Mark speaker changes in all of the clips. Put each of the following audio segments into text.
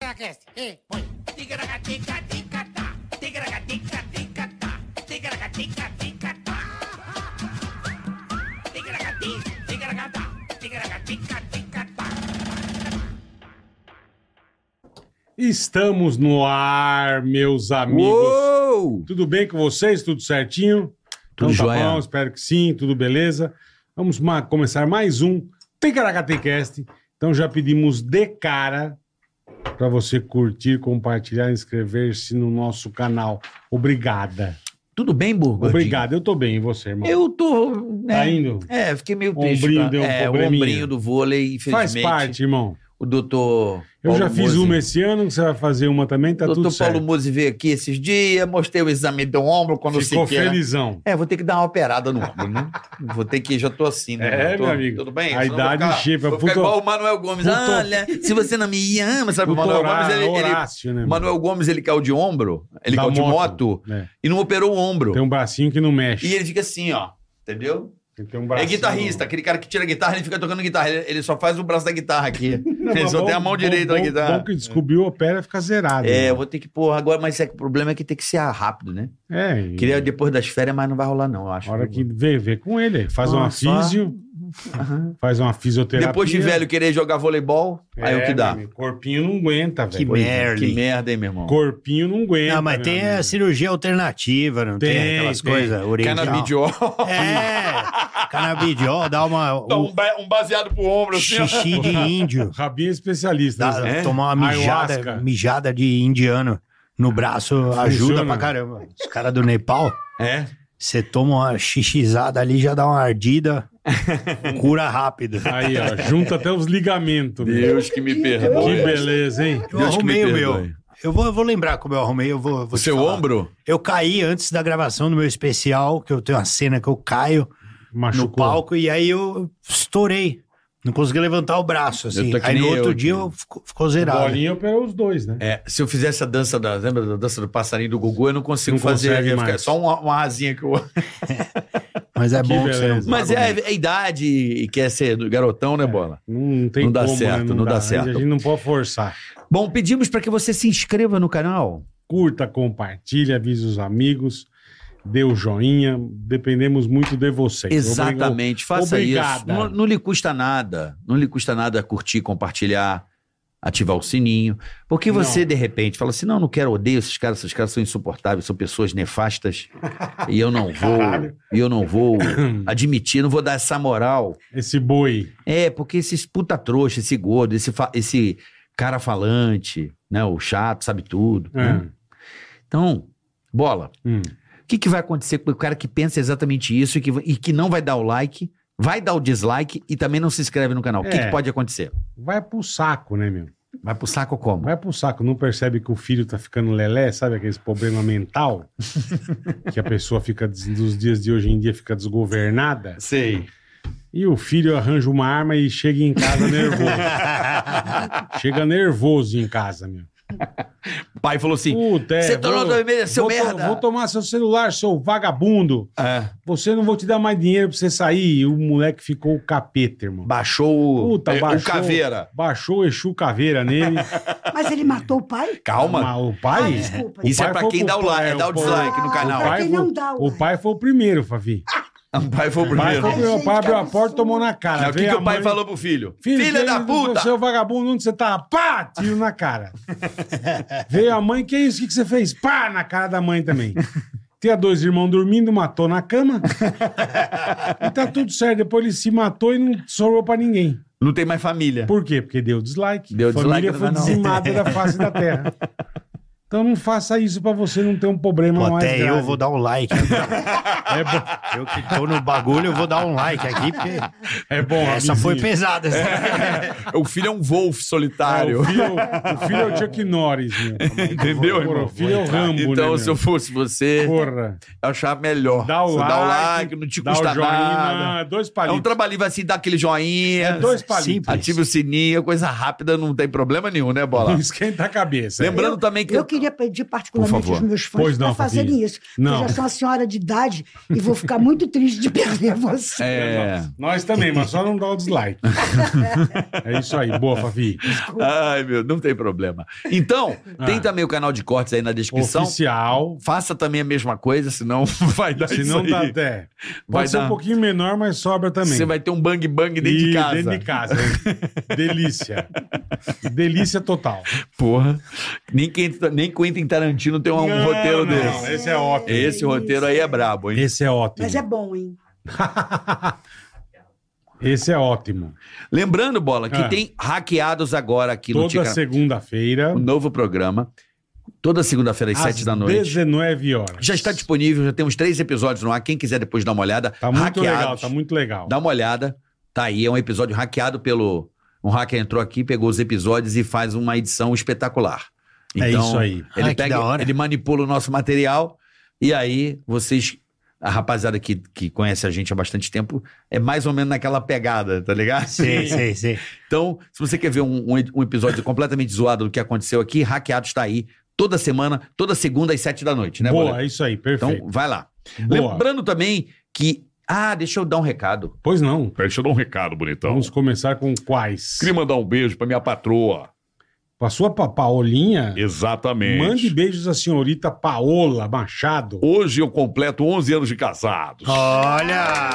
Speaker 1: Ticaracast. E põe.
Speaker 2: Ticaracatica-ticatá, ticaracatica-ticatá, ticaracatica-ticatá. Ticaracati, ticaracatá, ticaracatica-ticatá.
Speaker 3: Estamos no ar, meus amigos.
Speaker 4: Uou!
Speaker 3: Tudo bem com vocês? Tudo certinho? Então tá
Speaker 4: Tudo jóia.
Speaker 3: bom, espero que sim, tudo beleza. Vamos ma- começar mais um Ticaracatecast. Então já pedimos de cara para você curtir, compartilhar, inscrever-se no nosso canal. Obrigada.
Speaker 4: Tudo bem, Burgo?
Speaker 3: Obrigado, eu tô bem, e você, irmão?
Speaker 4: Eu tô. Né?
Speaker 3: Tá indo?
Speaker 4: É, fiquei meio triste.
Speaker 3: Ombrinho
Speaker 4: tá?
Speaker 3: deu um
Speaker 4: é, o
Speaker 3: probleminha.
Speaker 4: ombrinho do vôlei,
Speaker 3: Faz
Speaker 4: infelizmente.
Speaker 3: parte, irmão.
Speaker 4: O doutor.
Speaker 3: Eu já fiz
Speaker 4: Mose-
Speaker 3: uma esse ano, você vai fazer uma também, tá
Speaker 4: O
Speaker 3: tudo
Speaker 4: doutor Paulo
Speaker 3: certo.
Speaker 4: Mose veio aqui esses dias, mostrei o exame do ombro quando
Speaker 3: Ficou
Speaker 4: se quer.
Speaker 3: felizão.
Speaker 4: É, vou ter que dar uma operada no ombro, né? Vou ter que, já tô assim, né?
Speaker 3: É,
Speaker 4: Tô-
Speaker 3: meu amigo.
Speaker 4: Tudo bem?
Speaker 3: A
Speaker 4: Senão eu vou
Speaker 3: idade
Speaker 4: ficar-
Speaker 3: chega,
Speaker 4: Vou ficar
Speaker 3: puto-
Speaker 4: igual o Manuel Gomes.
Speaker 3: puto-
Speaker 4: Olha, se você não me ama, sabe? O
Speaker 3: Puto
Speaker 4: Manuel Gomes,
Speaker 3: Horá-
Speaker 4: ele, ele,
Speaker 3: Horácio, né? mano?
Speaker 4: Manuel Gomes, ele caiu de ombro, ele
Speaker 3: Da
Speaker 4: caiu de moto
Speaker 3: É.
Speaker 4: e não operou o ombro.
Speaker 3: Tem um bracinho que não mexe.
Speaker 4: E ele fica assim, ó. Entendeu?
Speaker 3: Ele tem um
Speaker 4: É
Speaker 3: bracinho-
Speaker 4: guitarrista, aquele cara que tira a guitarra, ele fica tocando guitarra. Ele, ele só faz o braço da guitarra aqui.
Speaker 3: Não,
Speaker 4: ele
Speaker 3: mas
Speaker 4: só
Speaker 3: bom-
Speaker 4: tem a mão
Speaker 3: bom-
Speaker 4: direita da
Speaker 3: bom-
Speaker 4: guitarra.
Speaker 3: Bom que descobriu a opera fica zerada.
Speaker 4: É, eu
Speaker 3: irmão.
Speaker 4: vou ter que pôr agora, mas é que o problema é que tem que ser rápido, né?
Speaker 3: é e-
Speaker 4: Queria depois das férias, mas não vai rolar, não, eu acho.
Speaker 3: a hora que vê, vê com ele. aí. Faz
Speaker 4: Ah,
Speaker 3: uma
Speaker 4: só-
Speaker 3: físio,
Speaker 4: Aham.
Speaker 3: faz uma fisioterapia.
Speaker 4: Depois de velho querer jogar voleibol, aí é o que
Speaker 3: meu
Speaker 4: dá.
Speaker 3: amigo, Corpinho não aguenta, velho.
Speaker 5: Que merda.
Speaker 4: Que merda, hein, meu irmão?
Speaker 3: Corpinho não aguenta.
Speaker 5: Não, mas
Speaker 3: meu
Speaker 5: tem
Speaker 3: amigo.
Speaker 5: a cirurgia alternativa, não tem,
Speaker 3: Tem,
Speaker 5: aquelas
Speaker 3: tem.
Speaker 5: coisas original.
Speaker 4: Canabidiol.
Speaker 5: É, canabidiol, dá uma
Speaker 4: Dá
Speaker 5: um
Speaker 4: um, ba- um baseado pro ombro, assim. ó.
Speaker 5: xixi de índio,
Speaker 3: Rabinho é especialista. né?
Speaker 5: dá-
Speaker 4: É?
Speaker 5: tomar uma mijada,
Speaker 3: Ayahuasca.
Speaker 5: mijada de indiano no braço ajuda pra caramba. Os caras do Nepal,
Speaker 4: É.
Speaker 5: você toma uma xixizada ali, já dá uma ardida, cura rápido.
Speaker 3: Aí, ó, junta até os ligamentos. meu.
Speaker 4: Deus é que me perdoe.
Speaker 3: Que beleza, hein?
Speaker 5: Eu
Speaker 4: Deus que me
Speaker 5: arrumei o meu.
Speaker 4: perdoe.
Speaker 5: Eu vou, eu vou lembrar como eu arrumei, eu vou,
Speaker 4: O
Speaker 5: vou te
Speaker 4: seu
Speaker 5: falar.
Speaker 4: ombro?
Speaker 5: Eu caí antes da gravação do meu especial, que eu tenho uma cena que eu caio.
Speaker 3: Machucou.
Speaker 5: no palco e aí eu estourei. Não consegui levantar o braço, assim.
Speaker 4: Eu tô que
Speaker 5: Aí no
Speaker 4: nem
Speaker 5: outro
Speaker 4: eu,
Speaker 5: dia
Speaker 4: tio.
Speaker 5: eu fico- ficou zerado.
Speaker 3: Bolinha operou os dois, né?
Speaker 4: É, se eu fizesse a dança da. Lembra da dança do passarinho do Gugu? Eu não consigo
Speaker 3: Não
Speaker 4: fazer.
Speaker 3: consegue
Speaker 4: eu ia ficar-
Speaker 3: mais.
Speaker 4: só uma, uma asinha que eu.
Speaker 5: Mas é
Speaker 3: Que
Speaker 5: bom que você não
Speaker 3: beleza.
Speaker 4: Mas é, é idade e quer ser do garotão,
Speaker 3: É.
Speaker 4: né, Bola?
Speaker 3: Não tem
Speaker 4: Não dá
Speaker 3: como, né?
Speaker 4: certo, não dá
Speaker 3: A
Speaker 4: certo.
Speaker 3: gente não pode forçar.
Speaker 4: Bom, pedimos para que você se inscreva no canal.
Speaker 3: curta, compartilha, avisa os amigos, dê o joinha. Dependemos muito de vocês.
Speaker 4: Exatamente, faça
Speaker 3: Obrigada.
Speaker 4: isso. Não, não lhe custa nada. Não lhe custa nada curtir, compartilhar, ativar o sininho. Porque você, de repente, fala assim: não, não quero, odeio esses caras, esses caras são insuportáveis, são pessoas nefastas. e eu não vou.
Speaker 3: Caralho.
Speaker 4: E eu não vou admitir, não vou dar essa moral.
Speaker 3: Obrigado. Esse boi.
Speaker 4: É, porque esses puta trouxa, esse gordo, esse, fa- esse cara falante, né? O chato, sabe tudo.
Speaker 3: É.
Speaker 4: né? Então, bola.
Speaker 3: Hum.
Speaker 4: O que, que vai acontecer com o cara que pensa exatamente isso e que, e que não vai dar o like, vai dar o dislike e também não se inscreve no canal? O que,
Speaker 3: É.
Speaker 4: que pode acontecer?
Speaker 3: Vai pro saco, né, meu?
Speaker 4: Vai pro saco como?
Speaker 3: Vai pro saco. Não percebe que o filho tá ficando lelé, sabe? Aquele problema mental. que a pessoa fica, des- nos dias de hoje em dia, fica desgovernada.
Speaker 4: Sei.
Speaker 3: E o filho arranja uma arma e chega em casa nervoso. chega nervoso em casa, meu.
Speaker 4: O pai falou assim:
Speaker 3: Puta, é,
Speaker 4: você tornou
Speaker 3: vou-
Speaker 4: do e-mail, seu
Speaker 3: vou to-
Speaker 4: merda.
Speaker 3: Vou tomar seu celular, seu vagabundo.
Speaker 4: É.
Speaker 3: Você não vou te dar mais dinheiro pra você sair. E o moleque ficou o capeta, irmão.
Speaker 4: Baixou, o-
Speaker 3: Puta,
Speaker 4: é,
Speaker 3: baixou.
Speaker 4: o caveira.
Speaker 3: Baixou o Exu Caveira nele.
Speaker 6: Mas ele matou o pai?
Speaker 4: Calma.
Speaker 3: Mas o
Speaker 6: Ah,
Speaker 3: pai.
Speaker 6: desculpa.
Speaker 4: Isso é
Speaker 3: pai
Speaker 4: pra
Speaker 3: foi
Speaker 4: quem
Speaker 3: pro-
Speaker 4: dá o like,
Speaker 3: é,
Speaker 4: dá
Speaker 3: o-
Speaker 4: o dislike no
Speaker 6: o
Speaker 4: canal.
Speaker 3: o
Speaker 6: Pra
Speaker 3: pai,
Speaker 6: quem não
Speaker 3: foi-
Speaker 6: dá o
Speaker 3: o pai foi o primeiro, Favi.
Speaker 4: O pai foi o
Speaker 3: O pai,
Speaker 4: primeiro.
Speaker 3: foi o
Speaker 6: Ai,
Speaker 3: primeiro. O
Speaker 6: gente,
Speaker 3: pai abriu
Speaker 6: que
Speaker 3: a
Speaker 6: absurdo.
Speaker 3: porta, tomou na cara.
Speaker 4: Aí, o que,
Speaker 3: Veio
Speaker 4: que
Speaker 3: a
Speaker 4: o pai
Speaker 3: mãe,
Speaker 4: falou pro filho? Filha
Speaker 3: quem
Speaker 4: da
Speaker 3: educou
Speaker 4: puta!
Speaker 3: Seu vagabundo, onde você tá? Pá! Tiro na cara. Veio a mãe, que isso? O que que você fez? Pá! Na cara da mãe também. Tinha dois irmãos dormindo, matou na cama. e tá tudo certo. Depois ele se matou e não sobrou pra ninguém.
Speaker 4: Não tem mais família.
Speaker 3: Por quê? Porque deu dislike.
Speaker 4: Deu
Speaker 3: A Família
Speaker 4: dislike,
Speaker 3: foi
Speaker 4: não.
Speaker 3: dizimada da face da terra. Então não faça isso pra você não ter um problema
Speaker 5: Pô,
Speaker 3: mais
Speaker 5: até eu
Speaker 3: grave.
Speaker 5: vou dar um like.
Speaker 3: É bom,
Speaker 5: eu que tô no bagulho, eu vou dar um like aqui, porque
Speaker 3: é bom
Speaker 5: essa
Speaker 3: Rabizinho.
Speaker 5: foi pesada. assim. essa.
Speaker 4: O filho é um wolf
Speaker 3: É, o,
Speaker 4: solitário.
Speaker 3: filho, o filho é o Chuck Norris, meu.
Speaker 4: Entendeu,
Speaker 3: Porra,
Speaker 4: irmão?
Speaker 3: O filho é o Rambo, né,
Speaker 4: Então,
Speaker 3: meu?
Speaker 4: se eu fosse você,
Speaker 3: Porra.
Speaker 4: eu achava melhor.
Speaker 3: Dá o
Speaker 4: Você
Speaker 3: like.
Speaker 4: Dá o like, não te
Speaker 3: dá
Speaker 4: custa
Speaker 3: o joinha,
Speaker 4: nada.
Speaker 3: Dois
Speaker 4: É
Speaker 3: palitos.
Speaker 4: um trabalhinho, vai assim, dá aquele joinha.
Speaker 3: É dois palitos.
Speaker 5: Simples.
Speaker 4: Ative o sininho, coisa rápida, não tem problema nenhum, né, Bola?
Speaker 3: Não esquenta a cabeça.
Speaker 4: Lembrando também que
Speaker 6: Eu queria pedir particularmente
Speaker 4: Por favor.
Speaker 6: aos meus
Speaker 3: Pois
Speaker 6: fãs
Speaker 3: não,
Speaker 6: para fazerem
Speaker 3: Fafinha.
Speaker 6: isso.
Speaker 3: Não.
Speaker 6: Eu já sou uma senhora de idade e vou ficar muito triste de perder você.
Speaker 4: É.
Speaker 3: Nós também, mas só não dá o dislike. é isso aí. Boa, Fafi.
Speaker 4: Ai, meu, não tem problema. Então,
Speaker 3: Ah.
Speaker 4: tem também o canal de cortes aí na descrição.
Speaker 3: Oficial.
Speaker 4: Faça também a mesma coisa, senão vai dar
Speaker 3: Se
Speaker 4: É isso
Speaker 3: não
Speaker 4: aí.
Speaker 3: dá até. Pode
Speaker 4: Vai
Speaker 3: ser
Speaker 4: dar.
Speaker 3: um pouquinho menor, mas sobra também.
Speaker 4: Você vai ter um bang bang dentro de
Speaker 3: E
Speaker 4: casa.
Speaker 3: Dentro de casa. Delícia. Delícia total.
Speaker 4: Porra. Nem, quem, tá, nem Quentin Tarantino tem um
Speaker 3: Não,
Speaker 4: roteiro
Speaker 3: não,
Speaker 4: desse.
Speaker 3: Esse é ótimo.
Speaker 4: Esse roteiro aí é brabo, hein?
Speaker 3: Esse é ótimo.
Speaker 6: Mas é bom, hein?
Speaker 3: Esse é ótimo.
Speaker 4: Lembrando, Bola, que
Speaker 3: Ah.
Speaker 4: tem hackeados agora aqui no
Speaker 3: Toda
Speaker 4: Tica...
Speaker 3: segunda-feira,
Speaker 4: Um novo programa. Toda segunda-feira às
Speaker 3: às
Speaker 4: é sete da noite.
Speaker 3: 19 horas.
Speaker 4: Já está disponível, já temos três episódios no ar. Quem quiser depois dar uma olhada.
Speaker 3: Tá muito
Speaker 4: hackeados.
Speaker 3: legal, tá muito legal.
Speaker 4: Dá uma olhada. Tá aí, é um episódio hackeado pelo. Um hacker entrou aqui, pegou os episódios e faz uma edição espetacular.
Speaker 3: É
Speaker 4: Então,
Speaker 3: isso aí.
Speaker 4: Ele,
Speaker 5: Ai, Ah, que
Speaker 4: pega,
Speaker 5: da hora.
Speaker 4: ele manipula o nosso material e aí vocês. A rapaziada que, que conhece a gente há bastante tempo é mais ou menos naquela pegada, tá ligado?
Speaker 5: Sei, sei, sei.
Speaker 4: Então, se você quer ver um, um- um episódio completamente zoado do que aconteceu aqui, Hackeados está aí toda semana, toda segunda às sete da noite, né,
Speaker 3: Boa,
Speaker 4: Boleto?
Speaker 3: é isso aí,
Speaker 4: Então,
Speaker 3: perfeito.
Speaker 4: vai lá.
Speaker 3: Boa.
Speaker 4: Lembrando também que. Ah, deixa eu dar um recado.
Speaker 3: Pois não.
Speaker 1: Pera, deixa eu dar um recado,
Speaker 4: Então.
Speaker 1: bonitão.
Speaker 3: Vamos começar com quais?
Speaker 1: Queria mandar um beijo pra minha patroa.
Speaker 3: Com a sua pa- Paolinha,
Speaker 1: Exatamente.
Speaker 3: mande beijos à senhorita Paola Machado.
Speaker 1: Hoje eu completo 11 anos de casados.
Speaker 5: Olha!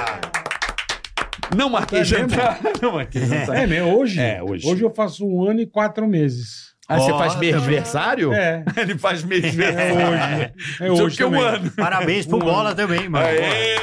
Speaker 4: Não marquei
Speaker 3: É
Speaker 4: jantar. Não marquei jantar.
Speaker 3: É, né? Hoje?
Speaker 1: É, hoje.
Speaker 3: eu faço um ano e quatro meses.
Speaker 4: Ah, você faz
Speaker 5: Olha.
Speaker 4: meio aniversário?
Speaker 3: É,
Speaker 4: Ele faz meio
Speaker 3: é
Speaker 4: aniversário.
Speaker 3: hoje. É
Speaker 4: Só
Speaker 3: hoje
Speaker 4: que um
Speaker 3: também.
Speaker 4: ano.
Speaker 5: Parabéns pro
Speaker 3: Um ano.
Speaker 5: Bola também, mano.
Speaker 1: Aê!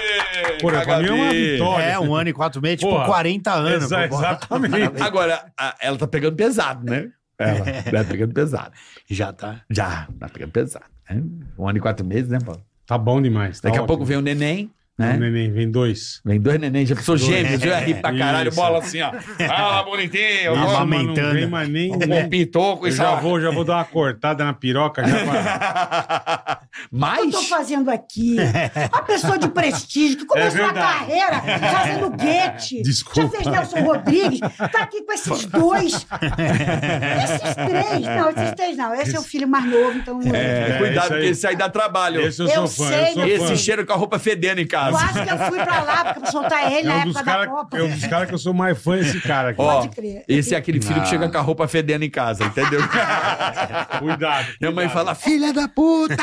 Speaker 3: Porra, pra mim é uma
Speaker 1: Cagabi.
Speaker 3: vitória.
Speaker 5: É, um ano e quatro meses, tipo
Speaker 3: Porra.
Speaker 5: 40 anos.
Speaker 3: Exa-
Speaker 5: pro Bola.
Speaker 3: exatamente.
Speaker 4: Agora, a- ela tá pegando pesado, né? Ela tá pegando pesado.
Speaker 5: Já tá.
Speaker 4: Já, tá pegando pesado. né? Um ano e quatro meses, né, Paulo?
Speaker 3: Tá bom demais. tá
Speaker 4: Daqui a
Speaker 3: ótimo.
Speaker 4: pouco vem o neném,
Speaker 3: O
Speaker 4: né?
Speaker 3: neném, vem dois.
Speaker 4: Vem dois neném, já pensou gêmeos, eu ia rir pra caralho,
Speaker 3: Isso.
Speaker 4: bola.
Speaker 1: Assim, ó. Fala, bonitinho.
Speaker 5: Isso.
Speaker 1: Ó,
Speaker 3: mas Não
Speaker 5: amamentando.
Speaker 3: vem mais nem...
Speaker 1: Com pitoco
Speaker 3: Eu
Speaker 1: e
Speaker 3: já
Speaker 1: sal.
Speaker 3: vou, já vou dar uma cortada na piroca já pra... É
Speaker 6: O que eu tô
Speaker 4: Mas,
Speaker 6: fazendo aqui? Uma pessoa de prestígio que começou a
Speaker 3: É verdade.
Speaker 6: carreira fazendo guete. Já
Speaker 3: Desculpa.
Speaker 6: fez Nelson Rodrigues. Tá aqui com esses dois. esses três. Não, esses três não. Esse é o filho mais novo, então...
Speaker 4: é,
Speaker 3: É,
Speaker 4: cuidado,
Speaker 3: isso aí.
Speaker 4: porque esse aí dá trabalho. Esse,
Speaker 3: Esse eu,
Speaker 6: Eu
Speaker 3: sou fã,
Speaker 6: sei,
Speaker 3: eu sou
Speaker 6: meu
Speaker 3: fã.
Speaker 6: filho.
Speaker 4: cheiro com a roupa fedendo em casa.
Speaker 6: Quase que eu fui pra lá porque pra soltar ele
Speaker 3: É
Speaker 6: na
Speaker 3: um, dos
Speaker 6: época da
Speaker 3: cara,
Speaker 6: Copa.
Speaker 3: é um dos caras que eu sou mais fã desse cara aqui.
Speaker 4: Ó,
Speaker 6: Pode crer.
Speaker 4: esse é aquele filho
Speaker 5: Ah.
Speaker 4: que chega com a roupa fedendo em casa, entendeu?
Speaker 3: Cuidado.
Speaker 4: Minha mãe
Speaker 3: cuidado.
Speaker 4: fala, filha da puta!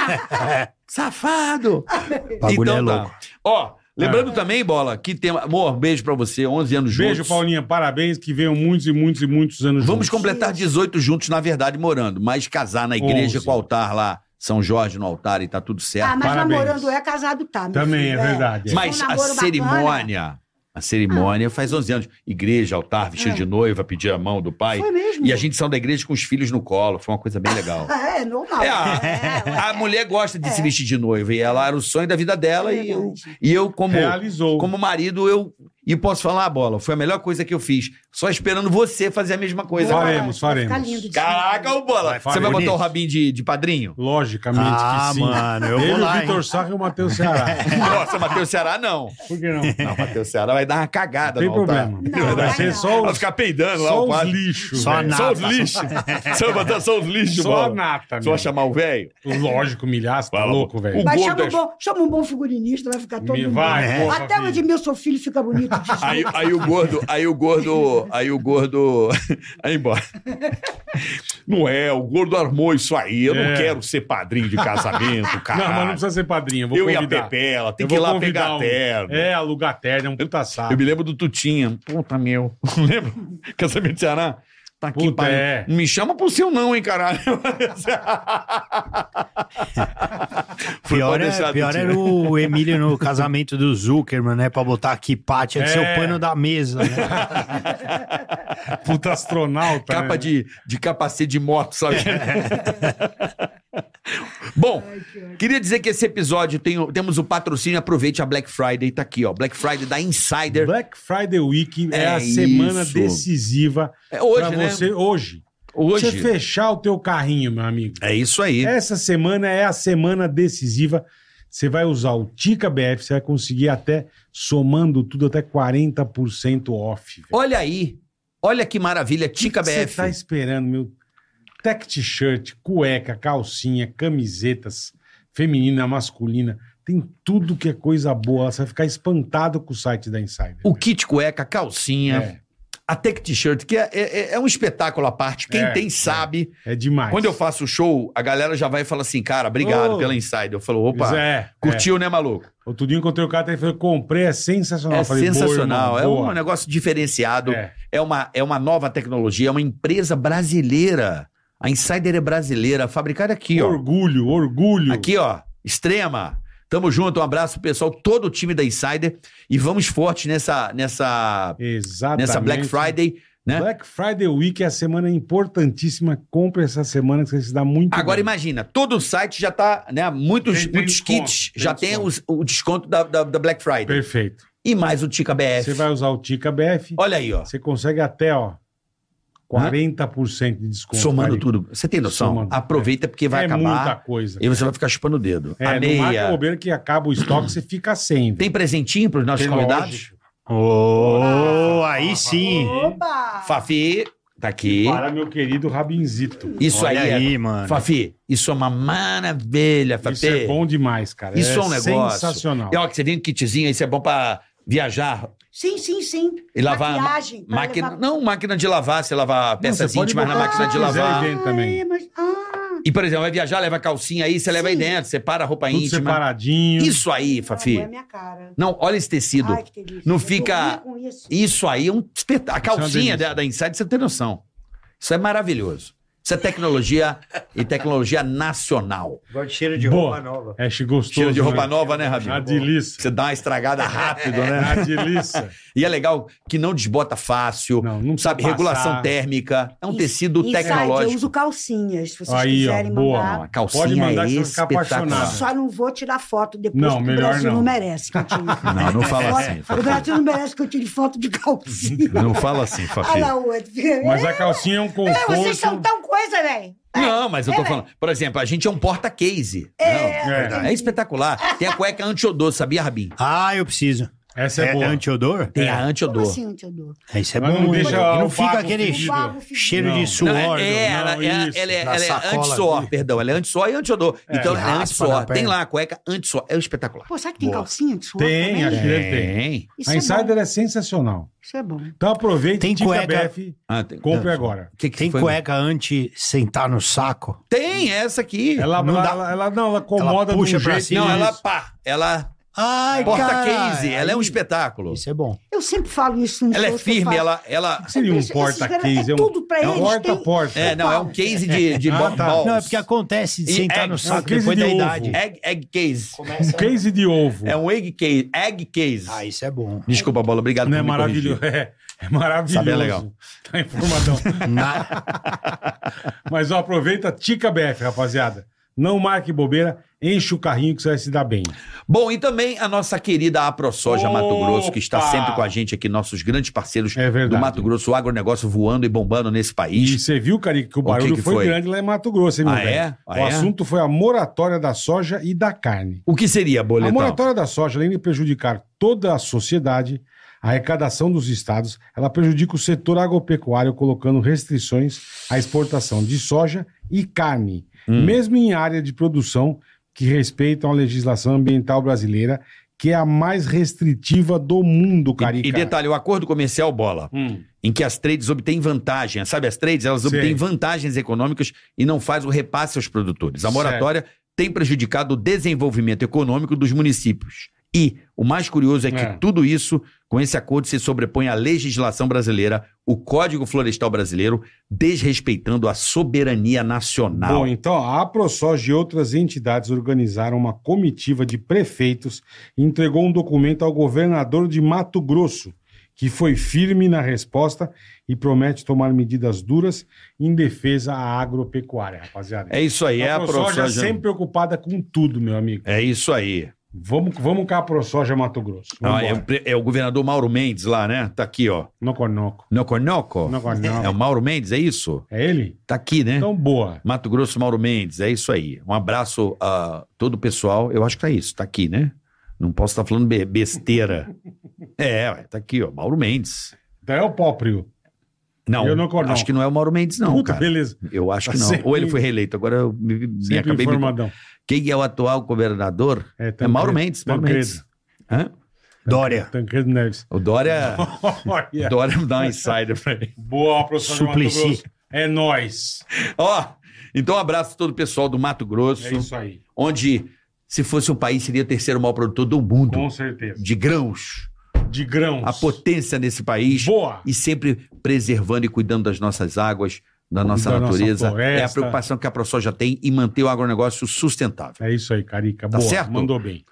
Speaker 4: safado!
Speaker 5: O bagulho é louco.
Speaker 4: Tá. Ó, lembrando também, Bola, que tem... Amor, beijo pra você, 11 anos juntos.
Speaker 3: Beijo, Paulinha, parabéns, que venham muitos e muitos e muitos anos
Speaker 4: Vamos
Speaker 3: juntos.
Speaker 4: completar 18 juntos, na verdade, morando. Mas casar na igreja
Speaker 3: 11.
Speaker 4: com o altar lá, São Jorge no altar e tá tudo
Speaker 6: Ah,
Speaker 4: certo.
Speaker 6: mas
Speaker 3: Parabéns.
Speaker 6: namorando é casado tá. meu
Speaker 3: Também,
Speaker 6: filho,
Speaker 3: é verdade.
Speaker 6: Se for
Speaker 4: mas
Speaker 6: um
Speaker 4: a
Speaker 6: namoro bacana,
Speaker 4: cerimônia... A cerimônia faz 11 anos. Igreja, altar, vestido de noiva, pedir a mão do pai.
Speaker 6: Ah. É. Foi mesmo.
Speaker 4: E a gente saiu da igreja com os filhos no colo. Foi uma coisa bem legal.
Speaker 6: É, é normal.
Speaker 4: É, a-
Speaker 6: É, ué.
Speaker 4: A mulher gosta de se vestir de noiva e ela era o sonho da vida dela
Speaker 6: É
Speaker 4: e eu,
Speaker 6: verdade.
Speaker 4: e eu como
Speaker 3: Realizou.
Speaker 4: como marido eu e posso falar bola, foi a melhor coisa que eu fiz, só esperando você fazer a mesma coisa.
Speaker 3: Boa.
Speaker 4: agora.
Speaker 3: Faremos,
Speaker 6: Vai ficar
Speaker 3: faremos.
Speaker 6: lindo de
Speaker 4: Caraca,
Speaker 6: novo.
Speaker 4: ô bola,
Speaker 5: Vai,
Speaker 4: você vai
Speaker 5: bonito.
Speaker 4: botar o rabinho de, de padrinho?
Speaker 3: Logicamente
Speaker 5: Ah,
Speaker 3: que sim.
Speaker 5: mano, eu vou
Speaker 3: Ele,
Speaker 5: lá,
Speaker 3: o
Speaker 5: hein?
Speaker 3: Vitor Sarro e o Matheus Ceará.
Speaker 4: Nossa, Matheus Ceará não.
Speaker 3: Por que não?
Speaker 4: Não, Matheus Ceará vai dar uma cagada
Speaker 3: Não tem
Speaker 4: no altar.
Speaker 3: problema.
Speaker 6: Não,
Speaker 3: Vai
Speaker 6: vai
Speaker 3: ser
Speaker 6: não.
Speaker 3: só
Speaker 1: Vai
Speaker 3: os,
Speaker 1: ficar peidando lá,
Speaker 3: só
Speaker 1: o
Speaker 3: os
Speaker 1: padre.
Speaker 3: lixos.
Speaker 5: Só
Speaker 3: velho.
Speaker 5: nada.
Speaker 1: Só os lixos. Só botar só os lixos,
Speaker 3: Só a
Speaker 1: bola.
Speaker 3: nata,
Speaker 1: Só
Speaker 3: meu.
Speaker 1: chamar o velho.
Speaker 3: Lógico, milhaço, tá
Speaker 1: Fala,
Speaker 3: louco,
Speaker 1: o-
Speaker 3: velho.
Speaker 6: Mas
Speaker 1: O
Speaker 6: chama um,
Speaker 1: gordo
Speaker 6: bom, chama um bom figurinista, vai ficar todo
Speaker 3: Me
Speaker 6: mundo. é.
Speaker 3: vai, porra,
Speaker 6: Até o
Speaker 3: filho.
Speaker 6: Edmilson Filho fica bonito. desculpa.
Speaker 4: Aí, aí o gordo, aí o gordo, aí o gordo, aí embora.
Speaker 1: Não é, o gordo armou isso aí. Eu
Speaker 3: É.
Speaker 1: não quero ser padrinho de casamento, cara.
Speaker 3: Não, mas não precisa ser padrinho. Eu vou
Speaker 1: Eu e a
Speaker 3: convidar.
Speaker 1: Pepe, ela tem
Speaker 3: Eu
Speaker 1: que ir
Speaker 3: vou
Speaker 1: lá
Speaker 3: convidar
Speaker 1: pegar
Speaker 3: um-
Speaker 1: a terno.
Speaker 3: É, alugar terno, é um puta
Speaker 1: Eu
Speaker 3: saco.
Speaker 1: me lembro do Tutinha. Puta meu. Lembra? Casamento de Ceará? Tá aqui,
Speaker 3: Puta,
Speaker 1: pai.
Speaker 3: é.
Speaker 1: Não me chama pro seu não, hein, caralho. Foi
Speaker 5: Pior,
Speaker 1: pode
Speaker 5: é-
Speaker 1: deixar,
Speaker 5: pior
Speaker 1: Tutinha.
Speaker 5: era o Emílio no casamento do Zuckerman, né? Pra botar aqui pá, tinha que ser
Speaker 3: É.
Speaker 5: o pano da mesa, né?
Speaker 3: Puta astronauta.
Speaker 4: Capa
Speaker 3: né?
Speaker 4: de, de capacete de moto, sabe? Bom, queria dizer que esse episódio tem, o- temos o patrocínio. Aproveite a Black Friday, tá aqui, ó. Black Friday da Insider.
Speaker 3: Black Friday Week é, a
Speaker 4: É
Speaker 3: semana
Speaker 4: isso.
Speaker 3: decisiva
Speaker 4: É hoje,
Speaker 3: pra
Speaker 4: né?
Speaker 3: você hoje.
Speaker 4: Hoje.
Speaker 3: Você fechar o teu carrinho, meu amigo.
Speaker 4: É isso aí.
Speaker 3: Essa semana é a semana decisiva. Você vai usar o Tica BF, você vai conseguir até, somando tudo, até 40% off. velho.
Speaker 4: Olha aí. Olha que maravilha, Tica
Speaker 3: O que que Você
Speaker 4: BF.
Speaker 3: tá esperando, meu? Tech t-shirt, cueca, calcinha, camisetas, feminina, masculina. Tem tudo que é coisa boa. Você vai ficar espantado com o site da Insider.
Speaker 4: O kit cueca, a calcinha,
Speaker 3: É,
Speaker 4: a tech t-shirt, que é, é- é um espetáculo à parte. Quem
Speaker 3: É,
Speaker 4: tem
Speaker 3: é.
Speaker 4: sabe.
Speaker 3: é demais.
Speaker 4: Quando eu faço show, a galera já vai e fala assim, cara, obrigado
Speaker 3: Ô.
Speaker 4: pela Insider. Eu falo, opa,
Speaker 3: Pois é, curti.
Speaker 4: curtiu, né, maluco?
Speaker 3: Outro dia eu encontrei o cara e falei, comprei, é sensacional.
Speaker 4: é
Speaker 3: Eu falei, boa,
Speaker 4: sensacional.
Speaker 3: irmão,
Speaker 4: é
Speaker 3: boa.
Speaker 4: um negócio diferenciado. É.
Speaker 3: É.
Speaker 4: uma, é uma nova tecnologia, é uma empresa brasileira. A Insider é brasileira, fabricada aqui, ó.
Speaker 3: Orgulho, orgulho.
Speaker 4: Aqui, ó, extrema. Tamo junto, um abraço, pessoal, todo o time da Insider. E vamos forte nessa, nessa,
Speaker 3: Exatamente.
Speaker 4: nessa Black Friday, né?
Speaker 3: Black Friday Week é a semana importantíssima. Compre essa semana que você se dá muito
Speaker 4: Agora
Speaker 3: bem.
Speaker 4: imagina, todo o site já tá, né? Muitos,
Speaker 3: Tem- tem
Speaker 4: muitos
Speaker 3: desconto,
Speaker 4: kits
Speaker 3: tem
Speaker 4: já tem
Speaker 3: desconto.
Speaker 4: os- o desconto da, da, da Black Friday.
Speaker 3: Perfeito.
Speaker 4: E mais o Tica BF.
Speaker 3: Você vai usar o Tica BF,
Speaker 4: Olha aí, É. ó.
Speaker 3: você consegue até, ó, 40% de desconto.
Speaker 4: somando
Speaker 3: Aí.
Speaker 4: tudo. Você tem noção?
Speaker 3: Somando,
Speaker 4: Aproveita porque vai
Speaker 3: é muita
Speaker 4: acabar
Speaker 3: coisa.
Speaker 4: e você vai ficar chupando o dedo.
Speaker 3: É,
Speaker 4: a
Speaker 3: no marca
Speaker 4: meia.
Speaker 3: bobeira que acaba o estoque, você fica sem.
Speaker 4: Tem presentinho para os nossos
Speaker 3: Tem
Speaker 4: convidados?
Speaker 3: lógico.
Speaker 5: Ô, aí sim.
Speaker 6: Opa!
Speaker 4: Fafi, tá aqui.
Speaker 3: Para meu querido Rabinzito.
Speaker 4: Isso
Speaker 5: Olha
Speaker 4: aí, é-
Speaker 5: aí, mano.
Speaker 4: Fafi, isso é uma maravilha, Fafi.
Speaker 3: Isso é bom demais, cara.
Speaker 4: Isso é um negócio.
Speaker 3: Sensacional.
Speaker 4: E ó, que você vem um kitzinho, isso é bom para viajar
Speaker 6: Sim, sim, sim.
Speaker 4: e lavar.
Speaker 6: Maquiagem. pra
Speaker 4: Máquina,
Speaker 6: levar-
Speaker 4: Não, máquina de lavar, você lava peças
Speaker 3: você pode
Speaker 4: íntimas na
Speaker 3: botar
Speaker 4: máquina
Speaker 3: o que
Speaker 4: de
Speaker 3: você quiser
Speaker 4: lavar.
Speaker 3: aí dentro também.
Speaker 6: É, mas... Ah,
Speaker 4: E, por exemplo, vai viajar, leva calcinha aí, você leva aí dentro, separa a roupa
Speaker 3: Tudo
Speaker 4: íntima.
Speaker 3: separadinho.
Speaker 4: Isso aí,
Speaker 6: não é
Speaker 4: Fafi.
Speaker 6: minha cara.
Speaker 4: Não, olha esse tecido.
Speaker 6: Ai, que delícia.
Speaker 4: Não
Speaker 6: Eu
Speaker 4: fica-
Speaker 6: dormia Com isso.
Speaker 4: Isso aí é um espetáculo. A
Speaker 3: é uma
Speaker 4: calcinha
Speaker 3: delícia.
Speaker 4: da, da Inside, você não tem noção. Isso é maravilhoso. Isso é tecnologia e tecnologia nacional.
Speaker 5: Gosto de cheiro de
Speaker 3: Boa.
Speaker 5: roupa nova.
Speaker 3: É, gostoso.
Speaker 4: Cheiro de roupa
Speaker 3: né?
Speaker 4: nova, né, Rabinho?
Speaker 3: A delícia.
Speaker 4: Você dá uma estragada rápido, né?
Speaker 3: A delícia.
Speaker 4: E é legal que não desbota fácil,
Speaker 3: Não, não
Speaker 4: sabe?
Speaker 3: precisa
Speaker 4: Regulação
Speaker 3: passar.
Speaker 4: térmica. É um
Speaker 6: Ins-
Speaker 4: tecido
Speaker 6: Inside, Eu
Speaker 4: tecnológico.
Speaker 6: uso calcinhas, se vocês
Speaker 3: Aí, ó,
Speaker 6: quiserem
Speaker 3: boa,
Speaker 4: Não, a
Speaker 6: mandar.
Speaker 4: calcinha
Speaker 3: Pode mandar
Speaker 4: é
Speaker 3: que você vai ficar
Speaker 4: espetacular.
Speaker 3: apaixonado.
Speaker 6: Só não vou tirar foto depois,
Speaker 3: Não,
Speaker 6: porque o
Speaker 3: melhor
Speaker 6: Brasil não,
Speaker 3: não.
Speaker 6: merece que eu tire.
Speaker 4: Não, não fala
Speaker 6: foto.
Speaker 4: assim,
Speaker 6: O
Speaker 4: Fafi.
Speaker 6: Brasil não merece que eu tire foto de calcinha.
Speaker 4: Não fala assim,
Speaker 6: Olha
Speaker 4: Fafi.
Speaker 6: lá o outro.
Speaker 3: Mas a calcinha é um
Speaker 6: É,
Speaker 3: conforto.
Speaker 6: vocês são tão coisa, velho.
Speaker 4: Não, mas eu tô
Speaker 6: É,
Speaker 4: falando. Por exemplo, a gente é um porta-case. Não,
Speaker 3: É.
Speaker 4: É espetacular. Tem a cueca antiodor, sabia, Rabin?
Speaker 5: Ah, eu preciso.
Speaker 3: Essa é,
Speaker 5: É,
Speaker 3: boa.
Speaker 5: antiodor?
Speaker 4: Tem a
Speaker 6: Como
Speaker 4: antiodor.
Speaker 6: assim, Teodoro?
Speaker 5: É, Isso é
Speaker 3: Mas
Speaker 5: bom.
Speaker 3: não
Speaker 5: hein?
Speaker 3: deixa
Speaker 5: E
Speaker 3: o
Speaker 5: não fica
Speaker 3: vago
Speaker 5: aquele
Speaker 3: fedido.
Speaker 6: Vago
Speaker 5: cheiro
Speaker 3: Não.
Speaker 5: de
Speaker 4: Não,
Speaker 5: suor.
Speaker 4: é, é,
Speaker 3: não,
Speaker 4: ela, ela-
Speaker 3: isso.
Speaker 4: ela é,
Speaker 5: Na
Speaker 4: ela é
Speaker 5: sacola,
Speaker 4: anti-suor,
Speaker 5: viu?
Speaker 4: perdão. Ela é anti-suor e anti-odor.
Speaker 3: É,
Speaker 4: então, ela
Speaker 5: que
Speaker 4: é
Speaker 5: raspa na
Speaker 4: anti-suor.
Speaker 5: perna.
Speaker 4: Tem lá a cueca anti-suor. É um espetacular.
Speaker 6: Pô, será que tem
Speaker 5: Boa.
Speaker 6: calcinha de suor
Speaker 3: Tem,
Speaker 6: também?
Speaker 3: acho que deve ter.
Speaker 4: Tem.
Speaker 6: Isso
Speaker 3: A
Speaker 6: é
Speaker 3: Insider
Speaker 6: bom.
Speaker 3: é, sensacional.
Speaker 6: Isso é bom.
Speaker 3: Então aproveite
Speaker 5: Tem
Speaker 3: Tica
Speaker 5: cueca.
Speaker 3: BF,
Speaker 4: Ah, tem.
Speaker 3: compre agora.
Speaker 4: Que que
Speaker 5: Tem
Speaker 4: foi?
Speaker 5: cueca anti-sentar no saco.
Speaker 4: Tem essa aqui.
Speaker 3: Ela
Speaker 5: Não
Speaker 3: não,
Speaker 5: dá-
Speaker 3: ela, ela- não, ela acomoda
Speaker 5: Ela
Speaker 3: de
Speaker 5: puxa
Speaker 3: um
Speaker 5: pra
Speaker 3: jeito.
Speaker 5: cima.
Speaker 4: Não, ela
Speaker 3: Isso.
Speaker 4: pá. Ela
Speaker 5: Ai,
Speaker 4: porta-case. Ela é um espetáculo.
Speaker 5: Isso é bom.
Speaker 6: Eu sempre falo isso. nos
Speaker 4: Ela é
Speaker 6: shows um que eu
Speaker 4: firme.
Speaker 6: faço.
Speaker 4: Ela, ela...
Speaker 3: O que Seria um
Speaker 6: Esses caras-
Speaker 3: porta-case.
Speaker 6: É
Speaker 3: um-
Speaker 6: tudo pra
Speaker 3: é um
Speaker 6: eles. tem-
Speaker 3: porta-porta. né?
Speaker 4: É, não, é um case de, de
Speaker 3: Ah,
Speaker 4: ball-
Speaker 3: tá.
Speaker 4: balls.
Speaker 5: Não, é porque acontece de
Speaker 4: E
Speaker 5: sentar
Speaker 4: egg.
Speaker 5: no
Speaker 3: É um
Speaker 5: saco
Speaker 3: case
Speaker 5: depois
Speaker 3: de
Speaker 5: da
Speaker 3: ovo.
Speaker 5: idade.
Speaker 4: Egg, egg case.
Speaker 3: Um case de ovo.
Speaker 4: É um egg case. Egg case.
Speaker 5: Ah, isso é bom.
Speaker 4: Desculpa, Bola. Obrigado
Speaker 3: Não é
Speaker 4: me corrigir.
Speaker 3: maravilhoso? É, é maravilhoso.
Speaker 4: Sabe, é legal.
Speaker 3: Tá informadão.
Speaker 5: Na-
Speaker 3: Mas ó, aproveita Tica BF, rapaziada. Não marque bobeira, enche o carrinho que você vai se dar bem.
Speaker 4: Bom, e também a nossa querida AproSoja Mato Grosso, que está
Speaker 3: Opa!
Speaker 4: sempre com a gente aqui, nossos grandes parceiros
Speaker 3: É verdade.
Speaker 4: do Mato Grosso, o agronegócio voando e bombando nesse
Speaker 3: E
Speaker 4: país.
Speaker 3: você viu, Carica, que o
Speaker 4: que
Speaker 3: barulho
Speaker 4: que
Speaker 3: foi,
Speaker 4: foi?
Speaker 3: grande lá em Mato Grosso, hein, meu
Speaker 4: Ah,
Speaker 3: velho?
Speaker 4: é? Ah,
Speaker 3: o
Speaker 4: é?
Speaker 3: assunto foi a moratória da soja e da carne.
Speaker 4: O que seria,
Speaker 3: A
Speaker 4: boletão?
Speaker 3: moratória da soja, além de prejudicar toda a sociedade, a arrecadação dos estados, ela prejudica o setor agropecuário, colocando restrições à exportação de soja e carne,
Speaker 4: Hum.
Speaker 3: mesmo em área de produção que respeitam a legislação ambiental brasileira, que é a mais restritiva do mundo, Carica.
Speaker 4: E, e detalhe, o acordo comercial bola,
Speaker 3: Hum.
Speaker 4: em que as trades obtêm vantagem, sabe as trades? Elas
Speaker 3: Sei.
Speaker 4: obtêm vantagens econômicas e não faz o repasse aos produtores. A
Speaker 3: Certo.
Speaker 4: moratória tem prejudicado o desenvolvimento econômico dos municípios. E o mais curioso é que
Speaker 3: É.
Speaker 4: tudo isso, com esse acordo, se sobrepõe à legislação brasileira, o Código Florestal Brasileiro, desrespeitando a soberania nacional.
Speaker 3: Bom, então a AproSoja e outras entidades organizaram uma comitiva de prefeitos e entregou um documento ao governador de Mato Grosso, que foi firme na resposta e promete tomar medidas duras em defesa à agropecuária, rapaziada.
Speaker 4: é isso aí, é a
Speaker 3: ProSoja
Speaker 4: ProSoja.
Speaker 3: sempre preocupada com tudo, meu amigo.
Speaker 4: É isso aí.
Speaker 3: Vamos, vamos cá, ProSoja Mato Grosso.
Speaker 4: Ah,
Speaker 3: Vamos
Speaker 4: é, o, pre- é o governador Mauro Mendes lá, né? Tá aqui, ó.
Speaker 3: Noconoco.
Speaker 4: Noconoco? É o
Speaker 3: Noconoco.
Speaker 4: Mauro Mendes, é isso?
Speaker 3: É ele?
Speaker 4: Tá aqui, né?
Speaker 3: Então, boa.
Speaker 4: Mato Grosso, Mauro Mendes, é isso aí. Um abraço a todo o pessoal. Eu acho que tá isso, tá aqui, né? Não posso estar falando be- besteira. é, ué, tá aqui, ó. tá Mauro Mendes.
Speaker 3: Então é o próprio.
Speaker 4: Não,
Speaker 3: Eu não concordo,
Speaker 4: acho
Speaker 3: não.
Speaker 4: que não é o Mauro Mendes, não,
Speaker 3: Puta,
Speaker 4: cara.
Speaker 3: beleza.
Speaker 4: Eu acho que
Speaker 3: Tá
Speaker 4: não.
Speaker 3: sempre-
Speaker 4: Ou ele foi reeleito, agora eu me, me
Speaker 3: Sempre
Speaker 4: acabei me...
Speaker 3: informadão.
Speaker 4: Quem é o atual governador?
Speaker 3: É,
Speaker 4: É
Speaker 3: Tancredo-
Speaker 4: Mauro Mendes, Mauro
Speaker 3: Tancredo.
Speaker 4: Mendes. Hã?
Speaker 5: Dória.
Speaker 3: Tancredo Neves.
Speaker 4: O Dória,
Speaker 3: Olha.
Speaker 4: Dória dá um insider pra ele.
Speaker 3: Boa, professor. de Mato
Speaker 5: Suplicy.
Speaker 3: Grosso. É nóis.
Speaker 4: Ó, então um abraço a todo o pessoal do Mato Grosso,
Speaker 3: É isso aí.
Speaker 4: onde se fosse um país seria o terceiro maior produtor do mundo
Speaker 3: Com certeza.
Speaker 4: de grãos.
Speaker 3: De grãos.
Speaker 4: A potência nesse país
Speaker 3: Boa.
Speaker 4: e sempre preservando e cuidando das nossas águas, da nossa
Speaker 3: Da nossa
Speaker 4: natureza. é a
Speaker 3: floresta.
Speaker 4: preocupação que a ProSoja tem em manter o agronegócio sustentável.
Speaker 3: É isso aí, Carica.
Speaker 4: Tá
Speaker 3: Boa.
Speaker 4: certo?
Speaker 3: Mandou bem.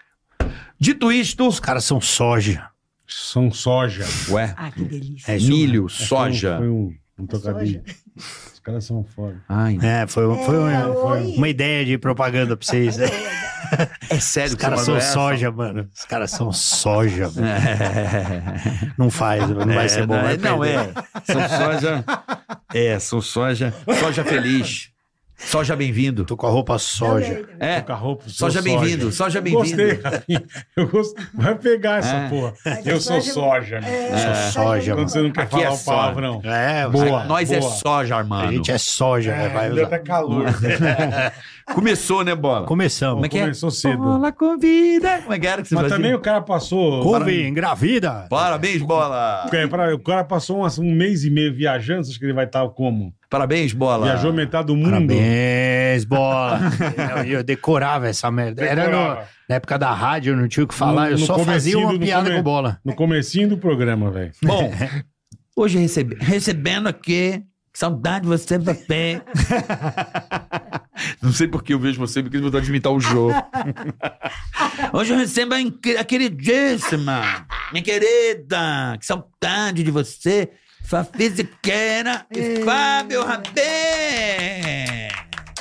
Speaker 4: Dito isto,
Speaker 5: Os caras são soja.
Speaker 3: São soja.
Speaker 4: ué,
Speaker 6: Ah, que delícia.
Speaker 5: É isso
Speaker 4: milho,
Speaker 3: É,
Speaker 4: soja.
Speaker 3: Foi um, um trocadilho. Os caras são foda.
Speaker 4: Ai,
Speaker 5: É, foi, foi um-
Speaker 6: É, oi.
Speaker 5: uma ideia de propaganda pra vocês. Né?
Speaker 4: é sério
Speaker 5: Os
Speaker 4: que você
Speaker 5: caras
Speaker 4: mandou
Speaker 5: são
Speaker 4: essa?
Speaker 5: soja, mano. Os caras são soja, mano.
Speaker 4: É.
Speaker 5: Não faz, não vai
Speaker 4: É,
Speaker 5: ser bom.
Speaker 4: Não,
Speaker 5: vai
Speaker 4: é, não,
Speaker 5: perder.
Speaker 4: é. São soja. É, são soja. Soja feliz. Soja bem-vindo.
Speaker 5: Tô com a roupa
Speaker 6: tá
Speaker 5: soja.
Speaker 6: Também, também.
Speaker 4: É.
Speaker 3: Carro,
Speaker 4: Soja bem-vindo. Soja
Speaker 3: Gostei,
Speaker 4: bem-vindo.
Speaker 3: Rafinha. Eu gosto. Vai pegar essa
Speaker 4: É.
Speaker 3: porra.
Speaker 6: Mas
Speaker 3: Eu
Speaker 6: a
Speaker 3: sou
Speaker 6: soja-
Speaker 3: soja. né?
Speaker 6: É,
Speaker 5: Sou soja,
Speaker 3: Quando
Speaker 5: mano.
Speaker 3: você não quer
Speaker 4: Aqui é
Speaker 3: falar o
Speaker 4: soja.
Speaker 3: palavrão.
Speaker 5: É,
Speaker 3: Boa.
Speaker 4: Nós é
Speaker 3: boa.
Speaker 4: soja,
Speaker 5: A
Speaker 4: mano.
Speaker 5: gente é soja, né? vai
Speaker 3: Ainda
Speaker 5: usar.
Speaker 3: tá calor.
Speaker 4: Começou, né, Bola?
Speaker 5: Começamos.
Speaker 4: é que é?
Speaker 3: Começou cedo.
Speaker 4: Bola convida. Como é que era que você
Speaker 3: Mas
Speaker 4: fazia?
Speaker 3: também o cara passou.
Speaker 5: Couve engravida.
Speaker 4: Parabéns, Bola.
Speaker 3: É, pra- o cara passou um, um mês e meio viajando, você acha que ele vai estar como?
Speaker 4: Parabéns, Bola.
Speaker 3: Viajou metade do mundo.
Speaker 5: Parabéns, bola. eu, eu decorava essa merda. Era no-
Speaker 3: Decorava.
Speaker 5: na época da rádio, eu não tinha o que falar.
Speaker 3: No-
Speaker 5: eu
Speaker 3: no
Speaker 5: só fazia
Speaker 3: comecinho do-
Speaker 5: uma
Speaker 3: no
Speaker 5: piada
Speaker 3: come-
Speaker 5: com bola.
Speaker 3: No comecinho do programa, velho.
Speaker 4: Bom, hoje recebe- recebendo aqui. que Saudade de você, Pepe. Não sei porque eu vejo você, porque eu vou de imitar o jogo. Hoje eu recebo a, inque- a queridíssima, minha querida. Que saudade de você, sua fisiqueira e Fábio Rabê.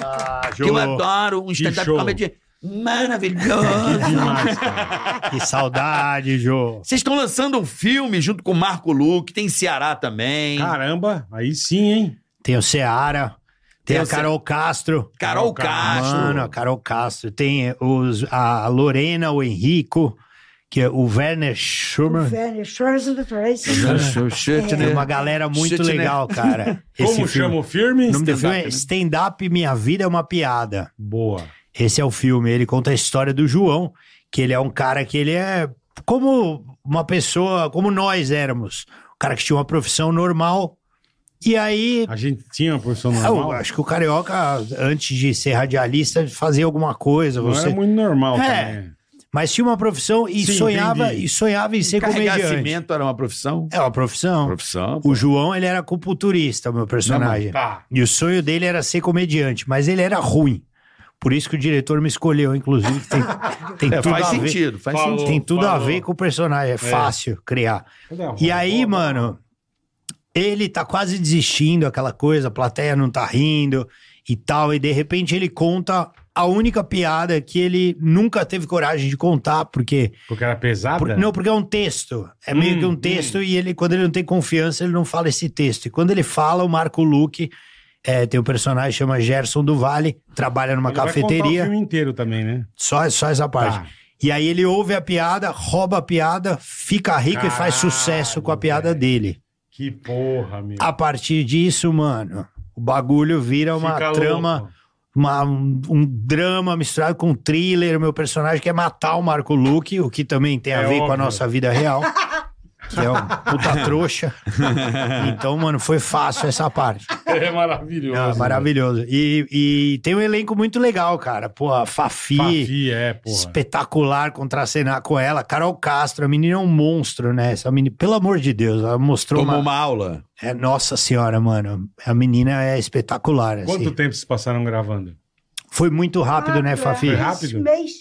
Speaker 5: Ah,
Speaker 4: Que eu adoro, um stand-up
Speaker 3: show.
Speaker 4: comedy maravilhoso.
Speaker 3: Demais, cara.
Speaker 5: que saudade, Jô.
Speaker 4: Vocês estão lançando um filme junto com o Marco Luque, tem Ceará também.
Speaker 3: Caramba, aí sim, hein?
Speaker 5: Tem o Seara. Tem,
Speaker 4: Tem
Speaker 5: a
Speaker 4: o Ce-
Speaker 5: Carol Castro.
Speaker 4: Carol
Speaker 3: Carol
Speaker 4: Castro.
Speaker 5: Mano, a Carol Castro. Tem eh, os, a Lorena, o Henrico, que é o Werner Schumer.
Speaker 6: Velho, Shores of the
Speaker 5: Uhum.
Speaker 6: Tracy.
Speaker 5: Tem uma galera muito
Speaker 4: Chutner.
Speaker 5: legal, cara.
Speaker 3: como chama o né? filme?
Speaker 5: O nome do filme é
Speaker 4: Stand-up,
Speaker 5: Stand Up Minha Vida é uma Piada.
Speaker 3: Boa.
Speaker 5: Esse é o filme. Ele conta a história do João, que ele é um cara que ele é como uma pessoa, como nós éramos. Um cara que tinha uma profissão normal. E aí,
Speaker 3: A gente tinha uma profissão
Speaker 5: eu
Speaker 3: normal.
Speaker 5: acho que o carioca, antes de ser radialista, fazia alguma coisa.
Speaker 3: Não
Speaker 5: Você...
Speaker 3: era muito normal
Speaker 5: É.
Speaker 3: também.
Speaker 5: Mas tinha uma profissão e
Speaker 3: Sim,
Speaker 5: sonhava
Speaker 3: entendi.
Speaker 5: e sonhava em ser comediante.
Speaker 4: cimento era uma profissão?
Speaker 5: É uma profissão.
Speaker 4: Profissão.
Speaker 5: O João, ele era acupunturista, o meu personagem.
Speaker 3: Tá.
Speaker 5: E o sonho dele era ser comediante, mas ele era ruim. Por isso que o diretor me escolheu, inclusive. que Tem, tem
Speaker 4: É,
Speaker 5: tudo
Speaker 4: faz
Speaker 5: a ver.
Speaker 4: sentido, faz
Speaker 3: Falou.
Speaker 4: sentido.
Speaker 5: Tem tudo a
Speaker 3: Falou.
Speaker 5: ver com o personagem. É fácil criar.
Speaker 3: Cadê a
Speaker 5: E
Speaker 3: roupa?
Speaker 5: aí, mano, ele tá quase desistindo, aquela coisa, a plateia não tá rindo e tal. E de repente ele conta a única piada que ele nunca teve coragem de contar, porque
Speaker 3: Porque era pesada?
Speaker 5: por- não, porque é um texto. É meio
Speaker 3: Hum,
Speaker 5: que um texto e ele, quando ele não tem confiança, ele não fala esse texto. E quando ele fala, o Marco Luque, é, tem um personagem que chama Gerson do Vale, trabalha numa
Speaker 3: Ele vai contar o
Speaker 5: cafeteria.
Speaker 3: filme inteiro também, né?
Speaker 5: Só, só essa parte.
Speaker 3: Tá.
Speaker 5: E aí ele ouve a piada, rouba a piada, fica rico e
Speaker 3: Caralho,
Speaker 5: faz sucesso com a piada
Speaker 3: velho.
Speaker 5: dele.
Speaker 3: Que porra, meu.
Speaker 5: A partir disso, mano, o bagulho vira é uma
Speaker 3: Fica
Speaker 5: trama
Speaker 3: louco.
Speaker 5: uma- um, um drama misturado com um thriller. O meu personagem quer matar o Marco Luque, o que também tem a
Speaker 3: É
Speaker 5: ver com a
Speaker 3: óbvio.
Speaker 5: nossa vida real. Que é um puta trouxa. Então, mano, foi fácil essa parte.
Speaker 3: É maravilhoso.
Speaker 5: Ah,
Speaker 3: mano.
Speaker 5: maravilhoso. E, e tem um elenco muito legal, cara. Pô, a Fafi,
Speaker 3: Fafi, é, porra.
Speaker 5: espetacular contracenar com ela. Carol Castro, a menina é um monstro, né? Essa menina, pelo amor de Deus, ela mostrou
Speaker 4: Tomou
Speaker 5: uma...
Speaker 4: uma aula.
Speaker 5: É, nossa senhora, mano. A menina é espetacular.
Speaker 3: Quanto
Speaker 5: assim.
Speaker 3: tempo vocês passaram gravando?
Speaker 5: Foi muito rápido,
Speaker 6: Ah,
Speaker 5: né, Fafi?
Speaker 3: Foi
Speaker 6: Esse
Speaker 3: rápido?
Speaker 6: mês,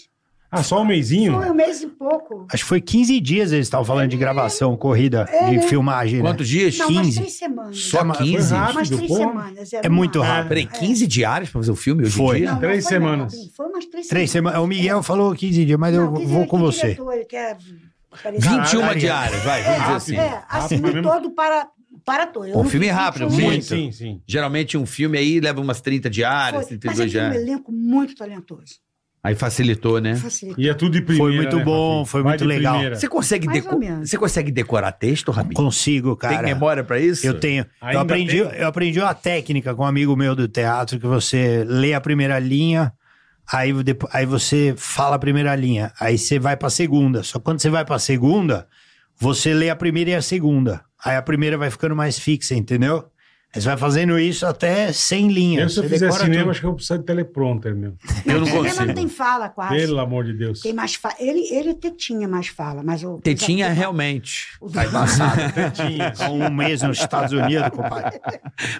Speaker 3: Ah, só um mêsinho?
Speaker 6: foi um mês e pouco.
Speaker 5: Acho que foi 15 dias eles estavam falando de gravação, corrida, de filmagem, né?
Speaker 4: Quantos dias?
Speaker 6: Não, umas
Speaker 5: 15.
Speaker 6: três semanas.
Speaker 4: Só
Speaker 5: mas-
Speaker 4: 15?
Speaker 3: Foi rápido.
Speaker 6: Umas três
Speaker 3: pô.
Speaker 6: semanas.
Speaker 5: É muito
Speaker 6: uma-
Speaker 5: rápido.
Speaker 4: Peraí, 15 diários pra fazer o filme hoje
Speaker 5: Foi.
Speaker 4: em dia?
Speaker 6: Não, não
Speaker 3: Três
Speaker 6: foi nada,
Speaker 3: semanas.
Speaker 6: Foi umas três,
Speaker 5: Três semanas. é O Miguel falou 15 dias, mas
Speaker 6: Não,
Speaker 5: eu
Speaker 6: quis
Speaker 5: vou
Speaker 6: dizer
Speaker 5: com
Speaker 6: que o
Speaker 5: você.
Speaker 6: diretor, ele quer aparecer.
Speaker 4: 21
Speaker 5: Caralho.
Speaker 4: diárias, vai, vamos dizer assim.
Speaker 6: É, assinei
Speaker 3: Rápido mesmo.
Speaker 6: todo para, para todo. Eu um
Speaker 4: O
Speaker 6: não
Speaker 4: filme é
Speaker 6: fiz
Speaker 4: rápido,
Speaker 6: nenhum.
Speaker 3: Sim,
Speaker 4: muito.
Speaker 3: sim, sim.
Speaker 4: Geralmente um filme aí leva umas 30 diárias,
Speaker 6: Foi, Mas
Speaker 4: 32
Speaker 6: é um
Speaker 4: diárias.
Speaker 6: elenco muito talentoso.
Speaker 4: Aí facilitou, né?
Speaker 6: Facilita.
Speaker 3: E é tudo de primeira.
Speaker 5: Foi muito
Speaker 3: né,
Speaker 5: bom,
Speaker 3: Rafinha?
Speaker 5: foi
Speaker 3: Vai
Speaker 5: muito
Speaker 3: de
Speaker 5: legal.
Speaker 3: primeira.
Speaker 4: Você consegue,
Speaker 6: Mais
Speaker 4: deco-
Speaker 6: ou menos.
Speaker 4: você consegue decorar texto, Rabinho?
Speaker 5: Consigo, cara.
Speaker 4: Tem memória pra isso?
Speaker 5: Eu tenho.
Speaker 3: Ainda
Speaker 5: eu, aprendi,
Speaker 3: tem?
Speaker 5: eu aprendi uma técnica com um amigo meu do teatro, que você lê a primeira linha, aí, depo- aí você fala a primeira linha, aí você vai pra segunda. Só que quando você vai pra segunda, você lê a primeira e a segunda. Aí a primeira vai ficando mais fixa, entendeu? Aí você vai fazendo isso até 100 linhas.
Speaker 3: Eu, se eu
Speaker 5: Você
Speaker 3: fizer
Speaker 5: decora
Speaker 3: cinema,
Speaker 5: tudo.
Speaker 3: acho que eu vou precisar de teleprompter, meu.
Speaker 4: Eu não
Speaker 6: Ela não
Speaker 4: consigo.
Speaker 6: tem fala quase.
Speaker 3: Pelo amor de Deus.
Speaker 6: Tem mais fa... ele, ele até tinha mais fala, mas o.
Speaker 4: Tetinha realmente.
Speaker 6: O do-
Speaker 4: Aí passado.
Speaker 5: Há um mês nos Estados Unidos, compadre.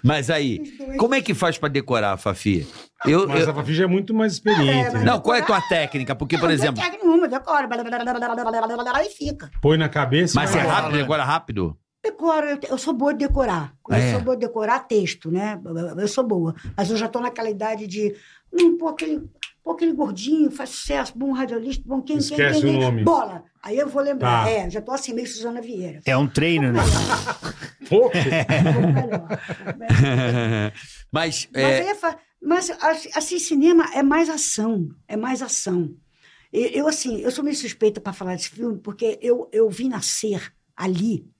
Speaker 4: Mas aí, como é que faz pra decorar, Fafi? Eu,
Speaker 3: Mas
Speaker 4: eu-
Speaker 3: a Fafi já é muito mais experiente.
Speaker 6: É, mas-
Speaker 3: né?
Speaker 4: Não, qual é a tua técnica? Porque, por
Speaker 6: Não
Speaker 4: exemplo,
Speaker 6: tem técnica nenhuma, decora. blá, blá, blá, blá, blá, blá, blá, blá, blá, E fica.
Speaker 3: Põe na cabeça.
Speaker 4: mas
Speaker 3: e
Speaker 4: você é
Speaker 3: vai.
Speaker 4: rápido, decora rápido?
Speaker 6: Decora, eu, te- eu sou boa de decorar. Eu
Speaker 4: É.
Speaker 6: sou boa de decorar texto, né? Eu sou boa. Mas eu já estou naquela idade de. Hum, pô, aquele, pô, aquele gordinho, faz sucesso, bom radialista, bom quem, quem,
Speaker 3: Esquece
Speaker 6: quem,
Speaker 3: o
Speaker 6: quem,
Speaker 3: nome.
Speaker 6: Bola. Aí eu vou lembrar.
Speaker 3: Tá.
Speaker 6: É, já estou assim, meio Suzana Vieira.
Speaker 5: É um treino, né?
Speaker 3: Pouco.
Speaker 5: É.
Speaker 6: Vou melhor.
Speaker 4: É. Mas,
Speaker 6: Mas,
Speaker 4: é,
Speaker 6: aí é fa- mas, assim, assim, cinema é mais ação, é mais ação. E- Eu, assim, eu sou meio suspeita para falar desse filme, porque eu, eu vi nascer ali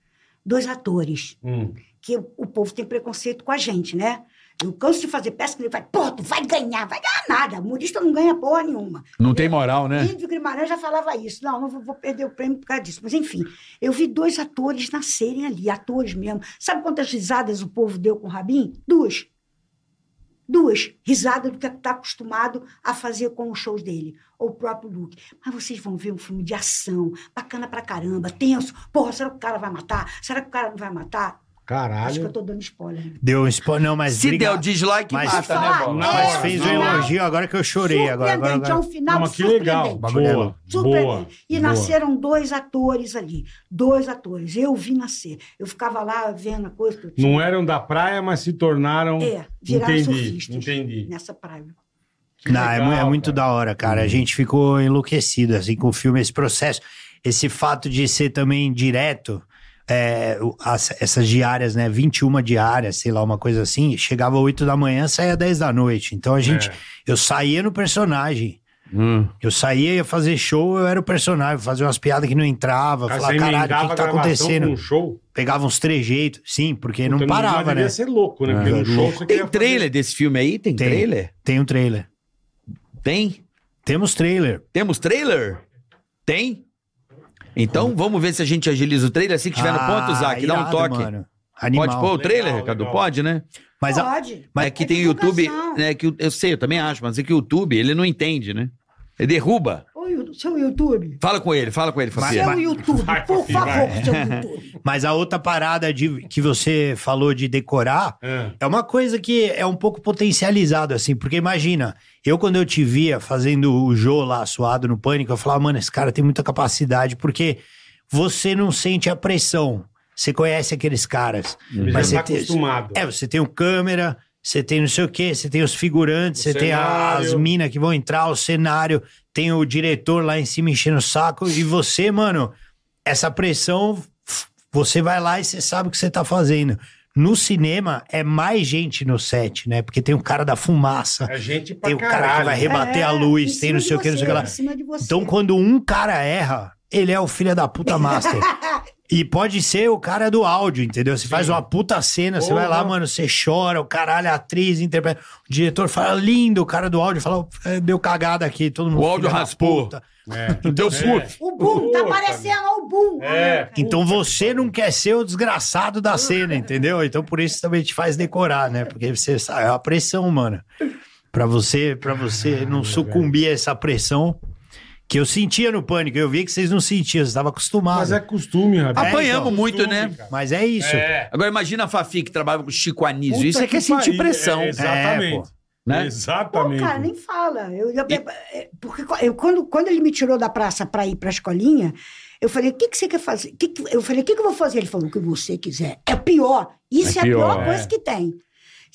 Speaker 6: dois atores,
Speaker 3: Hum.
Speaker 6: que o povo tem preconceito com a gente, né? Eu canso de fazer peça que ele vai, pô, tu vai ganhar, vai ganhar nada. Humorista não ganha porra nenhuma.
Speaker 1: Não tem moral,
Speaker 4: É.
Speaker 1: né?
Speaker 6: Lídio Guimarães já falava isso. Não, não vou, vou perder o prêmio por causa disso. Mas, enfim, eu vi dois atores nascerem ali, atores mesmo. Sabe quantas risadas o povo deu com o Rabin? Duas. Duas. Risada do que está acostumado a fazer com os shows dele, ou o próprio Luke. Mas vocês vão ver um filme de ação, bacana pra caramba, tenso. Porra, será que o cara vai matar? Será que o cara não vai matar? Acho que eu
Speaker 3: Caralho.
Speaker 6: tô dando spoiler.
Speaker 5: Deu um spoiler. Não, mas
Speaker 4: se der
Speaker 5: obrigado.
Speaker 4: o dislike,
Speaker 5: Mas-
Speaker 4: mata, né,
Speaker 6: Falar.
Speaker 4: Bola?
Speaker 3: Não,
Speaker 5: Mas
Speaker 3: É,
Speaker 5: fez um
Speaker 3: não.
Speaker 5: elogio agora que eu chorei. Agora, agora,
Speaker 6: Surpreendente, é um
Speaker 5: agora.
Speaker 6: final
Speaker 3: Não, mas que
Speaker 6: surpreendente.
Speaker 3: legal. Boa.
Speaker 5: Bagulho. é
Speaker 3: Boa.
Speaker 6: Surpreendente. E
Speaker 3: boa.
Speaker 6: nasceram dois atores ali. Dois atores. Eu vi nascer. Eu ficava lá vendo a coisa. que eu tinha.
Speaker 3: Não eram da praia, mas se tornaram.
Speaker 6: É, viraram
Speaker 3: Entendi,
Speaker 6: surfistas.
Speaker 3: entendi.
Speaker 6: Nessa praia.
Speaker 5: Não, é
Speaker 3: legal,
Speaker 5: mu- é, muito
Speaker 3: cara.
Speaker 5: da hora, cara. A gente ficou enlouquecido assim com o filme, esse processo, esse fato de ser também direto, é, o- as- essas diárias, né? 21 diárias, sei lá, uma coisa assim. Chegava 8 da manhã, saía 10 da noite. Então a gente,
Speaker 3: É.
Speaker 5: eu saía no personagem.
Speaker 4: Hum.
Speaker 5: Eu saía, ia fazer show, eu era o personagem, fazia umas piadas que não entrava,
Speaker 3: Cara,
Speaker 5: falava,
Speaker 3: você
Speaker 5: caralho, o
Speaker 3: emendava
Speaker 5: que, que tá
Speaker 3: a gravação
Speaker 5: acontecendo?
Speaker 3: Com um show,
Speaker 5: Pegava uns trejeitos, sim, porque
Speaker 3: Puta,
Speaker 5: não
Speaker 3: mas
Speaker 5: parava,
Speaker 3: devia
Speaker 5: né?
Speaker 3: ser louco, né? Porque
Speaker 5: É.
Speaker 3: no show você queria
Speaker 4: Tem
Speaker 3: fazer-
Speaker 4: trailer desse filme aí? Tem,
Speaker 5: Tem.
Speaker 4: trailer?
Speaker 5: Tem um trailer.
Speaker 4: Tem?
Speaker 5: Temos trailer.
Speaker 4: Temos trailer? Tem? Então, vamos ver se a gente agiliza o trailer. Assim que estiver no ponto,
Speaker 5: Ah,
Speaker 4: Zac, dá um
Speaker 5: irado,
Speaker 4: toque.
Speaker 5: mano. Animal.
Speaker 4: Pode pôr o trailer,
Speaker 3: Legal,
Speaker 4: Ricardo?
Speaker 3: legal.
Speaker 4: Pode, né?
Speaker 5: Mas a-
Speaker 6: Pode.
Speaker 4: Mas é que tem o YouTube,
Speaker 6: divulgação.
Speaker 4: né? Que o- eu sei, eu também acho, mas é que o YouTube, ele não entende, né? Ele derruba.
Speaker 6: Oi, o seu YouTube.
Speaker 4: Fala com ele, fala com ele, Fafi.
Speaker 3: é
Speaker 6: Seu YouTube,
Speaker 3: Vai,
Speaker 6: por
Speaker 3: Fafi, vai.
Speaker 6: favor, seu YouTube.
Speaker 5: Mas a outra parada de, que você falou de decorar
Speaker 3: É.
Speaker 5: é uma coisa que é um pouco potencializado, assim, porque imagina, eu quando eu te via fazendo o Jô lá suado no pânico, eu falava, mano, esse cara tem muita capacidade, porque você não sente a pressão. Você conhece aqueles caras.
Speaker 3: Ele já
Speaker 5: Mas você
Speaker 3: tá
Speaker 5: tem-
Speaker 3: acostumado.
Speaker 5: É, você tem o câmera, você tem não sei o quê, você tem os figurantes,
Speaker 3: O
Speaker 5: você tem a-
Speaker 3: cenário.
Speaker 5: as minas que vão entrar, o cenário, tem o diretor lá em cima enchendo o saco, e você, mano, essa pressão, f- você vai lá e você sabe o que você tá fazendo. No cinema, é mais gente no set, né? Porque tem o cara da fumaça,
Speaker 3: É gente pra
Speaker 5: tem o
Speaker 3: caralho. né?
Speaker 5: cara que vai rebater a luz,
Speaker 6: É, em
Speaker 5: tem não sei
Speaker 6: cima
Speaker 5: o que, não sei o que
Speaker 6: de
Speaker 5: lá.
Speaker 6: você, em cima de você.
Speaker 5: Então, quando um cara erra, ele é o filho da puta master. E pode ser o cara do áudio, entendeu? Você faz uma puta cena, você vai lá,
Speaker 3: Porra.
Speaker 5: mano, você chora, o caralho, a atriz interpreta. O diretor fala, lindo, o cara do áudio fala, "É, deu cagada aqui, todo mundo.
Speaker 4: O
Speaker 5: "Filha
Speaker 4: áudio
Speaker 5: da
Speaker 4: raspou."
Speaker 5: puta."
Speaker 3: É.
Speaker 4: Deu
Speaker 3: É.
Speaker 6: O boom, tá
Speaker 3: Puta,
Speaker 6: aparecendo, ó, o boom.
Speaker 3: É.
Speaker 5: Então você não quer ser o desgraçado da cena, entendeu? Então por isso também te faz decorar, né? Porque você sabe, é uma pressão, mano. Pra você, para você não sucumbir a essa pressão que eu sentia no pânico. Eu vi que vocês não sentiam, vocês estavam acostumados.
Speaker 3: Mas é costume, rapaz.
Speaker 4: Apanhamos
Speaker 3: É,
Speaker 4: muito,
Speaker 3: costume,
Speaker 4: né?
Speaker 3: cara.
Speaker 5: Mas é isso.
Speaker 3: É.
Speaker 4: Agora imagina a Fafi que trabalha com o Chico Anísio.
Speaker 3: Puta
Speaker 4: Isso é que é sentir
Speaker 3: pariu.
Speaker 4: pressão,
Speaker 3: É,
Speaker 5: É,
Speaker 3: exatamente.
Speaker 4: né?
Speaker 6: Pô,
Speaker 3: Exatamente.
Speaker 6: cara, nem fala. Eu, eu- é, porque co- eu- quando, quando ele me tirou da praça para ir para a escolinha, eu falei, o que, que você quer fazer? Que que- eu falei, o que, que eu vou fazer? Ele falou, o que você quiser. É pior. Isso é, a
Speaker 1: É pior,
Speaker 6: pior coisa que tem.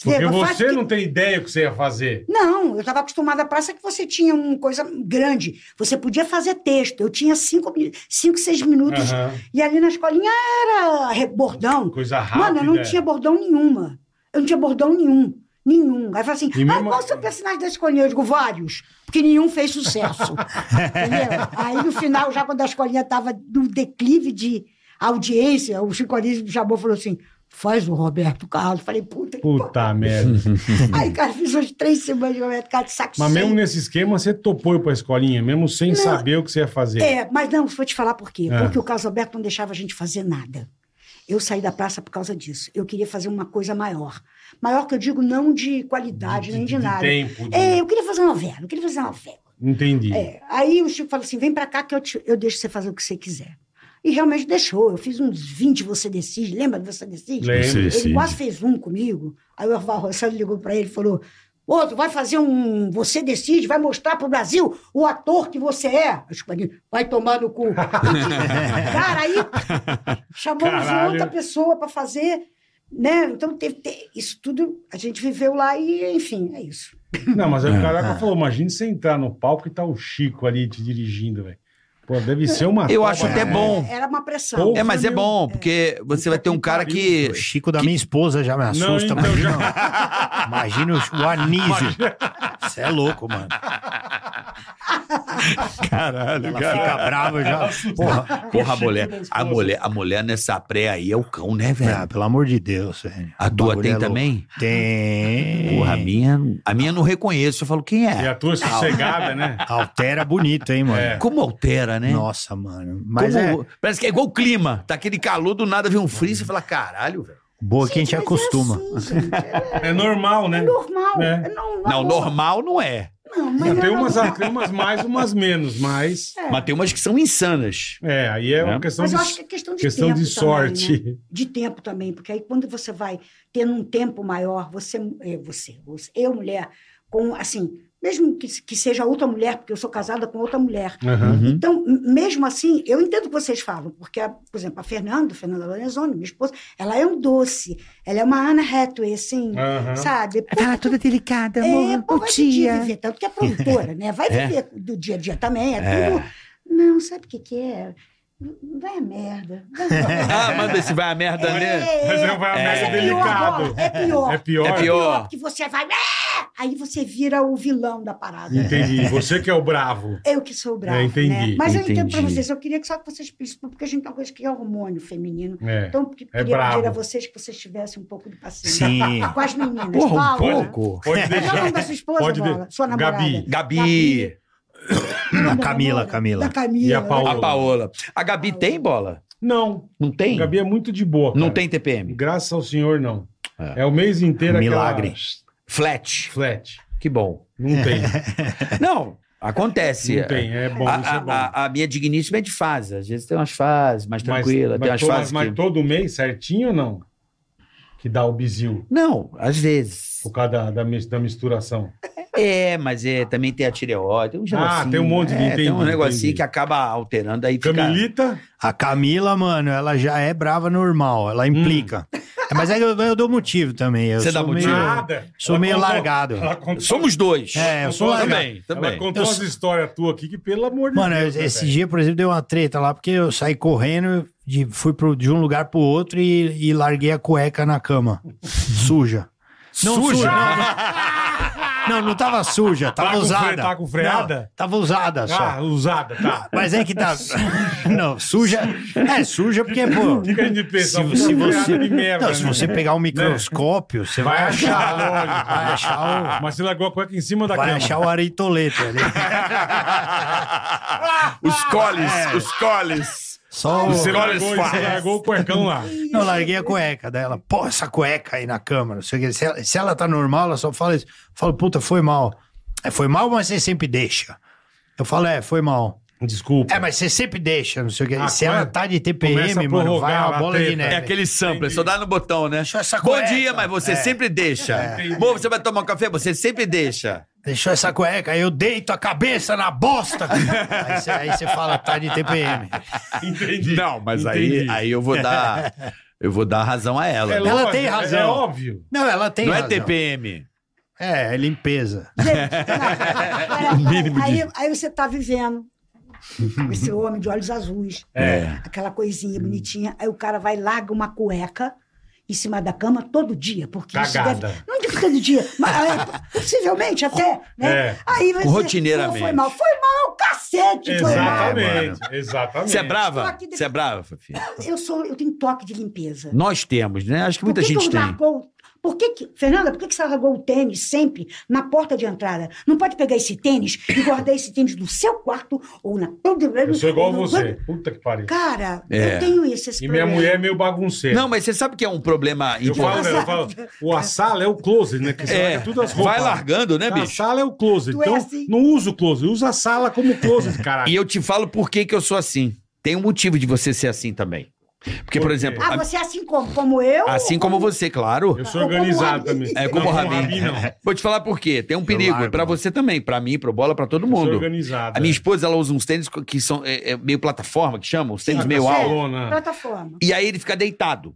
Speaker 3: Porque
Speaker 6: Eu faço
Speaker 3: você
Speaker 6: que-
Speaker 3: não tem ideia o que você ia fazer.
Speaker 6: Não, eu estava acostumada à praça que você tinha uma coisa grande. Você podia fazer texto. Eu tinha cinco, mi- cinco seis minutos.
Speaker 3: Aham.
Speaker 6: E ali na escolinha era re- bordão.
Speaker 3: Coisa rápida.
Speaker 6: Mano, eu não tinha bordão nenhuma. Eu não tinha bordão nenhum. Nenhum. Aí fala assim,
Speaker 3: E
Speaker 6: ah,
Speaker 3: mesmo-
Speaker 6: qual o seu personagem da escolinha? Eu digo, vários. Porque nenhum fez sucesso. Entendeu? Aí no final, já quando a escolinha estava no declive de audiência, o Chico Anísio me chamou e falou assim, faz o Roberto Carlos. Eu Falei, puta que
Speaker 3: Puta merda.
Speaker 6: pariu. Aí, cara, fiz umas três semanas de Roberto Carlos de saco
Speaker 3: Mas
Speaker 6: cheio.
Speaker 3: mesmo nesse esquema, você topou ir pra escolinha, mesmo sem saber o que você ia fazer.
Speaker 6: É, mas não, vou te falar por quê.
Speaker 3: É.
Speaker 6: Porque o Carlos Alberto não deixava a gente fazer nada. Eu saí da praça por causa disso. Eu queria fazer uma coisa maior. Maior que eu digo não de qualidade, nem de, nada.
Speaker 3: tempo. de-
Speaker 6: É, eu queria fazer novela, eu queria fazer novela.
Speaker 3: Entendi.
Speaker 6: É, aí o Chico falou assim: vem pra cá que eu, te- eu deixo você fazer o que você quiser. E realmente deixou. Eu fiz uns 20 Você Decide, lembra do Você Decide?
Speaker 3: Lembro.
Speaker 1: Você- Decide.
Speaker 6: Ele quase fez um comigo. Aí o Orval Rossano ligou pra ele e falou: Ô, tu vai fazer um. Você decide, vai mostrar pro Brasil o ator que você é. Eu falei, vai tomar no cu. Cara, aí chamamos
Speaker 3: Caralho.
Speaker 6: outra pessoa pra fazer. Né? Então, teve, te- isso tudo a gente viveu lá e, enfim, é isso.
Speaker 3: Não, mas aí o
Speaker 4: É,
Speaker 3: caraca
Speaker 4: é.
Speaker 3: falou: imagina você entrar no palco e tá o Chico ali te dirigindo, velho. Pô, deve ser uma.
Speaker 4: Eu acho
Speaker 3: toba,
Speaker 4: até
Speaker 3: né?
Speaker 4: bom.
Speaker 6: Era uma pressão.
Speaker 3: Porra,
Speaker 4: É, mas é
Speaker 3: meu.
Speaker 4: bom, porque você vai ter um cara que.
Speaker 5: O Chico da minha esposa já me
Speaker 3: Não,
Speaker 5: assusta.
Speaker 3: então
Speaker 5: imagina,
Speaker 3: já.
Speaker 5: imagina o o Anísio. Você é louco, mano.
Speaker 1: Caralho,
Speaker 5: Ela fica brava já. Porra.
Speaker 4: Porra, a mulher, a mulher, a mulher nessa pré aí é o cão, né,
Speaker 5: Ah,
Speaker 4: velho?
Speaker 5: pelo amor de Deus, velho.
Speaker 4: A
Speaker 5: O
Speaker 4: tua
Speaker 5: bagulho é
Speaker 4: tem
Speaker 5: louco. É.
Speaker 4: também?
Speaker 5: Tem.
Speaker 4: Porra, a minha, a minha eu não reconheço. Eu falo, quem
Speaker 3: E
Speaker 4: é?
Speaker 3: a tua é sossegada, né?
Speaker 5: Altera bonito, hein, mano?
Speaker 3: É.
Speaker 4: Como altera, né?
Speaker 5: Nossa, mano. Mas
Speaker 4: Como-
Speaker 5: é
Speaker 4: Parece que é igual o clima. Tá aquele calor, do nada vem um frio, você fala, caralho, velho.
Speaker 5: boa que a gente
Speaker 6: mas é
Speaker 5: acostuma.
Speaker 6: assim, gente, é
Speaker 3: É normal, né?
Speaker 6: normal.
Speaker 3: É.
Speaker 6: É normal.
Speaker 4: Não, normal não é.
Speaker 6: Não, mas
Speaker 3: Não,
Speaker 6: é
Speaker 3: tem, umas,
Speaker 6: normal. É.
Speaker 3: tem umas mais, umas menos, mas.
Speaker 4: Mas tem umas que são insanas.
Speaker 3: É, aí é
Speaker 4: Né?
Speaker 3: uma
Speaker 1: É.
Speaker 3: questão
Speaker 6: Mas
Speaker 3: de,
Speaker 6: eu acho que é questão de
Speaker 3: questão
Speaker 6: tempo
Speaker 3: de
Speaker 6: também,
Speaker 3: sorte.
Speaker 6: né? De tempo também, porque aí quando você vai tendo um tempo maior, você, é, você, você- eu mulher, com assim, mesmo que, que seja outra mulher, porque eu sou casada com outra mulher.
Speaker 3: Aham.
Speaker 6: Então, m- mesmo assim, eu entendo o que vocês falam, porque, a- por exemplo, a Fernanda, Fernanda Lorenzoni, minha esposa, ela é um doce, ela é uma Ana Hathaway, assim,
Speaker 4: Uhum.
Speaker 3: Aham.
Speaker 6: sabe?
Speaker 7: Ela toda delicada,
Speaker 6: É,
Speaker 7: amor.
Speaker 6: pô,
Speaker 7: Ô,
Speaker 6: vai viver,
Speaker 7: tia.
Speaker 6: viver, tanto que é produtora, né? Vai
Speaker 4: É.
Speaker 6: viver do dia a dia também, é, tudo. Não, sabe o que, que é? Vai a merda. Vai a merda.
Speaker 4: Ah, manda esse vai a merda, né?
Speaker 6: É,
Speaker 3: Mas é um vai a
Speaker 6: mas
Speaker 3: merda
Speaker 6: é pior
Speaker 3: delicado.
Speaker 6: agora, é pior.
Speaker 3: É pior.
Speaker 4: É pior.
Speaker 6: porque você vai. "Ah!" Aí você vira o vilão da parada.
Speaker 3: Entendi. Você que é o bravo.
Speaker 6: Eu que sou brava,
Speaker 3: É, entendi,
Speaker 6: né? Mas eu entendo
Speaker 4: entendi.
Speaker 6: pra vocês, eu queria que só que vocês pensem, porque a gente tem uma coisa que é hormônio feminino.
Speaker 3: É.
Speaker 6: Então, que-
Speaker 3: É
Speaker 6: queria
Speaker 3: bravo.
Speaker 6: pedir a vocês que vocês tivessem um pouco de
Speaker 4: assim.
Speaker 6: paciência.
Speaker 5: Sim.
Speaker 6: Com as meninas.
Speaker 4: Porra, um
Speaker 6: Paula,
Speaker 4: pouco.
Speaker 3: Pode
Speaker 6: Qual é o nome da sua esposa,
Speaker 3: Pode
Speaker 6: Paula?
Speaker 3: de-
Speaker 6: Sua namorada.
Speaker 3: Gabi.
Speaker 4: Gabi,
Speaker 5: A Camila, Camila.
Speaker 6: Da Camila. né?
Speaker 3: E a
Speaker 6: da-
Speaker 3: Paola?
Speaker 4: a Paola. A Gabi tem bola?
Speaker 3: Não.
Speaker 4: Não tem?
Speaker 3: Gabi é muito de boa.
Speaker 4: Não
Speaker 3: cara.
Speaker 4: tem TPM.
Speaker 3: Graças ao senhor, não.
Speaker 4: É.
Speaker 3: É, o mês inteiro aquela
Speaker 5: Milagre.
Speaker 4: Flat.
Speaker 3: flat.
Speaker 4: Que bom.
Speaker 5: É.
Speaker 3: Não tem.
Speaker 4: Não, acontece.
Speaker 3: Não tem. É bom, isso
Speaker 4: a,
Speaker 3: é bom.
Speaker 4: a- a- a minha digníssima é de fase. Às vezes tem umas fases mais
Speaker 3: Mas-
Speaker 4: tranquilas,
Speaker 3: mas
Speaker 4: tem umas
Speaker 3: todo-
Speaker 4: fases
Speaker 3: mas
Speaker 4: que...
Speaker 3: todo mês certinho ou não? Que dá o bizil.
Speaker 4: Não, às vezes.
Speaker 3: Por causa da, da, mis- da misturação.
Speaker 4: É, mas é, também tem a tireoide, tem um negocinho.
Speaker 3: tem um monte de-
Speaker 4: é, Tem um
Speaker 3: entendi,
Speaker 4: negocinho
Speaker 3: entendi.
Speaker 4: que acaba alterando
Speaker 5: É
Speaker 4: aí fica...
Speaker 3: Camilita?
Speaker 5: A Camila, mano, ela já é brava normal, ela implica.
Speaker 3: Hum.
Speaker 5: É, Mas aí eu, eu dou motivo também. Eu
Speaker 4: Você
Speaker 5: sou
Speaker 4: dá
Speaker 5: meio-
Speaker 4: Sim. motivo?
Speaker 3: Nada.
Speaker 5: Sou
Speaker 3: Ela
Speaker 5: meio
Speaker 3: contou-
Speaker 5: largado.
Speaker 3: Ela contou,
Speaker 4: Somos dois.
Speaker 5: É, eu sou largado.
Speaker 4: Também, também.
Speaker 3: Ela contou
Speaker 5: Eu
Speaker 3: umas
Speaker 5: sou-
Speaker 3: histórias tuas aqui que, pelo amor de
Speaker 5: Mano, eu-
Speaker 3: Deus. né,
Speaker 5: esse
Speaker 3: velho?
Speaker 5: dia, por exemplo, deu uma treta lá, porque eu saí correndo, de, fui pro- de um lugar pro outro e, e larguei a cueca na cama. Suja. Não,
Speaker 4: Suja?
Speaker 5: não, não, não tava suja, tava
Speaker 3: Tá com fre-
Speaker 5: usada.
Speaker 3: tá com freada?
Speaker 5: Não, tava usada só.
Speaker 3: Ah, usada, tá.
Speaker 5: Mas é que tá. Não, suja. É, suja porque, pô.
Speaker 3: Fica aí de
Speaker 5: Se,
Speaker 3: pensar, um
Speaker 5: vo- se você,
Speaker 3: de merda,
Speaker 5: não, se
Speaker 3: né?
Speaker 5: você pegar um microscópio, você vai,
Speaker 3: Vai achar,
Speaker 5: achar.
Speaker 3: lógico.
Speaker 5: Vai achar o.
Speaker 3: Mas você largou a cueca em cima da
Speaker 5: Vai
Speaker 3: cama.
Speaker 5: achar o aritoleto ali.
Speaker 4: os coles, os coles.
Speaker 5: Só o.
Speaker 3: Você
Speaker 4: Olha
Speaker 3: largou,
Speaker 4: as
Speaker 3: você
Speaker 4: faces.
Speaker 3: largou o cuecão lá.
Speaker 5: Não, larguei a cueca dela. Pô, essa cueca aí na câmera. Não sei o que. Se ela, se ela tá normal, ela só fala isso. Eu falo, puta, foi mal. É, foi mal, mas você sempre deixa. Eu falo, é, foi mal.
Speaker 3: Desculpa.
Speaker 5: É, mas você sempre deixa, não sei o que.
Speaker 3: Ah,
Speaker 5: se ela
Speaker 3: claro.
Speaker 5: tá
Speaker 3: Começa
Speaker 5: de
Speaker 3: a
Speaker 5: TPM, mano, vai
Speaker 3: prorrogar
Speaker 5: uma
Speaker 3: a
Speaker 5: bola de
Speaker 3: treta.
Speaker 5: neve.
Speaker 4: É aquele sampler,
Speaker 3: Entendi.
Speaker 4: só dá no botão, né?
Speaker 5: Deixou essa
Speaker 4: Bom
Speaker 5: cueca.
Speaker 4: dia, mas você
Speaker 5: É.
Speaker 4: sempre deixa.
Speaker 3: Entendi.
Speaker 4: Bom, você vai tomar um café, você sempre deixa.
Speaker 5: Deixou essa cueca, aí eu deito a cabeça na bosta. aí você aí você fala, tá de TPM.
Speaker 3: Entendi.
Speaker 4: Não, mas aí,
Speaker 3: Entendi.
Speaker 4: aí eu vou dar. Eu vou dar razão a ela. né?
Speaker 3: É
Speaker 5: Ela
Speaker 3: lógico,
Speaker 5: tem razão.
Speaker 3: É óbvio.
Speaker 5: Não, ela tem
Speaker 4: Não é
Speaker 5: razão.
Speaker 4: TPM.
Speaker 5: É, é limpeza.
Speaker 6: Olha, aí, aí você tá vivendo com esse homem de olhos azuis,
Speaker 4: É.
Speaker 6: aquela coisinha bonitinha. Aí o cara vai e larga uma cueca em cima da cama todo dia, porque isso
Speaker 3: Cagada.
Speaker 6: deve. Não digo todo dia. Mas, é, possivelmente até, né?
Speaker 3: É.
Speaker 6: Aí vai dizer,
Speaker 4: Rotineiramente.
Speaker 6: "Pô, Foi mal, foi mal, cacete, foi mal.
Speaker 3: Exatamente, exatamente.
Speaker 4: Você Tipo, é
Speaker 6: Só
Speaker 4: brava?
Speaker 6: que depois-
Speaker 4: Você é brava, Fafia?
Speaker 6: Eu, sou, eu tenho toque de limpeza.
Speaker 4: Nós temos, né? Acho que muita
Speaker 6: por que
Speaker 4: gente
Speaker 6: que eu
Speaker 4: tem.
Speaker 6: largou- por que que, Fernanda, por que, que você largou o tênis sempre na porta de entrada? Não pode pegar esse tênis e guardar esse tênis no seu quarto ou na.
Speaker 3: Eu sou igual a você. Puta que pariu.
Speaker 6: Cara,
Speaker 4: É.
Speaker 6: eu tenho isso. Esse
Speaker 3: E minha
Speaker 6: problema.
Speaker 3: mulher é meio bagunceira.
Speaker 4: Não, mas você sabe que é um problema
Speaker 3: eu falo,
Speaker 4: importante.
Speaker 3: eu falo, o a sala é o closet, né? Que você
Speaker 4: É,
Speaker 3: larga tudo as roupas.
Speaker 4: vai largando, né,
Speaker 3: A
Speaker 4: bicho?
Speaker 3: sala é o closet.
Speaker 6: Tu é
Speaker 3: Então,
Speaker 6: assim.
Speaker 3: não usa o closet, usa a sala como closet, caralho.
Speaker 4: E eu te falo por que, que eu sou assim. Tem um motivo de você ser assim também. Porque, por
Speaker 3: quê?
Speaker 4: exemplo,
Speaker 6: Ah,
Speaker 4: a-
Speaker 6: você um é assim como? Como eu?
Speaker 4: assim como você, claro.
Speaker 3: Eu sou organizado
Speaker 6: Como o
Speaker 3: também.
Speaker 4: É como
Speaker 3: Não,
Speaker 4: o Rabin. É,
Speaker 3: não. Eu
Speaker 4: Vou te falar por quê. Tem
Speaker 3: É
Speaker 4: um
Speaker 5: largo,
Speaker 4: perigo. Pra
Speaker 5: mano.
Speaker 4: você também, pra mim, pro Bola, pra todo
Speaker 3: sou
Speaker 4: mundo.
Speaker 3: organizado. é.
Speaker 4: A minha esposa, ela usa uns tênis que são é, é, meio plataforma, que chamam, uns
Speaker 3: Ah,
Speaker 4: tênis
Speaker 6: Sim,
Speaker 4: meio
Speaker 6: tá certo.
Speaker 4: alto.
Speaker 3: aluna.
Speaker 6: Plataforma.
Speaker 4: E aí ele fica deitado.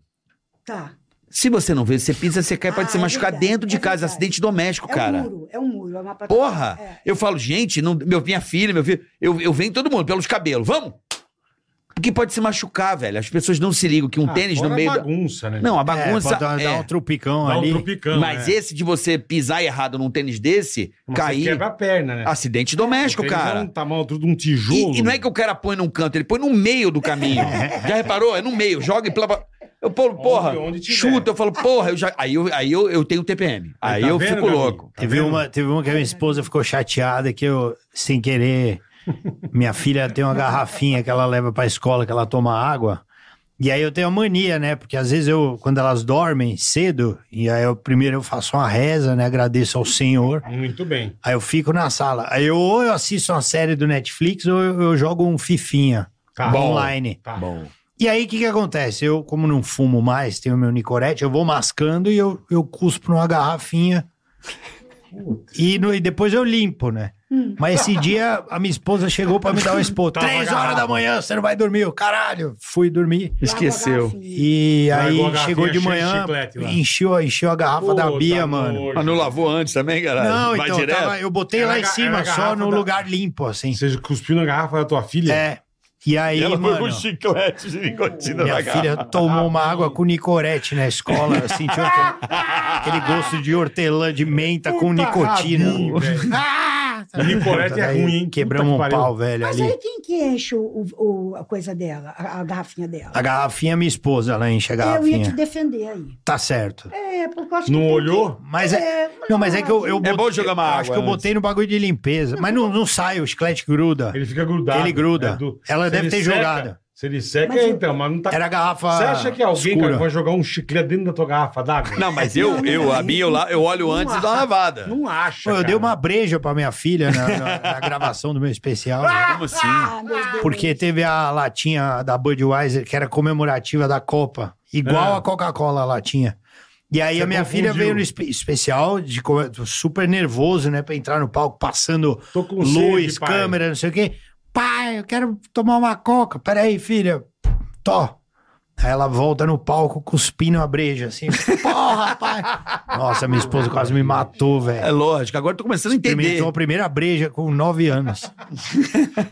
Speaker 6: Tá.
Speaker 4: Se você não vê, você pisa, você cai,
Speaker 6: Ah,
Speaker 4: pode se
Speaker 6: é
Speaker 4: machucar
Speaker 6: verdade,
Speaker 4: dentro de
Speaker 6: é
Speaker 4: casa,
Speaker 6: verdade.
Speaker 4: acidente doméstico,
Speaker 6: É um
Speaker 4: cara.
Speaker 6: muro, é um muro. É uma plataforma.
Speaker 4: Porra!
Speaker 6: É.
Speaker 4: Eu falo, gente, não, meu, minha filha, meu filho, eu, eu venho todo mundo pelos cabelos, vamos? Porque pode se machucar, velho. As pessoas não se ligam que um
Speaker 3: Ah,
Speaker 4: tênis no
Speaker 3: fora
Speaker 4: meio. Da...
Speaker 3: bagunça, né?
Speaker 4: Não, a
Speaker 5: É,
Speaker 4: bagunça.
Speaker 5: pode dar,
Speaker 4: é.
Speaker 5: dar um trupicão
Speaker 3: Dá um
Speaker 5: ali.
Speaker 3: tropicão,
Speaker 4: Mas
Speaker 3: né?
Speaker 4: esse de você pisar errado num tênis desse,
Speaker 3: Você
Speaker 4: cair.
Speaker 3: quebra a perna, né?
Speaker 4: Acidente doméstico,
Speaker 3: Porque eles
Speaker 4: cara.
Speaker 3: dão um tamanho tudo de um tijolo.
Speaker 4: E, e não é que o cara põe num canto, ele põe no meio do caminho. já reparou? É no meio, joga e plava. Eu pulo, porra,
Speaker 3: onde tiver.
Speaker 4: chuta, eu falo, porra, eu já, aí, eu, aí eu, eu tenho TPM. Aí
Speaker 3: tá
Speaker 4: eu
Speaker 3: vendo,
Speaker 4: fico
Speaker 3: Gabi?
Speaker 4: louco.
Speaker 3: Tá
Speaker 5: teve,
Speaker 3: vendo?
Speaker 5: uma, teve uma que a minha esposa ficou chateada que eu, sem querer, minha filha tem uma garrafinha que ela leva pra escola, que ela toma água. E aí eu tenho a mania, né? Porque às vezes eu, quando elas dormem cedo, e aí eu primeiro eu faço uma reza, né? Agradeço ao Senhor.
Speaker 3: Muito bem.
Speaker 5: Aí eu fico na sala. Aí eu, ou eu assisto uma série do Netflix ou eu, eu jogo um fifinha
Speaker 3: Tá.
Speaker 5: online.
Speaker 3: Tá.
Speaker 4: Bom.
Speaker 5: E aí, o que que acontece? Eu, como não fumo mais, tenho meu nicorete, eu vou mascando e eu, eu cuspo numa garrafinha. E, no- e depois eu limpo, né? Mas esse dia, a minha esposa chegou pra me dar um expor.
Speaker 3: Tava
Speaker 5: Três
Speaker 3: agarrado.
Speaker 5: horas da manhã, você não vai dormir. Eu, caralho, fui dormir.
Speaker 4: Esqueceu.
Speaker 6: Largou a garrafinha.
Speaker 5: E
Speaker 3: Largou a
Speaker 5: aí,
Speaker 3: garrafinha
Speaker 5: chegou de
Speaker 3: cheia de
Speaker 5: manhã,
Speaker 3: chiclete lá.
Speaker 5: encheu, encheu a garrafa da
Speaker 3: Puta
Speaker 5: Bia, mano.
Speaker 3: nojo.
Speaker 4: Mas não lavou antes também, caralho?
Speaker 5: Não,
Speaker 4: Vai
Speaker 5: então, eu
Speaker 4: direto.
Speaker 5: tava- eu botei
Speaker 3: Era
Speaker 5: lá em
Speaker 3: ga- era
Speaker 5: cima, só
Speaker 3: garrafa
Speaker 5: no
Speaker 3: da-
Speaker 5: lugar limpo, assim.
Speaker 3: Você cuspiu na garrafa da tua filha?
Speaker 5: É. E aí,
Speaker 4: Ela foi
Speaker 5: mano...
Speaker 4: com chiclete de nicotina
Speaker 5: Minha
Speaker 4: na garrafa.
Speaker 5: filha tomou uma água com nicorete na escola, eu senti aquele, aquele gosto de hortelã, de menta tá com
Speaker 3: Puta
Speaker 5: nicotina. Ah,
Speaker 3: rabinho, velho. Nicorete é
Speaker 5: Daí
Speaker 3: ruim, hein?
Speaker 5: Quebramos um
Speaker 3: Puta que
Speaker 5: pau, velho,
Speaker 6: Mas
Speaker 5: ali.
Speaker 6: aí quem que enche o, o- a coisa dela, a, a garrafinha dela?
Speaker 5: A garrafinha, é minha esposa, ela enche a
Speaker 6: eu ia te
Speaker 5: garrafinha.
Speaker 6: defender aí.
Speaker 5: Tá certo.
Speaker 6: É, porque eu acho que
Speaker 3: Não
Speaker 6: tem
Speaker 3: olhou?
Speaker 5: Mas é... Não, mas é que eu... eu
Speaker 6: assim.
Speaker 4: É bom jogar uma
Speaker 5: eu Acho
Speaker 4: água
Speaker 5: que eu
Speaker 4: antes.
Speaker 5: botei no bagulho de limpeza. Mas não, não sai, o chiclete gruda.
Speaker 3: Ele fica grudado.
Speaker 5: Ele gruda.
Speaker 3: É do-
Speaker 5: Ela
Speaker 3: se
Speaker 5: deve
Speaker 3: ele
Speaker 5: ter
Speaker 3: seca-
Speaker 5: jogado.
Speaker 3: Se ele seca,
Speaker 6: Mas-
Speaker 3: é, então, mas não tá.
Speaker 5: Era a garrafa
Speaker 3: Você acha que alguém
Speaker 5: escura.
Speaker 3: cara, vai jogar um chiclete dentro da tua garrafa d'água?
Speaker 4: Não, mas eu, eu, a minha, eu, la- eu olho antes e dou uma lavada.
Speaker 3: Não acha.
Speaker 5: Pô, eu
Speaker 3: cara.
Speaker 5: dei uma breja pra minha filha na, na- na gravação do meu especial. né?
Speaker 4: Como assim?
Speaker 6: Ah, meu Deus.
Speaker 5: Porque teve a latinha da Budweiser, que era comemorativa da Copa, igual
Speaker 3: Ah.
Speaker 5: a Coca-Cola a latinha. E aí
Speaker 3: Você
Speaker 5: a minha
Speaker 3: confundiu.
Speaker 5: filha veio no espe- especial, de, co- super nervoso, né, pra entrar no palco, passando
Speaker 3: Tô com
Speaker 5: luz,
Speaker 3: sede, pai.
Speaker 5: câmera, não sei o quê. Pai, eu quero tomar uma Coca. Peraí, filha. Tó. Aí ela volta no palco cuspindo a breja, assim. Porra, pai. Nossa, minha esposa quase me matou,
Speaker 4: É
Speaker 5: velho.
Speaker 4: lógico, agora eu tô começando a entender.
Speaker 5: Experimentou a primeira breja com nove anos.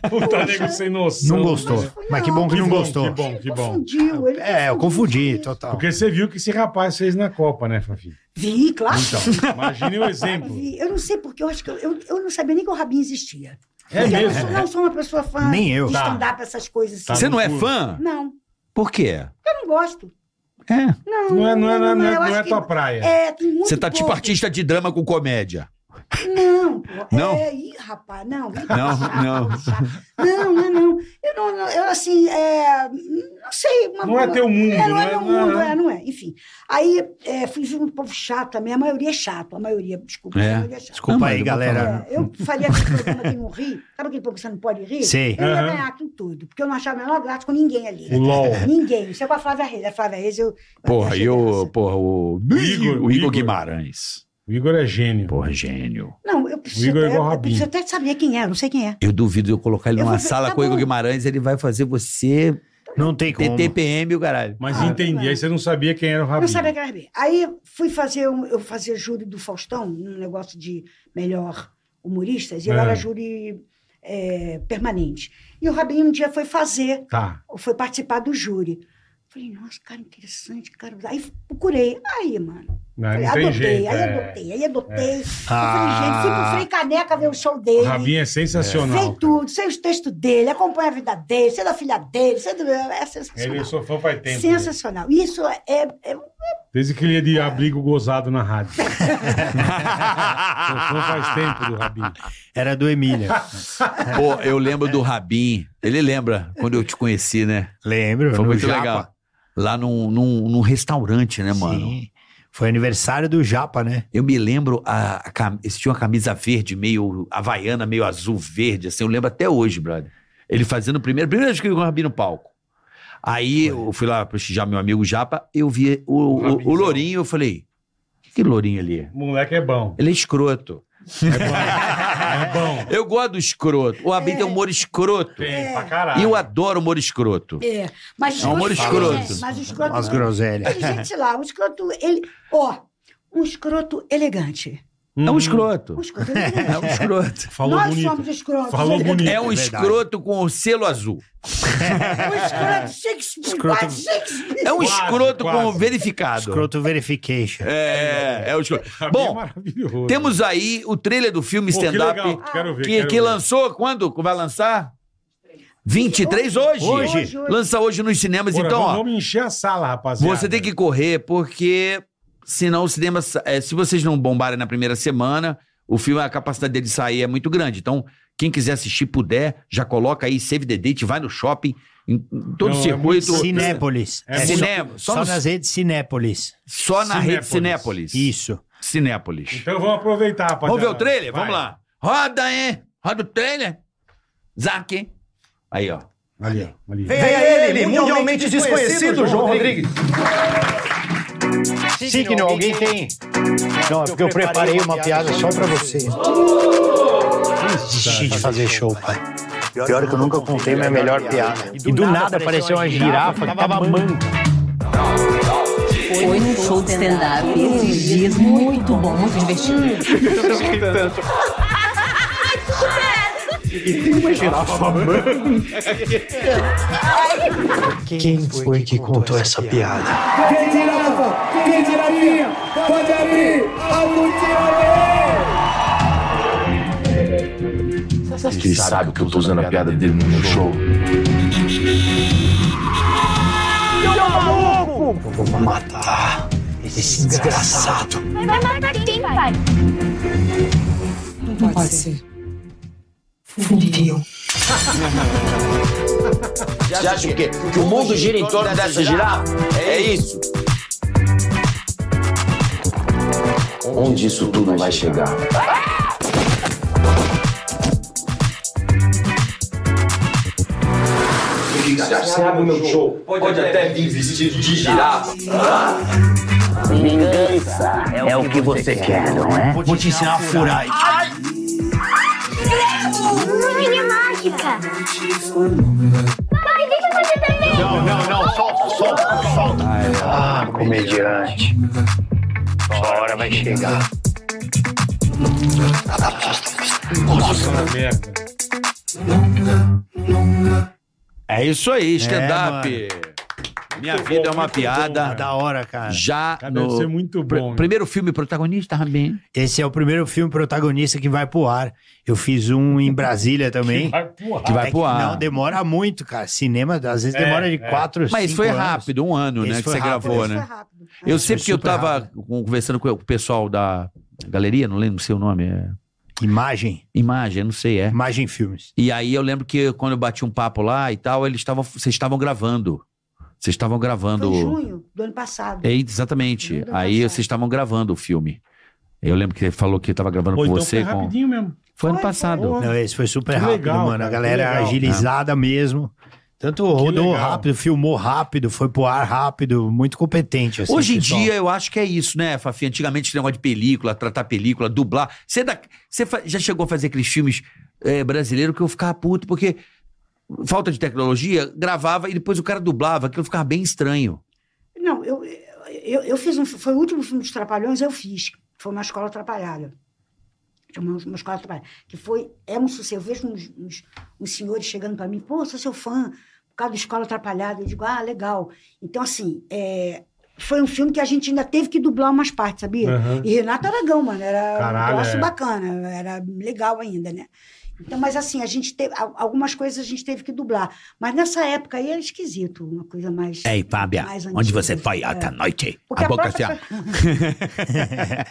Speaker 3: Puta nego sem noção.
Speaker 5: Não gostou.
Speaker 6: Mas foi
Speaker 5: Mas que
Speaker 6: na
Speaker 5: bom que
Speaker 3: Que
Speaker 5: não
Speaker 3: bom,
Speaker 5: gostou.
Speaker 3: Que bom, que bom.
Speaker 6: Confundiu. Ele
Speaker 5: É, eu confundi,
Speaker 6: confundiu.
Speaker 5: total.
Speaker 3: Porque você viu o que esse rapaz fez na Copa, né, Fafi?
Speaker 6: Vi, claro.
Speaker 3: Então, imagine o exemplo.
Speaker 6: Vi. Eu não sei porque eu acho que eu, eu, eu não sabia nem que o Rabin existia.
Speaker 3: É
Speaker 6: eu não
Speaker 3: mesmo.
Speaker 6: sou, não sou uma pessoa fã
Speaker 5: Nem eu.
Speaker 6: de
Speaker 3: Tá.
Speaker 6: stand-up, essas coisas
Speaker 3: Tá.
Speaker 6: assim.
Speaker 4: Você não é
Speaker 3: Não.
Speaker 4: fã?
Speaker 6: Não,
Speaker 4: Por quê?
Speaker 6: eu não gosto.
Speaker 4: É.
Speaker 6: Não,
Speaker 3: Não é, não é, não é, não é,
Speaker 6: eu
Speaker 3: não
Speaker 6: acho
Speaker 3: é
Speaker 6: que-
Speaker 3: tua praia.
Speaker 6: É, tem muito
Speaker 4: Você tá tipo
Speaker 6: pouco.
Speaker 4: artista de drama com comédia.
Speaker 6: Não, pô.
Speaker 4: Não?
Speaker 6: É, ih, rapaz, não. Ih,
Speaker 4: Não,
Speaker 6: chato,
Speaker 4: não.
Speaker 6: chato. Não, não, não. Eu não, não- eu assim, é, não sei. Uma,
Speaker 3: Não é teu mundo,
Speaker 6: É, não
Speaker 3: né?
Speaker 6: é meu mundo,
Speaker 3: Não é.
Speaker 6: é, não é. Enfim, aí é, fui junto com um povo chato também, a maioria é chato, a maioria, desculpa,
Speaker 4: É.
Speaker 6: a maioria é chata.
Speaker 5: Desculpa
Speaker 4: Não, mas
Speaker 5: aí,
Speaker 4: eu vou
Speaker 5: galera.
Speaker 6: É, eu falei aquele programa que não ri, sabe aquele programa que você não pode rir?
Speaker 5: Sei.
Speaker 6: Eu ia
Speaker 3: Aham.
Speaker 6: ganhar com tudo, porque eu não achava a menor graça com ninguém ali.
Speaker 3: O LOL.
Speaker 6: Ninguém, isso é com a Flávia Reis. A Flávia Reis eu. eu
Speaker 4: Porra,
Speaker 6: achei
Speaker 4: e o,
Speaker 6: graça.
Speaker 4: porra, o,
Speaker 3: Igor,
Speaker 4: o Igor
Speaker 3: Igor.
Speaker 4: Guimarães.
Speaker 3: O Igor é gênio.
Speaker 4: Porra, gênio.
Speaker 6: Não, eu preciso,
Speaker 3: Igor é igual
Speaker 6: eu, eu
Speaker 3: Rabin.
Speaker 6: preciso até saber quem é, eu não sei quem é.
Speaker 4: Eu duvido de eu colocar ele
Speaker 6: Eu
Speaker 4: numa
Speaker 6: vou ver-
Speaker 4: sala
Speaker 6: tá
Speaker 4: com o Igor
Speaker 6: bom.
Speaker 4: Guimarães, ele vai fazer você
Speaker 5: Não tem como.
Speaker 4: ter TPM, o caralho.
Speaker 3: Mas
Speaker 6: Ah,
Speaker 3: entendi.
Speaker 6: não é.
Speaker 3: Aí você não sabia quem era o Rabinho.
Speaker 6: Não sabe aquela B. Aí fui fazer, um, eu fazia júri do Faustão, num negócio de melhor humoristas, e eu
Speaker 3: É.
Speaker 6: era júri é, permanente. E o Rabinho um dia foi fazer,
Speaker 3: Tá.
Speaker 6: foi participar do júri. Falei, nossa, cara, interessante, cara. Aí procurei. Aí, mano.
Speaker 3: Não,
Speaker 6: falei,
Speaker 3: não tem
Speaker 6: adotei,
Speaker 3: jeito.
Speaker 6: aí
Speaker 3: é.
Speaker 6: adotei, aí adotei. Eu
Speaker 5: Ah.
Speaker 6: falei, gente, fui pro Frei Caneca ver o show
Speaker 3: O
Speaker 6: dele.
Speaker 3: Rabinho é
Speaker 6: Sei
Speaker 3: sensacional.
Speaker 6: tudo, sei os textos dele, acompanho a vida dele, sei da filha dele, sei do. É
Speaker 3: Ele, eu
Speaker 6: sensacional.
Speaker 3: sou fã faz tempo. né?
Speaker 6: sensacional. Isso é, é
Speaker 3: Desde que ele ia de abrigo gozado na rádio. sou fã faz tempo do Rabinho.
Speaker 5: Era do Emílio.
Speaker 4: Pô, eu lembro do Rabin. Ele lembra quando eu te conheci, né?
Speaker 5: Lembro.
Speaker 4: Foi
Speaker 5: no
Speaker 4: muito
Speaker 5: Japa.
Speaker 4: legal. Lá num, num, num restaurante, né,
Speaker 5: Sim.
Speaker 4: mano?
Speaker 5: Foi aniversário do Japa, né?
Speaker 4: Eu me lembro, a, a, cam- eles tinham uma camisa verde, meio havaiana, meio azul verde, assim, eu lembro até hoje, brother. Ele fazendo o primeiro, primeira vez que eu vi o Rabin no palco. Aí eu fui lá prestigiar meu amigo Japa, eu vi o, o, o,
Speaker 3: Rabinzão.
Speaker 4: Lourinho, eu falei, que, que Lourinho ali é?
Speaker 3: Moleque é bom.
Speaker 4: Ele é escroto.
Speaker 3: É bom. É bom.
Speaker 4: Eu gosto do escroto. O Rabin tem um humor escroto.
Speaker 3: Tem, pra
Speaker 4: E
Speaker 3: caralho.
Speaker 4: eu adoro humor escroto.
Speaker 6: É, mas
Speaker 4: É um humor
Speaker 6: escroto-
Speaker 4: escroto.
Speaker 6: é, mas o escroto.
Speaker 7: né?
Speaker 5: Umas groselhas.
Speaker 6: Gente lá, um escroto. Ele, ó, um escroto elegante.
Speaker 4: É um
Speaker 6: Um
Speaker 4: escroto.
Speaker 6: escroto
Speaker 4: É
Speaker 6: elegante.
Speaker 4: um escroto.
Speaker 3: Falou
Speaker 6: Nós
Speaker 3: bonito.
Speaker 6: somos escrotos.
Speaker 3: Falou bonito.
Speaker 4: É um
Speaker 5: É verdade.
Speaker 4: escroto com o selo azul.
Speaker 6: Um escroto Shakespeare.
Speaker 5: Escroto-
Speaker 6: quase Shakespeare.
Speaker 4: É um
Speaker 3: Quase,
Speaker 4: escroto
Speaker 3: quase.
Speaker 4: com o verificado.
Speaker 5: Escroto Verification.
Speaker 4: É, é o escroto.
Speaker 3: Rabinho é
Speaker 4: Bom,
Speaker 3: maravilhoso.
Speaker 4: temos aí o trailer do filme
Speaker 3: Pô, que
Speaker 4: stand-up
Speaker 3: legal, Quero
Speaker 6: Ah.
Speaker 3: ver.
Speaker 4: que,
Speaker 3: quero
Speaker 4: que
Speaker 3: ver.
Speaker 4: lançou quando? Vai lançar? 23 hoje.
Speaker 5: Hoje.
Speaker 4: Lança hoje nos cinemas.
Speaker 3: Bora,
Speaker 4: então,
Speaker 3: vamos,
Speaker 4: ó,
Speaker 3: vamos encher a sala, rapaziada.
Speaker 4: você tem que correr porque senão o cinema... sa- é, se vocês não bombarem na primeira semana, o filme, a capacidade dele sair é muito grande. Então, quem quiser assistir, puder, já coloca aí Save the Date, vai no shopping, em em todo
Speaker 3: Não,
Speaker 4: o
Speaker 3: é
Speaker 4: circuito.
Speaker 5: né? Cinépolis.
Speaker 3: É
Speaker 5: só-
Speaker 4: Ciné-
Speaker 5: Só,
Speaker 4: só no-
Speaker 5: nas redes Cinépolis.
Speaker 4: Só na rede
Speaker 3: Cinépolis.
Speaker 4: Cinépolis.
Speaker 5: Isso.
Speaker 4: Cinépolis.
Speaker 3: Então vamos aproveitar, rapaziada.
Speaker 4: Vamos ver o trailer?
Speaker 3: Vai.
Speaker 4: Vamos lá. Roda, hein? Roda o trailer. Zac, hein? Aí, ó.
Speaker 3: Ali, ó. Ali.
Speaker 7: Vem a ele, mundialmente desconhecido, João Rodrigues.
Speaker 5: Signo, alguém tem? Não, é porque eu preparei uma piada só pra você. Desisti de fazer show, pai. Pior que eu nunca contei minha melhor piada. E do nada apareceu uma girafa que tava manca.
Speaker 8: Foi num show de stand-up esses dias, muito bom, muito divertido.
Speaker 5: Quem foi que contou essa piada?
Speaker 9: Ele sabe que eu tô usando a piada dele no meu show.
Speaker 5: Esse desgraçado.
Speaker 9: Você acha o quê? Que o mundo gira em torno dessa girafa? É isso? Onde isso tudo vai chegar? Você abre o meu show. Pode até vir vestido de girafa.
Speaker 2: É o que você quer, não é?
Speaker 5: Vou te ensinar a furar.
Speaker 10: Luvinha mágica! Pai, deixa eu fazer também!
Speaker 5: Não, não, não. Solta, solta, solta. Ah, comediante. Sua hora vai chegar.
Speaker 3: Merda.
Speaker 4: É isso aí, stand-up.
Speaker 5: É,
Speaker 4: Minha vida é uma
Speaker 3: muito bom,
Speaker 4: piada.
Speaker 3: cara.
Speaker 5: Da hora, cara.
Speaker 4: já
Speaker 3: Cara, deve ser
Speaker 4: no...
Speaker 3: é muito
Speaker 4: Pr-
Speaker 3: bom.
Speaker 4: Primeiro filme protagonista, Rabin.
Speaker 5: Esse é o primeiro filme protagonista que vai pro ar. Eu fiz um em Brasília também.
Speaker 3: Vai porra.
Speaker 4: Que vai
Speaker 5: É
Speaker 4: pro ar.
Speaker 5: Não, demora muito, cara. Cinema, às vezes
Speaker 3: É,
Speaker 5: demora de
Speaker 3: é.
Speaker 5: quatro, cinco
Speaker 4: Mas isso foi
Speaker 5: anos.
Speaker 4: rápido, um ano,
Speaker 5: Esse
Speaker 4: né? Que
Speaker 5: foi
Speaker 4: você
Speaker 5: rápido,
Speaker 4: gravou,
Speaker 6: Isso foi
Speaker 4: né?
Speaker 6: rápido.
Speaker 4: Eu sei
Speaker 5: Foi
Speaker 4: porque eu
Speaker 5: super
Speaker 4: tava com- conversando com o pessoal da galeria, não lembro, não sei o nome, é...
Speaker 5: Imagem.
Speaker 4: Imagem, não sei, é.
Speaker 5: Imagem Filmes.
Speaker 4: E aí eu lembro que quando eu bati um papo lá e tal, eles estavam, vocês estavam gravando. Vocês estavam
Speaker 6: Foi em
Speaker 4: gravando.
Speaker 6: junho tá do ano passado.
Speaker 4: É, exatamente.
Speaker 6: Junho do
Speaker 4: Aí
Speaker 6: passado.
Speaker 4: vocês estavam gravando o filme. Eu lembro que ele falou que estava gravando
Speaker 3: Pô,
Speaker 4: com
Speaker 3: então
Speaker 4: você.
Speaker 3: foi
Speaker 4: com-
Speaker 3: rapidinho mesmo. É,
Speaker 4: Foi ano
Speaker 6: Foi,
Speaker 4: passado.
Speaker 3: foi.
Speaker 5: Não, esse foi super
Speaker 3: Que
Speaker 5: rápido,
Speaker 3: legal,
Speaker 5: mano.
Speaker 3: cara,
Speaker 5: a galera
Speaker 3: que legal. Ah.
Speaker 5: agilizada mesmo. Tanto rodou
Speaker 3: legal.
Speaker 5: rápido, filmou rápido, foi pro ar rápido, muito competente. assim,
Speaker 4: Hoje em
Speaker 5: pessoal.
Speaker 4: dia eu acho que é isso, né, Fafi? Antigamente esse negócio de película, tratar película, dublar. Você, dá- você fa- já chegou a fazer aqueles filmes é, brasileiros que eu ficava puto, porque falta de tecnologia, gravava e depois o cara dublava, aquilo ficava bem estranho.
Speaker 6: Não, eu, eu, eu fiz um. Foi o último filme dos Trapalhões, eu fiz. Foi uma escola atrapalhada. Uma, uma escola atrapalhada. Que foi. É um sucesso. Eu vejo uns, uns, uns senhores chegando para mim, pô, sou seu fã. causa do Escola Atrapalhada. Eu digo, ah, legal. Então, assim, é, foi um filme que a gente ainda teve que dublar umas partes, sabia?
Speaker 3: Aham.
Speaker 6: E Renato Aragão, mano, era
Speaker 3: Caralho,
Speaker 6: um negócio
Speaker 3: é.
Speaker 6: bacana, era legal ainda, né? Então, mas assim, a gente teve, al- algumas coisas a gente teve que dublar. Mas nessa época aí era esquisito, uma coisa mais.
Speaker 4: Ei, É, Fábia,
Speaker 6: mais
Speaker 4: onde
Speaker 6: antiga,
Speaker 4: você foi
Speaker 6: é.
Speaker 4: ontem à noite?
Speaker 6: Porque
Speaker 4: a
Speaker 6: a
Speaker 4: boca assim,
Speaker 6: própria-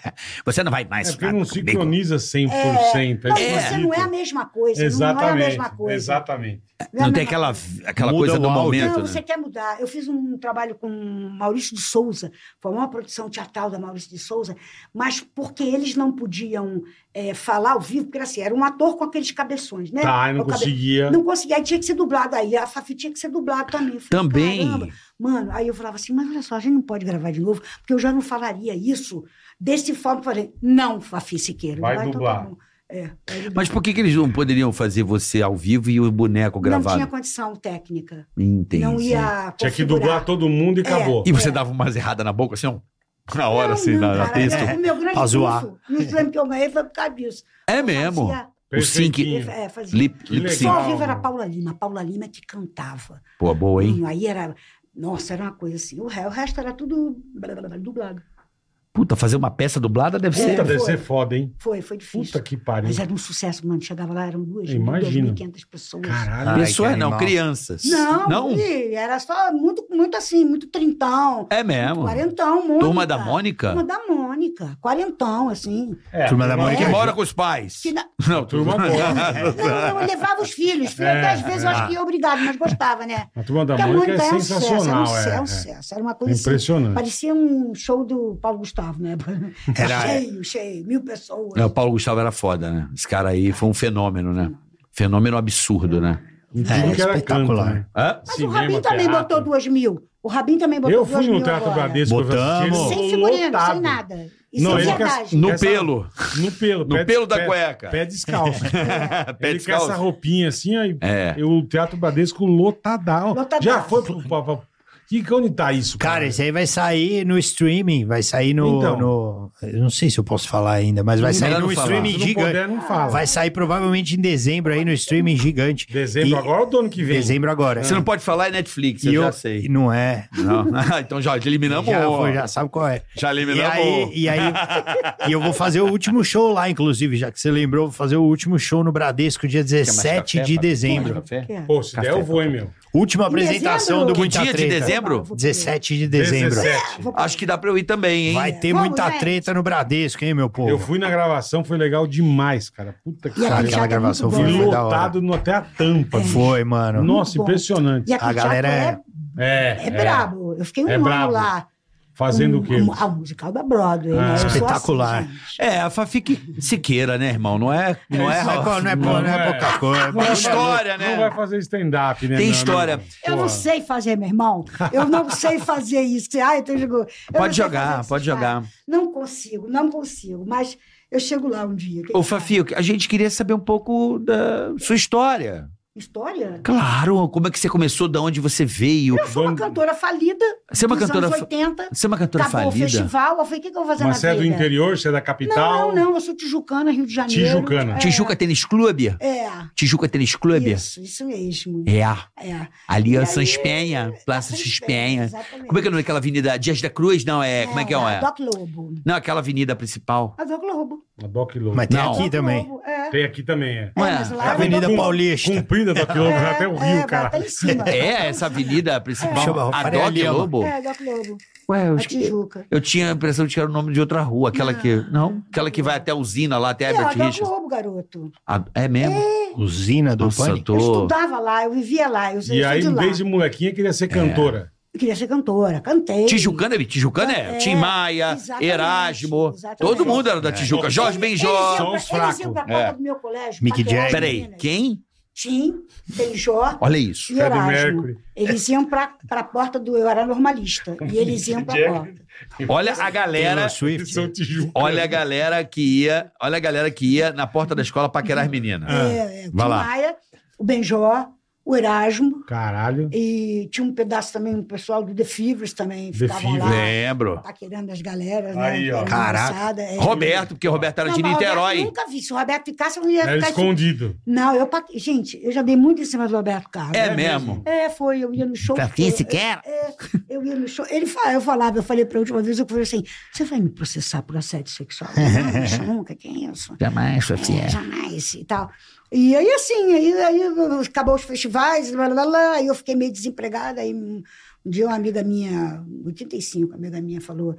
Speaker 4: ó. você não vai mais
Speaker 3: É porque
Speaker 4: nada
Speaker 3: não
Speaker 4: comigo.
Speaker 3: sincroniza 100%.
Speaker 6: Não,
Speaker 3: é
Speaker 6: você não é a mesma coisa.
Speaker 3: Exatamente.
Speaker 6: Não é a mesma coisa.
Speaker 3: Exatamente.
Speaker 6: é a
Speaker 4: Não tem
Speaker 6: mesma
Speaker 4: aquela,
Speaker 6: coisa.
Speaker 4: aquela
Speaker 5: Muda
Speaker 4: coisa
Speaker 5: o
Speaker 4: do
Speaker 5: áudio.
Speaker 4: momento,
Speaker 6: Não,
Speaker 4: né?
Speaker 6: você quer mudar. Eu fiz um trabalho com Maurício de Souza, foi uma produção teatral da Maurício de Souza, mas porque eles não podiam eh, falar ao vivo, porque assim, era um ator com aqueles cabeções, né?
Speaker 3: Tá, eu não
Speaker 6: O cabe-
Speaker 3: conseguia.
Speaker 6: Não conseguia, aí tinha que ser dublado. Aí a Fafi tinha que ser dublado também. Eu falei,
Speaker 4: Também.
Speaker 6: "Caramba, Mano, aí eu falava assim, mas olha só, a gente não pode gravar de novo, porque eu já não falaria isso desse forma. Eu falei, não, Fafi Siqueira.
Speaker 3: Vai
Speaker 6: então
Speaker 3: dublar.
Speaker 6: tá bom." É, vai dublar.
Speaker 4: Mas por que, que eles não poderiam fazer você ao vivo e o boneco
Speaker 6: Não
Speaker 4: gravado?
Speaker 6: tinha condição técnica.
Speaker 4: Entendi.
Speaker 6: Não ia
Speaker 3: Tinha que
Speaker 6: configurar. É.
Speaker 3: dublar todo mundo e acabou.
Speaker 4: E você dava umas erradas na boca, assim, ó, na hora,
Speaker 6: Não,
Speaker 4: assim,
Speaker 6: não,
Speaker 4: na, na
Speaker 6: cara,
Speaker 4: texto.
Speaker 6: é, O meu grande
Speaker 5: Pra zoar.
Speaker 6: trunfo no exame que eu ganhei foi por causa disso.
Speaker 4: É
Speaker 6: Eu
Speaker 4: mesmo.
Speaker 6: fazia-
Speaker 4: O sync.
Speaker 3: Perfeitinho.
Speaker 6: é, fazia-
Speaker 4: Lip,
Speaker 3: Que
Speaker 4: lip
Speaker 6: Só
Speaker 4: sync.
Speaker 3: legal.
Speaker 6: ao vivo era a Paula Lima. A Paula Lima que cantava.
Speaker 4: Pô, boa, hein?
Speaker 6: Hum, Aí era... Nossa, era uma coisa assim. O re- o resto era tudo blá, blá, blá, dublado.
Speaker 4: Puta, fazer uma peça dublada deve
Speaker 3: Puta,
Speaker 4: ser.
Speaker 3: deve
Speaker 6: Foi.
Speaker 3: ser foda, hein?
Speaker 6: Foi, foi difícil.
Speaker 3: Puta que pariu.
Speaker 6: Mas era um sucesso, mano. Chegava lá, eram duas,
Speaker 3: Imagino.
Speaker 6: 2.500 pessoas.
Speaker 5: Ai,
Speaker 3: Caralho.
Speaker 5: que
Speaker 4: Pessoas não,
Speaker 5: animal.
Speaker 4: crianças.
Speaker 6: Não,
Speaker 4: Não?
Speaker 6: e era só muito, muito assim, muito trintão.
Speaker 4: É mesmo.
Speaker 6: Quarentão, Mônica.
Speaker 4: Turma da Mônica?
Speaker 6: Turma da Mônica. Quarentão, assim.
Speaker 3: É,
Speaker 5: Turma da Mônica.
Speaker 4: Que
Speaker 5: É.
Speaker 4: mora com os pais.
Speaker 6: Que na-
Speaker 4: Não,
Speaker 3: Turma
Speaker 4: É.
Speaker 3: boa.
Speaker 6: Não, eu levava os filhos. Filho,
Speaker 3: É,
Speaker 6: até às vezes eu
Speaker 5: ah.
Speaker 6: acho que ia obrigado, mas gostava, né?
Speaker 3: A turma da
Speaker 6: Porque a
Speaker 3: Mônica é
Speaker 6: Mônica era um sucesso, era
Speaker 3: sensacional.
Speaker 6: um sucesso,
Speaker 3: é,
Speaker 6: era um
Speaker 3: é.
Speaker 6: sucesso, era uma
Speaker 3: É
Speaker 6: coisa assim.
Speaker 3: Impressionante.
Speaker 6: Parecia um show do Paulo Gustavo, né?
Speaker 5: Era-
Speaker 6: cheio, cheio, mil pessoas.
Speaker 4: É, o Paulo Gustavo era foda, né? Esse cara aí foi um fenômeno, né? Fenômeno absurdo, né?
Speaker 3: Não digo
Speaker 5: É,
Speaker 3: que era canto,
Speaker 5: espetacular.
Speaker 3: né?
Speaker 4: Hã?
Speaker 6: mas o
Speaker 3: Cinema,
Speaker 6: Rabin também
Speaker 3: teatro.
Speaker 6: botou duas mil. O Rabin também botou
Speaker 3: Eu
Speaker 6: duas
Speaker 3: fui
Speaker 6: mil
Speaker 3: no Teatro
Speaker 6: agora.
Speaker 3: Bradesco. eu assisti,
Speaker 5: Botamos.
Speaker 6: Sem figurino,
Speaker 3: lotado.
Speaker 6: sem nada. é E
Speaker 3: Não,
Speaker 6: sem
Speaker 3: ele quer-
Speaker 6: viadagem.
Speaker 4: No
Speaker 3: Essa-
Speaker 4: pelo.
Speaker 3: No pelo.
Speaker 4: No
Speaker 3: pé-
Speaker 4: pelo da
Speaker 3: pé-
Speaker 4: cueca.
Speaker 3: Pé descalço.
Speaker 4: Pé
Speaker 3: Ele com essa
Speaker 4: descalço.
Speaker 3: roupinha assim, aí
Speaker 4: É.
Speaker 3: eu- o Teatro Bradesco lotadão.
Speaker 6: Lotadaço.
Speaker 3: Já foi pro... pra- pra- Que que onde tá isso, cara?
Speaker 5: Cara, esse aí vai sair no streaming, vai sair no.
Speaker 3: Então.
Speaker 5: no- eu não sei se eu posso falar ainda, mas vai sair
Speaker 4: Melhor
Speaker 5: no
Speaker 4: não falar.
Speaker 5: streaming
Speaker 3: Se não
Speaker 5: gigante.
Speaker 3: puder, não fala.
Speaker 5: Vai sair provavelmente em dezembro aí no streaming gigante.
Speaker 3: Dezembro
Speaker 5: E-
Speaker 3: agora ou do ano que vem?
Speaker 5: Dezembro agora.
Speaker 4: Você não pode falar, é Netflix,
Speaker 5: E
Speaker 4: eu, já
Speaker 5: eu-
Speaker 4: sei.
Speaker 5: Não é.
Speaker 4: Não. então já eliminamos.
Speaker 5: Já,
Speaker 4: o-
Speaker 5: foi, já sabe qual é.
Speaker 4: já
Speaker 5: E
Speaker 4: eliminamos.
Speaker 5: aí,
Speaker 3: um
Speaker 4: o-
Speaker 5: e aí e eu vou fazer o último show lá, inclusive, já que você lembrou, vou fazer o último show no Bradesco, dia
Speaker 4: Quer mais
Speaker 5: 17
Speaker 4: café,
Speaker 5: de
Speaker 4: Fábio?
Speaker 5: dezembro.
Speaker 4: Mais café?
Speaker 6: É.
Speaker 3: Pô, se der,
Speaker 4: Café,
Speaker 3: eu vou, hein, meu.
Speaker 5: Última
Speaker 6: Em
Speaker 5: apresentação
Speaker 6: dezembro?
Speaker 5: do
Speaker 6: Que
Speaker 5: Muita
Speaker 4: dia de
Speaker 5: Treta.
Speaker 4: dezembro?
Speaker 5: 17 de dezembro.
Speaker 3: 17.
Speaker 6: Vou-
Speaker 4: Acho que dá pra eu ir também, hein?
Speaker 5: Vai ter
Speaker 6: Vamos,
Speaker 5: muita
Speaker 6: gente.
Speaker 5: treta no Bradesco, hein, meu povo?
Speaker 3: Eu fui na gravação, foi legal demais, cara. Puta que
Speaker 6: E
Speaker 5: Cara,
Speaker 6: aquele
Speaker 5: aquela
Speaker 6: teatro é
Speaker 5: gravação
Speaker 6: muito
Speaker 5: foi,
Speaker 3: E
Speaker 6: bom.
Speaker 5: foi da hora. É.
Speaker 3: lotado no, até a tampa. bicho.
Speaker 5: Foi, mano.
Speaker 3: Nossa,
Speaker 6: Muito bom.
Speaker 3: impressionante.
Speaker 6: E aquele
Speaker 5: A galera
Speaker 6: teatro
Speaker 3: É,
Speaker 6: é, é brabo. Eu fiquei um
Speaker 3: É
Speaker 6: ano
Speaker 3: brabo.
Speaker 6: lá.
Speaker 3: Fazendo
Speaker 6: Um-
Speaker 3: o quê?
Speaker 6: um- A, musical da Broadway. né?
Speaker 3: Ah.
Speaker 6: Eu sou assim,
Speaker 5: Espetacular.
Speaker 6: gente.
Speaker 4: É, a Fafi que se queira, né, irmão? Não é. Não é,
Speaker 5: Isso co- não é, não
Speaker 3: não
Speaker 5: é
Speaker 3: é.
Speaker 5: pouca coisa.
Speaker 4: Tem história,
Speaker 3: Não
Speaker 4: né?
Speaker 3: vai fazer stand-up, né?
Speaker 4: Tem
Speaker 3: meu
Speaker 4: história.
Speaker 3: amigo?
Speaker 6: Eu
Speaker 3: Porra.
Speaker 6: não sei fazer, meu irmão. Eu não sei fazer isso. Ai, tu jogou. Eu não
Speaker 4: Pode
Speaker 6: sei
Speaker 4: jogar,
Speaker 6: fazer isso,
Speaker 4: pode
Speaker 6: cara.
Speaker 4: jogar.
Speaker 6: Não consigo, não consigo. Mas eu chego lá um dia.
Speaker 4: Ô,
Speaker 6: Quem sabe?
Speaker 4: Fafi, eu- a gente queria saber um pouco da sua história.
Speaker 6: História?
Speaker 4: Claro, como é que você começou, da onde você veio?
Speaker 6: Eu sou uma cantora falida.
Speaker 4: Você é uma
Speaker 6: dos
Speaker 4: cantora
Speaker 6: anos
Speaker 4: fa-
Speaker 6: 80.
Speaker 4: Você é uma cantora
Speaker 6: Acabou o
Speaker 4: falida?
Speaker 6: festival. Eu falei, o que, que eu vou fazer
Speaker 3: Mas
Speaker 6: na
Speaker 3: você é do
Speaker 6: vida?
Speaker 3: interior, você é da capital?
Speaker 6: Não, não, eu sou tijucana, Rio de Janeiro.
Speaker 3: Tijucana.
Speaker 4: Tijuca Tênis Clube?
Speaker 6: É,
Speaker 4: Tijuca Tênis Clube?
Speaker 6: isso, isso mesmo.
Speaker 4: É,
Speaker 6: É.
Speaker 4: ali é
Speaker 6: E
Speaker 4: Sans
Speaker 6: aí-
Speaker 4: Penha, Praça Sans Penha.
Speaker 6: Exatamente.
Speaker 4: Como é que é o nome daquela avenida? Dias da Cruz? Não, é. Como é que é?
Speaker 6: a
Speaker 4: é?
Speaker 6: Doc Lobo.
Speaker 4: Não, aquela avenida principal.
Speaker 6: A Doc Lobo.
Speaker 3: A Doc Lobo.
Speaker 5: Mas tem
Speaker 4: Não.
Speaker 5: aqui
Speaker 6: Doc
Speaker 5: também.
Speaker 6: Lobo, É.
Speaker 3: Tem aqui também, é.
Speaker 4: Ué,
Speaker 6: mas lá
Speaker 5: A
Speaker 6: é
Speaker 5: Avenida
Speaker 6: Doc-
Speaker 5: Paulista.
Speaker 3: Comprida Doc Lobo, vai até o
Speaker 6: é,
Speaker 3: Rio,
Speaker 6: vai
Speaker 3: cara.
Speaker 6: Até em cima.
Speaker 4: É, essa avenida principal.
Speaker 5: Chama
Speaker 4: A
Speaker 5: Faria
Speaker 4: Dog
Speaker 5: Lima.
Speaker 4: Lobo?
Speaker 6: É, Doc Lobo.
Speaker 4: Ué, eu,
Speaker 6: A
Speaker 4: acho que-
Speaker 6: É, Tijuca.
Speaker 4: eu tinha a impressão de que era o nome de outra rua. Aquela que. Não? Aquela que vai até a usina lá, até
Speaker 6: É,
Speaker 4: Herbert
Speaker 6: a Doc
Speaker 4: Richards.
Speaker 6: Lobo, garoto.
Speaker 4: A- É mesmo?
Speaker 5: Usina do
Speaker 4: Nossa, eu
Speaker 5: Pânico.
Speaker 4: tô.
Speaker 6: Eu estudava lá, eu vivia lá, eu sou
Speaker 3: E
Speaker 6: eu sou
Speaker 3: aí,
Speaker 6: de lá.
Speaker 3: desde molequinha, queria
Speaker 4: É.
Speaker 3: ser cantora.
Speaker 6: Eu queria ser cantora, cantei.
Speaker 4: Tijucana, é- Tijucana é,
Speaker 6: É,
Speaker 4: Tim Maia,
Speaker 6: exatamente,
Speaker 4: Erasmo,
Speaker 6: exatamente.
Speaker 4: todo mundo era da Tijuca. Jorge Benjó.
Speaker 3: Só
Speaker 6: Só
Speaker 3: os
Speaker 6: os fracos. Eles iam pra porta
Speaker 4: É.
Speaker 6: do meu colégio.
Speaker 5: Mick
Speaker 6: paquerar
Speaker 5: Jagger.
Speaker 6: as
Speaker 4: Peraí,
Speaker 6: meninas.
Speaker 4: quem?
Speaker 6: Tim, Benjó
Speaker 4: Olha isso.
Speaker 6: e
Speaker 3: Freddie
Speaker 6: Erasmo.
Speaker 3: Mercury.
Speaker 6: Eles iam pra, pra porta do... Eu era normalista. E eles iam pra
Speaker 3: Jagger.
Speaker 6: porta.
Speaker 4: Olha a galera.
Speaker 5: Taylor Swift.
Speaker 3: São Tijuca.
Speaker 4: Olha a galera que ia. Olha a galera que ia na porta da escola paquerar as meninas.
Speaker 6: É, é, o Tim
Speaker 4: Vai lá.
Speaker 6: Maia, o Benjó, o o Erasmo,
Speaker 3: Caralho.
Speaker 6: e tinha um pedaço também, um pessoal do The Fevers também,
Speaker 3: The
Speaker 6: ficavam
Speaker 3: Fevers.
Speaker 6: lá,
Speaker 4: Lembro.
Speaker 6: paquerando as galeras, né?
Speaker 3: Aí, ó.
Speaker 6: Era
Speaker 5: Caraca.
Speaker 6: engraçada, é.
Speaker 4: Roberto, porque Roberto era
Speaker 6: Não,
Speaker 4: de
Speaker 6: mas Roberto
Speaker 4: Niterói.
Speaker 6: Eu nunca vi. Se o Roberto ficasse, eu não ia
Speaker 3: Era
Speaker 6: ficar...
Speaker 3: escondido.
Speaker 6: Não, eu... pa- Gente, eu já dei muito em cima do Roberto Carlos.
Speaker 4: É mesmo. Tá
Speaker 6: É, foi, eu ia no show.
Speaker 4: Trafinha
Speaker 6: eu-
Speaker 4: Siqueira?
Speaker 6: É, eu ia no show. Ele fa- eu falava, eu falei pra última vez, eu falei assim: você vai me processar por assédio sexual? Não, isso nunca, que é isso?
Speaker 4: Jamais,
Speaker 3: Assim,
Speaker 6: É, jamais e tal. E aí, assim, aí, aí acabou os festivais, blá, blá, blá, aí eu fiquei meio desempregada. Aí um um dia uma amiga minha, 85, amiga minha falou,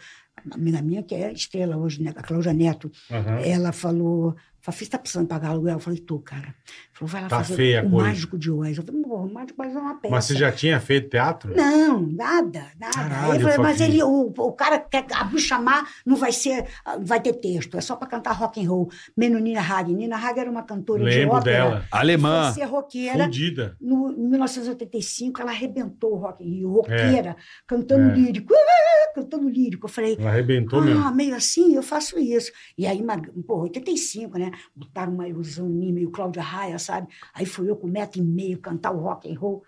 Speaker 6: uma amiga minha que é estrela hoje, né? A Cláudia Neto,
Speaker 3: Aham.
Speaker 6: ela falou. Fafi, você tá precisando pagar aluguel? Eu falei, tô, cara. Falou, vai lá
Speaker 3: Tá
Speaker 6: fazer
Speaker 3: feia a
Speaker 6: o
Speaker 3: coisa.
Speaker 6: Mágico de Oz. Eu falei, pô, o Mágico de Oz é uma peça.
Speaker 3: Mas você já tinha feito teatro?
Speaker 6: Não, nada, nada.
Speaker 3: Caralho,
Speaker 6: Aí eu falei, mas
Speaker 3: Fabi.
Speaker 6: ele, o, o cara quer abrir chamar, não vai ser, ah, vai ter texto, é só para cantar rock and roll. Menos Nina Hagen. Nina Hagen era um né? uma cantora de
Speaker 3: Lembro
Speaker 6: ópera.
Speaker 3: dela.
Speaker 4: Alemã.
Speaker 6: Foi ser roqueira.
Speaker 3: Fudida.
Speaker 6: No, em 1985, ela arrebentou o Rock in Rio, roqueira, cantando
Speaker 3: É.
Speaker 6: lírico, ah, cantando lírico. Eu falei,
Speaker 3: Ela arrebentou
Speaker 6: ah,
Speaker 3: mesmo.
Speaker 6: meio assim, eu faço isso. E aí, uma- pô, 85, né? Botaram uma ilusão em mim, meio Cláudia Raia, sabe? Aí fui eu com metro e meio cantar o rock and roll.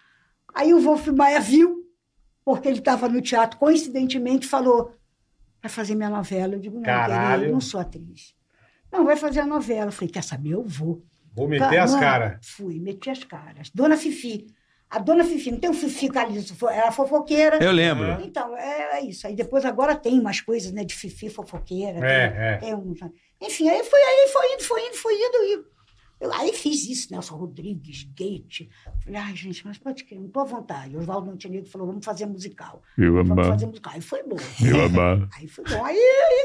Speaker 6: Aí o Wolf Maia viu, porque ele estava no teatro, coincidentemente, falou: vai fazer minha novela. Eu digo: não,
Speaker 3: Caralho.
Speaker 6: querido, eu não sou atriz. Não, vai fazer a novela. Eu falei: quer saber? Eu vou.
Speaker 3: Vou meter as
Speaker 6: Mano,
Speaker 3: caras.
Speaker 6: Fui, meti as caras. Dona Fifi. A dona Fifi, não tem o Fifi Caliço, fo- era é fofoqueira.
Speaker 4: Eu lembro.
Speaker 6: Então, é, é isso. Aí depois agora tem umas coisas, né? De fifi fofoqueira.
Speaker 3: É,
Speaker 6: tem, tem uns- né. Enfim, aí foi, aí foi indo, foi indo, foi indo. E... Eu, aí fiz isso, Nelson Rodrigues, Gate. Falei, ai, gente, mas pode que não tô à vontade. Oswaldo Montenegro falou, vamos fazer musical.
Speaker 1: Eu
Speaker 6: Vamos
Speaker 1: amava.
Speaker 6: fazer musical. Aí foi bom.
Speaker 1: Eu amava.
Speaker 6: Aí foi bom. Aí,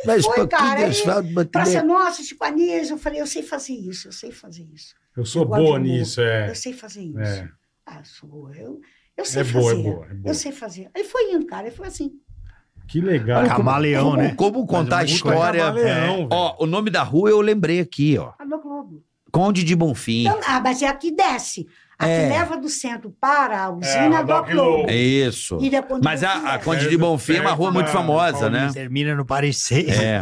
Speaker 6: aí foi,
Speaker 5: é
Speaker 6: cara. Aí, Praça Nossa, Chico Anísio. Eu falei, eu sei fazer isso, eu sei fazer isso.
Speaker 3: Eu sou
Speaker 6: Eu gosto
Speaker 3: boa
Speaker 6: de humor.
Speaker 3: nisso, é.
Speaker 6: Eu sei fazer isso.
Speaker 3: É.
Speaker 6: Ah, sou boa. Eu, eu sei
Speaker 3: É
Speaker 6: fazer.
Speaker 3: boa, é boa, é boa.
Speaker 6: Eu sei fazer. Aí foi indo, cara. Aí foi assim.
Speaker 3: Que legal.
Speaker 5: Camaleão,
Speaker 4: como,
Speaker 5: né?
Speaker 4: como contar a
Speaker 5: Mas é muito
Speaker 4: história.
Speaker 3: Camaleão,
Speaker 4: É.
Speaker 3: velho.
Speaker 4: Ó, o nome da rua eu lembrei aqui, ó.
Speaker 6: Ah, no Globo.
Speaker 4: Conde de Bonfim.
Speaker 6: Então, ah, mas é aqui desce. Aqui
Speaker 4: É.
Speaker 6: leva do centro para a usina
Speaker 3: a
Speaker 6: do
Speaker 3: Doc
Speaker 6: Globo.
Speaker 3: Low.
Speaker 4: É isso.
Speaker 6: E depois
Speaker 4: Mas
Speaker 6: do
Speaker 4: a, a
Speaker 6: Globo.
Speaker 4: Conde de Bonfim é uma rua muito famosa, né?
Speaker 5: Termina no parecer.
Speaker 4: É.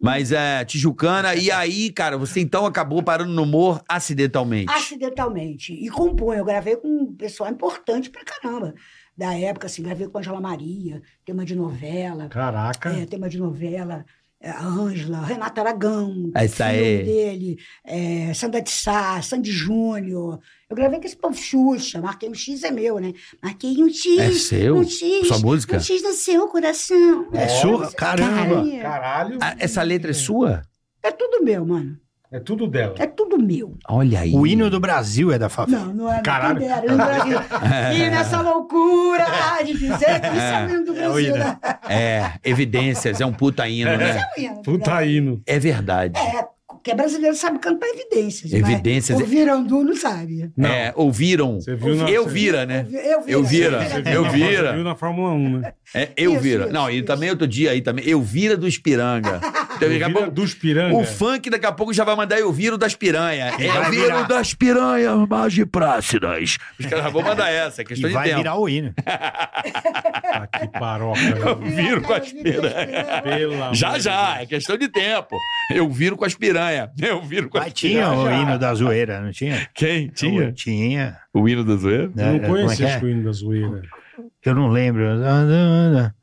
Speaker 4: Mas é Tijucana. E aí, cara, você então acabou parando no humor acidentalmente.
Speaker 6: Acidentalmente. E compõe. Eu gravei com um pessoal importante pra caramba. Da época, assim, gravei com Angela Maria, tema de novela.
Speaker 3: Caraca.
Speaker 6: É, tema de novela. é, A Ângela, Renato Aragão,
Speaker 4: É isso
Speaker 6: filho
Speaker 4: aí.
Speaker 6: dele, é, Sandra de Sá, Sandy Júnior. Eu gravei com esse povo Xuxa, marquei um X é meu, né? Marquei um X.
Speaker 4: É seu?
Speaker 6: Um X.
Speaker 4: Sua música?
Speaker 6: Um X no seu coração.
Speaker 5: É surra? Caramba.
Speaker 6: Carinha.
Speaker 3: Caralho.
Speaker 4: Ah, essa letra é sua?
Speaker 6: É tudo meu, mano.
Speaker 3: É tudo dela.
Speaker 6: É tudo meu.
Speaker 4: Olha aí.
Speaker 5: O hino do Brasil é da favela.
Speaker 6: Não, não é
Speaker 3: Caralho.
Speaker 6: Quem dera, no Brasil. E nessa loucura de dizer que isso é hino do
Speaker 5: É o
Speaker 6: Brasil.
Speaker 5: hino.
Speaker 6: né?
Speaker 4: É, evidências, é um puta hino, né?
Speaker 6: É o hino do Brasil.
Speaker 3: Puta hino.
Speaker 4: É verdade.
Speaker 6: É, porque brasileiro sabe cantar evidências.
Speaker 4: Evidências.
Speaker 6: Mas, ouviram du, não sabe.
Speaker 4: É, ouviram.
Speaker 3: Você viu na-
Speaker 4: eu vira, né?
Speaker 6: Eu vi.
Speaker 4: Eu vira. Eu
Speaker 3: na-
Speaker 4: vira.
Speaker 3: Você viu na Fórmula 1, né?
Speaker 4: É, eu
Speaker 6: Isso,
Speaker 4: vira.
Speaker 6: isso,
Speaker 4: Não, e
Speaker 6: isso.
Speaker 4: também outro dia aí também. Eu vira do Espiranga. Então, daqui a
Speaker 3: Vira
Speaker 4: pouco,
Speaker 3: dos piranga.
Speaker 4: o funk daqui a pouco já vai mandar eu viro das piranhas. Eu
Speaker 5: vai
Speaker 4: viro
Speaker 5: virar.
Speaker 4: das piranhas, mais prácidas. Os caras vão mandar essa, é questão
Speaker 5: E
Speaker 4: de
Speaker 5: vai
Speaker 4: tempo.
Speaker 5: virar o hino.
Speaker 3: Ah, que paroca. velho.
Speaker 6: É,
Speaker 4: Viro com as
Speaker 3: Pela
Speaker 4: Já,
Speaker 3: mãe
Speaker 5: né?
Speaker 4: já, é
Speaker 3: de Deus.
Speaker 4: questão de tempo. Eu viro com as piranhas. Eu viro com as
Speaker 5: Mas tinha o
Speaker 3: já.
Speaker 5: hino da zoeira, não tinha?
Speaker 4: Quem? Tinha?
Speaker 5: Tinha.
Speaker 4: O hino da zoeira?
Speaker 3: Eu
Speaker 5: Né?
Speaker 3: não conheço
Speaker 5: Como é
Speaker 3: esse
Speaker 5: que é?
Speaker 3: Queen da zoeira.
Speaker 5: Eu não lembro.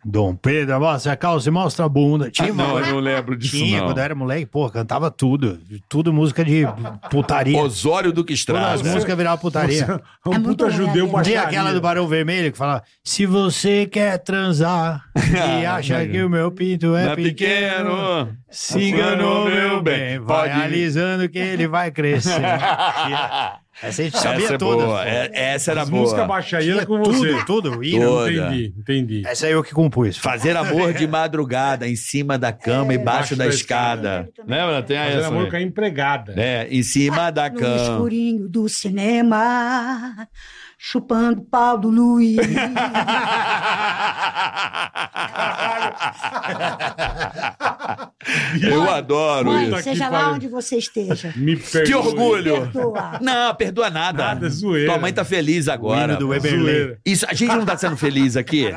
Speaker 5: Dom Pedro, mostra a calça e mostra a bunda. Tinha,
Speaker 4: Ah, não,
Speaker 5: uma-
Speaker 4: eu não lembro disso,
Speaker 5: tinha
Speaker 4: não.
Speaker 5: quando é eu era moleque, pô, cantava tudo. Tudo música de putaria.
Speaker 4: Osório Duque
Speaker 5: Todas as
Speaker 4: Estrada.
Speaker 5: músicas viravam
Speaker 3: Você
Speaker 5: putaria.
Speaker 3: é um
Speaker 6: É muito
Speaker 3: puta
Speaker 6: bom,
Speaker 3: judeu
Speaker 6: né?
Speaker 5: Tem
Speaker 3: baixaria.
Speaker 5: aquela do Barão Vermelho que fala: Se você quer transar e acha que o meu pinto é
Speaker 4: Não é
Speaker 5: pequeno,
Speaker 4: pequeno.
Speaker 5: se enganou, meu bem. Vai
Speaker 4: Pode-
Speaker 5: alisando que ele vai crescer. Essa a gente sabia
Speaker 4: essa é
Speaker 5: todas.
Speaker 4: boa.
Speaker 5: pô.
Speaker 4: é- essa era
Speaker 3: As músicas
Speaker 4: boa. né?
Speaker 3: baixarias
Speaker 5: Tinha
Speaker 3: é com
Speaker 5: tudo,
Speaker 3: você.
Speaker 5: tudo. hino.
Speaker 4: Tudo.
Speaker 3: Entendi, entendi.
Speaker 4: É,
Speaker 5: Essa eu que compus.
Speaker 4: Fazer amor de madrugada, em cima da
Speaker 5: É,
Speaker 4: cama, embaixo
Speaker 3: Embaixo
Speaker 4: da
Speaker 3: da
Speaker 4: escada.
Speaker 6: escada.
Speaker 4: Lembra? Tem
Speaker 3: Fazendo
Speaker 4: essa.
Speaker 3: amor
Speaker 4: né?
Speaker 3: com a empregada.
Speaker 4: É, em cima da
Speaker 6: No
Speaker 4: cama.
Speaker 6: escurinho do cinema, chupando o pau do Luiz.
Speaker 4: Eu adoro
Speaker 6: Mãe,
Speaker 4: isso.
Speaker 6: seja
Speaker 3: que
Speaker 6: lá
Speaker 3: pariu.
Speaker 6: onde você esteja.
Speaker 3: Me perdoe.
Speaker 4: Que orgulho!
Speaker 6: Perdoa.
Speaker 4: Não, perdoa nada.
Speaker 3: Nada, zoeira.
Speaker 4: Tua mãe tá feliz
Speaker 5: O
Speaker 4: agora.
Speaker 5: hino do Eberley.
Speaker 3: Zoeira.
Speaker 4: Isso, a gente não tá sendo feliz aqui?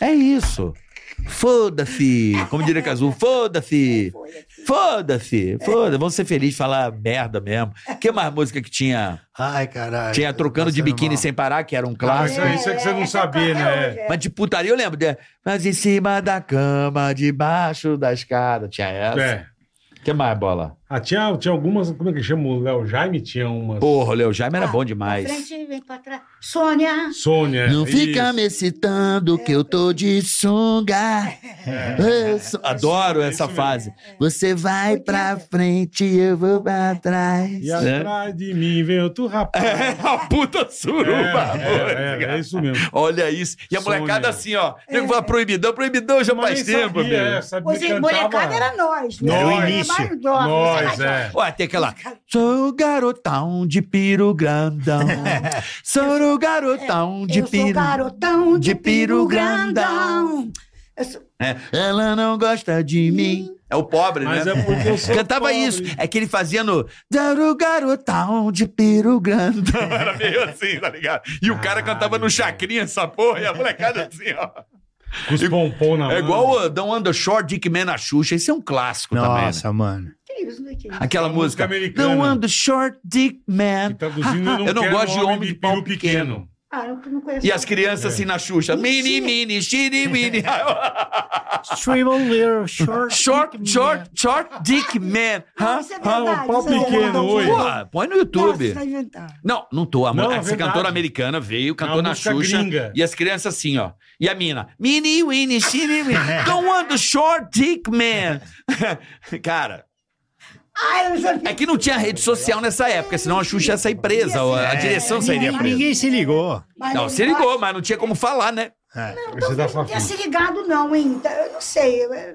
Speaker 4: É isso. Foda-se. Como diria Cazu, foda-se.
Speaker 6: Foi aqui.
Speaker 4: Foda-se, foda-se. Vamos ser felizes, falar merda mesmo. Que mais música que tinha?
Speaker 5: Ai, caralho.
Speaker 4: Tinha Trocando de
Speaker 5: Passando
Speaker 4: Biquíni
Speaker 5: mal. Tá
Speaker 4: Sem Parar, que era um
Speaker 3: Ah,
Speaker 4: clássico.
Speaker 3: isso, aí- isso é que você não sabia,
Speaker 5: é
Speaker 3: né?
Speaker 4: Mas de putaria eu lembro. né? Mas em cima da cama, debaixo da escada. Tinha essa.
Speaker 3: É.
Speaker 4: que mais, bola?
Speaker 3: Ah, tinha, tinha algumas, como é que chama o Léo Jaime? Tinha umas.
Speaker 4: Porra, o Leo Jaime era
Speaker 6: Ah,
Speaker 4: bom
Speaker 6: Pra
Speaker 4: demais.
Speaker 6: frente, vem pra trás. Sônia.
Speaker 3: Sônia.
Speaker 4: Não fica
Speaker 3: É, isso.
Speaker 4: me excitando que eu tô de sunga. Eu sou- Adoro
Speaker 3: É. Isso
Speaker 4: essa
Speaker 3: mesmo.
Speaker 4: fase.
Speaker 6: É.
Speaker 4: Você vai pra frente, eu vou pra trás.
Speaker 3: E
Speaker 4: Né?
Speaker 3: atrás de mim vem outro rapaz.
Speaker 4: É a puta
Speaker 3: É,
Speaker 4: suruba.
Speaker 3: é,
Speaker 4: música.
Speaker 3: é, é isso mesmo.
Speaker 4: Olha isso. E a
Speaker 3: Sônia.
Speaker 4: molecada assim, ó. Nego
Speaker 6: É.
Speaker 4: fala proibidão, proibidão já
Speaker 3: Mas
Speaker 4: faz
Speaker 3: nem
Speaker 4: tempo,
Speaker 3: sabia,
Speaker 4: meu.
Speaker 3: é, sabia
Speaker 6: Pois é,
Speaker 3: cantar,
Speaker 6: molecada
Speaker 3: mas-
Speaker 6: era nós. né?
Speaker 3: Nós.
Speaker 6: Era o
Speaker 5: Início.
Speaker 6: trabalho do homem,
Speaker 3: Nós,
Speaker 6: era
Speaker 3: é.
Speaker 4: Olha, tem aquela. Sou o garotão de piro grandão. Sou o garotão de
Speaker 6: É, eu sou
Speaker 4: piro.
Speaker 6: garotão de,
Speaker 4: de
Speaker 6: piru
Speaker 4: piru
Speaker 6: grandão. Eu sou-
Speaker 4: É, Ela não gosta de mim. É o pobre,
Speaker 3: Mas
Speaker 4: né?
Speaker 3: é porque eu sou
Speaker 4: Cantava
Speaker 3: pobre.
Speaker 4: isso. É que ele fazia no. Sou o garotão de piro grandão. Era meio assim, tá ligado? E o cara
Speaker 3: Caralho,
Speaker 4: cantava no
Speaker 3: velho.
Speaker 4: chacrinha essa porra e a molecada assim, ó.
Speaker 3: Com os pompom na mão.
Speaker 4: É igual o Don't Undershore Dick Man na Xuxa. Esse é um clássico também. né?
Speaker 5: Nossa, mano.
Speaker 6: Que isso, né, que isso?
Speaker 4: Aquela
Speaker 3: Uma música
Speaker 4: música.
Speaker 3: americana.
Speaker 4: Don't Undershore Dick Man.
Speaker 3: E traduzindo, tá eu não,
Speaker 4: Eu não
Speaker 3: quero um
Speaker 4: gosto de homem de
Speaker 3: peru
Speaker 4: pau pequeno.
Speaker 6: Ah, eu não conheço.
Speaker 4: E as crianças assim na Xuxa. Mini,
Speaker 6: Mentira.
Speaker 4: mini, shitty, mini.
Speaker 5: Stream on little short.
Speaker 4: short, short, short dick man.
Speaker 6: Ah,
Speaker 4: Hã?
Speaker 6: isso é
Speaker 3: Ah,
Speaker 6: verdade.
Speaker 3: o pau
Speaker 6: isso é
Speaker 3: pequeno,
Speaker 6: verdade.
Speaker 3: oi.
Speaker 4: Porra, põe no Ah,
Speaker 6: Nossa,
Speaker 4: YouTube.
Speaker 6: tá inventando.
Speaker 4: Não, não tô. A
Speaker 3: Não,
Speaker 4: não,
Speaker 3: é
Speaker 4: essa
Speaker 3: verdade. É
Speaker 4: cantora americana veio, cantou
Speaker 3: uma
Speaker 4: na
Speaker 3: música
Speaker 4: Xuxa.
Speaker 3: gringa.
Speaker 4: E as crianças assim, ó. E a mina. Mini, mini, shitty, mini. Don't Undershore Dick Man. Cara.
Speaker 6: Ah, eu já
Speaker 4: É que não tinha rede social nessa época, senão a Xuxa ia sair presa, ou a direção sairia
Speaker 5: Ninguém,
Speaker 4: presa.
Speaker 5: ninguém se ligou.
Speaker 6: Mas
Speaker 4: Não, se ligou, mas não tinha como falar, né?
Speaker 5: É.
Speaker 3: Você tá
Speaker 6: Não tinha
Speaker 3: safado.
Speaker 6: se ligado, não, hein? Tá, Eu não sei. eu- é-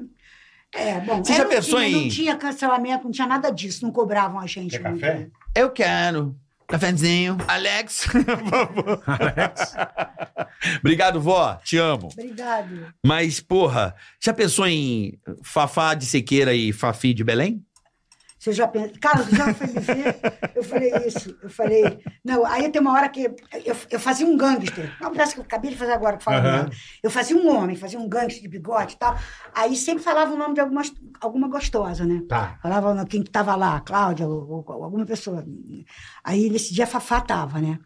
Speaker 6: É, bom.
Speaker 4: Você
Speaker 6: é,
Speaker 4: já
Speaker 6: não
Speaker 4: pensou
Speaker 6: tinha,
Speaker 4: em-
Speaker 6: Não tinha cancelamento, não tinha nada disso, não cobravam a gente.
Speaker 3: Quer
Speaker 6: muito. né?
Speaker 3: café?
Speaker 4: Eu quero. Cafezinho. Alex, por favor. Obrigado, vó. Te amo.
Speaker 6: Obrigado.
Speaker 4: Mas, porra, já pensou em Fafá de Sequeira e Fafi de Belém?
Speaker 6: Você já pensa. Cara, você já foi me ver? Eu falei isso. Eu falei. Não, aí tem uma hora que. Eu, eu fazia um gangster. Não, parece que eu acabei de fazer agora que fala
Speaker 3: Aham.
Speaker 6: merda. Eu fazia um homem, fazia um gangster de bigode e tal. Aí sempre falava o nome de algumas, alguma gostosa, né?
Speaker 3: Tá.
Speaker 6: Falava no- quem que tava lá, a Cláudia ou, ou- ou alguma pessoa. Aí nesse dia a Fafá tava, né?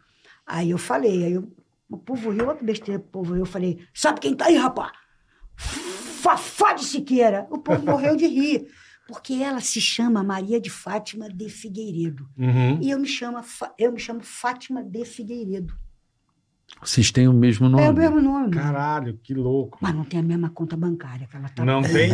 Speaker 6: Aí eu falei, aí eu, o povo riu, outra besteira pro povo riu, eu falei, sabe quem tá aí, rapá? Fafá de Siqueira. O povo morreu de rir, porque ela se chama Maria de Fátima de Figueiredo.
Speaker 3: Uhum.
Speaker 6: E eu me chamo, Fa- eu me chamo Fátima de Figueiredo.
Speaker 4: Vocês têm o mesmo
Speaker 6: É o mesmo nome.
Speaker 3: Caralho, que louco.
Speaker 6: Mas não tem a mesma conta bancária que ela tá.
Speaker 3: Não tem?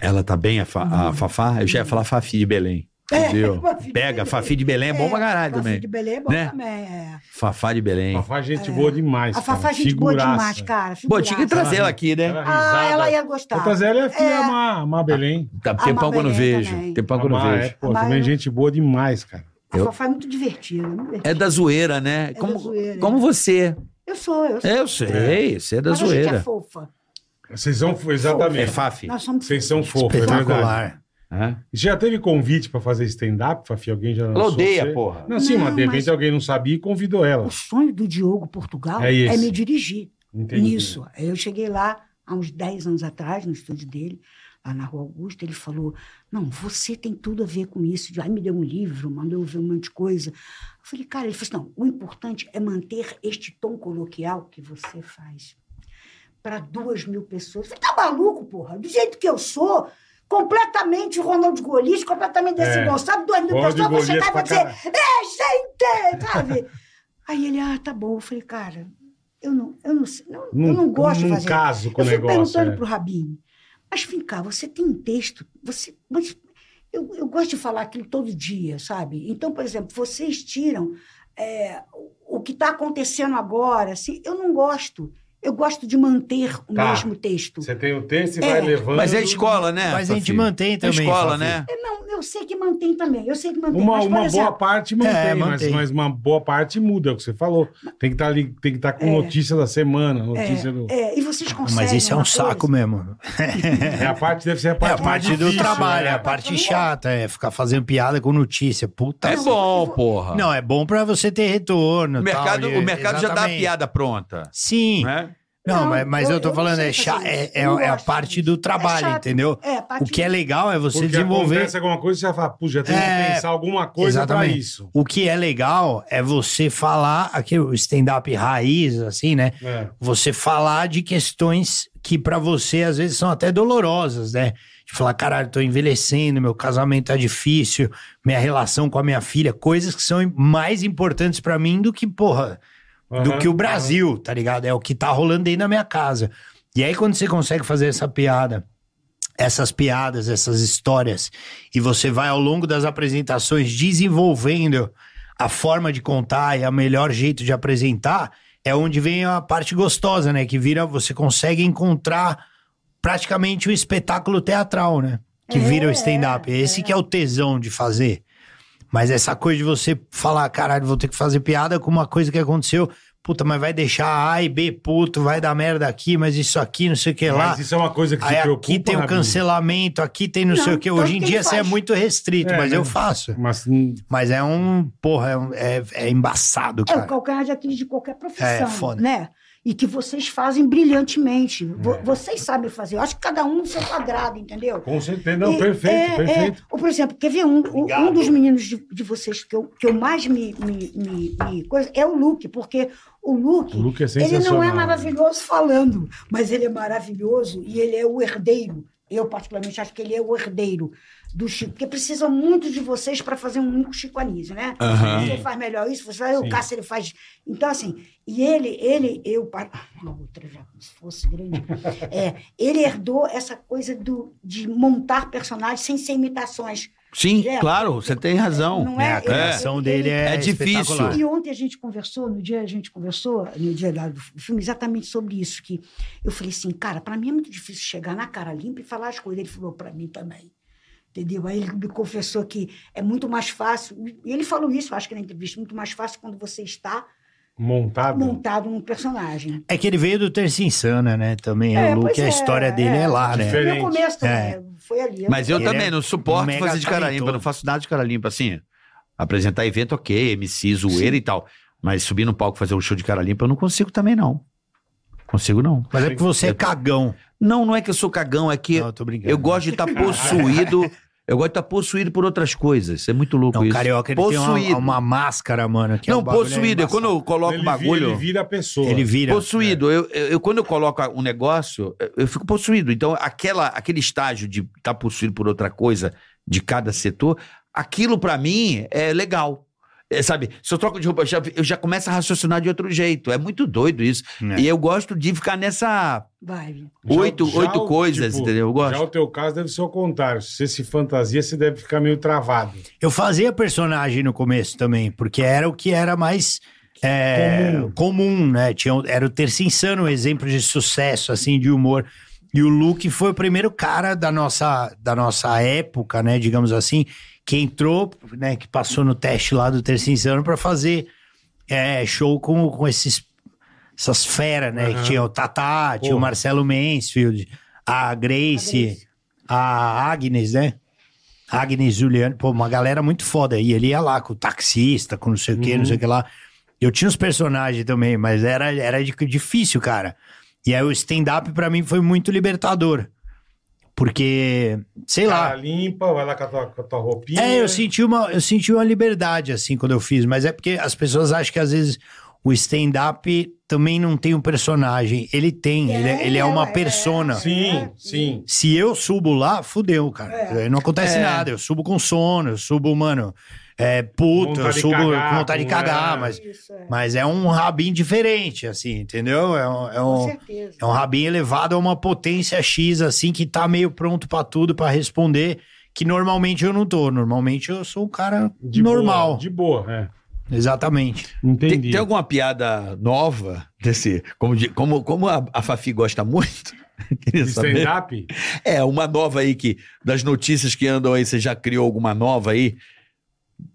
Speaker 4: Ela tá bem, a, Fa- a Fafá? Eu já ia falar Fafi de Belém. Entendeu?
Speaker 6: É. Fafi de
Speaker 4: Pega,
Speaker 6: Belém.
Speaker 4: Fafi de Belém é bom pra caralho
Speaker 6: Fafá
Speaker 4: também.
Speaker 6: de Belém é bom
Speaker 4: Né?
Speaker 6: também, é.
Speaker 4: Fafá de Belém.
Speaker 3: Fafá é gente boa demais.
Speaker 6: A Fafá é
Speaker 3: cara.
Speaker 6: gente boa
Speaker 3: Figuraça.
Speaker 6: demais, cara.
Speaker 4: Pô, tinha que
Speaker 6: figuraça.
Speaker 4: trazer ela aqui, né?
Speaker 3: Ela
Speaker 6: Ah,
Speaker 3: risada.
Speaker 6: ela ia gostar.
Speaker 3: Puta, Zé, ela é filha
Speaker 6: É.
Speaker 3: Má, Má Belém.
Speaker 4: Tá, tempão que eu não
Speaker 6: Belém
Speaker 4: vejo.
Speaker 6: também.
Speaker 4: Tempão que eu não
Speaker 3: Má, é,
Speaker 4: vejo.
Speaker 3: pô,
Speaker 6: A Má
Speaker 3: também
Speaker 6: eu-
Speaker 3: gente boa demais, cara.
Speaker 6: A
Speaker 4: Eu-
Speaker 6: Fafá é muito divertida. muito divertida.
Speaker 4: É da zoeira, né?
Speaker 6: da
Speaker 4: como,
Speaker 6: zoeira, é.
Speaker 4: como você.
Speaker 6: Eu sou, eu sou.
Speaker 4: Eu sei, você é da
Speaker 6: Mas a gente é
Speaker 4: zoeira.
Speaker 6: fofa.
Speaker 3: Vocês são,
Speaker 4: É
Speaker 3: exatamente.
Speaker 4: Faf.
Speaker 6: Nós somos
Speaker 3: Vocês são fofos, é verdade.
Speaker 5: Espetacular.
Speaker 4: Hã?
Speaker 3: Já teve convite pra fazer stand-up, Fafi? Alguém já lançou
Speaker 4: Ela odeia,
Speaker 3: você?
Speaker 4: porra.
Speaker 3: Não, sim, mas de
Speaker 6: Não,
Speaker 3: repente
Speaker 6: mas-
Speaker 3: alguém não sabia e convidou ela.
Speaker 6: O sonho do Diogo Portugal
Speaker 3: É
Speaker 6: é,
Speaker 3: esse.
Speaker 6: me dirigir
Speaker 3: Entendi.
Speaker 6: nisso. Aí Eu cheguei lá há uns 10 anos atrás, no estúdio dele, lá na Rua Augusta, ele falou: Não, você tem tudo a ver com isso. Aí me deu um livro, mandou eu ver um monte de coisa. Eu falei, cara, ele falou assim: não, o importante é manter este tom coloquial que você faz para duas mil pessoas. Eu falei, tá maluco, porra? Do jeito que eu sou. Completamente Ronald Golias, completamente desengonçado, duas mil
Speaker 3: É. Ronald
Speaker 6: pessoas, vão chegar e vou
Speaker 3: Golias
Speaker 6: dizer,
Speaker 3: pra
Speaker 6: é, gente! Sabe? Aí ele, ah, tá bom. Eu falei, cara, eu não, eu não, sei, não, eu não gosto de fazer.
Speaker 3: caso com
Speaker 6: eu
Speaker 3: o
Speaker 6: fui
Speaker 3: negócio.
Speaker 6: perguntando
Speaker 3: né?
Speaker 6: pro Rabinho, mas vem cá, você tem um texto, você, mas eu, eu gosto de falar aquilo todo dia, sabe? Então, por exemplo, vocês tiram é, o, o que está acontecendo agora, assim, eu não gosto. Eu gosto de manter o
Speaker 3: Tá.
Speaker 6: mesmo texto.
Speaker 3: Você tem o texto e
Speaker 6: É.
Speaker 3: vai levando.
Speaker 4: Mas é escola, né?
Speaker 5: Mas a gente
Speaker 4: Fafi?
Speaker 5: mantém
Speaker 4: É
Speaker 5: também. tá
Speaker 4: escola,
Speaker 5: Fafi.
Speaker 4: né?
Speaker 6: Eu Não, eu sei que mantém também, eu sei que mantém.
Speaker 3: Uma,
Speaker 6: mas, por
Speaker 3: uma boa
Speaker 6: exemplo,
Speaker 3: parte mantém,
Speaker 5: É,
Speaker 3: mas-
Speaker 5: mantém.
Speaker 3: Mas, uma boa parte muda, é o que você falou. Tem que estar ali, tem que estar com notícia da semana, notícia do.
Speaker 6: é, e vocês conseguem.
Speaker 5: Mas isso é um
Speaker 6: uma
Speaker 5: saco
Speaker 6: coisa?
Speaker 5: mesmo.
Speaker 3: É a parte, deve ser a
Speaker 5: É
Speaker 3: parte.
Speaker 5: a parte
Speaker 3: mais
Speaker 5: do
Speaker 3: difícil,
Speaker 5: trabalho, é
Speaker 3: né?
Speaker 5: a parte chata, é ficar fazendo piada com notícia. Puta.
Speaker 4: É
Speaker 5: merda.
Speaker 4: bom, porra.
Speaker 5: Não, é bom pra você ter retorno.
Speaker 4: o mercado,
Speaker 5: tal, de-
Speaker 4: o mercado já dá a
Speaker 5: exatamente.
Speaker 4: piada pronta.
Speaker 5: Sim,
Speaker 4: Né?
Speaker 5: Não,
Speaker 6: Não,
Speaker 5: mas, mas eu,
Speaker 6: eu-
Speaker 5: tô
Speaker 6: eu
Speaker 5: falando, é,
Speaker 6: não sei
Speaker 5: cha-
Speaker 6: fazer
Speaker 5: é,
Speaker 6: isso.
Speaker 5: é,
Speaker 6: Não
Speaker 5: é a
Speaker 6: gosto
Speaker 5: parte do
Speaker 6: disso. É
Speaker 5: trabalho,
Speaker 6: chato.
Speaker 5: entendeu?
Speaker 6: É, a parte
Speaker 5: O que é legal é você
Speaker 3: Porque
Speaker 5: desenvolver.
Speaker 3: acontece alguma coisa e você já fala, puxa, já tem
Speaker 5: É,
Speaker 3: que pensar alguma coisa pra
Speaker 5: exatamente.
Speaker 3: isso.
Speaker 5: O que é legal é você falar, aquele stand-up raiz, assim, né?
Speaker 3: É.
Speaker 5: Você falar de questões que pra você às vezes são até dolorosas, né? De falar, caralho, tô envelhecendo, meu casamento tá difícil, minha relação com a minha filha, coisas que são mais importantes pra mim do que, porra, do
Speaker 3: Aham.
Speaker 5: que o Brasil, tá ligado? É o que tá rolando aí na minha casa. E aí, quando você consegue fazer essa piada, essas piadas, essas histórias, e você vai ao longo das apresentações desenvolvendo a forma de contar e a melhor jeito de apresentar, é onde vem a parte gostosa, né? Que vira, você consegue encontrar praticamente o espetáculo teatral, né? Que vira o stand-up. Esse que é o tesão de fazer. Mas essa coisa de você falar, caralho, vou ter que fazer piada com uma coisa que aconteceu. Puta, mas vai deixar A e B puto, vai dar merda aqui, mas isso aqui, não sei o que lá.
Speaker 3: Mas isso é uma coisa que te
Speaker 5: Aí
Speaker 3: preocupa,
Speaker 5: aqui tem o
Speaker 3: Rabinho?
Speaker 5: cancelamento, aqui tem não,
Speaker 6: Não,
Speaker 5: sei o que.
Speaker 6: tanto
Speaker 5: Hoje em
Speaker 6: que ele
Speaker 5: dia você é
Speaker 6: faz.
Speaker 5: muito restrito,
Speaker 3: É,
Speaker 5: mas eu
Speaker 3: né?
Speaker 5: faço.
Speaker 3: Mas hum,
Speaker 5: Mas é um, porra, é, um- é- é embaçado,
Speaker 6: É o
Speaker 5: cara.
Speaker 6: calcanhar de Aquiles de qualquer profissão,
Speaker 5: É, foda.
Speaker 6: né? E que vocês fazem brilhantemente. Vo-
Speaker 5: É.
Speaker 6: Vocês sabem fazer. Eu acho que cada um no seu quadrado, entendeu?
Speaker 3: com certeza, não,
Speaker 6: E
Speaker 3: perfeito,
Speaker 6: é-
Speaker 3: perfeito.
Speaker 6: é- ou, por exemplo, quer ver um, o- um dos meninos de, de vocês que eu, que eu mais me, me, me- me coisa, é o Luke, porque o Luke,
Speaker 3: O Luke é
Speaker 6: ele não é
Speaker 3: sensacional.
Speaker 6: maravilhoso falando, mas ele é maravilhoso e ele é o herdeiro. Eu, particularmente, acho que ele é o herdeiro do Chico, porque precisa muito de vocês para fazer um único Chico Anísio, né?
Speaker 4: Aham.
Speaker 6: Você faz melhor isso, você faz, o
Speaker 3: Sim.
Speaker 6: Cássio ele faz. Então, assim, e ele, ele, eu. par- Ah, Uma outra já, como se fosse grande. É, ele herdou essa coisa do, de montar personagens sem ser imitações.
Speaker 4: Sim,
Speaker 6: É.
Speaker 4: claro, você tem razão.
Speaker 6: Não
Speaker 5: É,
Speaker 6: é,
Speaker 5: a criação
Speaker 6: ele-
Speaker 5: dele
Speaker 6: ele-
Speaker 5: é,
Speaker 4: É difícil.
Speaker 5: espetacular.
Speaker 6: E ontem a gente conversou, no dia a gente conversou, no dia da- do filme, exatamente sobre isso. Que eu falei assim, cara, pra mim é muito difícil chegar na cara limpa e falar as coisas. Ele falou, pra mim também. Entendeu? Aí ele me confessou que é muito mais fácil. E ele falou isso, eu acho que na entrevista, muito mais fácil quando você está
Speaker 3: Montado.
Speaker 6: montado num personagem.
Speaker 5: É que ele veio do Terça Insana, né? Também
Speaker 6: É,
Speaker 5: o Luke,
Speaker 6: pois
Speaker 5: a
Speaker 6: é,
Speaker 5: história dele é,
Speaker 6: é.
Speaker 5: lá, né?
Speaker 3: Diferente.
Speaker 6: No começo também,
Speaker 5: É.
Speaker 6: foi ali.
Speaker 4: Mas eu
Speaker 5: Ele é
Speaker 4: também não suporto
Speaker 5: mega
Speaker 4: fazer de cara
Speaker 5: talentoso.
Speaker 4: limpa, eu não faço nada de cara limpa, assim. Apresentar evento, ok, MC, zoeira e tal. Mas subir no palco fazer um show de cara limpa, eu não consigo também, não. Consigo, não.
Speaker 5: Mas é porque você é cagão.
Speaker 4: Não, não é que eu sou cagão, é que
Speaker 5: Não, eu tô brincando.
Speaker 4: eu gosto de estar possuído. Eu gosto de estar possuído por outras coisas. É muito louco
Speaker 5: Não, o
Speaker 4: isso.
Speaker 5: carioca ele tem uma,
Speaker 4: Possuído.
Speaker 5: uma máscara, mano. Que é
Speaker 4: não,
Speaker 5: um bagulho
Speaker 4: possuído. É
Speaker 5: embaçado.
Speaker 4: quando eu coloco
Speaker 3: Ele
Speaker 4: o
Speaker 3: vira-
Speaker 4: bagulho.
Speaker 3: Ele vira né? a pessoa.
Speaker 5: um Ele vira.
Speaker 4: Possuído. Eu, eu, eu- quando eu coloco um negócio, eu- eu fico possuído. Então, aquela, aquele estágio de estar possuído por outra coisa de cada setor, aquilo pra mim é legal. É, sabe, se eu troco de roupa, eu já, eu já começo a raciocinar de outro jeito. É muito doido isso.
Speaker 5: É.
Speaker 4: E eu gosto de ficar nessa
Speaker 6: Vai.
Speaker 3: Já-
Speaker 4: oito,
Speaker 3: já
Speaker 4: oito
Speaker 3: o-
Speaker 4: coisas,
Speaker 3: tipo,
Speaker 4: entendeu? Eu
Speaker 3: Já o
Speaker 4: gosto.
Speaker 3: teu caso deve ser o contrário. Se você se fantasia, você deve ficar meio travado.
Speaker 5: Eu fazia personagem no começo também, porque era o que era mais é, comum. né? Tinha, um- era o Terça Insano, um exemplo de sucesso, assim, de humor. E o Luke foi o primeiro cara da nossa, da nossa época, né? Digamos assim, que entrou, né? Que passou no teste lá do Terça Insano pra fazer é, show com, com esses, essas feras, né? Que tinha o Tatá, tinha o
Speaker 3: Porra.
Speaker 5: Marcelo Mansfield, a Grace, a,
Speaker 6: Grace.
Speaker 5: Agnes, né? Agnes Juliano, pô, uma galera muito foda. E ele ia lá com o taxista, com não sei o que, não sei o que lá. Eu tinha os personagens também, mas era, era di- difícil, cara. E aí o stand-up pra mim foi muito libertador. Porque, sei lá.
Speaker 3: Cara limpa, vai lá com a tua, com a tua roupinha.
Speaker 5: É, eu senti, uma, eu senti uma liberdade, assim, quando eu fiz. Mas é porque as pessoas acham que, às vezes, o stand-up também não tem um personagem. Ele tem, ele, é- ele é uma
Speaker 6: É,
Speaker 5: persona.
Speaker 3: Sim, sim.
Speaker 5: Se eu subo lá, fudeu, cara.
Speaker 6: É.
Speaker 5: Aí Não acontece nada. Eu subo com sono, eu subo, mano, é, puto,
Speaker 3: Vontade
Speaker 5: eu
Speaker 3: de
Speaker 5: subo
Speaker 3: cagar,
Speaker 5: com vontade de
Speaker 3: com-
Speaker 5: cagar,
Speaker 3: é.
Speaker 5: mas,
Speaker 6: Isso, é.
Speaker 5: mas é um rabinho diferente, assim, entendeu? É um, é
Speaker 6: Com
Speaker 5: um,
Speaker 6: certeza.
Speaker 5: é um rabinho elevado a uma potência X, assim, que tá meio pronto pra tudo, pra responder, que normalmente eu não tô. Normalmente eu sou um cara
Speaker 3: De
Speaker 5: normal.
Speaker 3: Boa, de boa, é.
Speaker 5: Exatamente.
Speaker 4: Tem,
Speaker 3: Entendi.
Speaker 4: tem alguma piada nova desse? Como, de- como, como a, a Fafi gosta muito? Queria
Speaker 3: De
Speaker 4: saber.
Speaker 3: stand-up?
Speaker 4: É, uma nova aí que, das notícias que andam aí, você já criou alguma nova aí?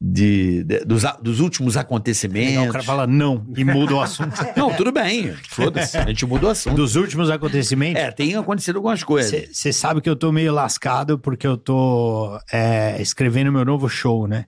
Speaker 4: De, de- dos, a- dos últimos acontecimentos.
Speaker 5: Legal, o É cara fala não e muda o assunto.
Speaker 4: Não, tudo bem. Foda-se. A gente mudou o assunto.
Speaker 5: Dos últimos acontecimentos.
Speaker 4: É, tem acontecido algumas coisas.
Speaker 5: Você sabe que eu tô meio lascado porque eu tô é, escrevendo meu novo show, né?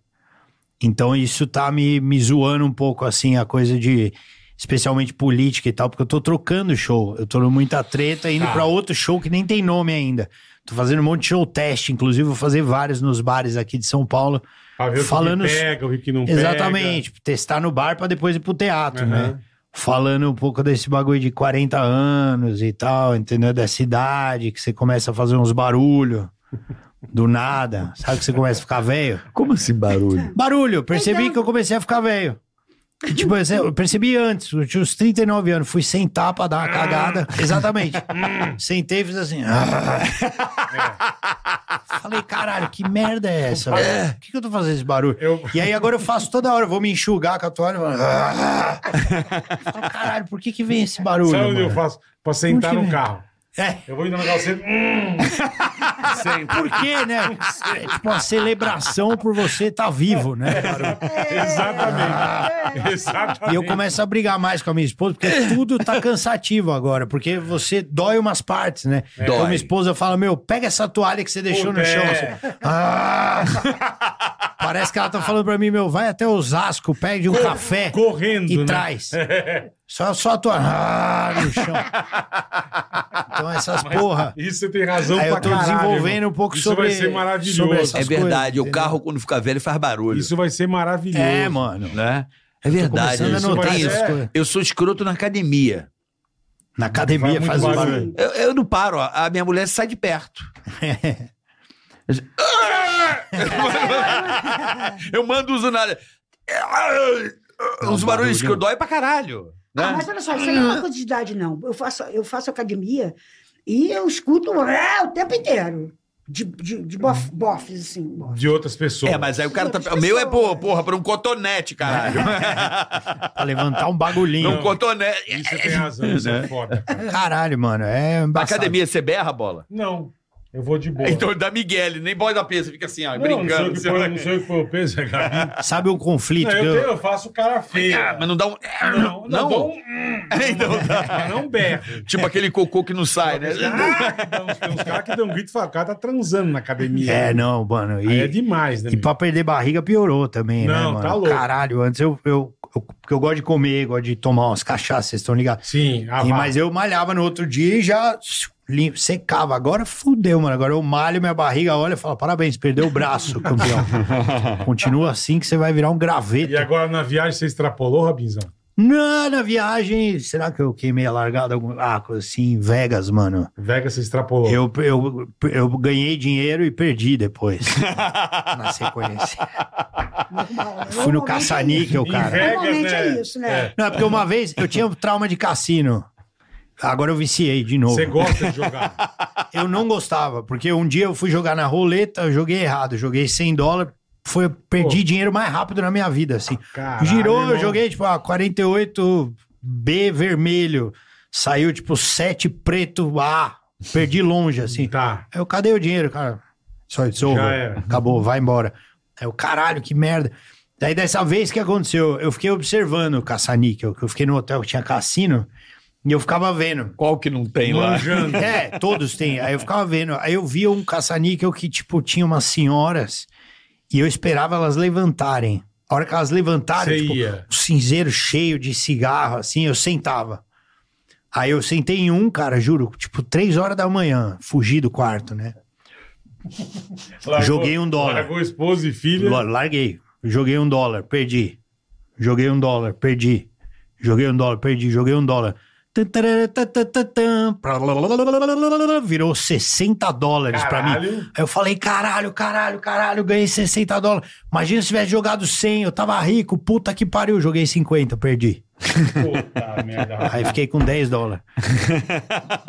Speaker 5: Então isso tá me, me zoando um pouco, assim, a coisa de especialmente política e tal, porque eu tô trocando show. Eu tô muita treta indo pra outro show que nem tem nome ainda. Tô fazendo um monte de show teste, inclusive vou fazer vários nos bares aqui de São Paulo.
Speaker 3: Pra ver
Speaker 5: Falando-
Speaker 3: o que pega, o que não pega.
Speaker 5: Exatamente, testar no bar pra depois ir pro teatro,
Speaker 3: Aham.
Speaker 5: né? Falando um pouco desse bagulho de 40 anos e tal, entendeu? Da cidade, que você começa a fazer uns barulhos do nada. Sabe que você começa a ficar velho?
Speaker 4: Como assim barulho?
Speaker 5: Barulho, percebi
Speaker 6: Então.
Speaker 5: que eu comecei a ficar velho. Que, Tipo, eu percebi antes, eu tinha uns 39 anos, fui sentar pra dar uma cagada. Exatamente. Sentei e fiz assim. Falei, caralho, que merda é essa? velho? Por que, que eu tô fazendo esse barulho?
Speaker 3: Eu-
Speaker 5: E aí agora eu faço toda hora, eu vou me enxugar com a toalha. e falo, "Ah". Eu falo, caralho, por que que vem esse barulho?
Speaker 3: Sabe onde eu
Speaker 5: mano?"
Speaker 3: faço? Pra sentar
Speaker 5: que
Speaker 3: no
Speaker 5: vem?
Speaker 3: carro.
Speaker 5: É.
Speaker 3: Eu vou indo na calceira.
Speaker 5: Por quê, né? É tipo uma celebração por você estar vivo,
Speaker 3: É,
Speaker 5: né? Barulho.
Speaker 6: É.
Speaker 3: Exatamente. Exatamente.
Speaker 5: E eu começo a brigar mais com a minha esposa, porque tudo tá cansativo agora, porque você dói umas partes, né? Então minha esposa fala, meu, pega essa toalha que você deixou
Speaker 3: Puta,
Speaker 5: no chão.
Speaker 3: é.
Speaker 5: assim. Ah! Parece que ela tá falando pra mim, meu, vai até Osasco, pede um café
Speaker 3: correndo,
Speaker 5: e
Speaker 3: né?
Speaker 5: traz. Só, só a toalha ah, no chão. Então essas porra...
Speaker 3: Isso você tem razão
Speaker 5: Aí
Speaker 3: pra
Speaker 5: eu tô
Speaker 3: caralho,
Speaker 5: desenvolvendo
Speaker 3: irmão.
Speaker 5: um pouco
Speaker 3: Isso
Speaker 5: sobre-
Speaker 3: Isso vai ser maravilhoso.
Speaker 5: sobre essa-
Speaker 4: É
Speaker 5: essas
Speaker 4: verdade,
Speaker 5: coisas,
Speaker 4: o carro quando fica velho faz barulho.
Speaker 3: Isso vai ser maravilhoso.
Speaker 5: É, mano.
Speaker 4: né? É verdade.
Speaker 5: começando a
Speaker 4: isso
Speaker 3: notar
Speaker 4: tem
Speaker 3: essas
Speaker 4: isso.
Speaker 5: coisas.
Speaker 4: Eu sou escroto na academia.
Speaker 5: Na academia
Speaker 3: Faz muito
Speaker 5: faz um
Speaker 3: barulho.
Speaker 5: barulho.
Speaker 4: Eu, eu não paro, a a minha mulher sai de perto. eu mando os nada. Os barulhos que eu um dói pra caralho. né?
Speaker 6: Ah, mas olha só, isso aí não é uma coisa de idade, não. Eu faço, eu faço academia e eu escuto rá o tempo inteiro. De, de, de bof- bofes, assim. bofe.
Speaker 3: De outras pessoas.
Speaker 4: É, mas aí o cara tá. O meu é porra, porra, pra um cotonete, caralho.
Speaker 5: Pra levantar um bagulhinho.
Speaker 4: Um
Speaker 5: é,
Speaker 4: cotonete.
Speaker 3: Isso você tem razão, isso
Speaker 5: né?
Speaker 3: é foda. cara.
Speaker 5: Caralho, mano. É embaçado.
Speaker 4: Academia, você berra a bola?
Speaker 3: Não, eu vou de boa.
Speaker 4: Então dá Miguel, nem bola da peso, fica assim, ó,
Speaker 3: não,
Speaker 4: brincando.
Speaker 3: não sei o que
Speaker 4: você
Speaker 3: foi-
Speaker 4: vai-
Speaker 3: não sei o que foi o peso, é galinha.
Speaker 5: Sabe um conflito?
Speaker 3: Não, eu,
Speaker 5: que eu-
Speaker 3: tenho- eu faço cara feia.
Speaker 5: Ah,
Speaker 4: Mas não dá um.
Speaker 3: não, não,
Speaker 4: não?
Speaker 3: dou um-
Speaker 4: Então dá.
Speaker 3: mas não berro.
Speaker 4: Tipo aquele cocô que não sai, né?
Speaker 3: Ah, Tem uns- tem uns caras que dão um grito e falam, o cara tá transando na academia.
Speaker 5: É, não, mano.
Speaker 3: Aí
Speaker 5: E,
Speaker 3: é demais, né?
Speaker 5: e pra perder barriga piorou também, né,
Speaker 3: Não,
Speaker 5: mano?
Speaker 3: tá louco.
Speaker 5: Caralho, antes eu, eu, eu, porque eu gosto de comer, gosto de tomar umas cachaças, vocês estão ligados?
Speaker 3: Sim, ah, a
Speaker 5: E,
Speaker 3: vá.
Speaker 5: mas eu malhava no outro dia e já lim- secava. Agora fudeu, mano. Agora eu malho, minha barriga olha e fala: parabéns, perdeu o braço, campeão. Continua assim que você vai virar um graveto.
Speaker 3: E agora na viagem você extrapolou, Robinzão?
Speaker 5: Não, na viagem, será que eu queimei a largada? algum- Ah, coisa assim, em Vegas, mano.
Speaker 3: Vega você extrapolou.
Speaker 5: Eu, eu, eu ganhei dinheiro e perdi depois. na sequência.
Speaker 6: Normal, né?
Speaker 5: Fui no
Speaker 6: Normalmente
Speaker 5: caça-níquel,
Speaker 3: Em
Speaker 5: cara.
Speaker 3: Vegas,
Speaker 6: Normalmente
Speaker 3: né?
Speaker 6: é isso, né?
Speaker 5: Não, é porque uma vez eu tinha um trauma de cassino. Agora eu viciei de novo.
Speaker 3: Você gosta de jogar.
Speaker 5: Eu não gostava, porque um dia eu fui jogar na roleta, eu joguei errado, eu joguei 100 dólares, foi, eu perdi dinheiro mais rápido na minha vida, assim.
Speaker 3: Caralho,
Speaker 5: Girou,
Speaker 3: irmão.
Speaker 5: eu joguei, tipo, ah, 48B vermelho, saiu, tipo, 7 preto A, perdi longe, assim.
Speaker 3: Tá.
Speaker 5: Aí eu, cadê o dinheiro, cara? Só it's over.
Speaker 3: Já era.
Speaker 5: Acabou, vai embora. Aí eu, caralho, que merda. Daí dessa vez, o que aconteceu? Eu fiquei observando o caça-níquel, que eu fiquei no hotel que tinha cassino, e eu ficava vendo.
Speaker 4: Qual que não tem lá?
Speaker 3: Manjando.
Speaker 5: É, todos têm. Aí eu ficava vendo. Aí eu via um caça-níquel que, tipo, tinha umas senhoras e eu esperava elas levantarem. A hora que elas levantaram,
Speaker 3: Você
Speaker 5: tipo,
Speaker 3: ia.
Speaker 5: o cinzeiro cheio de cigarro, assim, eu sentava. Aí eu sentei em um, cara, juro, tipo, três horas da manhã, fugi do quarto, né?
Speaker 3: Largou-
Speaker 5: Joguei um dólar.
Speaker 3: Largou esposa e filha.
Speaker 5: Lo- Larguei. Joguei um dólar, perdi. Joguei um dólar, perdi. Joguei um dólar, perdi. Joguei um dólar. Tan, tarara, tan, tan, tan, tan. Pralalalalalalala. Virou 60 dólares pra mim.
Speaker 3: Caralho.
Speaker 5: Aí eu falei, caralho, caralho, caralho, ganhei 60 dólares. Imagina se tivesse jogado 100, eu tava rico, puta que pariu, joguei 50, perdi.
Speaker 3: Puta merda.
Speaker 5: Aí fiquei com 10 dólares.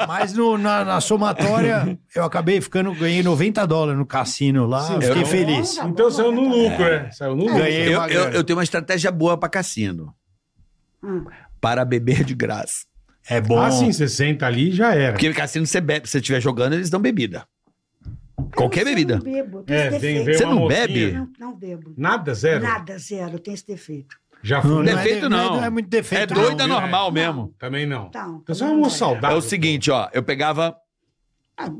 Speaker 5: Mas no- na, na somatória, eu acabei ficando, ganhei 90 dólares no cassino lá, eu fiquei
Speaker 4: eu-
Speaker 5: feliz.
Speaker 6: Tá bom,
Speaker 3: Então saiu no
Speaker 6: tá bom.
Speaker 3: lucro, é. Saiu no lucro.
Speaker 5: Ganhei
Speaker 4: Eu,
Speaker 5: uma
Speaker 4: eu-
Speaker 5: grana.
Speaker 4: eu tenho uma estratégia boa pra cassino.
Speaker 6: Hum.
Speaker 4: Para beber de graça.
Speaker 5: É bom.
Speaker 3: Ah, sim, você senta ali e já era.
Speaker 4: Porque cassino você bebe, se você estiver jogando, eles dão bebida. Qualquer
Speaker 6: Eu não
Speaker 4: bebida.
Speaker 6: bebo, eu tenho
Speaker 3: É,
Speaker 6: esse
Speaker 3: vem, vem
Speaker 6: defeito.
Speaker 4: Você
Speaker 3: uma
Speaker 4: não
Speaker 3: mocinha.
Speaker 4: bebe?
Speaker 6: Não, não bebo.
Speaker 3: Nada, zero?
Speaker 6: Nada, zero. Eu tenho esse defeito.
Speaker 3: Já fui.
Speaker 4: Não é defeito, não.
Speaker 5: é muito
Speaker 4: É
Speaker 5: defeito.
Speaker 4: doida
Speaker 3: não,
Speaker 4: normal mesmo.
Speaker 3: Também não.
Speaker 6: Então,
Speaker 3: Então você é
Speaker 6: também
Speaker 3: um
Speaker 6: não.
Speaker 3: saudável.
Speaker 4: É o seguinte, ó. Eu pegava.
Speaker 6: Ah,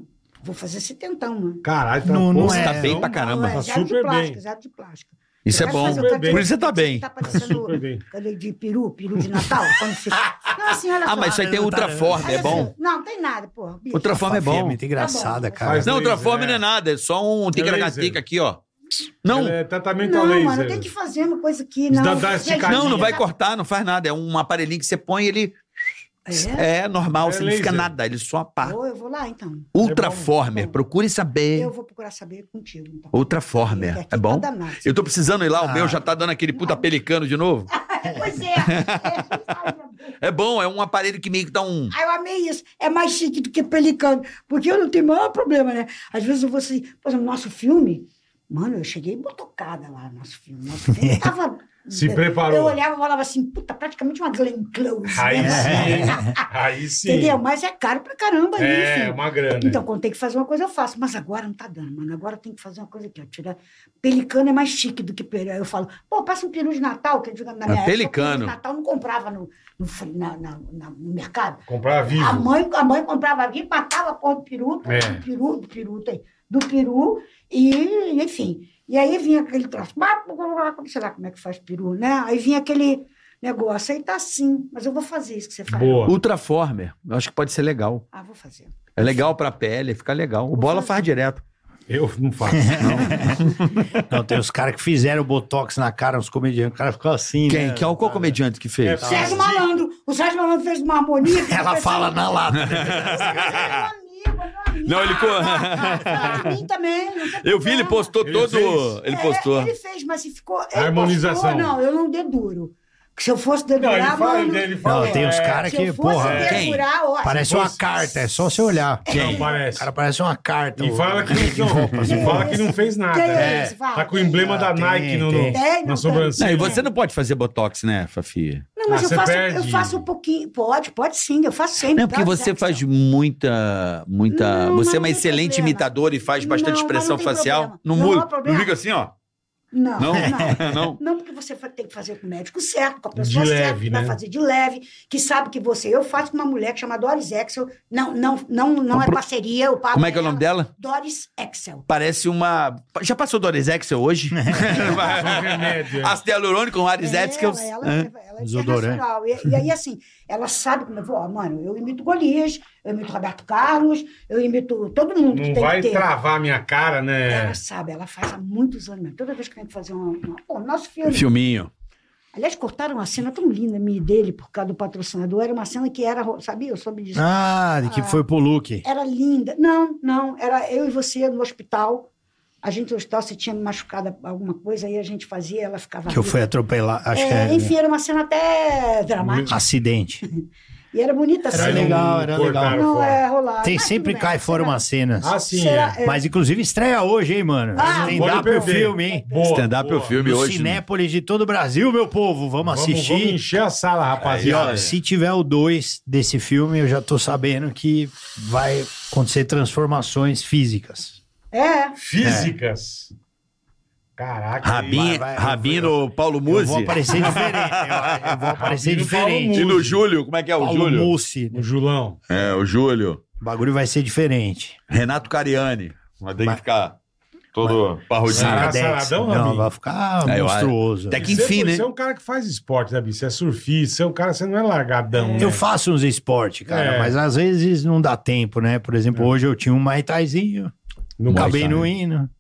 Speaker 6: vou fazer setentão, né?
Speaker 3: Caralho,
Speaker 5: Não, não
Speaker 3: porra,
Speaker 5: é.
Speaker 4: Tá bem
Speaker 3: não.
Speaker 4: pra caramba.
Speaker 6: Não, é
Speaker 3: Tá
Speaker 6: zero
Speaker 3: super
Speaker 6: de plástica,
Speaker 3: bem.
Speaker 6: zero de plástica.
Speaker 4: Isso é
Speaker 6: Vai
Speaker 4: bom.
Speaker 6: fazer o
Speaker 3: bem.
Speaker 4: Por isso você tá
Speaker 6: tá
Speaker 4: bem.
Speaker 6: parecendo
Speaker 3: Super bem.
Speaker 6: cadê, de peru, peru de Natal. Quando você... Não, assim, olha
Speaker 4: Ah,
Speaker 6: só.
Speaker 4: mas isso aí tem
Speaker 5: Olha,
Speaker 4: ultraforme, é
Speaker 6: Olha
Speaker 4: bom?
Speaker 6: assim, Não, tem nada, porra. bicho.
Speaker 4: Ultraforme é
Speaker 5: Fafia
Speaker 4: bom.
Speaker 5: muito engraçada,
Speaker 6: Tá bom.
Speaker 5: cara.
Speaker 3: Faz-
Speaker 4: Não,
Speaker 3: Laser,
Speaker 4: ultraforme não
Speaker 3: é.
Speaker 4: é nada, é só um tica-tica-tica aqui, ó. Não,
Speaker 3: É tratamento a
Speaker 6: Não,
Speaker 3: laser.
Speaker 6: mano, tem que fazer uma coisa que
Speaker 3: Dá-
Speaker 6: não...
Speaker 3: dá esticadinha.
Speaker 4: não, não vai cortar, não faz nada. É um aparelhinho que você põe ele
Speaker 6: É?
Speaker 4: é, normal,
Speaker 3: É
Speaker 4: você não fica
Speaker 3: laser.
Speaker 4: nada, ele só pá.
Speaker 6: Ou eu vou lá, então.
Speaker 4: Ultraformer,
Speaker 6: bom.
Speaker 4: procure saber.
Speaker 6: Eu vou procurar saber contigo, então.
Speaker 4: Ultraformer,
Speaker 6: Aqui
Speaker 4: é bom?
Speaker 6: tá danado.
Speaker 4: Eu tô precisando ir lá, o
Speaker 5: Ah.
Speaker 4: meu já tá dando aquele puta pelicano de novo.
Speaker 6: Pois é. é.
Speaker 4: É bom, é um aparelho que meio que dá um.
Speaker 6: Ah, eu amei isso. É mais chique do que pelicano. Porque eu não tenho o maior problema, né? Às vezes eu vou assim, por exemplo, nosso filme. Mano, eu cheguei botocada lá no nosso filme. Nosso filme tava.
Speaker 3: Se preparou.
Speaker 6: Eu olhava e falava assim, puta, praticamente uma Glenn Close. né?
Speaker 3: Aí sim. Aí sim.
Speaker 6: Entendeu? Mas é caro pra caramba,
Speaker 3: É,
Speaker 6: enfim.
Speaker 3: uma grana.
Speaker 6: Então, quando tem que fazer uma coisa, eu faço. Mas agora não tá dando, mano. Agora tem que fazer uma coisa aqui, ó. Tirar... Pelicano é mais chique do que peru. Aí eu falo, pô, passa um peru de Natal, que eu digo, na minha época,
Speaker 4: pelicano.
Speaker 6: peru de Natal eu não comprava no, no, fri- na- na- na- no mercado.
Speaker 3: Comprar vivo.
Speaker 6: A mãe, a mãe comprava aqui, matava a porra do peru,
Speaker 3: É.
Speaker 6: do peru, do peru, tem- do peru, e enfim. E aí vinha aquele troço, blá, blá, blá, blá, sei lá como é que faz peru, né? Aí vinha aquele negócio, aí tá assim, mas eu vou fazer isso que você faz.
Speaker 3: Boa.
Speaker 4: Ultraformer, eu acho que pode ser legal.
Speaker 6: Ah, vou fazer.
Speaker 4: É legal pra pele, fica legal. O bola faz direto.
Speaker 3: Eu não faço.
Speaker 5: Não, tem os caras que fizeram botox na cara, uns comediantes. O cara ficou assim,
Speaker 4: Quem?
Speaker 5: né?
Speaker 4: Que, é qual
Speaker 6: É.
Speaker 4: comediante que fez?
Speaker 6: Sérgio Malandro, o Sérgio Malandro fez uma harmonia. que
Speaker 5: Ela
Speaker 6: eu pensei,
Speaker 5: fala na lata. né?
Speaker 6: "Meu amigo, meu amigo."
Speaker 4: Não, ele co-
Speaker 6: Ah, de mim também. não tem
Speaker 4: Eu vi, ele
Speaker 6: problema.
Speaker 4: postou
Speaker 3: Ele
Speaker 4: todo.
Speaker 3: fez?
Speaker 4: Ele
Speaker 6: É,
Speaker 4: postou.
Speaker 6: Ele fez, mas se ficou. ele
Speaker 3: harmonização.
Speaker 6: postou, não, eu não deduro. Que se eu fosse
Speaker 3: Não,
Speaker 6: dedurar,
Speaker 3: ele fala,
Speaker 6: mano,
Speaker 3: ele fala.
Speaker 5: Não, tem uns
Speaker 3: é,
Speaker 5: caras
Speaker 6: se
Speaker 5: que,
Speaker 6: eu fosse um-
Speaker 5: porra,
Speaker 6: dedurar, ó,
Speaker 5: parece uma carta, é só você olhar.
Speaker 3: Não,
Speaker 5: O
Speaker 3: parece.
Speaker 5: cara parece uma carta.
Speaker 3: E
Speaker 5: o-
Speaker 3: fala que não, não, fala que não fez nada.
Speaker 6: Quem é
Speaker 3: né?
Speaker 6: esse? Fala.
Speaker 3: Tá com o emblema da
Speaker 5: Tem,
Speaker 3: Nike no, no-
Speaker 5: tem.
Speaker 6: Tem, não
Speaker 3: na
Speaker 6: tem.
Speaker 4: Não,
Speaker 3: sobrancelha.
Speaker 4: e você não pode fazer botox, né, Fafi?
Speaker 6: Não, mas
Speaker 3: Ah,
Speaker 6: eu,
Speaker 3: você
Speaker 6: faço, eu
Speaker 3: perde.
Speaker 6: faço um pouquinho. Pode, pode sim, eu faço sempre.
Speaker 4: Não, porque
Speaker 6: tá?
Speaker 4: você
Speaker 6: Jackson.
Speaker 4: faz muita, muita.
Speaker 6: Não, mas
Speaker 4: você é
Speaker 6: não
Speaker 4: uma
Speaker 6: tem
Speaker 4: excelente
Speaker 6: problema.
Speaker 4: imitadora e faz bastante
Speaker 6: Não, mas
Speaker 4: expressão
Speaker 6: não tem
Speaker 4: facial.
Speaker 6: problema.
Speaker 4: Não
Speaker 6: Não há
Speaker 4: muda. Não
Speaker 6: problema.
Speaker 4: liga assim, ó.
Speaker 6: Não,
Speaker 4: Não?
Speaker 6: não.
Speaker 4: não.
Speaker 6: Não, porque você fa- tem que fazer com o médico certo, com a pessoa
Speaker 3: De
Speaker 6: certa,
Speaker 3: leve,
Speaker 6: que vai
Speaker 3: né?
Speaker 6: fazer de leve, que sabe que você. Eu faço com uma mulher que chama Doris Excel. Não, não, não, não é
Speaker 4: Pro-
Speaker 6: parceria, eu pago.
Speaker 4: Como é que é o nome dela?
Speaker 6: Doris Excel.
Speaker 4: Parece uma. Já passou do Arexel hoje?
Speaker 3: remédio, é.
Speaker 4: Ácido hialurônico, um
Speaker 6: É,
Speaker 4: Arexel.
Speaker 6: Ela, ela,
Speaker 4: Hã?
Speaker 6: ela, ela é
Speaker 5: Desodorante.
Speaker 6: internacional. E, e aí, assim, ela sabe como eu vou. Ó, mano, eu imito Golias, eu imito Roberto Carlos, eu imito todo mundo que
Speaker 3: Não
Speaker 6: tem
Speaker 3: vai
Speaker 6: que ter.
Speaker 3: travar a minha cara, né?
Speaker 6: Ela sabe, ela faz há muitos anos. mesmo. Toda vez que eu tenho que fazer uma. uma... Pô, nosso filme.
Speaker 4: Filminho.
Speaker 6: Aliás, cortaram uma cena tão linda minha e dele por causa do patrocinador. Era uma cena que era. ro- Sabia? Eu soube disso.
Speaker 5: Ah, que foi pro Luke.
Speaker 6: Era linda. Não, não. Era eu e você no hospital. A gente no hospital, você tinha me machucado alguma coisa, aí a gente fazia, ela ficava.
Speaker 5: Que eu
Speaker 6: ali.
Speaker 5: fui atropelar, acho que
Speaker 6: É,
Speaker 5: é.
Speaker 6: Enfim, era uma cena até dramática.
Speaker 5: Acidente.
Speaker 6: E era bonita a
Speaker 5: Era
Speaker 3: Aí
Speaker 6: cena.
Speaker 3: não
Speaker 5: legal, era
Speaker 3: cortaram
Speaker 5: legal.
Speaker 6: Não
Speaker 3: fora.
Speaker 6: é rolar.
Speaker 5: Tem
Speaker 6: Mas
Speaker 5: sempre
Speaker 6: tudo bem,
Speaker 5: cai fora
Speaker 6: será-
Speaker 5: umas cenas.
Speaker 3: Ah, sim.
Speaker 6: será-
Speaker 3: é.
Speaker 6: é.
Speaker 5: Mas inclusive estreia hoje, hein, mano?
Speaker 6: Ah,
Speaker 3: Pode
Speaker 5: Stand-up o
Speaker 3: perder.
Speaker 5: filme, hein?
Speaker 3: Boa,
Speaker 4: Stand-up é o
Speaker 3: boa.
Speaker 4: filme
Speaker 5: No
Speaker 4: hoje.
Speaker 5: Cinépolis de todo o Brasil, meu povo. Vamos
Speaker 3: Vamos, É.
Speaker 5: assistir.
Speaker 3: vamos encher a sala,
Speaker 5: E ó,
Speaker 3: rapaziada.
Speaker 5: se tiver o 2 desse filme, eu já tô sabendo que vai acontecer transformações físicas.
Speaker 6: É.
Speaker 4: É.
Speaker 3: Físicas. Caraca.
Speaker 4: Rabin,
Speaker 5: Vai, vai,
Speaker 4: Rabino Paulo
Speaker 5: Eu
Speaker 4: Musi.
Speaker 5: vou aparecer diferente. Eu, eu vou aparecer
Speaker 3: Rapidinho, Paulo
Speaker 5: diferente.
Speaker 4: E no Júlio, como é que é o
Speaker 5: Paulo
Speaker 4: Júlio?
Speaker 5: Mussi.
Speaker 3: O Julão.
Speaker 4: É, o Júlio.
Speaker 5: O bagulho vai ser diferente.
Speaker 4: Renato Cariani. Mas tem que
Speaker 5: Mas-
Speaker 4: ficar todo
Speaker 3: Será
Speaker 4: parrudinho.
Speaker 5: Saradex.
Speaker 3: saradão,
Speaker 5: Não,
Speaker 3: Rabin?
Speaker 5: vai ficar
Speaker 4: É, eu-
Speaker 5: monstruoso.
Speaker 4: Até que enfim,
Speaker 3: você,
Speaker 4: né?
Speaker 3: Você é um cara que faz esporte, né, bicho? Você é surfista, você é um cara, você não é largadão. né?
Speaker 5: Eu faço uns esportes, cara,
Speaker 3: É.
Speaker 5: mas às vezes não dá tempo, né? Por exemplo, hoje eu tinha um maitaizinho,
Speaker 3: Não
Speaker 5: acabei
Speaker 3: gosta,
Speaker 5: no
Speaker 3: né?
Speaker 5: hino.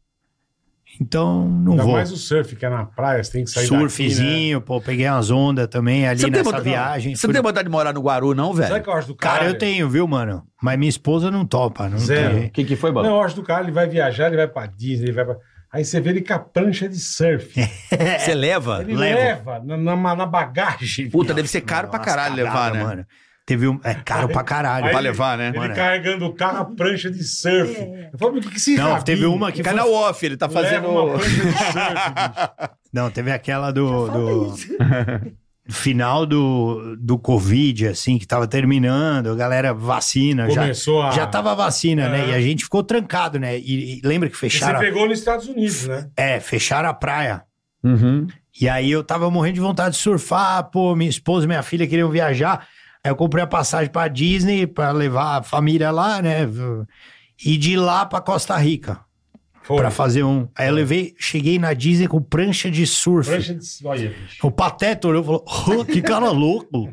Speaker 5: Então, não
Speaker 3: Ainda
Speaker 5: vou.
Speaker 3: mais o surf, que é na praia, você tem que sair daqui, né?
Speaker 5: Surfzinho, pô, peguei umas ondas também ali
Speaker 4: Você não tem
Speaker 5: nessa
Speaker 4: vontade-
Speaker 5: viagem.
Speaker 4: Você não tem vontade de morar no Guaru, não,
Speaker 3: Sabe o
Speaker 4: velho?
Speaker 3: que eu acho do
Speaker 5: Cara,
Speaker 3: cara?
Speaker 5: eu tenho, viu, mano? Mas minha esposa não topa, não
Speaker 3: Zero.
Speaker 5: tem.
Speaker 4: que, que foi,
Speaker 3: Não, eu acho do cara, ele vai viajar, ele vai pra Disney, ele vai pra... Aí você vê ele com a prancha de surf.
Speaker 4: Você leva?
Speaker 3: Ele
Speaker 5: É, Leva.
Speaker 3: leva na, na, na bagagem.
Speaker 4: Puta, deve ser caro pra
Speaker 5: Umas
Speaker 4: caralho levar,
Speaker 5: cagadas,
Speaker 4: né?
Speaker 5: Mano. Teve um. É caro pra caralho.
Speaker 3: Aí
Speaker 4: Pra
Speaker 3: ele-
Speaker 4: levar, né?
Speaker 3: Ele
Speaker 5: Mano.
Speaker 3: carregando o carro, a prancha de surf. Eu falo, mas o que, que esse
Speaker 5: Não,
Speaker 3: rabinho
Speaker 5: teve uma que.
Speaker 4: Canal off, ele tá
Speaker 3: leva
Speaker 4: fazendo.
Speaker 3: uma prancha de surf,
Speaker 5: Não, teve aquela do. do...
Speaker 6: Fala isso.
Speaker 5: do final do, do Covid, assim, que tava terminando, a galera vacina.
Speaker 3: bicho?
Speaker 5: Já,
Speaker 3: Começou a...
Speaker 5: já tava vacina,
Speaker 3: É.
Speaker 5: né? E a gente ficou trancado, né? E, e lembra que
Speaker 3: Você
Speaker 5: fecharam.
Speaker 3: pegou nos Estados Unidos, né?
Speaker 5: É, fecharam a praia.
Speaker 4: Uhum.
Speaker 5: E aí eu tava morrendo de vontade de surfar, pô, minha esposa e minha filha queriam viajar. Aí eu comprei a passagem pra Disney pra levar a família lá, né? E de lá pra Costa Rica.
Speaker 3: Foi.
Speaker 5: pra fazer um. Aí eu levei, cheguei na Disney com prancha de surf.
Speaker 3: Prancha de. Olha, bicho.
Speaker 5: O Pateta olhou e falou: "Hã, que cara louco!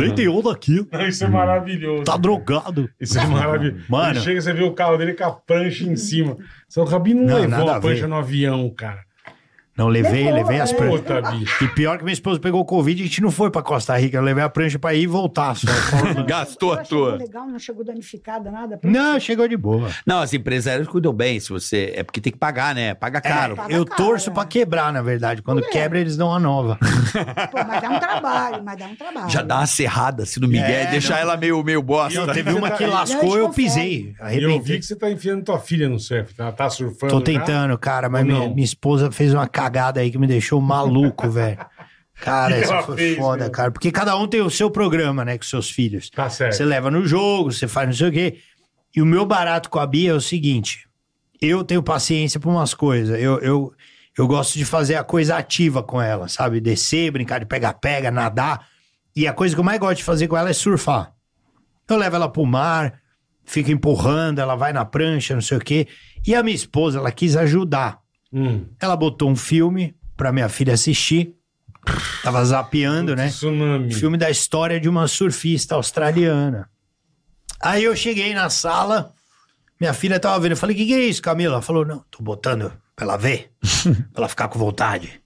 Speaker 5: Nem tem onda aqui,
Speaker 3: Não, isso é maravilhoso.
Speaker 5: tá drogado.
Speaker 3: Isso é maravilhoso.
Speaker 5: Mano.
Speaker 3: Ele chega, você vê o carro dele com a prancha em cima. Só o Rabino não
Speaker 5: Não,
Speaker 3: levou
Speaker 5: nada
Speaker 3: a
Speaker 5: a
Speaker 3: prancha
Speaker 5: ver.
Speaker 3: no avião, cara.
Speaker 5: Não, levei, levei
Speaker 3: é.
Speaker 5: as pranchas.
Speaker 3: Puta, bicho.
Speaker 5: E pior que minha esposa pegou Covid, a gente não foi pra Costa Rica. Eu levei a prancha pra ir e voltar só.
Speaker 4: Gastou
Speaker 6: Ela
Speaker 4: a
Speaker 6: chegou
Speaker 4: tua.
Speaker 6: legal, não chegou danificada, nada.
Speaker 5: não, chegou de boa.
Speaker 4: Não, as empresárias cuidam bem, se você. É porque tem que pagar, né?
Speaker 5: É,
Speaker 4: Paga caro.
Speaker 6: paga.
Speaker 5: Eu
Speaker 6: cara.
Speaker 5: torço pra quebrar, na verdade. Quando quebra, eles dão a nova.
Speaker 6: Pô, mas dá um trabalho, mas dá um trabalho.
Speaker 4: Já dá uma serrada assim no Miguel,
Speaker 5: É,
Speaker 4: deixar ela meio, meio bosta.
Speaker 3: Eu
Speaker 5: Teve uma que lascou, eu pisei.
Speaker 3: E eu vi
Speaker 5: Arrebentei.
Speaker 3: que você tá enfiando tua filha no surf. Ela tá surfando.
Speaker 5: Tô
Speaker 3: já.
Speaker 5: tentando, cara, mas
Speaker 3: Ou
Speaker 5: minha,
Speaker 3: não?
Speaker 5: minha esposa fez uma cagada aí que me deixou maluco, velho. Cara,
Speaker 3: Que que
Speaker 5: essa
Speaker 3: ela
Speaker 5: foi
Speaker 3: fez, né?
Speaker 5: foda,
Speaker 3: meu?
Speaker 5: cara. Porque cada um tem o seu programa, né, com seus filhos.
Speaker 3: Tá certo.
Speaker 5: Você leva no jogo, você faz não sei o quê. E o meu barato com a Bia é o seguinte: eu tenho paciência pra umas coisas. Eu, eu, eu gosto de fazer a coisa ativa com ela, sabe? Descer, brincar de pega-pega, nadar. E a coisa que eu mais gosto de fazer com ela é surfar. Eu levo ela pro mar, fico empurrando, ela vai na prancha, não sei o quê. E a minha esposa, ela quis ajudar.
Speaker 3: Hum.
Speaker 5: Ela botou um filme pra minha filha assistir. Tava zapeando, né?
Speaker 3: Tsunami.
Speaker 5: Filme da história de uma surfista australiana. Aí eu cheguei na sala, minha filha tava vendo. Eu falei, o que, que é isso, Camila? Ela falou, não, tô botando pra ela ver, pra ela ficar com vontade.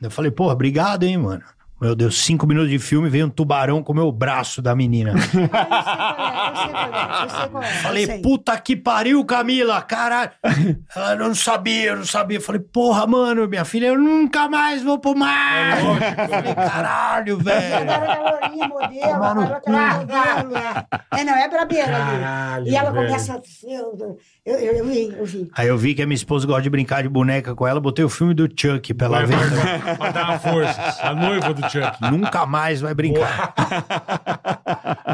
Speaker 5: Eu falei, porra, obrigado, hein, mano. Meu Deus, cinco minutos de filme, veio um tubarão comer o braço da menina.
Speaker 6: Ah, Eu é, sei qual é, eu sei qual é, eu sei qual é, eu
Speaker 5: Falei,
Speaker 6: sei.
Speaker 5: puta que pariu, Camila, caralho. Ela eu não sabia, eu não sabia. Falei, porra, mano, minha filha, eu nunca mais vou pro mar. Falei, caralho,
Speaker 6: Agora
Speaker 5: velho.
Speaker 6: ela é lourinha, modelo,
Speaker 5: Tomar no
Speaker 6: agora ela é modelo. É, não, é brabeira ali.
Speaker 3: Caralho,
Speaker 6: E ela
Speaker 3: velho.
Speaker 6: começa. Eu, eu, eu, eu vi, eu vi.
Speaker 5: Aí eu vi que a minha esposa gosta de brincar de boneca com ela, botei o filme do Chuck pra
Speaker 3: Vai,
Speaker 5: ela ver.
Speaker 3: vai,
Speaker 5: também.
Speaker 3: vai, Pra dar uma força. A noiva do Chuck.
Speaker 5: Nunca mais vai brincar.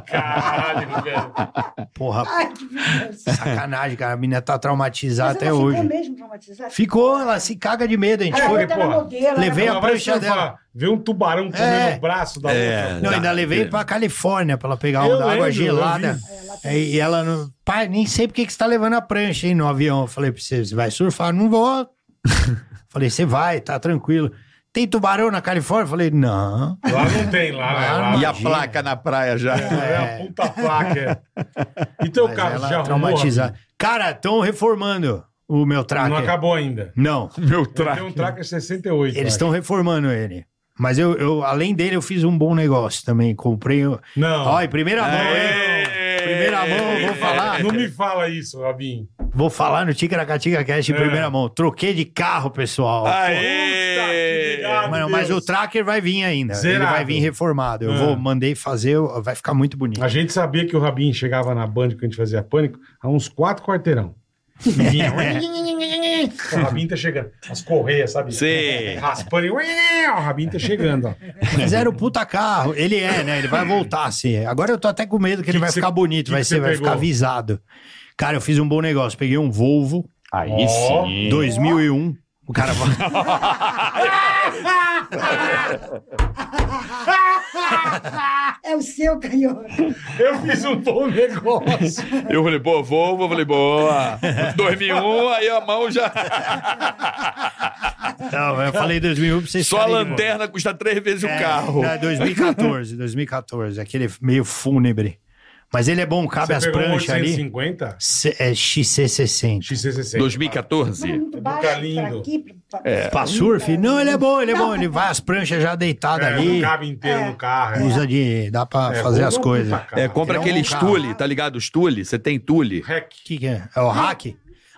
Speaker 3: Caralho, velho.
Speaker 5: Porra,
Speaker 6: Ai, que vingança.
Speaker 5: sacanagem, cara. A menina tá traumatizada
Speaker 6: Mas
Speaker 5: até
Speaker 6: ela
Speaker 5: hoje.
Speaker 6: Ficou mesmo traumatizada?
Speaker 5: Ficou, ela se caga de medo, a gente
Speaker 6: Ela
Speaker 5: foi.
Speaker 6: foi, ela
Speaker 3: porra.
Speaker 6: modelo.
Speaker 5: Levei
Speaker 6: ela...
Speaker 5: a-
Speaker 3: Ela vai
Speaker 5: prancha
Speaker 3: surfar.
Speaker 5: dela.
Speaker 3: Vê um tubarão comendo
Speaker 5: É.
Speaker 3: o braço da
Speaker 4: É.
Speaker 3: outra.
Speaker 5: Não, ainda
Speaker 4: Dá,
Speaker 5: levei
Speaker 4: entendeu?
Speaker 5: pra Califórnia pra ela pegar
Speaker 3: Eu
Speaker 5: onda, água
Speaker 3: lembro, eu
Speaker 5: gelada.
Speaker 6: É,
Speaker 5: É,
Speaker 3: vi.
Speaker 6: tá
Speaker 5: E ela não. Pai, nem sei porque que você tá levando a prancha, hein, no avião. Eu falei pra você, você vai surfar? Não vou. falei, você vai, tá tranquilo. Tem tubarão na Califórnia? Eu falei, não.
Speaker 3: Lá não tem, lá.
Speaker 5: Ah,
Speaker 3: lá,
Speaker 4: E
Speaker 3: lá
Speaker 4: a placa na praia já.
Speaker 3: é a puta placa. é. E teu
Speaker 5: Mas
Speaker 3: carro
Speaker 5: ela
Speaker 3: já arrumou?
Speaker 5: traumatizada. Cara, estão reformando o meu tracker.
Speaker 3: Não acabou ainda.
Speaker 5: Não,
Speaker 4: Meu
Speaker 3: Tem
Speaker 4: traque.
Speaker 3: um Tracker 68.
Speaker 5: eles
Speaker 3: acho.
Speaker 5: estão reformando ele. Mas eu, eu, além dele, eu fiz um bom negócio também. Comprei. o-
Speaker 3: Não. É.
Speaker 5: Ó, em primeira
Speaker 4: É.
Speaker 5: mão, hein?
Speaker 3: Aê!
Speaker 5: Primeira mão, vou falar.
Speaker 3: Não me fala isso, Rabin.
Speaker 5: Vou falar no Ticaracatica Cash em
Speaker 3: É.
Speaker 5: primeira mão. Troquei de carro, pessoal.
Speaker 3: Puta, que
Speaker 5: Mano,
Speaker 3: ligado,
Speaker 5: mas o
Speaker 3: Deus.
Speaker 5: tracker vai vir ainda. Ele
Speaker 3: Zerado.
Speaker 5: vai vir reformado. Eu
Speaker 3: É.
Speaker 5: vou, mandei fazer, vai ficar muito bonito.
Speaker 3: A gente sabia que o Rabin chegava na Band quando a gente fazia pânico há uns quatro quarteirão. E vinha. o Rabin tá chegando. As correias, sabe?
Speaker 4: Sim.
Speaker 3: Raspando. e O Rabin tá chegando, ó.
Speaker 5: Mas era o puta carro. Ele é, né? Ele vai voltar, assim. Agora eu tô até com medo que, ele
Speaker 3: Que
Speaker 5: vai
Speaker 3: que
Speaker 5: ficar
Speaker 3: você-
Speaker 5: bonito,
Speaker 3: que
Speaker 5: vai,
Speaker 3: que
Speaker 5: ser,
Speaker 3: você
Speaker 5: vai
Speaker 3: pegou?
Speaker 5: ficar avisado. Cara, eu fiz um bom negócio. Peguei um Volvo
Speaker 4: Aí
Speaker 3: Ó,
Speaker 4: sim.
Speaker 5: 2001. O cara fala.
Speaker 6: É o seu canhoto.
Speaker 3: Eu fiz um bom negócio.
Speaker 4: Eu falei, pô, Volvo, eu falei, boa. 2001, aí a mão já.
Speaker 5: Não, eu falei 2001 pra vocês
Speaker 4: Só a
Speaker 5: ficarem de boa.
Speaker 4: lanterna custa três vezes o
Speaker 5: É,
Speaker 4: carro.
Speaker 5: não, é 2014, 2014. Aquele meio fúnebre. Mas ele é bom, cabe as
Speaker 3: pegou um
Speaker 5: pranchas ali.
Speaker 3: 850?
Speaker 5: C- é XC60.
Speaker 3: XC60.
Speaker 5: É
Speaker 4: 2014?
Speaker 6: Muito
Speaker 3: do
Speaker 6: baixo
Speaker 3: Galindo.
Speaker 6: pra aqui. Pra... É.
Speaker 5: Pra surf? Não, ele é bom, ele é bom. Ele vai as pranchas já deitadas
Speaker 3: É,
Speaker 5: ali.
Speaker 3: não cabe inteiro no carro. é.
Speaker 5: Usa de. Dá pra
Speaker 3: É,
Speaker 5: fazer
Speaker 3: ou
Speaker 5: as
Speaker 3: não
Speaker 5: coisas.
Speaker 3: puta
Speaker 5: O
Speaker 3: carro.
Speaker 4: É, compra
Speaker 5: Ele é um
Speaker 4: aquele
Speaker 5: carro.
Speaker 4: Stule, tá ligado? Stule, você tem Tule.
Speaker 3: Rec.
Speaker 5: que, que é? É o hack?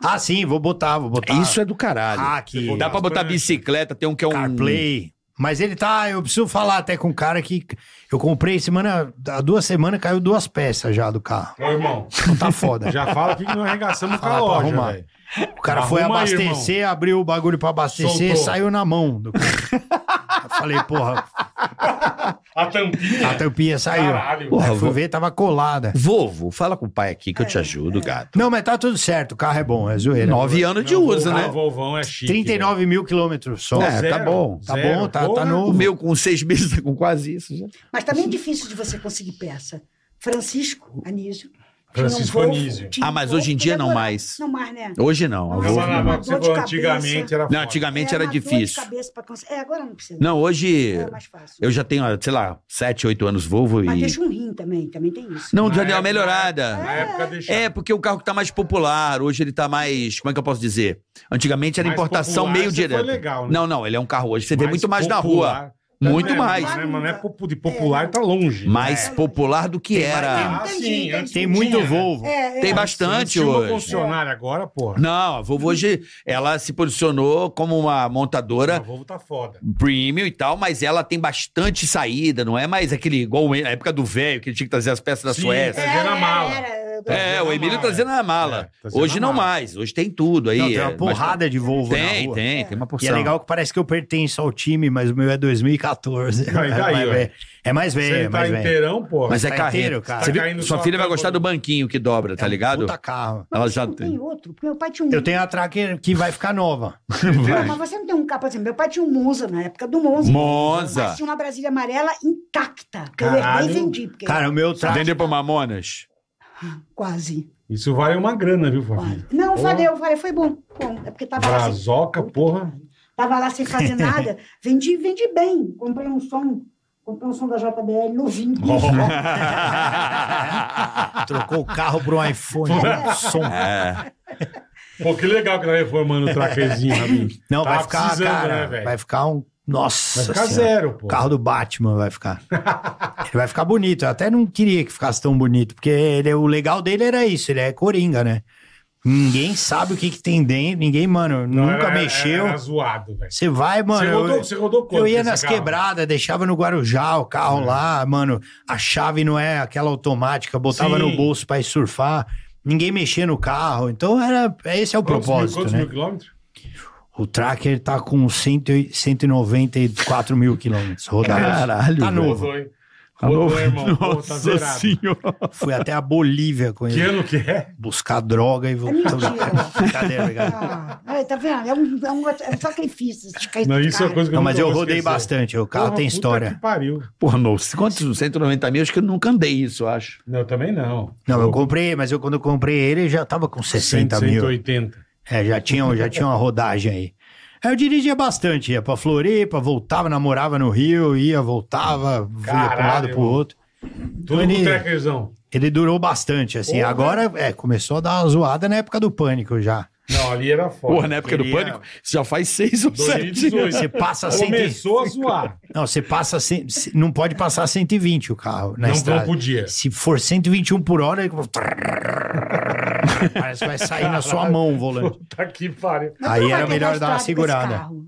Speaker 5: Ah, sim, vou botar, vou botar.
Speaker 4: Isso é do caralho.
Speaker 5: hack,
Speaker 4: Dá pra botar bicicleta, tem um que é um.
Speaker 5: Ah, CarPlay. Mas ele tá. Eu preciso falar até com um cara que. Eu comprei semana. Há duas semanas caiu duas peças já do carro.
Speaker 3: Ô, irmão,
Speaker 5: Então tá foda.
Speaker 3: já fala aqui que nós arregaçamos com a
Speaker 5: Falar pra
Speaker 3: loja,
Speaker 5: arrumar.
Speaker 3: velho.
Speaker 5: O cara foi
Speaker 3: Arruma aí,
Speaker 5: abastecer, abriu o bagulho pra
Speaker 3: Soltou.
Speaker 5: abastecer saiu na mão do cara. Eu falei, porra,
Speaker 3: A tampinha.
Speaker 5: a tampinha saiu.
Speaker 3: Caralho.
Speaker 5: Porra,
Speaker 4: Porra,
Speaker 5: fui
Speaker 4: vou-
Speaker 5: ver, tava colada.
Speaker 4: Volvo, fala com o pai aqui que
Speaker 5: É.
Speaker 4: eu te ajudo, gato.
Speaker 5: Não, mas tá tudo certo, o carro é bom, é zoeira.
Speaker 4: Nove anos de uso,
Speaker 3: Volvão-
Speaker 4: né?
Speaker 3: Volvão é chique.
Speaker 5: 39 mil quilômetros só.
Speaker 4: É,
Speaker 3: velho.
Speaker 4: tá bom.
Speaker 5: Tá
Speaker 3: Zero,
Speaker 5: bom, tá, tá
Speaker 3: porra.
Speaker 5: novo.
Speaker 4: O meu com seis meses, tá com quase isso já.
Speaker 6: tá Mas também é difícil de você conseguir peça. Francisco Anísio
Speaker 3: Francisco
Speaker 6: Tinha um voo-
Speaker 3: Anísio.
Speaker 6: tinha um
Speaker 4: Ah, mas
Speaker 6: voo
Speaker 4: hoje em dia não
Speaker 6: demorava-
Speaker 4: mais.
Speaker 6: Não mais, né?
Speaker 4: Hoje não.
Speaker 6: Não,
Speaker 4: avô,
Speaker 3: Ela
Speaker 6: Uma
Speaker 3: lá,
Speaker 4: não.
Speaker 3: mas
Speaker 6: dor de
Speaker 3: você falou,
Speaker 6: cabeça.
Speaker 3: antigamente era
Speaker 4: Não,
Speaker 3: foda.
Speaker 4: antigamente
Speaker 6: É
Speaker 4: era
Speaker 6: uma dor de
Speaker 4: difícil.
Speaker 6: cabeça pra cons- É, agora não precisa.
Speaker 4: Não, hoje
Speaker 6: Agora é mais fácil.
Speaker 4: eu já tenho, sei lá, 7, 8 anos Volvo
Speaker 6: Mas
Speaker 4: e.
Speaker 6: deixa um rim também, também tem isso.
Speaker 4: Não,
Speaker 3: Na
Speaker 4: já deu uma
Speaker 3: época-
Speaker 4: melhorada.
Speaker 3: Na época deixava.
Speaker 4: É, porque o carro que tá mais popular, hoje ele tá mais. Como é que eu posso dizer? Antigamente era
Speaker 3: Mais
Speaker 4: importação
Speaker 3: popular,
Speaker 4: meio
Speaker 3: você foi
Speaker 4: direto.
Speaker 3: legal, né?
Speaker 4: Não, não, ele é um carro hoje. Você vê muito mais na rua.
Speaker 3: popular. Não
Speaker 4: Muito
Speaker 3: é,
Speaker 4: mais.
Speaker 3: Né, mano, é popu- de popular tá longe.
Speaker 4: Mais
Speaker 6: É.
Speaker 4: popular do que era.
Speaker 3: Ah,
Speaker 6: Entendi,
Speaker 3: sim,
Speaker 6: entendi.
Speaker 3: antes
Speaker 5: Tem
Speaker 3: não
Speaker 5: muito
Speaker 3: tinha, né?
Speaker 5: Volvo.
Speaker 6: É, é.
Speaker 4: Tem bastante
Speaker 3: Tinha uma
Speaker 4: hoje.
Speaker 3: concessionária agora, porra.
Speaker 4: Não, a Volvo hoje, ela se posicionou como uma
Speaker 3: A
Speaker 4: montadora
Speaker 3: Volvo tá foda.
Speaker 4: premium e tal, mas ela tem bastante saída, não é mais aquele igual na época do velho, que ele tinha que trazer as peças da
Speaker 3: Sim,
Speaker 4: Suécia.
Speaker 3: Trazia na mala.
Speaker 4: É,
Speaker 6: tá
Speaker 3: Trazia
Speaker 4: o
Speaker 3: na
Speaker 4: Emílio
Speaker 3: mala.
Speaker 4: trazendo na mala.
Speaker 3: É, trazia
Speaker 4: hoje
Speaker 3: na
Speaker 4: não
Speaker 3: mala.
Speaker 4: mais, hoje tem tudo aí.
Speaker 5: Não, tem uma
Speaker 4: é,
Speaker 5: porrada de
Speaker 4: mas-
Speaker 5: Volvo na
Speaker 4: Tem,
Speaker 5: rua.
Speaker 4: tem, tem uma
Speaker 5: E
Speaker 4: porção.
Speaker 5: é legal que parece que eu pertenço ao time, mas o meu é 2014.
Speaker 3: Não, e
Speaker 5: é,
Speaker 3: daí,
Speaker 5: mais
Speaker 3: ó?
Speaker 5: velho. é mais velho,
Speaker 3: Você
Speaker 5: é
Speaker 3: tá
Speaker 5: mais velho.
Speaker 3: inteirão, porra.
Speaker 4: Mas é
Speaker 5: Tá
Speaker 4: carreta.
Speaker 5: inteiro, cara.
Speaker 4: Você
Speaker 3: Tá
Speaker 4: viu?
Speaker 3: caindo
Speaker 4: Sua
Speaker 3: só
Speaker 4: filha
Speaker 3: a
Speaker 4: vai
Speaker 3: tampa
Speaker 4: gostar
Speaker 3: do-
Speaker 4: do banquinho que dobra, tá
Speaker 5: É um
Speaker 4: ligado?
Speaker 5: Puta carro.
Speaker 4: Ela
Speaker 6: já
Speaker 4: já
Speaker 6: não tem.
Speaker 4: tem.
Speaker 6: outro, porque meu pai tinha um.
Speaker 5: Eu tenho a tracker que vai ficar nova.
Speaker 6: Não, mas você não tem um carro, por exemplo, meu pai tinha um Monza na época do Monza.
Speaker 4: Monza.
Speaker 6: Mas tinha uma Brasília amarela intacta. Que
Speaker 3: Caralho.
Speaker 6: eu herdei e vendi, porque
Speaker 5: Cara, o meu tracker.
Speaker 4: Vendeu pra Mamonas?
Speaker 6: quase.
Speaker 3: Isso vale uma grana, viu,
Speaker 6: quase.
Speaker 3: Fabinho?
Speaker 6: Não,
Speaker 3: Porra.
Speaker 6: valeu, valeu, foi bom. bom é porque tava lá sem,
Speaker 3: Brazoca, porra.
Speaker 6: tava lá sem fazer nada. Vendi, vendi bem. Comprei um som, comprei um som da JBL novinho.
Speaker 5: Trocou o carro pro iPhone. um som.
Speaker 4: É.
Speaker 3: Pô, que legal que tá reformando o traquezinho, Rabinho.
Speaker 5: Não,
Speaker 3: Tava
Speaker 5: vai ficar,
Speaker 3: Tá precisando,
Speaker 5: cara,
Speaker 3: né, velho?
Speaker 5: vai ficar um... Nossa
Speaker 3: Vai ficar
Speaker 5: Senhora.
Speaker 3: zero, pô.
Speaker 5: O carro do Batman vai ficar. ele vai ficar bonito. Eu até não queria que ficasse tão bonito, porque ele, o legal dele era isso, ele é coringa, né? Ninguém sabe o que, que tem dentro, ninguém, mano,
Speaker 3: Não, é,
Speaker 5: nunca
Speaker 3: era-
Speaker 5: mexeu.
Speaker 3: Era zoado, velho.
Speaker 5: Você vai, mano.
Speaker 3: Você rodou,
Speaker 5: eu-
Speaker 3: você rodou quanto
Speaker 5: eu ia
Speaker 3: com esse
Speaker 5: nas
Speaker 3: carro? É.
Speaker 5: quebradas, deixava no Guarujá o carro lá, mano. A chave não é aquela automática, botava
Speaker 3: Sim.
Speaker 5: no bolso pra ir surfar. Ninguém mexia no carro. Então era, esse é o
Speaker 3: Quantos mil-
Speaker 5: propósito,
Speaker 3: Quantos
Speaker 5: né?
Speaker 3: mil quilômetros?
Speaker 5: O tracker tá com 100, e- 194 mil quilômetros rodados. Caralho, tá novo.
Speaker 3: Rodou, hein? Rodou, irmão. Pô, tá
Speaker 4: Nossa
Speaker 3: zerado.
Speaker 4: senhora.
Speaker 5: Fui até a Bolívia com
Speaker 3: Que
Speaker 5: ele.
Speaker 3: ano que é?
Speaker 5: Buscar droga e voltar.
Speaker 6: mentira.
Speaker 5: Brincadeira, brincadeira.
Speaker 6: Ah, aí, tá vendo? É um, é um, é um sacrifício. esse cara-
Speaker 3: Não, isso é uma coisa que
Speaker 5: Não,
Speaker 3: eu
Speaker 5: mas
Speaker 3: nunca
Speaker 5: eu
Speaker 3: vou
Speaker 5: rodei
Speaker 3: esquecer.
Speaker 5: bastante. O carro
Speaker 3: Porra,
Speaker 5: tem
Speaker 3: puta
Speaker 5: história.
Speaker 3: que pariu.
Speaker 4: Porra, não, quantos? 190 mil? Acho que eu nunca andei isso, eu acho.
Speaker 3: Não, também não.
Speaker 5: Não, eu comprei, mas eu quando eu comprei ele já tava com 60 mil.
Speaker 3: 180.
Speaker 5: É, já tinha, já tinha uma rodagem aí. Aí eu dirigia bastante, ia pra Floripa, voltava, namorava no Rio, ia, voltava, ia pra um lado
Speaker 3: Caralho.
Speaker 5: pro outro.
Speaker 3: Tudo
Speaker 5: Ele-
Speaker 3: com trackerzão.
Speaker 5: Ele durou bastante, assim.
Speaker 3: Porra.
Speaker 5: Agora, é, começou a dar uma zoada na época do pânico já.
Speaker 3: Não, ali era foda.
Speaker 4: Porra, na época do
Speaker 5: Queria-
Speaker 4: pânico, já faz seis ou sete.
Speaker 3: 2018.
Speaker 5: Você passa cento e-
Speaker 3: Começou a zoar.
Speaker 5: Não, você passa. cem- c- Não pode passar 120 o carro na
Speaker 3: Não,
Speaker 5: estrada.
Speaker 3: não podia.
Speaker 5: Se for 121 por hora, ele... parece que vai sair na sua mão o volante.
Speaker 3: Puta que pariu.
Speaker 6: Mas tu
Speaker 5: Aí
Speaker 6: não vai
Speaker 5: era
Speaker 6: pegar
Speaker 5: melhor dar uma
Speaker 6: estrada com esse
Speaker 5: segurada.
Speaker 6: carro.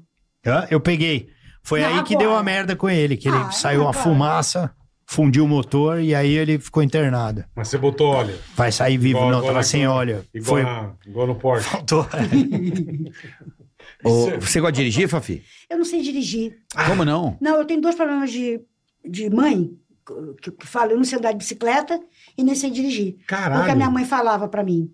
Speaker 5: Hã? Eu peguei. Foi
Speaker 6: Não,
Speaker 5: aí que
Speaker 6: agora.
Speaker 5: deu a merda com ele, que ele
Speaker 6: Ah,
Speaker 5: saiu uma
Speaker 6: agora.
Speaker 5: fumaça, fundiu o motor e aí ele ficou internado.
Speaker 3: Mas você botou óleo.
Speaker 5: Vai sair vivo,
Speaker 3: Igual-
Speaker 5: não,
Speaker 3: igual
Speaker 5: tava
Speaker 3: na-
Speaker 5: sem óleo.
Speaker 3: Igual,
Speaker 5: Foi.
Speaker 3: na- igual no Porsche.
Speaker 5: Faltou.
Speaker 4: Ô, você gosta de dirigir, Fafi?
Speaker 6: Eu não sei dirigir.
Speaker 4: Como não?
Speaker 6: Não, eu tenho dois problemas de, de mãe, que, que falo, eu não sei andar de bicicleta e nem sei dirigir.
Speaker 3: Caralho.
Speaker 6: Porque a minha mãe falava pra mim.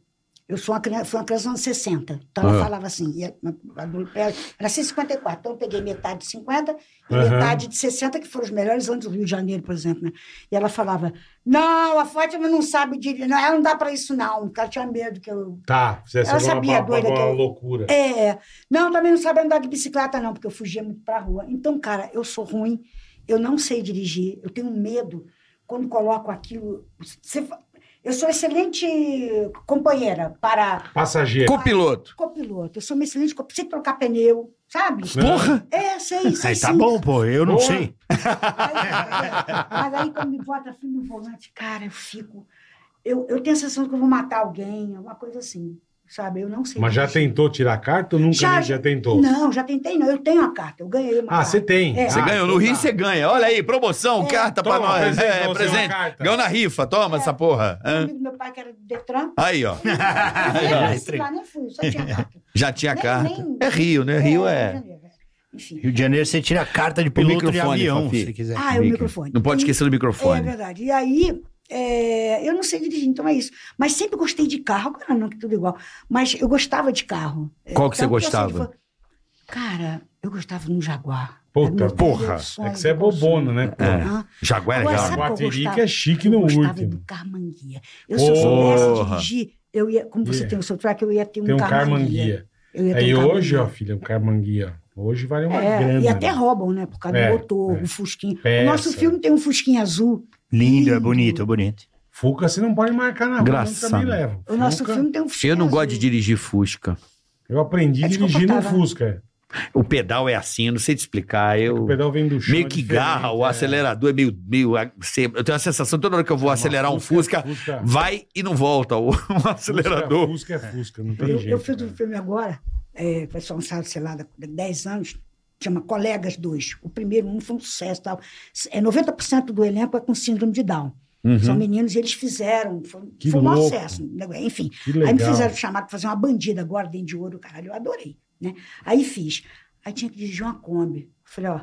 Speaker 6: Eu sou uma criança, fui uma criança dos anos 60. Então ela falava assim, e a- a- a- era 154. Então eu peguei metade de 50 e
Speaker 3: Aham.
Speaker 6: metade de 60, que foram os melhores anos do Rio de Janeiro, por exemplo. Né? E ela falava: Não, a Fátima não sabe dirigir. Não, ela não dá pra isso, não. Porque ela tinha medo que eu
Speaker 3: Tá, você
Speaker 6: Ela
Speaker 3: acertou uma,
Speaker 6: sabia,
Speaker 3: uma,
Speaker 6: doida,
Speaker 3: uma
Speaker 6: que eu-
Speaker 3: loucura.
Speaker 6: é, não, também não sabe andar de bicicleta, não, porque eu fugia muito pra rua. Então, cara, eu sou ruim, eu não sei dirigir, eu tenho medo quando coloco aquilo. Você fa- eu sou excelente companheira para
Speaker 3: Passageiro.
Speaker 4: Copiloto.
Speaker 6: copiloto, eu sou uma excelente copiloto, sei trocar pneu, sabe?
Speaker 4: Porra!
Speaker 6: É, sei, sei.
Speaker 5: Aí tá
Speaker 6: sim.
Speaker 5: bom, pô, eu não
Speaker 3: Boa.
Speaker 5: sei.
Speaker 6: Aí, é, mas aí quando me bota assim no volante, cara, eu fico. Eu, eu tenho a sensação de que eu vou matar alguém, alguma coisa assim, sabe? Eu não sei.
Speaker 3: Mas já
Speaker 6: dirigir.
Speaker 3: tentou tirar a carta ou nunca já, já tentou?
Speaker 6: Não, já tentei, não. Eu tenho a carta, eu ganhei uma
Speaker 3: Ah,
Speaker 6: carta.
Speaker 3: você tem.
Speaker 6: É.
Speaker 4: Você
Speaker 3: Ah,
Speaker 4: ganhou no
Speaker 3: então
Speaker 4: Rio,
Speaker 3: tá.
Speaker 4: você ganha. Olha aí, promoção, carta pra
Speaker 3: Toma,
Speaker 4: nós.
Speaker 3: presente pra
Speaker 4: É,
Speaker 3: você, uma
Speaker 4: presente.
Speaker 3: carta.
Speaker 4: Ganhou na rifa, toma essa porra.
Speaker 6: Um
Speaker 4: Hã?
Speaker 6: amigo do meu pai que era do Detran.
Speaker 4: Aí, ó.
Speaker 6: Eu fui lá, nem fui, só tinha carta.
Speaker 4: Já tinha
Speaker 6: Nem-
Speaker 4: carta.
Speaker 6: nem-
Speaker 4: É Rio, né? Rio
Speaker 6: Rio
Speaker 4: é.
Speaker 6: de Janeiro, Enfim.
Speaker 5: Rio de Janeiro você tira a carta de piloto de
Speaker 4: microfone,
Speaker 5: avião,
Speaker 4: Fafi.
Speaker 5: se quiser.
Speaker 6: Ah, é o
Speaker 4: Mickey.
Speaker 6: microfone.
Speaker 4: Não pode esquecer do
Speaker 6: É
Speaker 4: microfone.
Speaker 6: verdade. E aí, é, eu não sei dirigir, então é isso. Mas sempre gostei de carro, agora não, que tudo igual. Mas eu gostava de carro. É,
Speaker 4: Qual que você
Speaker 6: tanto eu
Speaker 4: gostava?
Speaker 6: sempre fui- Cara, eu gostava de um Jaguar.
Speaker 3: Puta,
Speaker 6: Meu
Speaker 3: porra.
Speaker 6: Deus,
Speaker 3: É que
Speaker 6: sonho
Speaker 3: você é
Speaker 6: do
Speaker 3: bobona, né?
Speaker 6: consumo.
Speaker 3: porra?
Speaker 6: Aham.
Speaker 4: Jaguar é
Speaker 6: Agora,
Speaker 4: legal.
Speaker 6: sabe qual eu
Speaker 3: Guatirica
Speaker 6: gostava?
Speaker 3: é chique no
Speaker 6: eu gostava
Speaker 3: último.
Speaker 6: do Carmanguia. Eu, se eu soubesse
Speaker 4: Porra.
Speaker 6: dirigir, eu ia, como você
Speaker 3: Ia.
Speaker 6: tem o seu track, eu ia ter um,
Speaker 3: É. Tem um
Speaker 6: Carmanguia.
Speaker 3: carmanguia.
Speaker 6: Eu ia ter
Speaker 3: Aí
Speaker 6: um
Speaker 3: hoje, ó,
Speaker 6: Carmanguia.
Speaker 3: filha, um carmanguia. Hoje vale uma
Speaker 6: É,
Speaker 3: grana.
Speaker 6: e até
Speaker 3: né?
Speaker 6: roubam, né? Por causa
Speaker 3: É,
Speaker 6: do motor,
Speaker 3: é.
Speaker 6: o fusquinho.
Speaker 3: Peça.
Speaker 6: O nosso filme tem um fusquinho azul.
Speaker 5: Lindo, é bonito, é bonito.
Speaker 3: Fuca, você não pode marcar na rua,
Speaker 4: Engraçado.
Speaker 3: não, também leva.
Speaker 6: O nosso
Speaker 3: Fuca,
Speaker 6: filme tem um fusquinho
Speaker 4: Eu não
Speaker 6: azul.
Speaker 4: gosto de dirigir Fusca.
Speaker 3: Eu aprendi
Speaker 6: É
Speaker 3: a dirigir no
Speaker 6: desconfortável.
Speaker 3: Fusca.
Speaker 4: O pedal é assim, eu não sei te explicar.
Speaker 3: O
Speaker 4: Eu
Speaker 3: pedal vem do chão. é
Speaker 4: meio que garra, o acelerador é meio. meio você- eu tenho a sensação, toda hora que eu
Speaker 3: É
Speaker 4: vou acelerar um Fusca, vai e não volta. O, um acelerador.
Speaker 3: Fusca é Fusca, não tem
Speaker 6: Eu,
Speaker 3: jeito.
Speaker 6: eu fiz um
Speaker 3: né?
Speaker 6: filme agora, é, foi lançado, sei lá, há 10 anos, chama Colegas 2. O primeiro um foi um sucesso e tal. É, 90% do elenco é com síndrome de Down.
Speaker 4: Uhum.
Speaker 6: São meninos e eles fizeram. Foi,
Speaker 3: Que
Speaker 6: foi um
Speaker 3: louco.
Speaker 6: sucesso. né? Enfim.
Speaker 3: Que
Speaker 6: Aí me
Speaker 3: legal.
Speaker 6: fizeram chamar para fazer uma bandida agora, dentro de ouro, caralho, eu adorei. Né? Aí fiz. Aí tinha que dirigir uma Kombi. Falei, ó,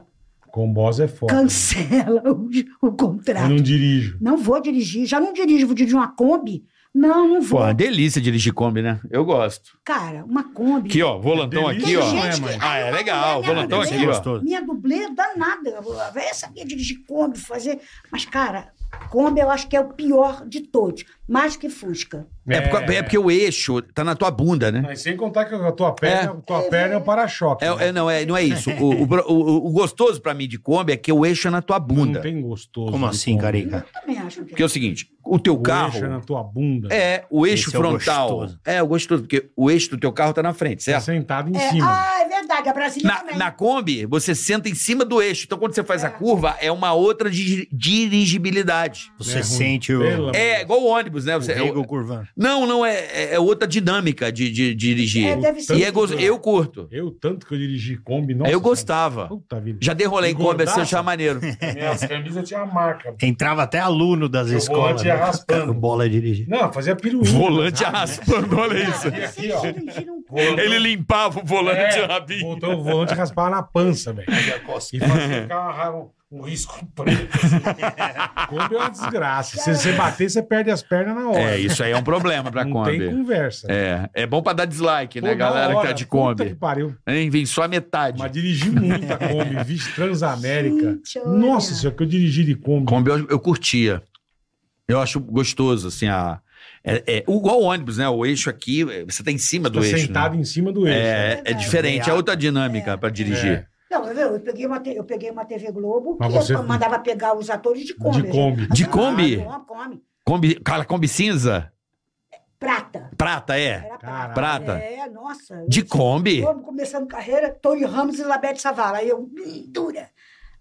Speaker 3: Combosa é foda.
Speaker 6: cancela o, o
Speaker 3: Eu
Speaker 6: contrato.
Speaker 3: não dirijo.
Speaker 6: Não vou dirigir, já não dirijo, vou dirigir uma Kombi? Não, não vou.
Speaker 4: Pô, é uma delícia dirigir Kombi, né? Eu gosto.
Speaker 6: Cara, uma Kombi.
Speaker 4: Aqui, ó, volantão
Speaker 3: É
Speaker 4: aqui,
Speaker 3: delícia,
Speaker 6: Tem
Speaker 4: ó.
Speaker 3: né?
Speaker 6: gente
Speaker 3: mãe?
Speaker 6: que-
Speaker 4: Ah, é legal.
Speaker 6: Minha
Speaker 4: Volantão
Speaker 6: dublê-
Speaker 4: aqui, ó.
Speaker 5: Gostoso.
Speaker 6: Minha dublê é danada. A velha sabia dirigir Kombi, fazer. Mas, cara, Kombi eu acho que é o pior de todos. Mais que Fusca.
Speaker 4: É porque, é porque o eixo tá na tua bunda, né?
Speaker 3: Mas sem contar que a tua perna, a tua perna é o para-choque.
Speaker 4: É, é, não, é, não é isso. O, o, o- o gostoso pra mim de Kombi é que o eixo é na tua
Speaker 3: Não
Speaker 4: bunda.
Speaker 3: tem gostoso.
Speaker 5: Como
Speaker 3: de
Speaker 5: assim,
Speaker 3: Kombi.
Speaker 5: Carica?
Speaker 6: Também acho que.
Speaker 4: Porque é o seguinte, o teu
Speaker 3: O
Speaker 4: carro
Speaker 3: eixo é na tua bunda.
Speaker 4: é o eixo
Speaker 5: Esse é o
Speaker 4: frontal.
Speaker 5: gostoso.
Speaker 4: É, o gostoso, porque o eixo do teu carro tá na frente,
Speaker 3: Tá
Speaker 4: certo?
Speaker 3: sentado em
Speaker 6: É,
Speaker 3: cima. Né,
Speaker 6: ah, é verdade, a brasileira
Speaker 4: Na,
Speaker 6: também.
Speaker 4: na Kombi, você senta em cima do eixo. Então, quando você faz a curva, é uma outra di- dirigibilidade.
Speaker 5: Você
Speaker 3: ruim.
Speaker 5: sente o,
Speaker 3: Pelo
Speaker 5: o
Speaker 3: amor
Speaker 4: É
Speaker 3: de
Speaker 4: igual o ônibus, né? Você-
Speaker 5: rego curvando.
Speaker 4: não, não, é- é, é outra dinâmica de, de- de dirigir.
Speaker 6: É, deve ser.
Speaker 4: e é gozo-
Speaker 3: Tanto-
Speaker 4: eu curto.
Speaker 3: Eu, tanto que eu dirigi Kombi, nossa.
Speaker 4: Aí eu
Speaker 3: senhora.
Speaker 4: gostava.
Speaker 3: Puta vida.
Speaker 4: Já derrolei em Kombi, assim, eu
Speaker 3: Engordaço?
Speaker 4: achava maneiro.
Speaker 3: Minhas camisas tinha marca.
Speaker 5: Entrava até aluno das
Speaker 3: O
Speaker 5: escolas.
Speaker 3: volante ia raspando.
Speaker 5: O bola dirigir.
Speaker 3: Não, fazia piruinha.
Speaker 4: Volante raspando, olha isso.
Speaker 6: Cara,
Speaker 3: aqui,
Speaker 6: vocês
Speaker 3: ó.
Speaker 6: dirigiram um Kombi.
Speaker 3: Volante-
Speaker 4: Ele limpava o volante
Speaker 3: É,
Speaker 4: rapidinho.
Speaker 3: Voltou o volante e raspava na pança, velho. E fazia ficar uma raiva, um risco preto. assim. Kombi é uma desgraça. Se você bater, você perde as pernas na hora.
Speaker 4: É, isso aí é um problema pra
Speaker 3: Não tem
Speaker 4: Kombi.
Speaker 3: conversa.
Speaker 4: É, é bom pra dar dislike, né,
Speaker 3: Pô, na
Speaker 4: galera que
Speaker 3: hora,
Speaker 4: tá de
Speaker 3: puta que
Speaker 4: Kombi.
Speaker 3: pariu.
Speaker 4: Hein, vem só a metade.
Speaker 3: Mas dirigi muito a Kombi, vixe, Transamérica.
Speaker 6: Gente, olha.
Speaker 3: Nossa senhora, que eu dirigi de Kombi.
Speaker 4: Kombi eu, eu curtia. Eu acho gostoso, assim, a... É, é, igual o ônibus, né? O eixo aqui, é, você tá em cima
Speaker 3: Tá
Speaker 4: do eixo.
Speaker 3: sentado
Speaker 4: né?
Speaker 3: em cima do eixo. né?
Speaker 4: É, é diferente, é outra dinâmica pra dirigir.
Speaker 6: Não, eu, eu, peguei uma, te- eu peguei uma TV Globo
Speaker 3: Mas
Speaker 6: que eu
Speaker 3: você-
Speaker 6: mandava pegar os atores de Kombi.
Speaker 3: De Kombi.
Speaker 4: De Kombi?
Speaker 6: Ah, Kombi.
Speaker 4: Kombi, cara, Kombi cinza?
Speaker 6: Prata.
Speaker 4: Prata, é.
Speaker 6: Era prata.
Speaker 4: Prata.
Speaker 6: É, nossa.
Speaker 4: De Kombi?
Speaker 6: Como começando carreira, Tony Ramos e Labete Savala. Aí eu, hum, dura,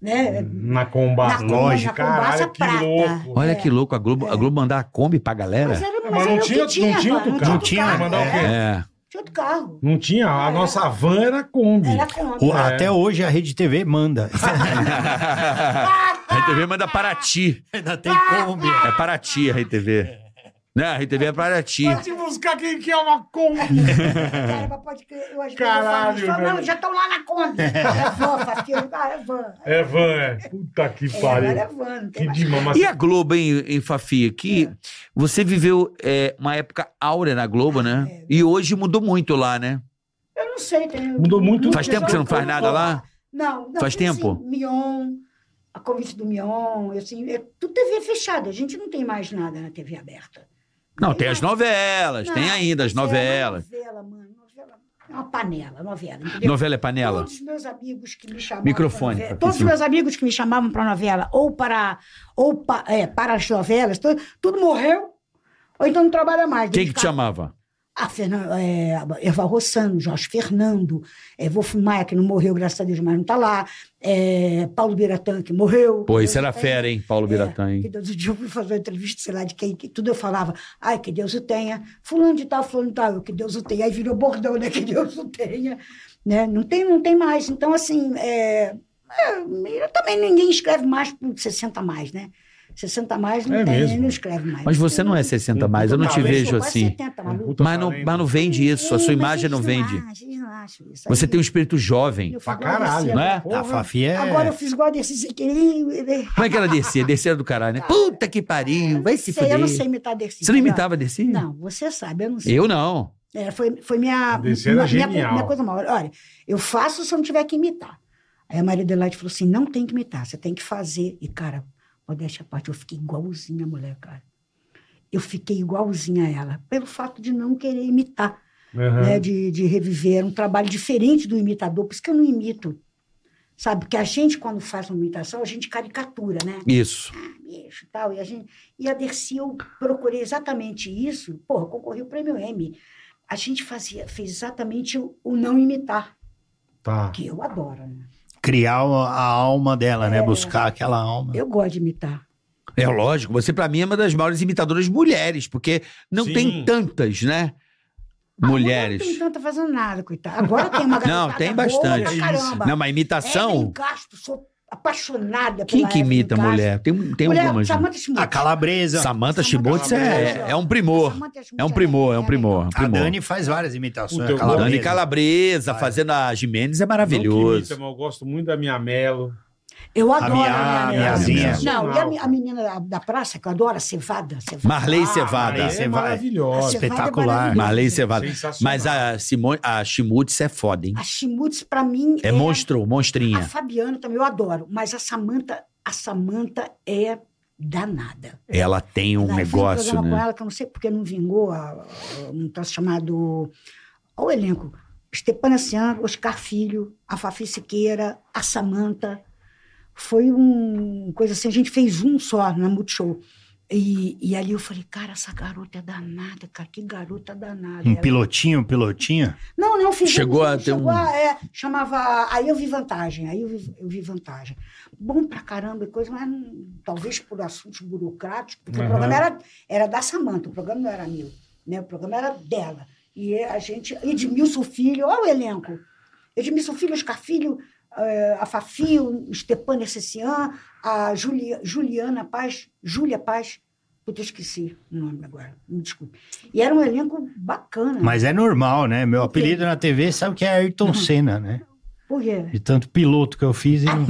Speaker 6: né?
Speaker 3: Na combate.
Speaker 6: Na
Speaker 5: lógico,
Speaker 6: Kombi, na Kombaça
Speaker 3: Caralho, que
Speaker 6: prata.
Speaker 3: louco.
Speaker 4: Olha que louco, a Globo, a Globo mandar a Kombi pra
Speaker 6: É. Mas,
Speaker 4: galera.
Speaker 6: era, mas,
Speaker 3: é. Mas não
Speaker 6: era
Speaker 3: tinha-
Speaker 6: o que tinha,
Speaker 3: não tinha
Speaker 6: mano.
Speaker 3: outro
Speaker 5: carro. Não
Speaker 6: Não tinha outro
Speaker 5: tinha?
Speaker 6: carro.
Speaker 3: Mandar o quê?
Speaker 4: É.
Speaker 6: É, Tinha outro carro.
Speaker 3: Não tinha, a nossa van era Kombi.
Speaker 6: Era Kombi.
Speaker 5: O-
Speaker 3: É.
Speaker 5: Até hoje a Rede TV manda.
Speaker 4: a RTV manda Paraty.
Speaker 5: Ainda tem Kombi.
Speaker 4: É Paraty a RTV. Né? A RTV é Paraty.
Speaker 3: Pode buscar quem que é uma Kombi.
Speaker 6: Cara, mas pode crer, eu às vezes
Speaker 3: Caralho,
Speaker 6: eu falo,
Speaker 3: velho.
Speaker 6: não, já estão lá na Kombi. É van, Fafiano. Ah, é van.
Speaker 3: É van, é. Puta que
Speaker 6: É,
Speaker 3: pariu.
Speaker 6: agora é van, não tem
Speaker 3: Que
Speaker 6: mais.
Speaker 3: demais. mas- é
Speaker 4: E a Globo, hein, hein Fafi? Que
Speaker 6: É.
Speaker 4: você viveu é, uma época áurea na Globo,
Speaker 6: É,
Speaker 4: né? E hoje mudou muito lá, né?
Speaker 6: Eu não sei. Tem...
Speaker 3: Mudou muito.
Speaker 4: Faz tempo que você não faz nada lá?
Speaker 6: Não. não
Speaker 4: Faz
Speaker 6: tem,
Speaker 4: tempo?
Speaker 6: assim, Mion, a convite do Mion, assim, é tudo TV fechada. A gente não tem mais nada na TV aberta.
Speaker 4: Não, tem as novelas,
Speaker 6: Não,
Speaker 4: tem ainda as
Speaker 6: mas é uma
Speaker 4: novelas.
Speaker 6: Novela, mano, novela. É uma panela, novela, entendeu?
Speaker 4: Novela é panela?
Speaker 6: Todos os meus amigos que me chamavam.
Speaker 4: Microfone,
Speaker 6: pra
Speaker 4: Patrícia.
Speaker 6: novela- Todos os meus amigos que me chamavam para novela, ou para, ou pa- é, para as novelas, to- tudo morreu, ou então não trabalha mais.
Speaker 4: Quem que te
Speaker 6: Dedicar-
Speaker 4: chamava?
Speaker 6: a Fernanda, Eva é, Rossano, Jorge Fernando, é, Wolf Maia, que não morreu, graças a Deus, mas não está lá, é, Paulo Biratã, que morreu.
Speaker 4: Pô, isso
Speaker 6: Deus
Speaker 4: era
Speaker 6: o tenha.
Speaker 4: fera, hein, Paulo
Speaker 6: É,
Speaker 4: Biratã,
Speaker 6: Que
Speaker 4: hein?
Speaker 6: Deus o dia eu fui fazer uma entrevista, sei lá, de quem, que tudo eu falava, ai, que Deus o tenha, fulano de tal, fulano de tal, eu, que Deus o tenha, aí virou bordão, né, que Deus o tenha, né, não tem, não tem mais, então, assim, é, é, eu também ninguém escreve mais por 60 a mais, né, 60 a mais não
Speaker 3: É
Speaker 6: tem,
Speaker 3: mesmo.
Speaker 6: não escreve mais.
Speaker 4: Mas você não é 60 mais, eu não te
Speaker 6: Eu sou
Speaker 4: vejo
Speaker 6: quase
Speaker 4: assim.
Speaker 6: 70, maluco.
Speaker 3: Puta
Speaker 4: Mas não,
Speaker 3: talento.
Speaker 4: mas não vende isso, a
Speaker 6: É,
Speaker 4: sua
Speaker 6: mas
Speaker 4: imagem
Speaker 6: eles
Speaker 4: não vende.
Speaker 6: acham, eles não acham isso.
Speaker 4: Você
Speaker 6: Aí
Speaker 4: tem um espírito jovem.
Speaker 6: eu
Speaker 3: Pra
Speaker 6: falo, olha,
Speaker 3: caralho,
Speaker 6: você-
Speaker 4: não é?
Speaker 5: A Fafi é.
Speaker 6: Agora eu fiz igual a né? desse sem querer.
Speaker 4: Como é que era a Dercy? A Dercy era do caralho, né? Puta que pariu, vai se
Speaker 6: Sei, Eu
Speaker 4: fuder.
Speaker 6: não sei imitar desse.
Speaker 4: Você não imitava a Dercy?
Speaker 6: Não, você sabe, eu não sei.
Speaker 4: Eu não.
Speaker 6: É, foi, foi minha,
Speaker 3: Desse era
Speaker 6: minha,
Speaker 3: genial.
Speaker 6: minha coisa maior. Olha, eu faço se eu não tiver que imitar. Aí a Maria Adelaide falou assim: não tem que imitar, você tem que fazer. E, cara, modéstia à parte, eu fiquei igualzinha a mulher, cara. Eu fiquei igualzinha a ela, pelo fato de não querer imitar,
Speaker 3: Aham.
Speaker 4: É.
Speaker 6: né? De, de reviver. Era um trabalho diferente do imitador, por isso que eu não imito. Sabe? Porque a gente, quando faz uma imitação, a gente caricatura, né?
Speaker 4: Isso.
Speaker 6: bicho e tal. E a, gente, e a Dercy, eu procurei exatamente isso. Porra, concorri o prêmio M. A gente fazia, fez exatamente o, o não imitar,
Speaker 3: Tá.
Speaker 6: que eu adoro, né?
Speaker 5: Criar a alma dela,
Speaker 3: É.
Speaker 5: né? Buscar aquela alma.
Speaker 6: Eu gosto de imitar.
Speaker 4: É lógico, você pra mim é uma das maiores imitadoras mulheres, porque não
Speaker 3: Sim.
Speaker 4: tem tantas, né?
Speaker 6: Agora
Speaker 4: Mulheres.
Speaker 6: não tem tanta fazendo nada, coitada. Agora tem uma
Speaker 4: Não,
Speaker 6: garotada
Speaker 4: tem
Speaker 6: boa
Speaker 4: bastante.
Speaker 6: pra
Speaker 3: É
Speaker 6: caramba. É
Speaker 4: Não, mas
Speaker 6: Evelyn
Speaker 4: imitação.
Speaker 6: Castro, sou apaixonada
Speaker 4: Quem
Speaker 6: pela
Speaker 4: que
Speaker 6: Evelyn
Speaker 4: imita
Speaker 6: Castro.
Speaker 4: mulher? Tem, tem
Speaker 6: é mulher,
Speaker 4: algumas. né?
Speaker 6: Samantha Schmutz.
Speaker 5: Ah, A calabresa.
Speaker 4: Samantha Schmutz
Speaker 6: Schmutz,
Speaker 4: é, é um primor.
Speaker 6: Samantha Schmutz,
Speaker 4: É um primor, é um
Speaker 6: legal.
Speaker 4: primor. é um
Speaker 5: A
Speaker 4: primor.
Speaker 5: Dani faz várias imitações.
Speaker 3: O
Speaker 5: A
Speaker 3: teu
Speaker 5: calabresa.
Speaker 4: Dani Calabresa fazendo a Jimenez é
Speaker 3: Não que imita,
Speaker 4: maravilhoso.
Speaker 3: mas eu gosto muito da minha Melo.
Speaker 6: Eu adoro
Speaker 5: Mia-
Speaker 6: a minha
Speaker 5: a
Speaker 6: Miazinha.
Speaker 5: Miazinha.
Speaker 6: Não, e a, mi- a menina da, da praça, que eu adoro, a Cevada. Cevada.
Speaker 4: Marley
Speaker 3: Ah,
Speaker 4: Cevada.
Speaker 5: Marley
Speaker 3: é
Speaker 5: Você vai.
Speaker 6: A
Speaker 3: maravilhosa.
Speaker 6: Cevada é
Speaker 5: espetacular.
Speaker 6: maravilhosa.
Speaker 4: Marley Cevada.
Speaker 3: Sensacional.
Speaker 4: Mas a Simone, a Schmutz é foda, hein?
Speaker 6: A Schmutz, pra mim,
Speaker 4: É monstro,
Speaker 6: A
Speaker 4: monstrinha.
Speaker 6: Fabiana também eu adoro, mas a Samanta, a Samanta é danada.
Speaker 4: Ela tem um
Speaker 6: Ela- eu fiz
Speaker 4: negócio,
Speaker 6: programa com
Speaker 4: né?
Speaker 6: ela que eu não sei porque não vingou a- a- um troço chamado olha o elenco. Estepana Cian, Oscar Filho, a Fafi Siqueira, a Samanta. Foi um coisa assim, a gente fez um só na Multishow. E, e ali eu falei, cara, essa garota é danada, cara, que garota danada.
Speaker 5: Um
Speaker 6: Ela-
Speaker 5: pilotinho, um pilotinho.
Speaker 6: não, não, fizemos.
Speaker 4: Chegou a ter
Speaker 6: chegou
Speaker 4: um-
Speaker 6: a- é, chamava. Aí eu vi vantagem, aí eu vi, eu vi vantagem. Bom pra caramba e coisa, mas não- talvez por assuntos burocráticos, porque
Speaker 3: Aham.
Speaker 6: o programa era, era da Samanta, o programa não era meu, né? O programa era dela. E a gente. Edmilson Filho, olha o elenco. Edmilson Filho, Oscar Filho, eh, a Fafi, o Stepan Essessian, a Juli- Juliana Paz, Júlia Paz. Puta, eu esqueci o nome agora, me desculpe. E era um elenco bacana.
Speaker 5: Mas é normal, né? Meu
Speaker 6: quê?
Speaker 5: apelido na TV sabe que é
Speaker 3: Hum.
Speaker 5: Ayrton Senna, né?
Speaker 6: Por quê?
Speaker 5: De tanto piloto que eu fiz, hein?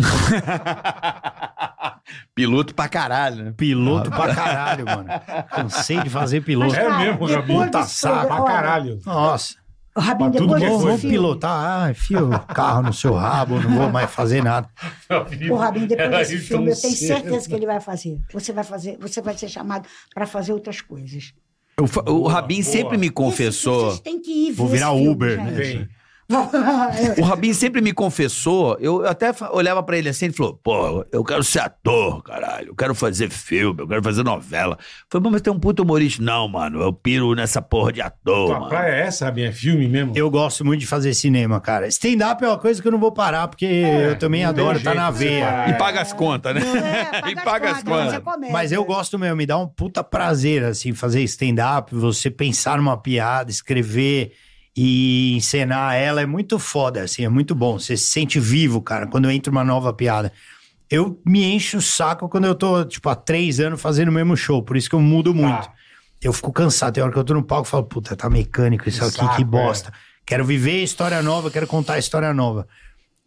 Speaker 3: Ah.
Speaker 4: Piloto pra caralho, né?
Speaker 5: piloto pra caralho, mano. Cansei de fazer piloto.
Speaker 3: É mesmo,
Speaker 6: depois
Speaker 3: Rabinho,
Speaker 6: do
Speaker 5: tá saco
Speaker 3: Pra
Speaker 6: programa-
Speaker 3: caralho.
Speaker 5: Nossa.
Speaker 6: O Rabinho,
Speaker 3: Pra tudo
Speaker 6: depois
Speaker 3: que é
Speaker 6: desse
Speaker 5: Vou, vou
Speaker 3: coisa.
Speaker 6: filme-
Speaker 5: pilotar, Ah, enfio o carro no seu rabo, não vou mais fazer nada.
Speaker 6: O Rabinho, depois
Speaker 3: Era
Speaker 6: desse
Speaker 3: isso
Speaker 6: filme,
Speaker 3: é, tão
Speaker 6: eu tenho
Speaker 3: cedo.
Speaker 6: certeza que ele vai fazer. Você vai fazer, você vai ser chamado para fazer outras coisas.
Speaker 4: O, fa- o Rabin
Speaker 3: boa.
Speaker 4: sempre me
Speaker 6: Esse-
Speaker 4: confessou.
Speaker 6: Vocês têm que ir ver
Speaker 5: Vou virar
Speaker 6: esse filme,
Speaker 5: Uber,
Speaker 6: gente.
Speaker 3: Bem,
Speaker 5: né?
Speaker 4: O Rabin sempre me confessou. Eu eu até fa- olhava pra ele assim e falou: Pô, eu quero ser ator, caralho. Eu quero fazer filme, eu quero fazer novela. Foi, mas tem um puto humorista. Não, mano, eu piro nessa porra de ator,
Speaker 3: tua
Speaker 4: mano.
Speaker 3: praia é essa, Rabinho? É filme mesmo?
Speaker 5: Eu gosto muito de fazer cinema, cara. Stand-up é uma coisa que eu não vou parar, porque eu também
Speaker 3: É, não tem
Speaker 5: adoro, tá
Speaker 3: jeito
Speaker 5: na
Speaker 3: de você
Speaker 5: veia.
Speaker 3: parar.
Speaker 4: E paga as contas, né?
Speaker 6: É,
Speaker 4: E paga as
Speaker 6: mas é
Speaker 4: contas.
Speaker 6: comédia.
Speaker 5: Mas eu gosto mesmo, me dá um puta prazer, assim, fazer stand-up, você pensar numa piada, escrever e encenar ela é muito foda, assim, é muito bom. Você se sente vivo, cara, quando entra uma nova piada. Eu me encho o saco quando eu tô, tipo, há três anos fazendo o mesmo show, por isso que eu mudo
Speaker 3: Tá.
Speaker 5: muito. Eu fico cansado, tem hora que eu tô no palco e falo, puta, tá mecânico isso
Speaker 3: Que
Speaker 5: aqui,
Speaker 3: saco,
Speaker 5: que
Speaker 3: é.
Speaker 5: bosta. Quero viver história nova, quero contar história nova.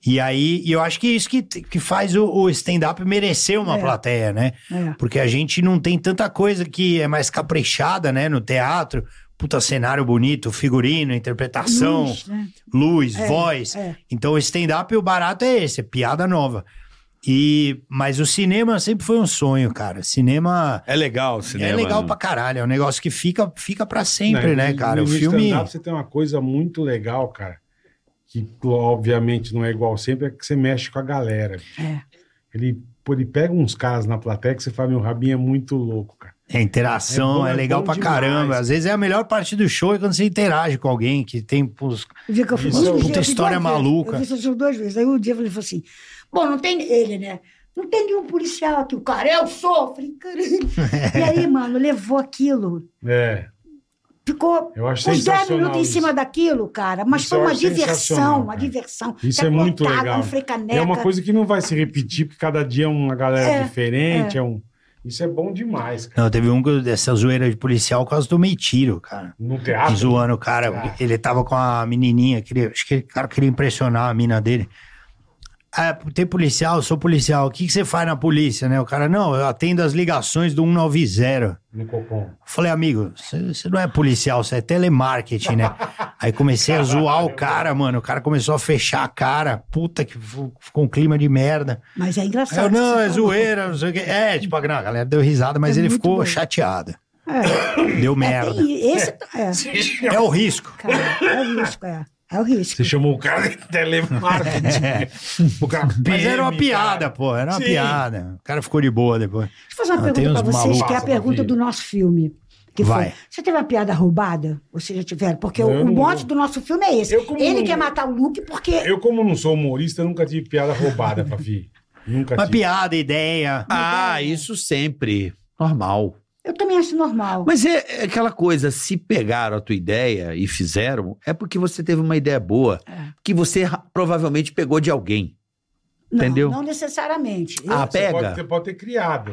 Speaker 5: E aí, e eu acho que é isso que, que faz o, o stand-up merecer uma
Speaker 6: É.
Speaker 5: plateia, né?
Speaker 6: É.
Speaker 5: Porque a gente não tem tanta coisa que é mais caprichada, né? No teatro. Puta cenário bonito, figurino, interpretação, luz,
Speaker 6: Luz, né? É,
Speaker 5: voz.
Speaker 6: é.
Speaker 5: Então, o stand-up, o barato é esse, é piada nova. E, mas o cinema sempre foi um sonho, cara. Cinema,
Speaker 4: É legal o cinema.
Speaker 5: é legal
Speaker 4: né?
Speaker 5: pra caralho. É um negócio que fica, fica pra sempre,
Speaker 3: Não,
Speaker 5: né,
Speaker 3: e-
Speaker 5: cara?
Speaker 3: e
Speaker 5: O
Speaker 3: É, no
Speaker 5: filme.
Speaker 3: stand-up você tem uma coisa muito legal, cara. Que obviamente não é igual sempre, é que você mexe com a galera.
Speaker 6: É.
Speaker 3: Ele, pô, ele pega uns caras na plateia que você fala, meu, o Rabinho é muito louco, cara.
Speaker 5: É
Speaker 3: É
Speaker 5: interação, é,
Speaker 3: bom, é
Speaker 5: legal
Speaker 3: bom
Speaker 5: pra
Speaker 3: demais.
Speaker 5: caramba. Às vezes é a melhor parte do show é quando você interage com alguém que tem pros-
Speaker 6: Viu que eu
Speaker 3: Isso,
Speaker 6: fiz?
Speaker 3: puta
Speaker 5: história maluca.
Speaker 6: Eu fiz isso duas vezes. Aí um dia ele falou assim: Bom, não tem ele, né? Não tem nenhum policial aqui. O cara, eu sou. Eu Falei, caralho. E aí, mano, levou aquilo.
Speaker 3: É.
Speaker 6: Ficou
Speaker 3: Eu acho
Speaker 6: uns 10
Speaker 3: sensacional
Speaker 6: minutos em
Speaker 3: isso.
Speaker 6: cima daquilo, cara. Mas
Speaker 3: Isso
Speaker 6: foi
Speaker 3: eu
Speaker 6: uma
Speaker 3: acho sensacional,
Speaker 6: diversão, uma
Speaker 3: cara.
Speaker 6: diversão.
Speaker 3: Isso é muito
Speaker 6: Capotada,
Speaker 3: legal.
Speaker 6: Um frecaneca.
Speaker 3: E é uma coisa que não vai se repetir, porque cada dia é uma galera
Speaker 6: É,
Speaker 3: diferente. É. um... Isso é bom demais, cara.
Speaker 5: Não, teve um que- dessa zoeira de policial quase tomei tiro, cara.
Speaker 3: No teatro.
Speaker 5: Zoando o cara.
Speaker 3: Ah.
Speaker 5: Ele tava com a menininha, queria, acho que o cara queria impressionar a mina dele. Ah, tem policial, eu sou policial. O que, que você faz na polícia, né? O cara, não, eu atendo as ligações do 190.
Speaker 3: No Copom.
Speaker 5: Falei, amigo, você você não é policial, você é telemarketing, né? Aí comecei a zoar o cara, mano. O cara começou a fechar a cara. Puta que fu- ficou um clima de merda.
Speaker 6: Mas é
Speaker 5: Aí
Speaker 6: engraçado.
Speaker 5: eu,
Speaker 6: que
Speaker 5: não,
Speaker 6: você
Speaker 5: é
Speaker 6: falou.
Speaker 5: zoeira, não sei o quê. É, tipo, não, a galera deu risada, mas
Speaker 6: É
Speaker 5: ele
Speaker 6: muito
Speaker 5: ficou
Speaker 6: bom.
Speaker 5: chateado.
Speaker 6: É,
Speaker 5: Deu
Speaker 6: é,
Speaker 5: merda.
Speaker 6: tem- esse, é,
Speaker 5: É o risco.
Speaker 6: cara, é o risco, é. É o risco.
Speaker 3: Você chamou o cara de telemarketing. o cara
Speaker 5: Mas era uma
Speaker 3: PM,
Speaker 5: piada,
Speaker 3: cara.
Speaker 5: pô. Era uma
Speaker 3: Sim.
Speaker 5: piada. O cara ficou de boa depois.
Speaker 6: Deixa eu fazer uma
Speaker 5: Ah, tem
Speaker 6: pergunta pra
Speaker 5: uns
Speaker 6: vocês, que é a
Speaker 3: malucos,
Speaker 6: pergunta do nosso filme. Que
Speaker 5: Vai.
Speaker 6: Foi, você teve uma piada roubada? Ou se já tiveram? Porque o,
Speaker 3: Eu
Speaker 6: o
Speaker 3: não-
Speaker 6: mote do nosso filme é esse.
Speaker 3: Eu como-
Speaker 6: Ele quer matar o Luke porque...
Speaker 3: Eu, como não sou humorista, nunca tive piada roubada, Fafi. Nunca
Speaker 5: Uma
Speaker 4: assim.
Speaker 3: tive.
Speaker 5: piada, ideia.
Speaker 4: Ah, isso sempre. Normal.
Speaker 6: Eu também acho normal.
Speaker 4: Mas é é aquela coisa, se pegaram a tua ideia e fizeram, é porque você teve uma ideia boa,
Speaker 6: É.
Speaker 4: que você ra- provavelmente pegou de alguém.
Speaker 6: Não,
Speaker 4: entendeu?
Speaker 6: Não necessariamente. Eu-
Speaker 4: Ah,
Speaker 3: Você
Speaker 4: pega.
Speaker 3: pode, você pode ter criado.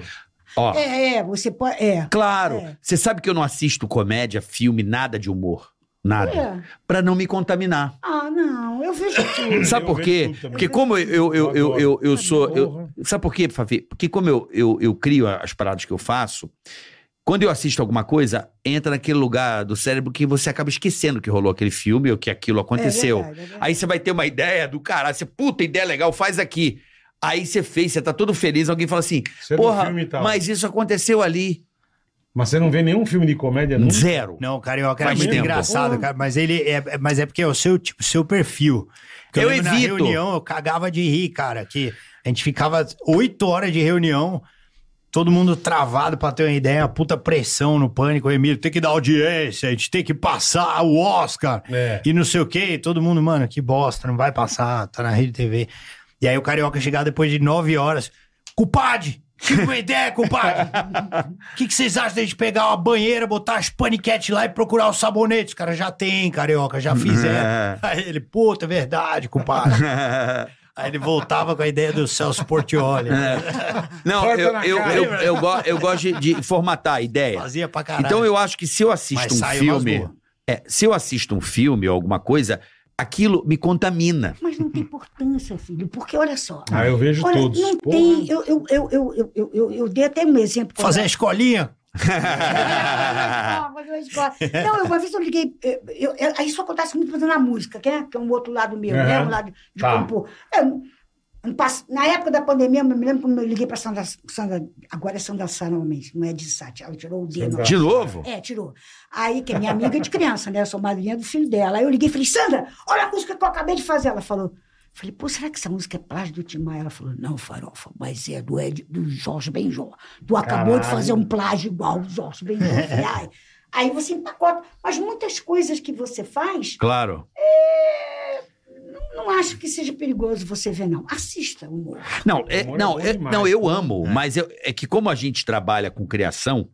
Speaker 4: Ó,
Speaker 6: É, é, você pode... É.
Speaker 4: claro.
Speaker 6: É.
Speaker 4: Você sabe que eu não assisto comédia, filme, nada de humor. Nada.
Speaker 6: É.
Speaker 4: Pra não me contaminar.
Speaker 6: Ah, não. Eu vejo tudo.
Speaker 4: Sabe
Speaker 3: Eu
Speaker 4: por
Speaker 3: vejo
Speaker 4: quê?
Speaker 3: tudo também.
Speaker 4: Porque como eu, eu, eu, eu, eu, eu sou... eu-
Speaker 3: Porra.
Speaker 4: Sabe por quê, Fafi? Porque como eu, eu, eu crio as paradas que eu faço, quando eu assisto alguma coisa, entra naquele lugar do cérebro que você acaba esquecendo que rolou aquele filme ou que aquilo aconteceu.
Speaker 6: É verdade, é verdade.
Speaker 4: Aí você vai ter uma ideia do caralho, você, puta ideia legal, faz aqui. Aí você fez, você tá todo feliz, alguém fala assim,
Speaker 3: Você não
Speaker 4: porra,
Speaker 3: filme e tal.
Speaker 4: mas isso aconteceu ali.
Speaker 3: Mas você não vê nenhum filme de comédia nunca?
Speaker 4: Zero.
Speaker 5: Não, o Carioca era
Speaker 4: Faz
Speaker 5: muito
Speaker 4: tempo.
Speaker 5: engraçado, cara. Mas ele é, é- mas é porque é o seu, tipo, seu perfil. Porque
Speaker 4: Eu
Speaker 5: lembro
Speaker 4: evito.
Speaker 5: Na reunião, eu cagava de rir, cara. Que a gente ficava oito horas de reunião, todo mundo travado pra ter uma ideia, uma puta pressão no pânico. O Emílio, tem que dar audiência, a gente tem que passar o Oscar.
Speaker 3: É.
Speaker 5: E não sei o quê. E todo mundo, mano, que bosta, não vai passar, tá na rede TV. E aí o Carioca chegava depois de nove horas. Culpade! Tive uma ideia, compadre! O que, que vocês acham da gente pegar uma banheira, botar as paniquetes lá e procurar os sabonetes? Os caras já tem, carioca, já
Speaker 3: É.
Speaker 5: fizeram. Aí ele, puta, é verdade, compadre. Aí ele voltava com a ideia do Celso Portioli.
Speaker 3: É.
Speaker 4: Não,
Speaker 3: Corta
Speaker 4: eu,
Speaker 3: na
Speaker 4: eu,
Speaker 3: cara.
Speaker 4: eu, eu, go- eu gosto de- de formatar a ideia.
Speaker 5: Fazia pra caralho.
Speaker 4: Então eu acho que se eu assisto
Speaker 5: Mas
Speaker 4: um
Speaker 5: saiu umas
Speaker 4: filme,
Speaker 5: boas.
Speaker 4: é, se eu assisto um filme ou alguma coisa, aquilo me contamina.
Speaker 6: Mas não tem importância, filho. Porque, olha só.
Speaker 3: Ah, eu vejo
Speaker 6: olha,
Speaker 3: todos.
Speaker 6: Não
Speaker 3: Porra.
Speaker 6: tem. Eu, eu, eu, eu, eu, eu, eu- eu dei até um exemplo. quando
Speaker 5: Fazer a escolinha?
Speaker 6: Ah, mas eu esgoto. Não, eu- uma vez eu liguei. eh, eu- eu- aí isso acontece muito quando na música, que é, que é um outro lado meu, né?
Speaker 3: Aham.
Speaker 6: Um lado de
Speaker 3: Tá.
Speaker 6: compor. É, Eu não- não passo- na época da pandemia, eu me lembro quando eu liguei para Sandra, Sandra. Agora é Sandra Sá, normalmente, não é de Sá. Ela tirou o dedo.
Speaker 3: Sandra.
Speaker 4: De novo?
Speaker 6: É, tirou. Aí, que é minha amiga de criança, né? Eu sou madrinha do filho dela. Aí eu liguei e falei, Sandra, olha a música que eu acabei de fazer. Ela falou. Falei, pô, será que essa música é plágio do Tim Maia? Ela falou, não, farofa, mas é do, Ed, do Jorge Benjó. Tu acabou de
Speaker 3: Caralho.
Speaker 6: fazer um plágio igual o Jorge Benjó. Eu falei, ai. Aí você empacota. Mas muitas coisas que você faz, é,
Speaker 4: Claro.
Speaker 6: não, não acho que seja perigoso você ver, não. Assista, humor.
Speaker 4: Não, é-
Speaker 3: Humor é
Speaker 4: não,
Speaker 3: bom
Speaker 4: é-
Speaker 3: demais.
Speaker 4: não eu amo, mas eu- é que como a gente trabalha com criação,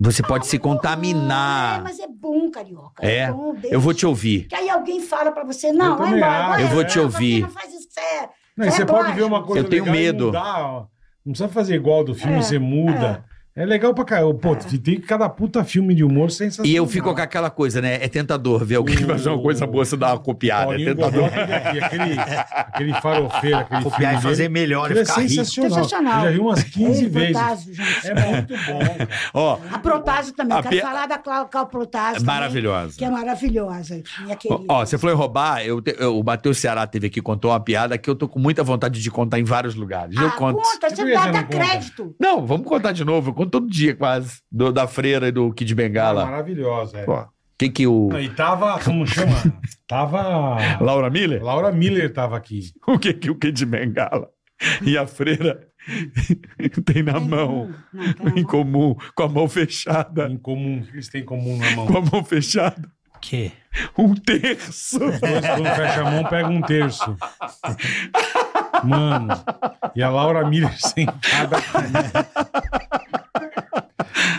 Speaker 4: você pode se
Speaker 6: É,
Speaker 4: contaminar.
Speaker 6: mas é bom, carioca. Então,
Speaker 4: É,
Speaker 6: bom, deixa.
Speaker 4: Eu vou te ouvir.
Speaker 6: Que aí alguém fala pra você, não, vai
Speaker 3: também
Speaker 6: embora.
Speaker 3: acho.
Speaker 6: vai,
Speaker 4: Eu vou
Speaker 6: vai,
Speaker 4: te
Speaker 6: você
Speaker 4: ouvir.
Speaker 6: Não faz isso, é.
Speaker 3: Não, e
Speaker 6: É
Speaker 3: você pode
Speaker 6: plágio.
Speaker 3: ver uma coisa
Speaker 4: Eu tenho
Speaker 3: legal e
Speaker 4: medo.
Speaker 3: mudar, ó. não precisa fazer igual do filme,
Speaker 6: É,
Speaker 3: você muda. É. legal pra caralho. Pô, tem cada puta filme de humor sensacional.
Speaker 4: E eu fico com aquela coisa, né? É tentador ver alguém
Speaker 3: O-
Speaker 4: fazer uma coisa boa, você dá uma copiada. É
Speaker 3: Paulinho
Speaker 4: tentador.
Speaker 3: Godoy, aquele, aquele, aquele farofeiro, aquele
Speaker 5: Copiar e
Speaker 3: filme
Speaker 5: fazer
Speaker 3: dele,
Speaker 5: melhor e
Speaker 3: aquele é
Speaker 5: ficar rico.
Speaker 3: sensacional.
Speaker 6: Sensacional. É
Speaker 3: Eu já vi umas 15
Speaker 6: Ei,
Speaker 3: vezes.
Speaker 6: Protásio, um gente.
Speaker 3: É muito bom, cara.
Speaker 4: Ó,
Speaker 6: A Protásio também.
Speaker 4: A
Speaker 6: Quero
Speaker 4: Pe-
Speaker 6: falar da Clau, Clau Protásio. também,
Speaker 4: maravilhosa.
Speaker 6: Que é maravilhosa. Minha
Speaker 4: Ó,
Speaker 6: querida.
Speaker 4: ó, você falou em roubar, eu te- eu- o Matheus Ceará teve aqui, contou uma piada que eu tô com muita vontade de contar em vários lugares. eu
Speaker 6: Ah,
Speaker 4: conto.
Speaker 6: Conta,
Speaker 3: Por
Speaker 6: você
Speaker 3: que
Speaker 6: dá,
Speaker 3: você não
Speaker 6: dá
Speaker 3: conta?
Speaker 6: crédito.
Speaker 4: Não, vamos contar de novo, eu conto todo dia quase, do- da freira e do Kid
Speaker 3: É
Speaker 4: Bengala.
Speaker 3: maravilhosa, é.
Speaker 4: Ó, que que o...
Speaker 3: Não, E tava, como chama? Tava...
Speaker 4: Laura Miller?
Speaker 3: Laura Miller tava aqui.
Speaker 4: o que, que o Kid Bengala e a freira tem na mão,
Speaker 6: Não, tá na
Speaker 4: em
Speaker 6: mão.
Speaker 4: comum, com a mão fechada,
Speaker 3: Em comum, o que eles têm em comum na mão.
Speaker 4: com a mão fechada,
Speaker 5: O quê?
Speaker 4: um terço.
Speaker 3: Dois, quando fecha a mão, pega um terço. Mano. E a Laura Miller sentada. aqui.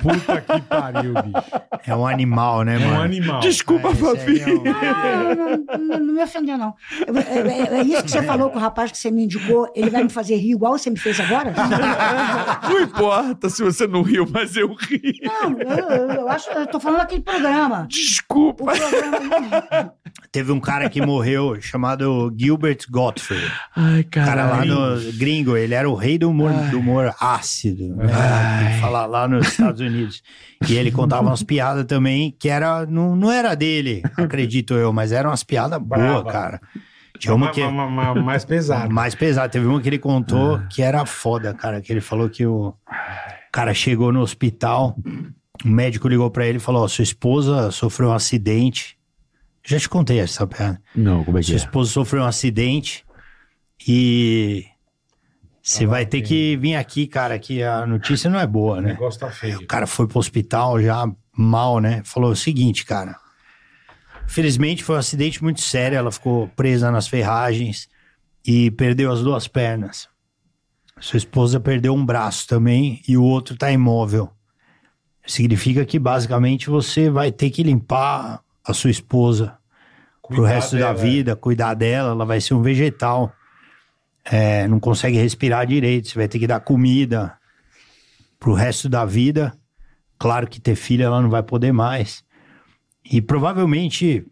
Speaker 3: Puta que pariu, bicho.
Speaker 5: É um animal, né,
Speaker 3: É um
Speaker 5: mano?
Speaker 3: animal.
Speaker 4: Desculpa,
Speaker 5: Ah, esse
Speaker 4: Fabi.
Speaker 5: aí é um-
Speaker 6: Ah, não, não, não, me ofendeu, não. Eu- é, é- é isso que você falou com o rapaz que você me indicou, ele vai me fazer rir igual você me fez agora?
Speaker 4: Não importa se você não riu, mas eu ri.
Speaker 6: Não, eu, eu- eu acho, eu tô falando daquele programa. O
Speaker 4: Desculpa.
Speaker 6: programa. né?
Speaker 5: Teve um cara que morreu chamado Gilbert Gottfried.
Speaker 4: Ai,
Speaker 5: O cara lá
Speaker 4: caralho.
Speaker 5: no gringo, ele era o rei do humor, do humor ácido, né? Que Fala lá nos Estados Unidos. E ele contava umas piadas também que era, não, não era dele, acredito eu, mas eram umas piadas boas,
Speaker 3: Brava.
Speaker 5: cara. Tinha uma que.
Speaker 3: Ma- ma- ma- mais pesado.
Speaker 5: Mais pesada. Teve uma que ele contou
Speaker 4: Ah.
Speaker 5: que era foda, cara. Que ele falou que o cara chegou no hospital, o médico ligou pra ele e falou: Ó, sua esposa sofreu um acidente. Já te contei essa piada.
Speaker 4: Não, como é que
Speaker 5: Sua
Speaker 4: é?
Speaker 5: esposa sofreu um acidente e você vai ter que vir aqui, cara, que a notícia não é boa,
Speaker 3: O
Speaker 5: né?
Speaker 3: negócio tá feio.
Speaker 5: O cara foi pro hospital já mal, né? Falou o seguinte, cara. Felizmente foi um acidente muito sério, ela ficou presa nas ferragens e perdeu as duas pernas. Sua esposa perdeu um braço também e o outro tá imóvel. Significa que basicamente você vai ter que limpar a sua esposa pro
Speaker 3: Cuidado
Speaker 5: resto da
Speaker 3: dela,
Speaker 5: vida, cuidar dela, ela vai ser um vegetal. É, não consegue respirar direito, você vai ter que dar comida pro resto da vida. Claro que ter filho ela não vai poder mais. E provavelmente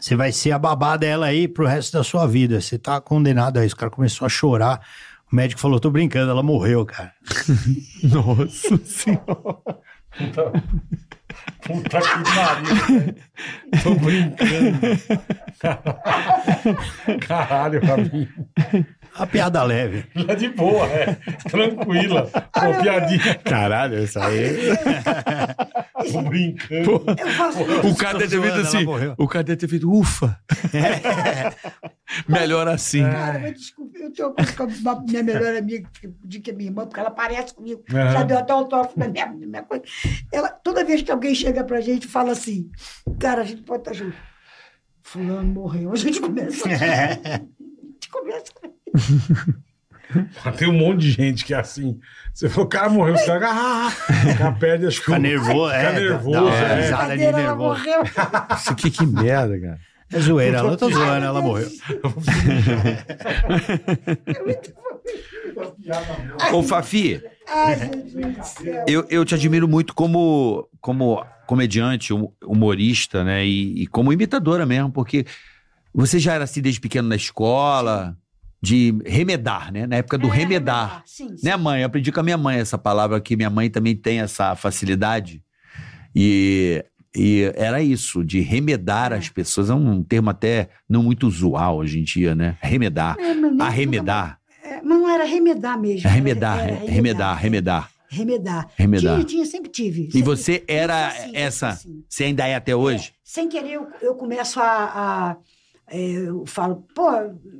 Speaker 5: você vai ser a babá dela aí pro resto da sua vida. Você tá condenado a isso. O cara começou a chorar. O médico falou: tô brincando, ela morreu, cara.
Speaker 4: Nossa senhora.
Speaker 3: Puta, puta que pariu. né? velho. Tô brincando. Caralho, Rabinho.
Speaker 5: A piada leve.
Speaker 3: É de boa, é. Tranquila. Pô, piadinha.
Speaker 4: Caralho, essa aí.
Speaker 3: Tô brincando.
Speaker 6: Eu faço
Speaker 4: O cara deve ter feito
Speaker 5: zoando, ela
Speaker 4: assim.
Speaker 5: morreu.
Speaker 4: O cara deve ter feito, ufa. Melhor assim.
Speaker 6: Cara, mas desculpa, eu tenho uma coisa com a minha melhor amiga, que eu digo que é minha irmã, porque ela parece comigo.
Speaker 3: Aham.
Speaker 6: Já deu até autógrafo na minha, na minha coisa. Ela, toda vez que alguém chega pra gente e fala assim, cara, a gente pode estar junto. Fulano morreu. A gente começa.
Speaker 4: É.
Speaker 6: A gente começa.
Speaker 3: Mas Tem um monte de gente que é assim. Você falou, o cara morreu, você fica, ah, ah, o cara perde as
Speaker 5: Fica
Speaker 3: coisas.
Speaker 5: nervoso, é.
Speaker 3: Fica
Speaker 5: dá-
Speaker 3: nervoso,
Speaker 5: dá uma
Speaker 3: é.
Speaker 5: risada de
Speaker 6: Brincadeira, ela
Speaker 5: nervoso.
Speaker 6: morreu.
Speaker 4: Isso aqui, que merda, cara.
Speaker 5: É zoeira, ela tô zoando, ela morreu.
Speaker 6: É muito bom.
Speaker 4: Ô, Fafi,
Speaker 6: Ai, Jesus do céu.
Speaker 4: eu, eu te admiro muito como, como comediante, hum- humorista, né? E, e como imitadora mesmo, porque você já era assim desde pequeno na escola, de remedar, né? Na época do
Speaker 6: É,
Speaker 4: remedar.
Speaker 6: Sim, sim.
Speaker 4: Né, mãe? Eu aprendi com a minha mãe essa palavra que minha mãe também tem essa facilidade. E, e era isso, de remedar as pessoas. É um termo até não muito usual hoje em dia, né? Remedar.
Speaker 6: É, mas nem-
Speaker 4: Arremedar. É
Speaker 6: É, mas não era remedar mesmo.
Speaker 4: Arremedar,
Speaker 6: Era-
Speaker 4: re-
Speaker 6: era
Speaker 4: remedar, remedar,
Speaker 6: Remedar.
Speaker 4: remedar.
Speaker 6: Tinha, tinha, sempre tive.
Speaker 4: E
Speaker 5: é
Speaker 6: sempre
Speaker 4: você era
Speaker 6: Assim,
Speaker 4: essa.
Speaker 6: assim.
Speaker 4: Você ainda é até hoje?
Speaker 6: Sem querer, eu, eu começo a. a- é, eu falo, pô,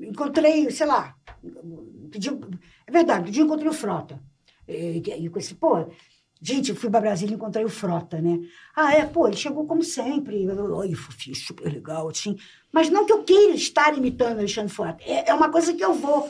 Speaker 6: encontrei, sei lá. Pedi, é verdade, pedi, encontrei o Frota. E, e eu pensei, pô, gente, eu fui pra Brasília e encontrei o Frota, né? Ah, é, pô, ele chegou como sempre. Oi, fofinho, super legal, assim. Mas não que eu queira estar imitando Alexandre Frota. É, é uma coisa que eu vou.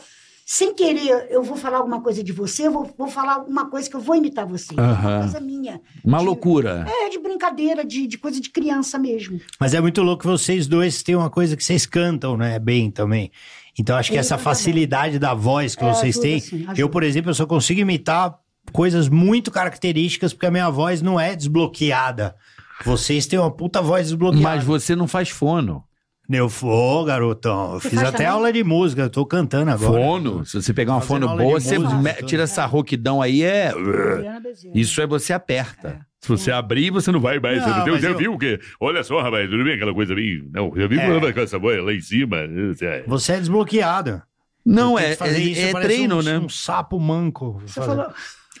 Speaker 6: Sem querer, eu vou falar alguma coisa de você, eu vou, vou falar alguma coisa que eu vou imitar você. É
Speaker 4: Aham.
Speaker 6: Uma coisa minha.
Speaker 4: Uma
Speaker 6: de-
Speaker 4: loucura.
Speaker 6: É, de brincadeira, de, de coisa de criança mesmo.
Speaker 5: Mas é muito louco que vocês dois têm uma coisa que vocês cantam, né? Bem também. Então acho que
Speaker 6: Ele
Speaker 5: essa
Speaker 6: canta bem.
Speaker 5: facilidade da voz que
Speaker 6: É,
Speaker 5: vocês
Speaker 6: ajuda,
Speaker 5: têm.
Speaker 6: sim, ajuda.
Speaker 5: eu, por exemplo, eu só consigo imitar coisas muito características porque a minha voz não é desbloqueada. Vocês têm uma puta voz desbloqueada.
Speaker 4: Mas você não faz fono.
Speaker 5: Eu fô, garotão. Eu
Speaker 6: Você
Speaker 5: fiz
Speaker 6: faz
Speaker 5: até
Speaker 6: também?
Speaker 5: aula de música, eu tô cantando agora.
Speaker 4: Fono? Se você pegar uma
Speaker 5: Fazendo
Speaker 4: fono
Speaker 5: aula de
Speaker 4: boa, você
Speaker 5: música,
Speaker 4: me-
Speaker 5: tudo.
Speaker 4: tira essa rouquidão aí, é.
Speaker 6: Adriana Bezerra.
Speaker 4: Isso é você aperta. Se
Speaker 5: É.
Speaker 4: você abrir, você não vai mais.
Speaker 5: Não,
Speaker 4: Você
Speaker 5: mas
Speaker 4: já
Speaker 5: eu-
Speaker 4: viu que. Olha só, rapaz, tudo bem aquela coisa bem. Não, já viu
Speaker 5: É.
Speaker 4: com essa boia lá em cima? É.
Speaker 5: Você é desbloqueado.
Speaker 4: Não,
Speaker 5: Eu
Speaker 4: é,
Speaker 5: tento fazer
Speaker 4: é-
Speaker 5: isso,
Speaker 4: é
Speaker 5: eu pareço
Speaker 4: treino,
Speaker 5: um,
Speaker 4: né?
Speaker 5: Um sapo manco.
Speaker 6: Você falou.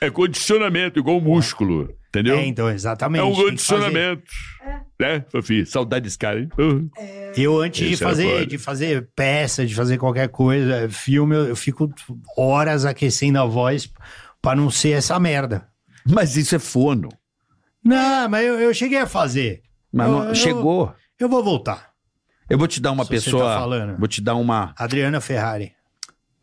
Speaker 4: É condicionamento, igual músculo. Entendeu?
Speaker 5: É, então, exatamente.
Speaker 4: É um
Speaker 5: tem que fazer. É.
Speaker 4: condicionamento. Né, Fafi? Saudade desse cara, hein? Uh.
Speaker 5: Eu, antes de
Speaker 4: Esse era foda.
Speaker 5: fazer, de fazer peça, de fazer qualquer coisa, filme, eu, eu fico horas aquecendo a voz pra não ser essa merda.
Speaker 4: Mas isso é fono.
Speaker 5: Não, mas eu, eu cheguei a fazer.
Speaker 4: Mas
Speaker 5: Eu-
Speaker 4: não-
Speaker 5: Ah, eu-
Speaker 4: chegou.
Speaker 5: Eu vou voltar.
Speaker 4: Eu vou te dar uma
Speaker 5: Se você
Speaker 4: pessoa.
Speaker 5: tá falando.
Speaker 4: Vou te dar uma.
Speaker 5: Adriana Ferrari.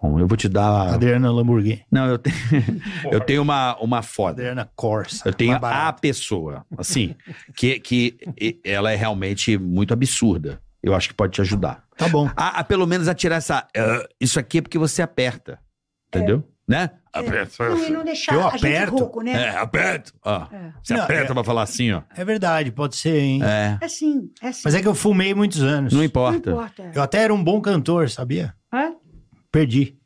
Speaker 4: Bom, eu vou te dar.
Speaker 5: Adriana Lamborghini.
Speaker 4: Não, eu, te- eu tenho uma, uma foda.
Speaker 5: Adriana Corsa.
Speaker 4: Eu tenho
Speaker 5: mais
Speaker 4: a
Speaker 5: barata.
Speaker 4: pessoa, assim, que, que e- ela é realmente muito absurda. Eu acho que pode te ajudar.
Speaker 5: Tá bom.
Speaker 4: A, a pelo menos a tirar essa. "Ah, isso aqui é porque você aperta. Entendeu?
Speaker 5: É.
Speaker 4: Né? Aperta.
Speaker 6: Não, e não deixar
Speaker 5: Eu
Speaker 6: a gente
Speaker 5: aperto.
Speaker 6: rouco, né?
Speaker 4: É, aperta. Ó,
Speaker 6: É.
Speaker 4: Você
Speaker 5: Não,
Speaker 4: aperta
Speaker 5: é-
Speaker 4: pra falar assim, ó.
Speaker 5: É verdade, pode ser, hein?
Speaker 4: É.
Speaker 6: É assim, é assim.
Speaker 5: Mas é que eu fumei muitos anos.
Speaker 4: Não
Speaker 6: Não
Speaker 4: importa.
Speaker 6: importa.
Speaker 5: Eu até era um bom cantor, sabia?
Speaker 6: Hã?
Speaker 5: Perdi.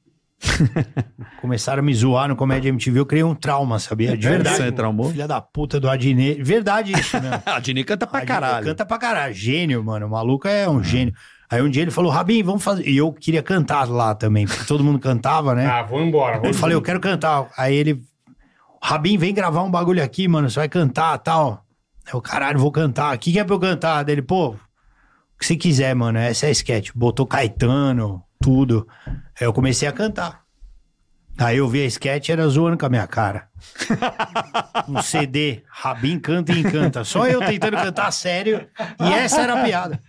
Speaker 5: Começaram a me zoar no Comédia MTV, eu criei um trauma, sabia?
Speaker 4: É.
Speaker 5: De verdade.
Speaker 4: Você traumou?
Speaker 5: Filha da puta do Adnet. Verdade isso, né?
Speaker 4: A Dini canta pra
Speaker 5: Adnet
Speaker 4: caralho. Ah.
Speaker 5: Canta pra caralho. Gênio, mano. O maluco é um gênio. Aí um dia ele falou, Rabin, vamos fazer... E eu queria cantar lá também, porque todo mundo cantava, né?
Speaker 3: Ah, vou embora. Vou
Speaker 5: Eu falei, eu quero cantar. Aí ele, Rabin, vem gravar um bagulho aqui, mano. Você vai cantar tal. Eu, caralho, vou cantar. O que, que é pra eu cantar? Daí ele, pô, o que você quiser, mano. Essa é a sketch. Botou Caetano, tudo. Aí eu comecei a cantar. Aí eu vi a sketch era zoando com a minha cara. Um CD, Rabin canta e encanta. Só eu tentando cantar sério. E essa era a piada.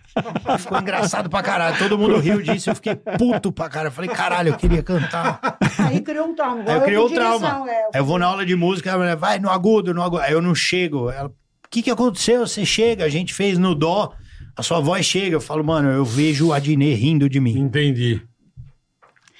Speaker 5: Ficou engraçado pra caralho. Todo mundo riu disso. Eu fiquei puto pra caralho. Eu Falei, caralho, eu queria cantar.
Speaker 6: Aí criou um trauma.
Speaker 5: Aí eu
Speaker 6: Agora
Speaker 5: criei o
Speaker 6: com direção,
Speaker 5: trauma.
Speaker 6: é.
Speaker 5: Aí eu vou na aula de música, a mulher vai no agudo, no agudo. Aí eu não chego. Ela, o que que aconteceu? Você chega, a gente fez no dó, a sua voz chega. Eu falo, mano, eu vejo o Adnet rindo de mim.
Speaker 3: Entendi.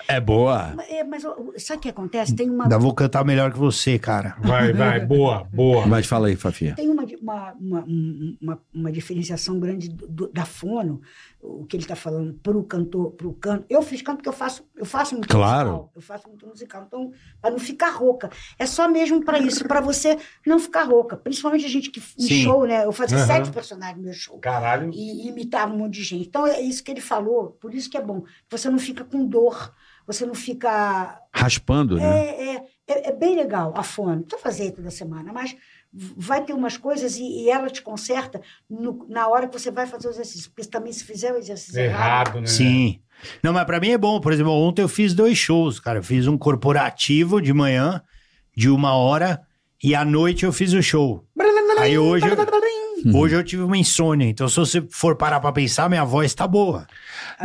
Speaker 4: É boa.
Speaker 6: Mas- é, Mas ó, sabe o que acontece? Tem uma
Speaker 5: Ainda vou cantar melhor que você, cara.
Speaker 3: Vai, vai. Boa, boa.
Speaker 4: Mas fala aí, Fafinha.
Speaker 6: Tem uma, uma, uma, um- uma, uma diferenciação grande do- do- da fono, o que ele está falando, para o cantor, para o canto. Eu fiz canto porque eu faço, eu faço muito
Speaker 4: Claro.
Speaker 6: musical. Eu faço muito musical. Então, para não ficar rouca. É só mesmo para isso, para você não ficar rouca. Principalmente a gente que em
Speaker 5: Sim.
Speaker 6: show, né? Eu fazia
Speaker 3: Aham.
Speaker 6: sete personagens no meu show.
Speaker 3: Caralho.
Speaker 6: E imitava um monte de gente. Então, é isso que ele falou. Por isso que é bom. Você não fica com dor. Você não fica
Speaker 4: Raspando, né?
Speaker 6: é, é, é, é bem legal a fone. Não precisa fazer toda semana, mas v- vai ter umas coisas e, e ela te conserta no- na hora que você vai fazer o exercício. Porque também se fizer o exercício errado.
Speaker 4: É.
Speaker 3: Errado, né?
Speaker 5: Sim. Não, mas pra mim é bom. Por exemplo, ontem eu fiz dois shows, cara. Eu fiz um corporativo de manhã, de uma hora, e à noite eu fiz o show. Aí hoje,
Speaker 4: Uhum.
Speaker 5: eu- hoje eu tive uma insônia. Então, se você for parar pra pensar, minha voz tá boa.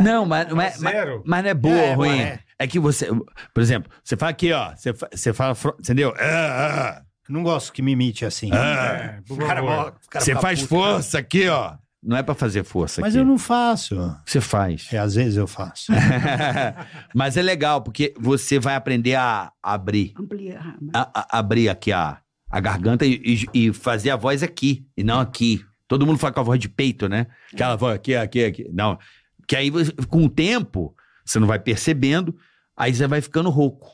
Speaker 4: Não, mas, mas, mas,
Speaker 3: Zero.
Speaker 4: mas não é boa
Speaker 5: É,
Speaker 4: ou ruim.
Speaker 5: mas é.
Speaker 4: É. que você. Por exemplo, você fala aqui, ó. Você, fa- você fala. fro- Entendeu? Ah, ah,
Speaker 5: Eu não gosto que me imite assim.
Speaker 4: ah.
Speaker 3: É, por
Speaker 5: Cara,
Speaker 3: favor.
Speaker 5: mó- cara
Speaker 4: Você
Speaker 5: fica
Speaker 4: faz
Speaker 5: puto. né?
Speaker 4: força aqui, ó. Não é pra fazer força
Speaker 5: Mas
Speaker 4: aqui.
Speaker 5: eu não faço.
Speaker 4: Você faz.
Speaker 5: É, às vezes eu faço.
Speaker 4: É. Mas é legal, porque você vai aprender a abrir.
Speaker 6: Ampliar.
Speaker 4: a- a- abrir aqui a, a garganta e, e- e fazer a voz aqui, e não aqui. Todo mundo fala com a voz de peito, né? Aquela voz aqui, aqui, aqui. Não. Que aí, você- com o tempo, você não vai percebendo, aí você vai ficando rouco.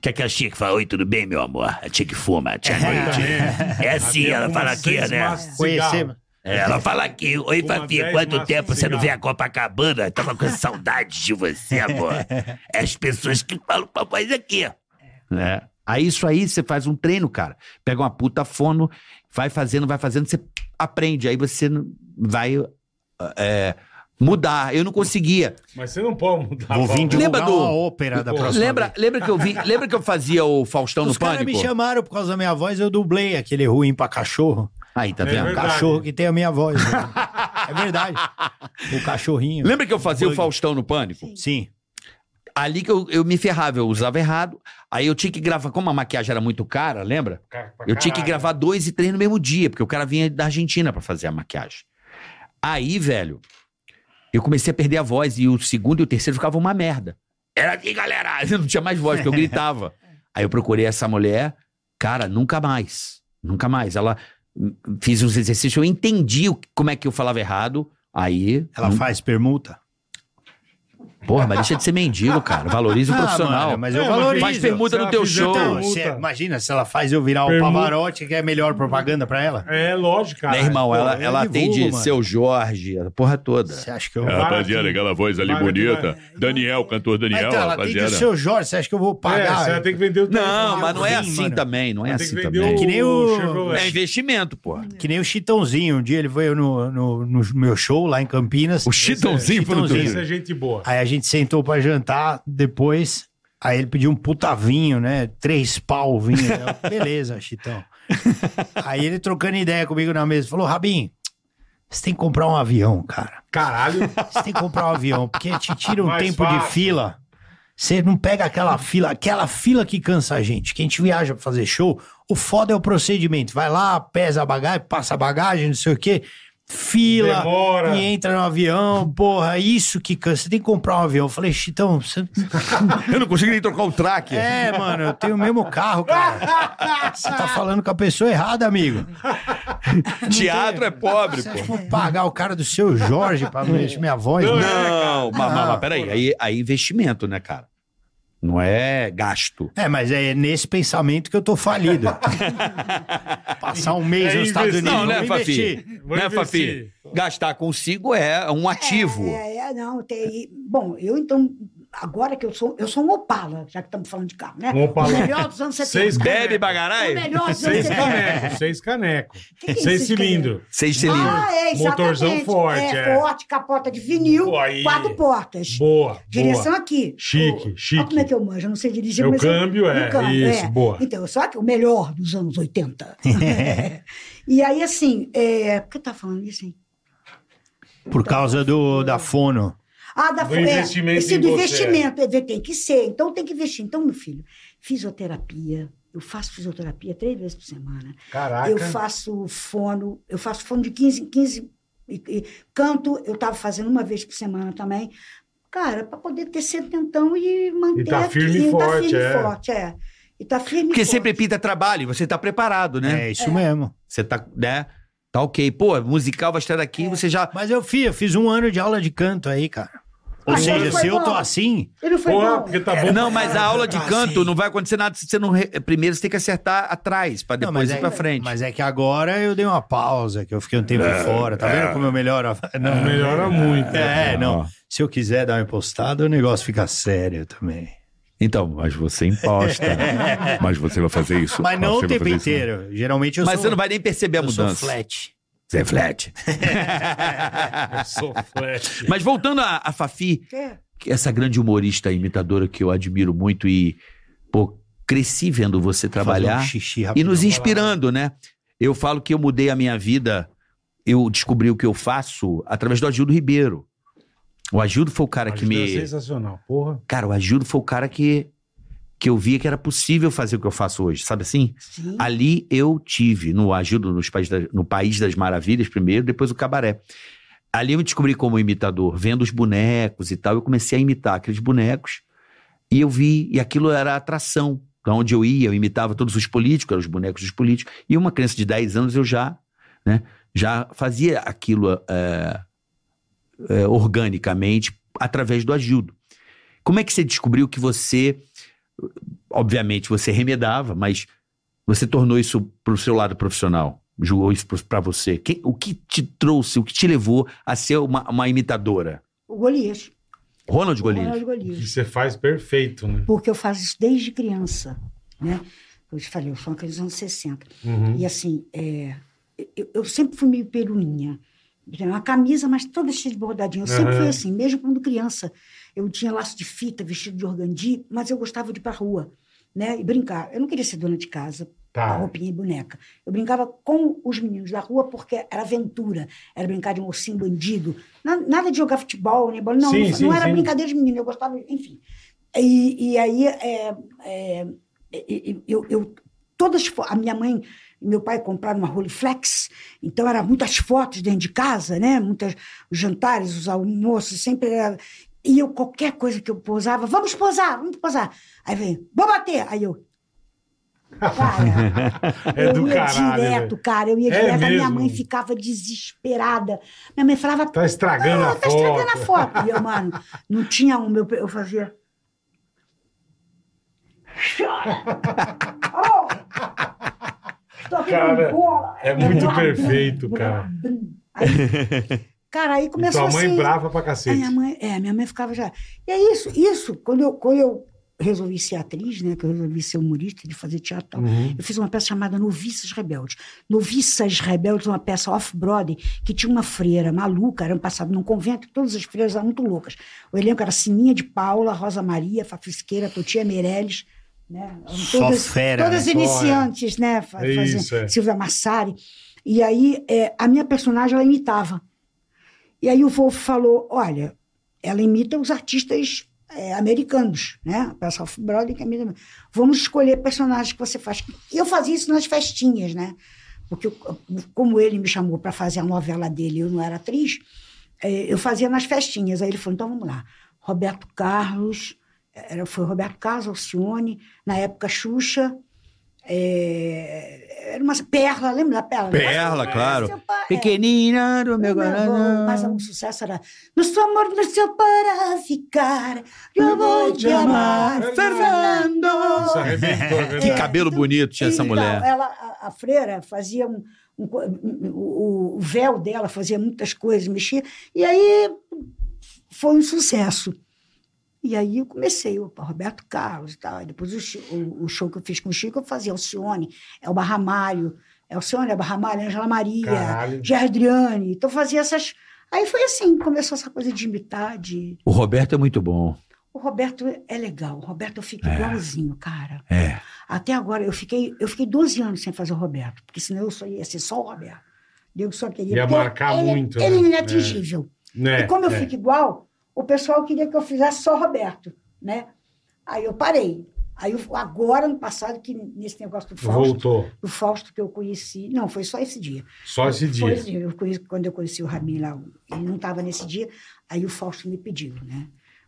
Speaker 4: Que é aquela tia que fala, oi, tudo bem, meu amor? A tia que fuma, a tia noite.
Speaker 3: tá.
Speaker 4: É assim, ela fala aqui, né?
Speaker 5: Conhecer.
Speaker 4: É, Ela fala aqui, oi,
Speaker 3: Fuma
Speaker 4: Fafinha,
Speaker 3: dez
Speaker 4: quanto
Speaker 3: maços de
Speaker 4: tempo você
Speaker 3: cigarro."
Speaker 4: não vem a Copacabana? Tava com saudade de você, amor. É as pessoas que falam com a voz aqui. É. Aí isso aí, você faz um treino, cara. Pega uma puta fono, vai fazendo, vai fazendo, você aprende. Aí você não- vai é, mudar. Eu não conseguia.
Speaker 3: Mas você não pode mudar.
Speaker 5: Vou
Speaker 3: a
Speaker 5: vir
Speaker 3: voz.
Speaker 4: Lembra
Speaker 5: divulgar
Speaker 4: do-
Speaker 5: uma ópera da
Speaker 3: Pô,
Speaker 5: próxima
Speaker 4: Lembra, lembra, que eu vi, lembra que eu fazia o Faustão
Speaker 5: vez. Os
Speaker 4: no
Speaker 5: caras me
Speaker 4: Pânico?
Speaker 5: chamaram por causa da minha voz, eu dublei aquele ruim pra cachorro.
Speaker 4: Aí, tá
Speaker 3: É
Speaker 4: vendo? Tá.
Speaker 3: verdade.
Speaker 5: Cachorro que tem a minha voz. né? é verdade. O cachorrinho.
Speaker 4: Lembra que eu fazia o
Speaker 5: Pânico.
Speaker 4: Faustão no Pânico?
Speaker 5: Sim.
Speaker 4: ali que eu, eu me ferrava, eu usava errado. Aí eu tinha que gravar, como a maquiagem era muito cara, lembra?
Speaker 3: Cara, pra
Speaker 4: um Eu tinha que
Speaker 3: caralho.
Speaker 4: gravar dois e três no mesmo dia, porque o cara vinha da Argentina pra fazer a maquiagem. Aí, velho, eu comecei a perder a voz e o segundo e o terceiro ficavam uma merda. Era assim, galera, eu não tinha mais voz, porque eu gritava. Aí eu procurei essa mulher, cara, nunca mais, nunca mais. Ela hum, fiz uns exercícios, eu entendi o- como é que eu falava errado. Aí,
Speaker 5: Ela faz permuta.
Speaker 4: porra, mas deixa de ser mendigo, cara. Valoriza o
Speaker 5: Ah,
Speaker 4: profissional.
Speaker 5: mano, mas eu
Speaker 3: É, mas
Speaker 5: valorizo.
Speaker 4: Faz permuta
Speaker 3: Se
Speaker 4: no
Speaker 3: ela
Speaker 4: teu
Speaker 3: fizer
Speaker 4: show.
Speaker 5: Então,
Speaker 3: Permuta.
Speaker 5: se- imagina se ela faz eu virar o
Speaker 3: Permuta.
Speaker 5: Pavarotti, que é a melhor propaganda pra ela.
Speaker 3: É, lógico, cara.
Speaker 4: Né, irmão?
Speaker 5: pô,
Speaker 4: ela
Speaker 5: eu
Speaker 4: ela
Speaker 5: divulgo,
Speaker 4: atende
Speaker 5: mano.
Speaker 4: seu Jorge, a porra toda.
Speaker 5: Você acha que eu...
Speaker 3: Ela fazia
Speaker 1: aquela voz
Speaker 3: ali
Speaker 5: É,
Speaker 3: bonita.
Speaker 5: então.
Speaker 1: Daniel, cantor
Speaker 5: Mas então, ela tem que o seu Jorge, você acha que eu vou
Speaker 3: É,
Speaker 5: pagar?
Speaker 3: você tem que vender o
Speaker 4: Não,
Speaker 3: telefone.
Speaker 4: mas não é assim
Speaker 5: mano.
Speaker 4: também, não é
Speaker 3: Tem que
Speaker 4: assim
Speaker 3: vender
Speaker 4: também.
Speaker 3: o
Speaker 5: Que nem o-
Speaker 3: Chevrolet.
Speaker 4: É investimento, porra.
Speaker 5: Que nem o Chitãozinho. Um dia ele veio no, no, no meu show lá em Campinas.
Speaker 4: O Chitãozinho foi no
Speaker 5: Chitãozinho.
Speaker 3: Isso é gente boa.
Speaker 5: Aí a gente sentou pra jantar depois. Aí ele pediu um puta vinho, né? Três pau o vinho. Eu, Beleza, Chitão. Aí ele trocando ideia comigo na mesa, falou: Rabin, você tem que comprar um avião, cara.
Speaker 3: Caralho.
Speaker 5: Você tem que comprar um avião, porque te tira um
Speaker 3: Mais
Speaker 5: tempo de
Speaker 3: fácil.
Speaker 5: fila. Você não pega aquela fila, aquela fila que cansa a gente. Que a gente viaja pra fazer show, o foda é o procedimento. Vai lá, pesa a bagagem, passa a bagagem, não sei o quê. fila
Speaker 3: Demora.
Speaker 5: e entra no avião. Porra, isso que cansa. Você tem que comprar um avião. Eu falei, Chitão, você...
Speaker 4: Eu não consigo nem trocar o track.
Speaker 5: é, mano, eu tenho o mesmo carro, cara. Você tá falando com a pessoa errada, amigo.
Speaker 4: Teatro é pobre,
Speaker 5: Você acha que
Speaker 4: pô.
Speaker 5: eu vou pagar o cara do seu Jorge pra mexer minha voz? né? Não,
Speaker 4: Não, mas, mas,
Speaker 5: Ah,
Speaker 4: mas peraí, aí, aí é investimento, né, cara? Não é gasto.
Speaker 5: É, mas é nesse pensamento que eu tô falido. Passar um mês
Speaker 3: É
Speaker 5: nos Estados
Speaker 3: investir.
Speaker 5: Unidos,
Speaker 4: Não,
Speaker 5: não,
Speaker 4: né,
Speaker 5: vou investir.
Speaker 4: Fafi?
Speaker 3: Vou
Speaker 4: Né,
Speaker 3: investir.
Speaker 4: Fafi? Gastar consigo é um ativo.
Speaker 6: É, é, não, tem. Bom, eu então, agora que eu sou, eu sou um Opala, já que estamos falando de carro, né?
Speaker 3: Um Opala.
Speaker 6: O melhor dos anos 70.
Speaker 3: Seis
Speaker 4: Bebe
Speaker 6: é. O
Speaker 4: bagarai?
Speaker 6: melhor dos anos
Speaker 3: Seis
Speaker 6: 70.
Speaker 3: canecos, seis canecos.
Speaker 6: Que que é
Speaker 3: seis
Speaker 6: isso, cara?
Speaker 3: cilindros.
Speaker 4: Seis cilindros.
Speaker 6: Ah, é, exatamente.
Speaker 3: Motorzão forte, é.
Speaker 6: forte, capota de vinil,
Speaker 3: Pô, aí.
Speaker 6: quatro portas.
Speaker 3: Boa.
Speaker 6: Direção
Speaker 3: boa.
Speaker 6: aqui.
Speaker 3: Chique,
Speaker 6: Olha
Speaker 3: chique.
Speaker 6: como é que eu manjo, eu não sei dirigir,
Speaker 3: É o
Speaker 6: mas... eu-
Speaker 3: câmbio, é,
Speaker 6: o câmbio,
Speaker 3: isso, boa.
Speaker 6: Então, só que o melhor dos anos 80. e aí, assim, é... por que eu tava falando isso, hein?
Speaker 5: Por causa do, da fono.
Speaker 6: Ah, da
Speaker 3: Do
Speaker 6: é,
Speaker 3: investimento
Speaker 6: esse
Speaker 3: em
Speaker 6: do
Speaker 3: você.
Speaker 6: investimento, é, tem que ser, então tem que investir. Então, meu filho, fisioterapia, eu faço fisioterapia três vezes por semana.
Speaker 4: é-
Speaker 3: Caraca.
Speaker 6: Eu faço fono, eu faço fono de 15 em 15. E, e canto, eu estava fazendo uma vez por semana também. Cara, para poder ter setentão e manter
Speaker 3: E tá firme e
Speaker 6: aqui, tá
Speaker 3: forte,
Speaker 6: firme e
Speaker 3: é.
Speaker 6: forte, é. E tá firme e
Speaker 4: Porque
Speaker 6: forte.
Speaker 4: sempre pinta trabalho, e você tá preparado, né?
Speaker 5: É isso mesmo.
Speaker 4: Você tá, né? Tá ok. Pô, musical vai estar
Speaker 6: É.
Speaker 4: aqui, você já.
Speaker 5: Mas eu fiz, eu fiz um ano de aula de canto aí, cara. Ou
Speaker 6: Ah,
Speaker 5: seja,
Speaker 6: então foi
Speaker 5: se eu tô
Speaker 6: bom.
Speaker 5: assim,
Speaker 6: Ele foi
Speaker 3: Porra,
Speaker 6: bom.
Speaker 3: porque tá bom.
Speaker 4: Não, mas a aula de
Speaker 5: É Ah,
Speaker 4: canto
Speaker 5: sim.
Speaker 4: não vai acontecer nada se você não. re- Primeiro você tem que acertar atrás, pra
Speaker 5: Não,
Speaker 4: depois
Speaker 5: mas
Speaker 4: ir
Speaker 5: é-
Speaker 4: pra frente.
Speaker 5: Mas é que agora eu dei uma pausa, que eu fiquei um tempo fora. Tá vendo como eu melhoro? a- Não,
Speaker 3: Melhora muito.
Speaker 5: É,
Speaker 4: Ah,
Speaker 5: não. Se eu quiser dar uma impostada, o negócio fica sério também.
Speaker 4: Então, mas você imposta. mas você vai fazer isso.
Speaker 5: Mas não o tempo inteiro. Geralmente eu
Speaker 4: Mas
Speaker 5: sou.
Speaker 4: você não vai nem perceber a
Speaker 5: eu sou
Speaker 4: mudança.
Speaker 5: flat.
Speaker 4: Você é flat.
Speaker 3: Sou flash.
Speaker 4: mas voltando a, a Fafi,
Speaker 6: É.
Speaker 4: que essa grande humorista imitadora que eu admiro muito e, pô, cresci vendo você trabalhar
Speaker 5: Fazer um xixi
Speaker 4: e
Speaker 5: rapidão.
Speaker 4: nos inspirando, né? Eu falo que eu mudei a minha vida, eu descobri o que eu faço através do Agildo Ribeiro. O Agildo foi o cara que
Speaker 3: Ajuda
Speaker 4: me.
Speaker 3: Sensacional, porra.
Speaker 4: Cara, o Agildo foi o cara que, que eu via que era possível fazer o que eu faço hoje, sabe assim?
Speaker 6: Sim.
Speaker 4: Ali eu tive, no Agildo, nos Pais da- no País das Maravilhas primeiro, depois o Cabaré. Ali eu me descobri como imitador, vendo os bonecos e tal. Eu comecei a imitar aqueles bonecos e eu vi, e aquilo era atração. Pra onde eu ia, eu imitava todos os políticos, eram os bonecos dos políticos. E uma criança de 10 anos eu já, né, já fazia aquilo é, é, organicamente através do Agildo. Como é que você descobriu que você, obviamente você remedava, mas você tornou isso pro seu lado profissional? Julgou isso pro- pra você? Quem- o que te trouxe, o que te levou a ser uma, uma imitadora?
Speaker 6: O Golias.
Speaker 4: Ronald Golias.
Speaker 6: Ronaldo Golias.
Speaker 3: Que você faz perfeito, né?
Speaker 6: Porque eu faço isso desde criança, né? Eu te falei, eu sou aqueles anos 60.
Speaker 3: Uhum.
Speaker 6: E assim, é, eu, eu sempre fui meio peruinha. Era Uma camisa, mas toda cheia de bordadinho. Eu sempre
Speaker 3: Aham.
Speaker 6: fui assim, mesmo quando criança. Eu tinha laço de fita, vestido de organdi, mas eu gostava de ir pra rua, né? E brincar. Eu não queria ser dona de casa, a
Speaker 3: Tá.
Speaker 6: roupinha e boneca. Eu brincava com os meninos da rua porque era aventura, era brincar de mocinho bandido. Na- Nada de jogar futebol, nem bola. Não,
Speaker 3: Sim,
Speaker 6: não,
Speaker 3: sim,
Speaker 6: não era
Speaker 3: sim.
Speaker 6: brincadeira de menino, eu gostava, enfim. E, e aí, é, é, e- e- eu, eu- todas fo- a minha mãe e meu pai compraram uma Rolleiflex, então era muitas fotos dentro de casa, né? Muitos jantares, os almoços, sempre era... E eu, qualquer coisa que eu posava, vamos posar, vamos posar. Aí vem, vou bater. Aí eu, Cara,
Speaker 3: É
Speaker 6: eu
Speaker 3: do
Speaker 6: ia
Speaker 3: caralho,
Speaker 6: direto,
Speaker 3: velho.
Speaker 6: cara. Eu ia
Speaker 3: É
Speaker 6: direto, a minha
Speaker 3: mesmo?
Speaker 6: mãe ficava desesperada. Minha mãe falava,
Speaker 3: Tá estragando
Speaker 6: "Ah,
Speaker 3: a
Speaker 6: tá
Speaker 3: foto.
Speaker 6: estragando a foto. E eu, mano, não tinha um, eu, eu fazia. Chora! Oh! Tô aqui
Speaker 3: Cara,
Speaker 6: com bola.
Speaker 3: é muito
Speaker 6: Blá,
Speaker 3: perfeito,
Speaker 6: blá,
Speaker 3: cara.
Speaker 6: blá. Aí- cara, aí
Speaker 3: E
Speaker 6: começou
Speaker 3: tua mãe
Speaker 6: assim.
Speaker 3: brava pra
Speaker 6: Aí
Speaker 3: cacete.
Speaker 6: minha mãe, é, minha mãe ficava já. E é isso, isso, quando eu, quando eu resolvi ser atriz, né, que eu resolvi ser humorista, de fazer teatro e tal,
Speaker 3: Uhum.
Speaker 6: eu fiz uma peça chamada Noviças Rebeldes. Noviças Rebeldes, é uma peça off-broadway, que tinha uma freira maluca, era um passado num convento, todas as freiras eram muito loucas. O elenco era Sininha de Paula, Rosa Maria, Fafisqueira, Totia Meirelles, né? eram
Speaker 5: Só
Speaker 6: todas,
Speaker 5: fera,
Speaker 6: todas
Speaker 5: né?
Speaker 6: iniciantes, né? fa-
Speaker 3: É
Speaker 6: fazendo-
Speaker 3: isso, é.
Speaker 6: Silvia Massari. E aí, é, a minha personagem, ela imitava. E aí o Wolf falou, olha, ela imita os artistas é, americanos, né? A peça Off-Broadway que é americana. Vamos escolher personagens que você faz. E eu fazia isso nas festinhas, né? Porque, eu- como ele me chamou para fazer a novela dele, eu não era atriz, eh, eu fazia nas festinhas. Aí ele falou: então vamos lá. Roberto Carlos, era, foi Roberto Carlos, Alcione, na época Xuxa. eh, era uma perla, lembra da perla?
Speaker 4: Perla, claro.
Speaker 6: Seu pai- é.
Speaker 4: Pequenina do meu
Speaker 6: Não,
Speaker 4: Guaraná.
Speaker 6: Mas o sucesso era Nosso amor nasceu para ficar Eu vou te amar
Speaker 3: Se
Speaker 6: Fernando
Speaker 3: arrebentou, é
Speaker 4: Que
Speaker 3: verdade.
Speaker 4: cabelo bonito tinha essa
Speaker 6: Então,
Speaker 4: mulher.
Speaker 6: ela, a, a freira fazia um, um co- um- o, o véu dela fazia muitas coisas, mexia. E aí foi um sucesso. E aí eu comecei, o Roberto Carlos e tal. Aí Depois o, Chi- o- o show que eu fiz com o Chico, eu fazia Alcione, Elba Ramalho, Alcione, Elba Ramalho, Angela Maria,
Speaker 3: Caralho.
Speaker 6: Gerdriane. Então eu fazia essas... Aí foi assim, começou essa coisa de imitar, de...
Speaker 4: O Roberto é muito bom.
Speaker 6: O Roberto é legal, o Roberto fica
Speaker 3: É.
Speaker 6: igualzinho, cara.
Speaker 4: É.
Speaker 6: Até agora, eu fiquei, eu fiquei 12 anos sem fazer o Roberto, porque senão eu só ia ser só o Roberto. Eu só queria.
Speaker 3: Ia
Speaker 6: porque
Speaker 3: marcar
Speaker 6: ele,
Speaker 3: muito,
Speaker 6: Ele
Speaker 3: né?
Speaker 6: é inatingível.
Speaker 3: Né,
Speaker 6: e como eu
Speaker 3: é.
Speaker 6: fico igual, o pessoal queria que eu fizesse só o Roberto, né? Aí eu parei. Aí eu- agora, no passado, que nesse negócio do Fausto,
Speaker 3: Voltou.
Speaker 6: do Fausto que eu conheci. Não, foi só esse dia.
Speaker 3: Só esse dia.
Speaker 6: Foi esse dia. Eu conheci- quando eu conheci o Ramin lá, ele não estava nesse dia, aí o Fausto me pediu, né?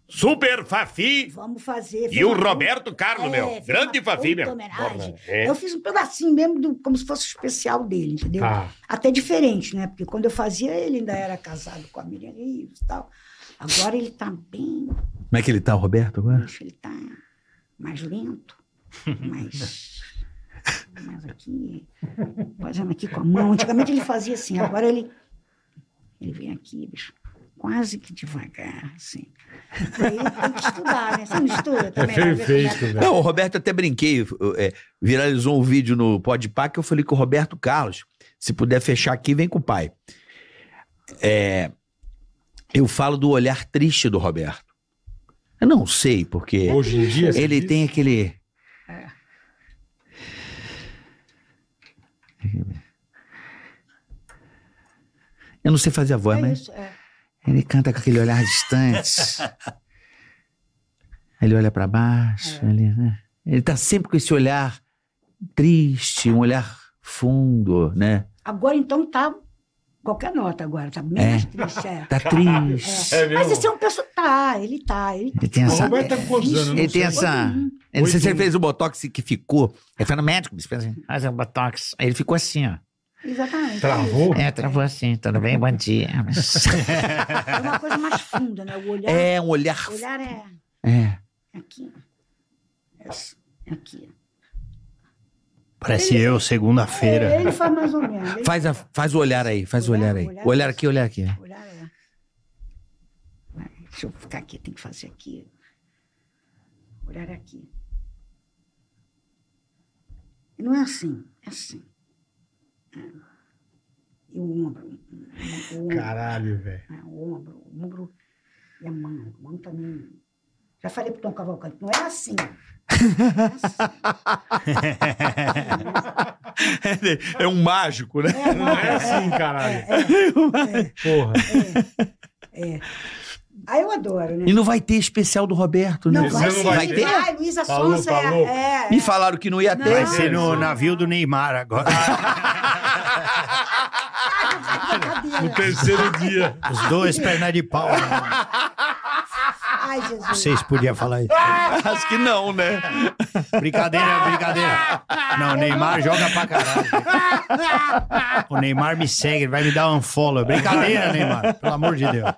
Speaker 1: Super Fafi
Speaker 6: Vamos fazer.
Speaker 1: e o Roberto Carlos,
Speaker 6: É,
Speaker 1: meu.
Speaker 6: fez
Speaker 1: Grande
Speaker 6: uma
Speaker 1: Fafi,
Speaker 6: puta
Speaker 1: meu.
Speaker 6: homenagem.
Speaker 1: É.
Speaker 6: Eu fiz um pedacinho mesmo, do- como se fosse o especial dele, entendeu?
Speaker 3: Tá.
Speaker 6: Até diferente, né? Porque quando eu fazia, ele ainda era casado com a Miriam Rios e tal. Agora ele tá bem,
Speaker 4: Como é que ele tá, o Roberto, agora?
Speaker 6: ele tá mais lento, mais... mais aqui, fazendo aqui com a mão. Antigamente ele fazia assim, agora ele... Ele vem aqui, bicho, quase que devagar, assim. Aí ele tem que estudar, né? Você não estuda
Speaker 3: É
Speaker 6: também? né?
Speaker 3: perfeito, velho.
Speaker 4: Não, o Roberto até brinquei. eu, é, viralizou um vídeo no Podpah que eu falei com o Roberto Carlos. Se puder fechar aqui, vem com o pai. É, eu falo do olhar triste do Roberto. Eu não sei, porque
Speaker 3: Hoje em dia. você
Speaker 4: ele
Speaker 3: diz-
Speaker 4: tem aquele. Eu não sei fazer a voz,
Speaker 6: É
Speaker 4: mas
Speaker 6: isso, é.
Speaker 4: ele canta com aquele olhar distante. ele olha pra baixo, ele, né? Ele tá sempre com esse olhar triste, um olhar fundo, né?
Speaker 6: Agora, então, tá qualquer nota agora, tá bem
Speaker 4: É.
Speaker 6: mais triste. É.
Speaker 4: Tá triste.
Speaker 3: É
Speaker 6: Mas
Speaker 3: mesmo?
Speaker 6: esse é um pessoa. Tá, ele tá, ele tá. Uhum.
Speaker 4: Ele tem
Speaker 3: O
Speaker 4: essa.
Speaker 3: Roberto tá com quantos anos? Eu não
Speaker 4: Ele tem
Speaker 3: sei.
Speaker 4: essa. Eu não sei se ele fez o botox é que ficou. Ele foi no médico, me fez assim, faz o botox. Aí ele ficou assim, ó.
Speaker 6: Exatamente.
Speaker 3: Travou?
Speaker 4: É, travou assim, tudo bem, bom dia.
Speaker 6: É uma coisa mais funda, né? O olhar é.
Speaker 4: É um olhar.
Speaker 6: O olhar é
Speaker 4: É.
Speaker 6: aqui. É assim, aqui.
Speaker 5: Parece eu,
Speaker 6: É,
Speaker 5: segunda-feira.
Speaker 6: ele faz mais ou menos. Ele...
Speaker 4: Faz, a, faz o olhar aí, faz o olhar aí. O olhar aqui, o olhar aqui.
Speaker 6: O olhar é. Vai, Deixa eu ficar aqui, tem que fazer aqui. O olhar é aqui. E Não é assim, é assim. É. E o ombro. O ombro.
Speaker 3: Caralho, velho.
Speaker 6: né, o ombro, o ombro e a mão. A mão também. Já falei pro Tom Cavalcante, não é assim. Não é assim.
Speaker 4: É um mágico, né?
Speaker 6: É,
Speaker 3: Não é assim, caralho. Porra.
Speaker 6: Aí eu adoro, né?
Speaker 4: E não vai ter especial do Roberto, né?
Speaker 3: Não vai Esse ano vai
Speaker 6: sim,
Speaker 3: ter?
Speaker 6: Vai, Luísa
Speaker 3: Falou,
Speaker 6: Sonza
Speaker 3: falou.
Speaker 6: é. é,
Speaker 4: Me falaram que não ia ter.
Speaker 5: Vai
Speaker 6: Não.
Speaker 5: ser no navio do Neymar agora.
Speaker 6: É.
Speaker 3: No terceiro dia.
Speaker 5: Os dois perna de pau.
Speaker 6: Ai, Jesus.
Speaker 5: Vocês podiam falar isso.
Speaker 4: Acho que não, né?
Speaker 5: Brincadeira, brincadeira. Não, o Neymar joga pra caralho. O Neymar me segue, ele vai me dar um follow. Brincadeira, Neymar. Pelo amor de Deus.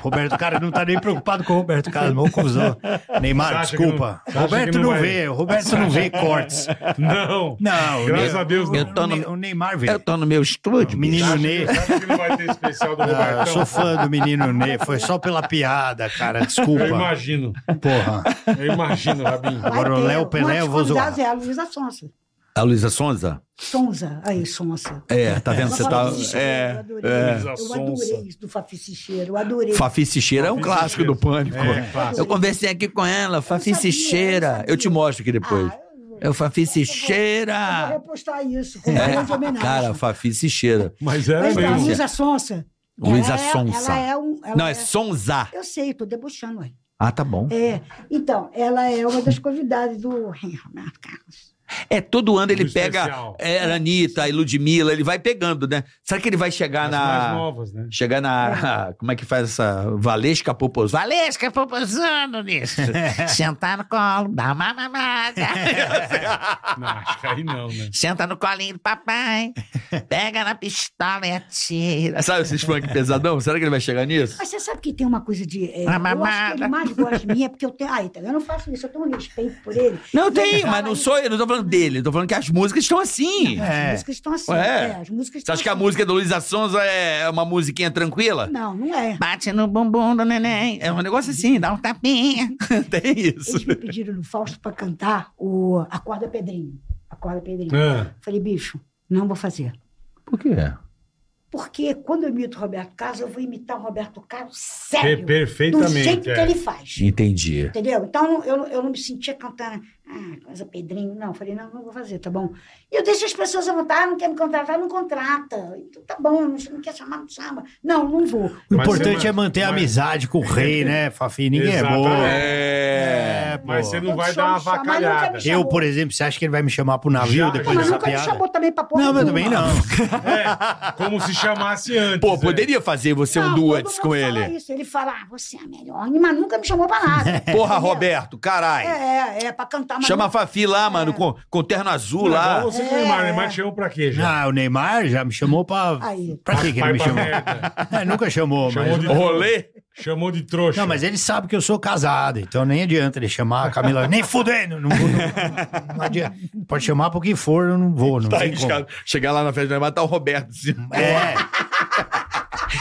Speaker 5: Roberto Carlos não tá nem preocupado com o Roberto Carlos, meu cuzão. Neymar,
Speaker 3: Você acha
Speaker 5: desculpa.
Speaker 3: que não- você acha
Speaker 5: Roberto
Speaker 3: que não
Speaker 5: não,
Speaker 3: vai-
Speaker 5: vê, o Roberto não vê cortes.
Speaker 3: Não.
Speaker 5: Não, o
Speaker 3: Graças
Speaker 5: Ney-
Speaker 3: a Deus, não.
Speaker 4: Eu tô no-
Speaker 5: o Neymar
Speaker 6: É.
Speaker 5: vê.
Speaker 4: Eu tô no meu estúdio.
Speaker 5: Menino
Speaker 3: Acha
Speaker 5: Ney.
Speaker 3: que- acha que não vai ter especial do
Speaker 5: Ah, eu
Speaker 3: Robertão?
Speaker 5: sou fã do menino Ney, foi só pela piada, cara.
Speaker 3: Eu
Speaker 5: Desculpa.
Speaker 3: imagino.
Speaker 5: Porra.
Speaker 3: Eu imagino, Rabinho.
Speaker 6: Vai
Speaker 5: Agora o
Speaker 6: ter. um
Speaker 5: Léo
Speaker 6: Uma
Speaker 5: Pelé,
Speaker 6: das
Speaker 5: eu vou zoar.
Speaker 6: convidadas É a Luísa Sonza.
Speaker 4: A Luísa Sonza?
Speaker 6: Sonza. Aí, Sonza.
Speaker 4: É, tá vendo? Você tá.
Speaker 6: eu
Speaker 4: É.
Speaker 6: adorei.
Speaker 3: Luísa
Speaker 6: Eu
Speaker 3: Sonza.
Speaker 6: adorei isso do Fafi Sicheiro, eu adorei.
Speaker 4: Fafi Sicheira é um
Speaker 3: Fafi
Speaker 4: clássico
Speaker 3: Sicheira.
Speaker 4: do pânico.
Speaker 3: É, clássico.
Speaker 4: Eu conversei aqui com ela, Fafi
Speaker 6: sabia, eu
Speaker 4: Sicheira.
Speaker 6: sabia.
Speaker 4: Eu te mostro aqui depois.
Speaker 6: Ah, eu vou-
Speaker 4: É o Fafi
Speaker 6: Ah, Eu vou
Speaker 4: Sicheira. É.
Speaker 6: repostar isso, com grande homenagem.
Speaker 4: Ah. Cara, Fafi Sicheira.
Speaker 3: Mas era
Speaker 6: Mas a
Speaker 3: mesmo.
Speaker 6: Luísa Sonsa.
Speaker 4: Luísa
Speaker 6: ela é-
Speaker 4: Sonsa.
Speaker 6: Ela é um. ela
Speaker 4: Não, é
Speaker 6: é-
Speaker 4: Sonza.
Speaker 6: Eu sei, tô debochando aí.
Speaker 4: Ah, tá bom.
Speaker 6: É. Então, ela é uma das convidadas do Renato Carlos.
Speaker 4: É, todo ano ele
Speaker 3: No
Speaker 4: pega
Speaker 3: especial.
Speaker 4: é, a Anitta e Ludmilla, ele vai pegando, né? Será que ele vai chegar
Speaker 6: Tá
Speaker 3: As mais
Speaker 4: na.
Speaker 3: novas, né?
Speaker 4: Chegar na. Como é que faz essa. Valesca Popos. Valesca Poposando nisso. Sentar no colo, dá uma mamada.
Speaker 3: Não, acho que aí não, né?
Speaker 4: Senta no colinho do papai. Pega na pistola e atira. Sabe esses funk pesadão? Será que ele vai chegar nisso?
Speaker 6: Mas você sabe que tem uma coisa de. É,
Speaker 4: Uma
Speaker 6: eu acho que
Speaker 4: mamada.
Speaker 6: ele mais gosta de mim, é porque eu tenho. Ah, então, eu não faço isso, eu tenho um respeito por ele.
Speaker 4: Não
Speaker 6: E ele
Speaker 4: tem,
Speaker 6: fala
Speaker 4: mas não
Speaker 6: isso.
Speaker 4: sou eu, não tô falando dele, eu tô falando que as músicas estão assim.
Speaker 6: As músicas estão assim.
Speaker 4: Ué.
Speaker 6: É, as músicas
Speaker 4: Você
Speaker 6: estão
Speaker 4: acha que a
Speaker 6: assim.
Speaker 4: música do Luísa Sonza é uma musiquinha tranquila?
Speaker 6: Não, não é.
Speaker 4: Bate no bumbum do neném. É um negócio assim, dá um tapinha. Tem isso.
Speaker 6: Eles me pediram no Fausto pra cantar o Acorda Pedrinho. Acorda Pedrinho.
Speaker 4: É.
Speaker 3: Ah,
Speaker 6: Falei, bicho, não vou fazer.
Speaker 4: Por quê?
Speaker 6: Porque quando eu imito o Roberto Carlos, eu vou imitar o Roberto Carlos
Speaker 3: Ah, per-
Speaker 6: sério. do
Speaker 3: perfeitamente.
Speaker 6: jeito que
Speaker 3: é.
Speaker 6: ele faz.
Speaker 4: Entendi.
Speaker 6: Entendeu? Então eu, eu não me sentia cantando, ah, coisa Pedrinho, não. Falei, não, não vou fazer, tá bom? E eu deixo as pessoas à vontade, não quer me contratar, não contrata. Então tá bom, não, não quer chamar, não chama. Não, não vou.
Speaker 5: O
Speaker 3: Mas
Speaker 5: importante
Speaker 3: você-
Speaker 5: é manter a
Speaker 3: mas-
Speaker 5: amizade com o rei, né, Fafi? Ninguém
Speaker 3: Exatamente.
Speaker 5: é bom.
Speaker 4: É.
Speaker 5: pô.
Speaker 3: Mas você não vai
Speaker 6: Só
Speaker 3: dar uma
Speaker 6: me chamar, nunca me
Speaker 3: facalhada.
Speaker 6: chamou.
Speaker 5: Eu, por exemplo, você acha que ele vai me chamar pro navio
Speaker 3: Já,
Speaker 6: Não,
Speaker 5: depois
Speaker 6: mas
Speaker 5: dessa
Speaker 6: nunca me
Speaker 5: piada?
Speaker 6: chamou também pra porra
Speaker 5: Não, mas
Speaker 6: nenhuma.
Speaker 5: também não.
Speaker 3: É, como se chamasse antes. é.
Speaker 4: Pô,
Speaker 3: poderia.
Speaker 4: poderia fazer você um
Speaker 6: Não,
Speaker 4: duets
Speaker 6: todo
Speaker 4: com
Speaker 6: mundo fala
Speaker 4: ele.
Speaker 6: Isso. Ele fala, ah, você é a melhor, mas nunca me chamou pra nada.
Speaker 4: Porra,
Speaker 6: Entendeu?
Speaker 4: Roberto, caralho.
Speaker 6: É, é, é, pra cantar. mas
Speaker 4: Chama a
Speaker 6: nunca-
Speaker 4: Fafi lá, mano, com, com terno azul lá.
Speaker 3: Você é. Neymar, Neymar te chamou pra quê já?
Speaker 5: Ah, o Neymar já me chamou pra.
Speaker 6: Aí.
Speaker 5: Pra que que ele
Speaker 3: Vai
Speaker 5: me
Speaker 3: pra
Speaker 5: chamou?
Speaker 3: merda.
Speaker 5: É, nunca chamou,
Speaker 3: Chamou
Speaker 5: mas.
Speaker 3: de-
Speaker 4: Rolê.
Speaker 3: Chamou de trouxa.
Speaker 5: Não, mas ele sabe que eu sou casado, então nem adianta ele chamar a Camila. nem fudendo! Não, vou, não- não adianta. Pode chamar pro que for, eu não vou, não
Speaker 4: Tá
Speaker 5: tem como.
Speaker 4: arriscado. Chegar lá na festa vai matar o Roberto. assim.
Speaker 5: É.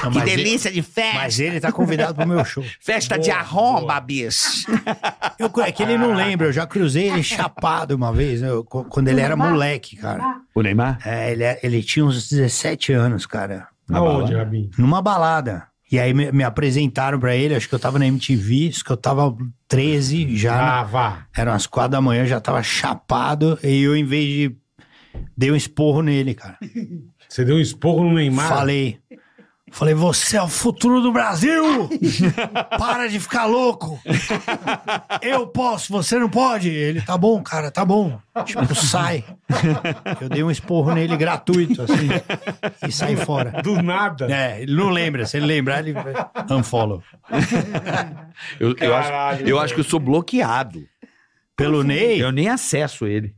Speaker 5: Não, mas ele-
Speaker 4: de festa.
Speaker 5: mas ele tá convidado pro meu show.
Speaker 4: Festa de arromba, bicho.
Speaker 5: Eu, é que ele não
Speaker 6: Ah.
Speaker 5: lembra, eu já cruzei ele chapado uma vez, né, eu- quando ele era moleque, cara.
Speaker 6: Ah,
Speaker 4: O Neymar?
Speaker 5: É, ele, é- ele tinha uns 17 anos, cara.
Speaker 3: Aonde, Rabinho?
Speaker 5: Numa balada. E aí me, me apresentaram pra ele, acho que eu tava na MTV, acho que eu tava 13 já.
Speaker 3: Ah, vá.
Speaker 5: Eram as quatro da manhã, eu já tava chapado. E eu, em vez de. Dei um esporro nele, cara.
Speaker 3: Você deu um esporro no Neymar.
Speaker 5: Falei. Falei, você é o futuro do Brasil! Para de ficar louco! Eu posso, você não pode! Ele, tá bom, cara, tá bom. Tipo, sai. Eu dei um esporro nele gratuito, assim, e saí fora.
Speaker 3: Do nada.
Speaker 5: É, ele não lembra. Se ele lembrar, ele vai- unfollow.
Speaker 4: Eu, eu
Speaker 3: Caralho,
Speaker 4: acho, eu
Speaker 3: velho.
Speaker 4: acho que eu sou bloqueado.
Speaker 5: Pelo Ney.
Speaker 4: Eu nem acesso ele.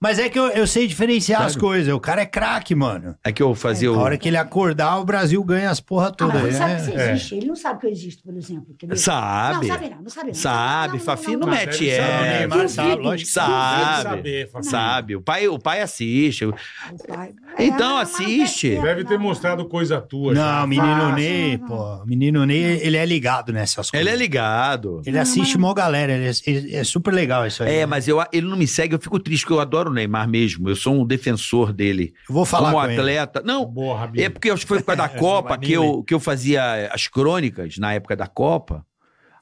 Speaker 5: Mas é que eu, eu sei diferenciar as coisas. O cara é craque, mano.
Speaker 4: É que eu fazia
Speaker 5: A
Speaker 4: o.
Speaker 5: hora que ele acordar, o Brasil ganha as porra
Speaker 6: Ah, mas
Speaker 5: toda.
Speaker 6: ele sabe que
Speaker 5: né?
Speaker 6: você existe. Ele não sabe que eu existo, por exemplo. Entendeu?
Speaker 4: é, Sabe.
Speaker 6: Não, sabe não, não sabe não.
Speaker 4: Sabe,
Speaker 6: Não, não,
Speaker 4: Fafi
Speaker 6: não,
Speaker 4: não,
Speaker 6: não.
Speaker 4: mete
Speaker 3: Deve saber,
Speaker 4: é.
Speaker 5: Neymar sabe,
Speaker 6: Duvido.
Speaker 5: lógico que
Speaker 3: Deve
Speaker 4: Sabe.
Speaker 3: saber, Fafi.
Speaker 4: Sabe. O pai, o pai assiste.
Speaker 6: O pai-
Speaker 4: Então,
Speaker 6: mas É, não
Speaker 4: assiste.
Speaker 6: deve
Speaker 3: Deve ter
Speaker 6: não.
Speaker 3: mostrado coisa tua.
Speaker 5: Não,
Speaker 3: já.
Speaker 5: menino
Speaker 6: Fácil, né?
Speaker 5: Ney,
Speaker 6: não.
Speaker 5: pô. Menino Ney, ele é ligado nessas coisas.
Speaker 4: Ele é ligado.
Speaker 5: Ele assiste mó galera. Ele é, ele- é super legal isso aí.
Speaker 4: É,
Speaker 5: né?
Speaker 4: mas eu, ele não me segue, eu fico triste, porque eu adoro o Neymar mesmo. Eu sou um defensor dele.
Speaker 5: Eu vou falar
Speaker 4: como
Speaker 5: com ele.
Speaker 4: atleta. Não,
Speaker 3: Boa, Rabinho.
Speaker 4: É porque eu acho que foi por causa da Copa que, eu, que eu fazia as crônicas na época da Copa.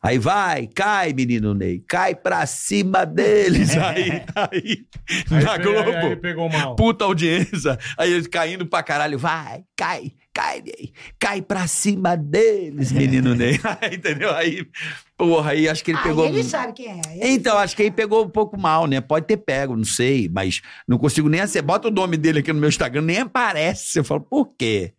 Speaker 4: Aí vai, cai, menino Ney, cai pra cima deles. Aí, aí,
Speaker 3: Aí
Speaker 4: na
Speaker 3: pe-
Speaker 4: Globo,
Speaker 3: aí ele pegou mal.
Speaker 4: puta audiência. Aí eles caindo pra caralho, vai, cai, cai, Ney, cai pra cima deles,
Speaker 5: É.
Speaker 4: menino Ney. Aí, entendeu? Aí, porra, aí acho que ele
Speaker 6: Ah,
Speaker 4: pegou.
Speaker 3: um-
Speaker 6: ele sabe quem é. Ele-
Speaker 4: Então, acho que aí pegou um pouco mal, né? Pode ter pego, não sei, mas não consigo nem acessar. Bota o nome dele aqui no meu Instagram, nem aparece. Eu falo, por quê?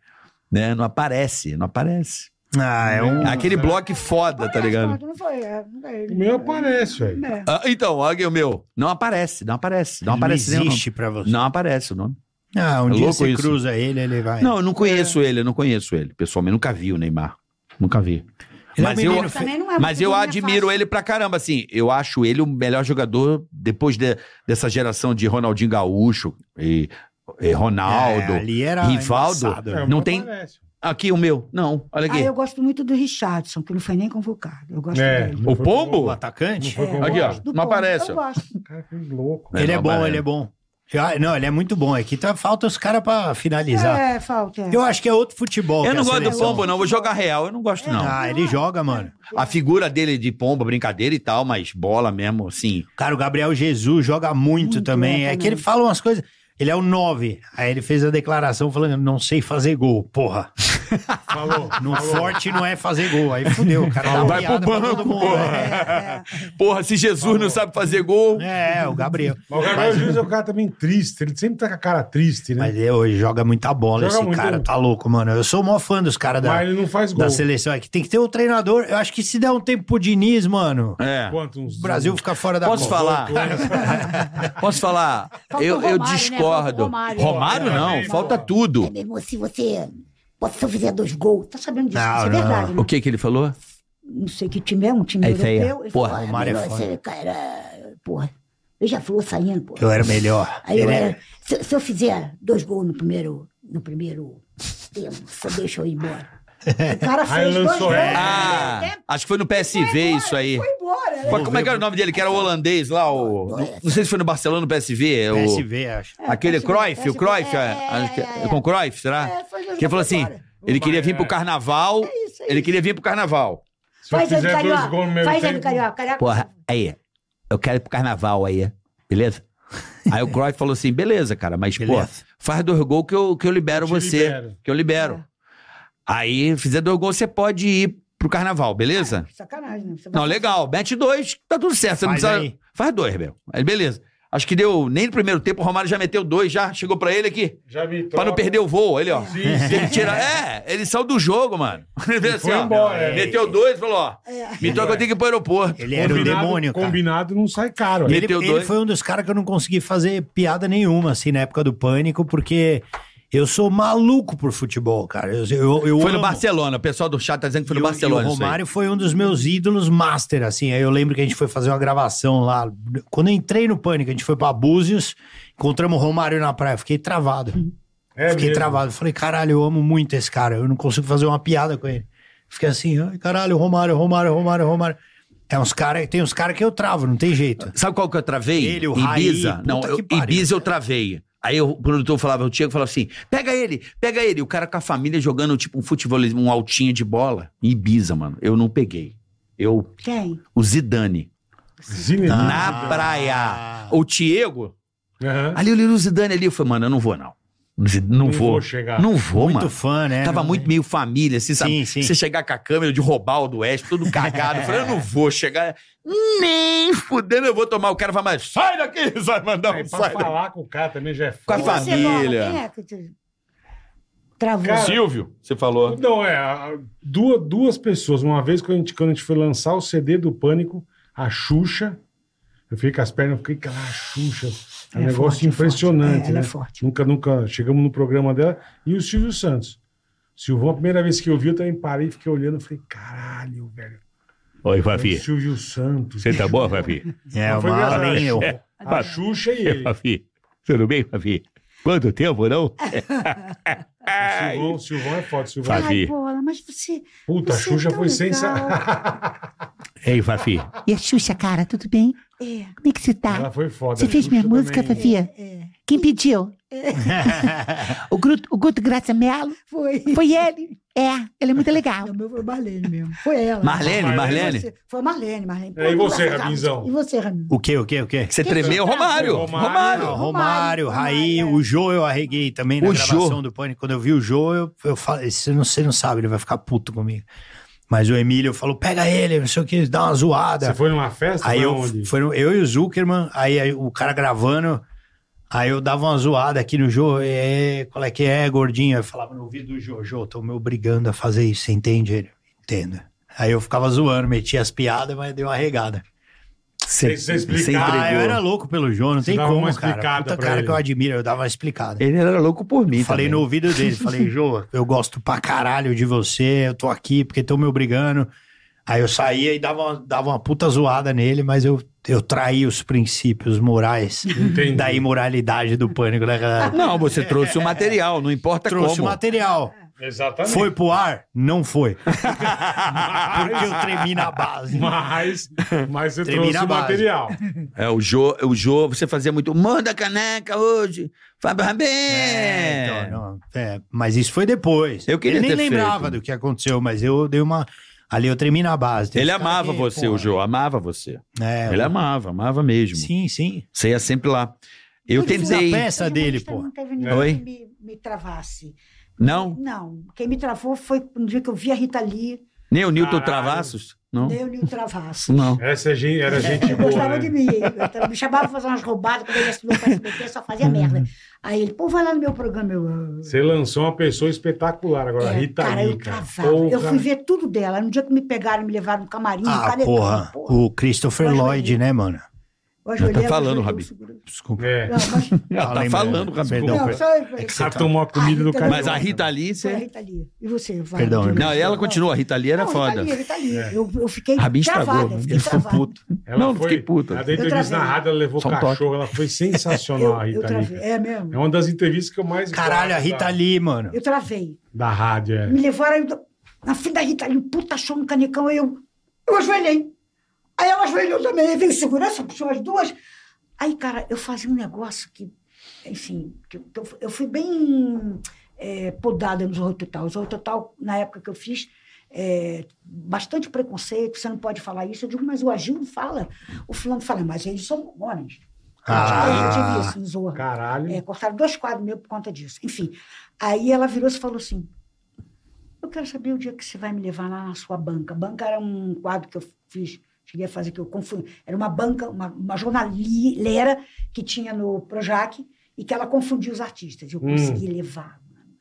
Speaker 4: Né? Não aparece, não aparece.
Speaker 5: Ah, é um.
Speaker 4: Aquele bloco foda, tá ligado?
Speaker 6: Não foi, é, não é
Speaker 3: O
Speaker 6: ele.
Speaker 3: meu aparece, velho.
Speaker 6: É.
Speaker 4: Ah, então, olha o meu. Não aparece, não aparece, não
Speaker 5: Não
Speaker 4: aparece nem o nome.
Speaker 5: existe pra você.
Speaker 4: Não aparece o nome.
Speaker 5: Ah, um
Speaker 4: É
Speaker 5: dia
Speaker 4: louco
Speaker 5: você
Speaker 4: isso.
Speaker 5: cruza ele, ele vai.
Speaker 4: Não, eu não conheço ele, eu não conheço ele. Pessoalmente, nunca vi o Neymar. Nunca vi.
Speaker 5: Ele é
Speaker 4: Mas
Speaker 5: um
Speaker 4: eu,
Speaker 5: menino
Speaker 6: Também não é
Speaker 4: Mas
Speaker 6: porque
Speaker 4: eu
Speaker 6: não é
Speaker 4: admiro
Speaker 6: fácil.
Speaker 4: ele pra caramba, assim. Eu acho ele o melhor jogador depois de- dessa geração de Ronaldinho Gaúcho e, e Ronaldo.
Speaker 5: É, ali era né?
Speaker 4: Rivaldo.
Speaker 5: embaçado.
Speaker 3: É, o
Speaker 4: Não
Speaker 3: meu
Speaker 4: tem-
Speaker 3: Aparece.
Speaker 4: Aqui o meu. Não, olha
Speaker 6: Ah,
Speaker 4: aqui.
Speaker 6: eu gosto muito do Richardson, que não foi nem convocado. Eu gosto
Speaker 3: É.
Speaker 6: dele. É,
Speaker 4: O
Speaker 5: O
Speaker 4: Pombo?
Speaker 3: Não
Speaker 5: atacante?
Speaker 3: foi como
Speaker 4: Aqui, ó.
Speaker 6: Do
Speaker 4: Não
Speaker 6: Pombo,
Speaker 4: aparece,
Speaker 6: Eu
Speaker 4: ó.
Speaker 6: gosto.
Speaker 3: Cara, que louco.
Speaker 5: Ele é
Speaker 4: Não
Speaker 5: bom,
Speaker 4: aparece.
Speaker 5: ele é bom. Ah, Não, ele é muito bom. Aqui tá, falta os caras pra finalizar.
Speaker 6: É, falta. é.
Speaker 5: Eu acho que é outro futebol.
Speaker 4: Eu
Speaker 5: que
Speaker 4: não
Speaker 5: a
Speaker 4: gosto do
Speaker 5: seleção.
Speaker 4: Pombo, não. Vou jogar real, eu não gosto, não.
Speaker 5: Ah, ele joga, mano.
Speaker 4: A figura dele de Pombo, brincadeira e tal, mas bola mesmo, assim.
Speaker 5: Cara, o Gabriel Jesus joga muito,
Speaker 6: Muito,
Speaker 5: também.
Speaker 6: é,
Speaker 5: É que
Speaker 6: também.
Speaker 5: ele fala umas coisas. Ele é o 9. Aí ele fez a declaração falando: não sei fazer gol, porra.
Speaker 3: Falou.
Speaker 5: No forte não é fazer gol. Aí fudeu, o cara dá
Speaker 4: Vai pro
Speaker 5: piada pra todo
Speaker 4: banco,
Speaker 5: mundo,
Speaker 6: É,
Speaker 4: porra. Porra, se Jesus não sabe fazer gol.
Speaker 5: É, é, o Gabriel.
Speaker 3: Mas o Gabriel
Speaker 4: né?
Speaker 3: Jesus é um cara também triste. Ele sempre tá com a cara triste, né?
Speaker 5: Mas ele hoje joga muita bola,
Speaker 3: Joga
Speaker 5: esse
Speaker 3: muito.
Speaker 5: cara. Tá louco, mano. Eu sou o maior fã dos caras da,
Speaker 3: Mas ele não faz gol.
Speaker 5: da seleção. É que tem que ter um treinador. Eu acho que se der um tempo pro Diniz, mano,
Speaker 4: É.
Speaker 3: Quanto? Uns né?
Speaker 5: o Brasil fica fora da
Speaker 4: Posso
Speaker 5: Copa.
Speaker 4: falar? Posso falar?
Speaker 8: Falta
Speaker 4: Eu,
Speaker 8: o
Speaker 4: eu
Speaker 8: Romário, né?
Speaker 4: discordo.
Speaker 8: Falta o Romário.
Speaker 4: Romário não, falta tudo.
Speaker 6: É, Meu irmão, se você. Pode se eu fizer dois gols. Tá sabendo disso?
Speaker 5: Não,
Speaker 6: isso é
Speaker 5: não.
Speaker 6: verdade.
Speaker 4: O
Speaker 6: Não.
Speaker 4: que que ele falou?
Speaker 6: não sei que time é, um time
Speaker 4: É isso aí,
Speaker 6: europeu.
Speaker 4: ó.
Speaker 6: Ele
Speaker 4: Porra,
Speaker 6: falou, ah,
Speaker 5: Romário é
Speaker 6: melhor
Speaker 5: foda.
Speaker 6: você, cara, porra. Eu já falou saindo, porra.
Speaker 5: Eu era melhor.
Speaker 6: Aí eu
Speaker 5: Ele
Speaker 3: é-
Speaker 5: é
Speaker 6: era, se, se eu fizer dois gols no primeiro, no primeiro tempo, só deixa eu ir embora. O cara
Speaker 3: Aí
Speaker 6: fez dois
Speaker 3: lançou
Speaker 6: gols.
Speaker 3: ela.
Speaker 4: Ah,
Speaker 6: no primeiro tempo,
Speaker 4: acho que foi no PSV isso aí.
Speaker 6: É. Foi embora, né?
Speaker 4: Qual- Como é que era o nome dele? Que era o holandês lá, o... Não sei se foi no Barcelona ou no PSV. é o-
Speaker 5: PSV, acho.
Speaker 4: Aquele
Speaker 6: PSV,
Speaker 4: Cruyff, o
Speaker 6: PSV,
Speaker 4: Cruyff,
Speaker 6: é,
Speaker 4: é,
Speaker 6: é,
Speaker 4: acho que-
Speaker 6: é, é.
Speaker 4: com o Cruyff, será?
Speaker 6: É, foi jogar
Speaker 4: Ah. que ele falou assim,
Speaker 6: fora.
Speaker 4: ele queria vir
Speaker 3: Vai,
Speaker 4: pro
Speaker 3: é.
Speaker 4: carnaval,
Speaker 6: É isso, é
Speaker 4: ele
Speaker 6: isso.
Speaker 4: queria vir pro carnaval.
Speaker 3: Se eu
Speaker 6: Faz aí do
Speaker 3: fizer dois gols no
Speaker 6: carioca.
Speaker 3: primeiro
Speaker 6: Faz aí do
Speaker 3: tempo-
Speaker 6: carioca. Carioca.
Speaker 4: Porra, aí, eu quero ir pro carnaval aí, beleza? Aí o Cruyff falou assim, beleza, cara, mas pô,
Speaker 5: Beleza.
Speaker 4: faz dois gols que eu, que eu libero
Speaker 3: Eu te
Speaker 4: você,
Speaker 3: libero.
Speaker 4: que eu libero. Aí, fizer dois gols, você pode ir pro carnaval, beleza?
Speaker 6: Sacanagem, né? Você vai-
Speaker 4: Não, legal, mete dois, tá tudo certo, você não
Speaker 5: Faz
Speaker 4: precisa...
Speaker 5: aí.
Speaker 4: Faz dois, meu. Aí, beleza. Acho que deu, nem no primeiro tempo, o Romário já meteu dois, já chegou pra ele aqui.
Speaker 3: Já me
Speaker 4: Pra não
Speaker 3: troca.
Speaker 4: perder o voo, ele, ó.
Speaker 3: Sim, sim.
Speaker 4: Ele tira, é, ele saiu do jogo, mano. Ele veio assim,
Speaker 3: foi
Speaker 4: ó,
Speaker 3: embora, é.
Speaker 4: Meteu dois, falou, ó.
Speaker 6: É.
Speaker 4: Me troca, eu tenho que ir pro aeroporto.
Speaker 5: Ele era o demônio, cara.
Speaker 3: Combinado não sai caro. né?
Speaker 5: Ele,
Speaker 4: Meteu
Speaker 5: ele
Speaker 4: dois.
Speaker 5: foi um dos caras que eu não consegui fazer piada nenhuma, assim, na época do pânico, porque eu sou maluco por futebol, cara. Eu, eu, eu
Speaker 4: Foi no
Speaker 5: amo.
Speaker 4: Barcelona, o pessoal do chat tá dizendo que foi
Speaker 5: E
Speaker 4: no
Speaker 5: o-
Speaker 4: Barcelona.
Speaker 5: E o
Speaker 4: isso aí.
Speaker 5: Romário foi um dos meus ídolos master, assim. Aí eu lembro que a gente foi fazer uma gravação lá. Quando eu entrei no Pânico, a gente foi pra Búzios, encontramos o Romário na praia. Fiquei travado.
Speaker 3: É
Speaker 5: fiquei
Speaker 3: mesmo.
Speaker 5: travado. Falei, caralho, eu amo muito esse cara. Eu não consigo fazer uma piada com ele. Fiquei assim, ai, caralho, Romário, Romário, Romário, Romário. É uns cara, tem uns caras que eu travo, não tem jeito.
Speaker 4: Sabe qual que eu travei?
Speaker 5: Ele, o
Speaker 4: Ibiza.
Speaker 5: Raí, puta
Speaker 4: não, eu,
Speaker 5: que pariu,
Speaker 4: Ibiza eu travei. Aí o produtor falava, o Tiago falava assim: pega ele, pega ele. O cara com a família jogando tipo um futebol, um altinho de bola. Ibiza, mano. Eu não peguei. Eu,
Speaker 6: Quem?
Speaker 4: o Zidane,
Speaker 3: Zinedine.
Speaker 5: Ah.
Speaker 4: na praia. O Diego,
Speaker 3: Aham.
Speaker 4: ali eu li o Zidane ali. Eu falei, mano, eu não vou não. Zid- Não,
Speaker 3: Não
Speaker 4: vou.
Speaker 3: vou chegar.
Speaker 4: Não vou,
Speaker 5: Muito
Speaker 4: mano.
Speaker 5: fã, né?
Speaker 4: Tava
Speaker 5: Não-
Speaker 4: muito meio família, assim, sabe?
Speaker 5: Sim, sim.
Speaker 4: Você chegar com a câmera de roubar o do Oeste, todo cagado. Eu falei, eu não vou chegar. Nem fudendo, eu vou tomar. O cara vai mais, sai daqui, vai mandar
Speaker 3: É,
Speaker 4: um
Speaker 3: pra
Speaker 4: sai daqui.
Speaker 3: falar com o cara também já é
Speaker 4: Com a
Speaker 6: E
Speaker 3: foda.
Speaker 6: você, Bola,
Speaker 4: família.
Speaker 6: Quem é que te... Travou.
Speaker 3: Cara,
Speaker 4: Silvio, você falou.
Speaker 3: Não, é. a- Duas, duas pessoas. Uma vez, quando a, gente, quando a gente foi lançar o CD do Pânico, a Xuxa. Eu fiquei com as pernas, eu fiquei, cara, a Xuxa. É um
Speaker 6: É
Speaker 3: negócio
Speaker 6: forte, é
Speaker 3: impressionante,
Speaker 6: forte. É,
Speaker 3: né?
Speaker 6: ela é forte.
Speaker 3: Nunca, nunca. Chegamos no programa dela. E o Silvio Santos. Silvão, a primeira vez que eu vi, eu também parei, fiquei olhando, eu falei, caralho, velho.
Speaker 1: Oi,
Speaker 3: é o
Speaker 1: Fafi.
Speaker 3: Silvio Santos.
Speaker 1: Você tá boa, Fafi?
Speaker 5: É,
Speaker 3: Não foi
Speaker 5: uma
Speaker 3: engraçado.
Speaker 5: lenda.
Speaker 4: É.
Speaker 3: A Xuxa e
Speaker 1: É,
Speaker 3: ele.
Speaker 1: Fafi. Tudo bem, Fafi? Quanto tempo, não?
Speaker 3: O Silvão, o Silvão é foda, o
Speaker 4: tá
Speaker 3: Silvão.
Speaker 1: Faz.
Speaker 6: Ai,
Speaker 1: Davi.
Speaker 6: Bola, mas você...
Speaker 3: Puta, a
Speaker 6: Você é
Speaker 3: Xuxa
Speaker 6: tão
Speaker 3: foi
Speaker 6: legal.
Speaker 3: sensacional.
Speaker 1: Ei, Fafi.
Speaker 8: E a Xuxa, cara, tudo bem?
Speaker 6: É,
Speaker 8: Como é que você tá?
Speaker 3: Ela foi foda.
Speaker 8: Você
Speaker 3: a
Speaker 8: fez
Speaker 3: Xuxa
Speaker 8: minha música,
Speaker 3: também.
Speaker 8: Fafia?
Speaker 6: é.
Speaker 8: Quem pediu? o, Guto, o Guto Graça Melo?
Speaker 6: Foi.
Speaker 8: Foi ele? É, ele é muito legal.
Speaker 6: O meu foi Marlene mesmo. Foi ela.
Speaker 4: Marlene, Marlene.
Speaker 6: Você- Foi Marlene, Marlene.
Speaker 3: É, e
Speaker 6: Pô,
Speaker 3: você,
Speaker 6: Marlene.
Speaker 3: Rabinzão?
Speaker 6: E você, Raminho?
Speaker 5: O quê, o quê, o quê?
Speaker 4: Você tremeu, Romário.
Speaker 3: Romário.
Speaker 4: Romário.
Speaker 5: Não,
Speaker 6: Romário,
Speaker 5: Romário, Raí,
Speaker 6: Romário,
Speaker 5: o Jô eu arreguei também na
Speaker 4: O
Speaker 5: gravação
Speaker 4: Jô.
Speaker 5: do Pânico. Quando eu vi o Jô, eu, eu falei, você não, você não sabe, ele vai ficar puto comigo. Mas o Emílio falou, pega ele, não sei o que, dá uma
Speaker 3: Você
Speaker 5: zoada.
Speaker 3: foi numa festa?
Speaker 5: Aí
Speaker 3: Foi
Speaker 5: eu,
Speaker 3: aonde?
Speaker 5: foi no- eu e o Zuckerman, aí, aí o cara gravando, aí eu dava uma zoada aqui no Jô, é, qual é que é, gordinho? Eu falava no ouvido do Jô, Jô, estão me obrigando a fazer isso, você entende? Ele, entendo. Aí eu ficava zoando, metia as piadas, mas deu uma regada.
Speaker 4: Você,
Speaker 3: Sem explicar.
Speaker 5: Ah, eu era louco pelo Jô, não
Speaker 3: Você
Speaker 5: tem
Speaker 3: dava
Speaker 5: como,
Speaker 3: uma
Speaker 5: cara.
Speaker 3: explicada
Speaker 5: Puta
Speaker 3: pra
Speaker 5: cara
Speaker 3: ele.
Speaker 5: que eu admiro, eu dava uma explicada.
Speaker 4: Ele era louco por mim.
Speaker 5: Falei no
Speaker 4: também.
Speaker 5: ouvido dele, falei, Jô, eu gosto pra caralho de você, eu tô aqui porque estão me obrigando. Aí eu saía e dava uma, dava uma puta zoada nele, mas eu, eu traí os princípios morais
Speaker 3: Entendi.
Speaker 5: da imoralidade do pânico, né, galera?
Speaker 4: Não, você trouxe o material, não importa
Speaker 5: Trouxe o
Speaker 4: como.
Speaker 5: material.
Speaker 3: Exatamente.
Speaker 5: Foi pro ar? Não foi. porque eu tremi na base.
Speaker 3: Mas, mas você
Speaker 5: Termina
Speaker 3: trouxe
Speaker 5: a
Speaker 3: o
Speaker 5: base.
Speaker 3: material.
Speaker 4: É, o Jô, o Jô, você fazia muito. Manda caneca hoje. Fábio Rabin.
Speaker 5: É, então, não, é, mas isso foi depois.
Speaker 4: Eu queria
Speaker 5: Ele nem
Speaker 4: ter
Speaker 5: lembrava
Speaker 4: feito.
Speaker 5: do que aconteceu, mas eu dei uma. Ali eu tremi na base. Tem
Speaker 4: Ele
Speaker 5: que ficar
Speaker 4: amava
Speaker 5: aqui,
Speaker 4: você,
Speaker 5: pô.
Speaker 4: o Jô, amava você.
Speaker 5: É,
Speaker 4: Ele amava, amava mesmo.
Speaker 5: Sim, sim.
Speaker 4: Você ia sempre lá. Eu
Speaker 5: Tudo
Speaker 4: tentei.
Speaker 5: Na peça
Speaker 6: Hoje,
Speaker 5: dele,
Speaker 6: mas
Speaker 5: pô.
Speaker 6: Não teve ninguém
Speaker 4: Oi?
Speaker 6: que me, me travasse.
Speaker 4: Não?
Speaker 6: Não, quem me travou foi no dia que eu vi a Rita Lee,
Speaker 4: Nem o Newton
Speaker 3: Caralho.
Speaker 4: Travassos? Não?
Speaker 6: eu lhe travasse.
Speaker 4: Não.
Speaker 3: Essa gente, era gente
Speaker 6: Ele É, gostava
Speaker 3: boa.
Speaker 6: de
Speaker 3: Né?
Speaker 6: mim. ele Me chamava pra fazer umas roubadas, quando eu ia estudar para SBT, só fazia
Speaker 4: Uhum.
Speaker 6: merda. Aí ele, pô, vai lá no meu programa. Eu, ah,
Speaker 3: Você lançou uma pessoa espetacular agora,
Speaker 6: é,
Speaker 3: Rita
Speaker 6: cara,
Speaker 3: Lee,
Speaker 6: eu
Speaker 3: cara.
Speaker 6: travava. Eu
Speaker 3: Porra.
Speaker 6: fui ver tudo dela. No dia que me pegaram, me levaram no camarim, no
Speaker 5: Ah,
Speaker 6: paredão,
Speaker 5: porra. O Christopher
Speaker 6: Eu
Speaker 5: Lloyd,
Speaker 6: ajoelhei.
Speaker 5: né, mano?
Speaker 6: Eu ajoelhei,
Speaker 4: tá
Speaker 6: eu
Speaker 4: falando,
Speaker 6: ajoelhei,
Speaker 4: Rabi.
Speaker 6: eu segurei.
Speaker 5: Desculpa.
Speaker 3: É.
Speaker 6: Não, mas...
Speaker 4: Ela tá
Speaker 5: Lembrando.
Speaker 4: falando, Rabicó.
Speaker 5: Perdão,
Speaker 6: não,
Speaker 5: perdão.
Speaker 6: só-
Speaker 5: É que você
Speaker 3: Ela
Speaker 5: tá-
Speaker 3: tomou a comida do
Speaker 6: Ah,
Speaker 3: cara.
Speaker 4: Mas a Rita ali,
Speaker 6: Foi a
Speaker 4: você.
Speaker 6: Rita Lee. E você, vai.
Speaker 5: Perdão,
Speaker 6: Diego?
Speaker 5: irmão.
Speaker 4: Não, ela continua. A Rita ali era
Speaker 6: Não,
Speaker 4: foda.
Speaker 6: Rita Lee, Rita Lee. Eu, eu fiquei
Speaker 4: Rabin estragou. né?
Speaker 6: travada. eu
Speaker 4: Ele
Speaker 6: Fiquei
Speaker 4: ficou
Speaker 6: travada.
Speaker 4: puto. não, não fiquei puta.
Speaker 3: Ela deu
Speaker 6: Eu
Speaker 3: entrevista na
Speaker 6: travei.
Speaker 3: rádio, ela levou
Speaker 4: Só um toque.
Speaker 3: cachorro. Ela foi sensacional,
Speaker 6: Eu,
Speaker 3: a
Speaker 6: eu
Speaker 3: Rita Lee.
Speaker 6: travei.
Speaker 3: cara.
Speaker 6: É mesmo.
Speaker 3: É uma das entrevistas que eu mais
Speaker 5: Caralho, a
Speaker 3: gosto
Speaker 5: Rita
Speaker 3: da-
Speaker 5: Lee, mano.
Speaker 6: Eu travei.
Speaker 3: Da rádio, é.
Speaker 6: Me levaram aí do- na frente da Rita Lee, um puta show no canecão. Aí eu, eu ajoelhei. Aí ela ajoelhou também. Aí veio segurança, puxou as duas. Aí, cara, eu fazia um negócio que, enfim, que eu, que eu fui- eu fui bem eh, podada no Zorro Total. O Zorro Total, na época que eu fiz, eh, bastante preconceito, você não pode falar isso. Eu digo, mas o Agil fala. O fulano fala, mas eles são homens.
Speaker 5: Ah.
Speaker 6: Eu tive isso no Zorro.
Speaker 3: Caralho.
Speaker 6: É, cortaram dois quadros meus por conta disso. Enfim, aí ela virou e falou assim: Eu quero saber o dia que você vai me levar lá na sua banca. Banca era um quadro que eu fiz, cheguei a fazer, que eu confundi. Era uma banca, uma, uma jornaleira que tinha no Projac e que ela confundia os artistas. Eu
Speaker 3: Hum.
Speaker 6: consegui levar. mano,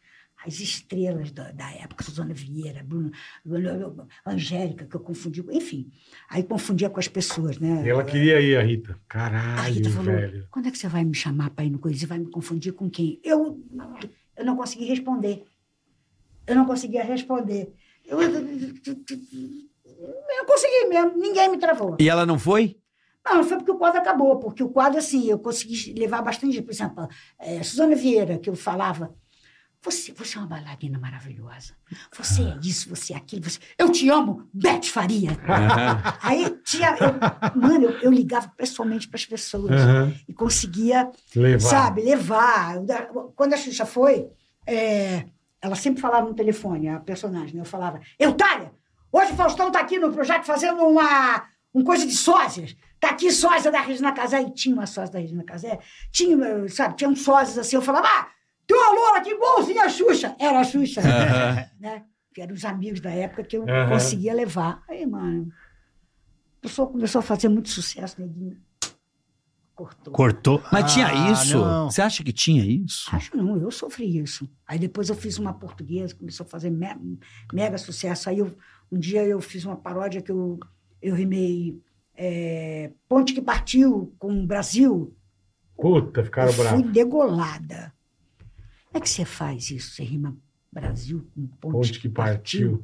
Speaker 6: As estrelas da, da época, Suzana Vieira, Bruno, Angélica, que eu confundi, enfim. Aí confundia com as pessoas, né?
Speaker 3: E ela queria ir, a Rita.
Speaker 6: A
Speaker 3: Caralho,
Speaker 6: Rita falou:
Speaker 3: velho.
Speaker 6: quando é que você vai me chamar para ir no coisa? Você vai me confundir com quem? Eu, eu não consegui responder. Eu não conseguia responder. Eu, eu não consegui mesmo, ninguém me travou.
Speaker 4: E ela não foi?
Speaker 6: Não, não foi porque o quadro acabou, porque o quadro, assim, eu consegui levar bastante. Por exemplo, eh, Suzana Vieira, que eu falava. Você, você é uma bailarina maravilhosa. Você é isso, você é aquilo. Você... Eu te amo, Beth Faria. Aí tinha. eu- mano, eu, eu ligava pessoalmente para as pessoas
Speaker 3: Aham.
Speaker 6: e conseguia,
Speaker 3: Levar.
Speaker 6: sabe, levar. Eu da- Quando a Xuxa foi, é, ela sempre falava no telefone, a personagem, né? eu falava, Eutália, hoje o Faustão tá aqui no projeto fazendo uma, um coisa de sósias. Tá aqui sósia da Regina Casé, e tinha uma sósia da Regina Casé, tinha, eh, sabe, tinha um sósias assim, eu falava, ah, tem uma loura aqui igualzinha a Xuxa. Era a Xuxa, né? Que eram os amigos da época que eu
Speaker 3: Aham.
Speaker 6: conseguia levar. Aí, mano, a pessoa começou a fazer muito sucesso, neguinho. Cortou.
Speaker 5: Cortou.
Speaker 4: Mas
Speaker 5: Ah,
Speaker 4: tinha isso?
Speaker 5: não.
Speaker 4: Você acha que tinha isso?
Speaker 6: Acho não, eu sofri isso. Aí depois eu fiz uma portuguesa, começou a fazer me- mega sucesso. Aí eu- um dia eu fiz uma paródia que eu, eu rimei é, Ponte que Partiu com o Brasil.
Speaker 3: Puta, ficaram
Speaker 6: eu fui
Speaker 3: bravos.
Speaker 6: degolada. Como é que você faz isso? Você rima Brasil com Ponte,
Speaker 3: Ponte que partiu.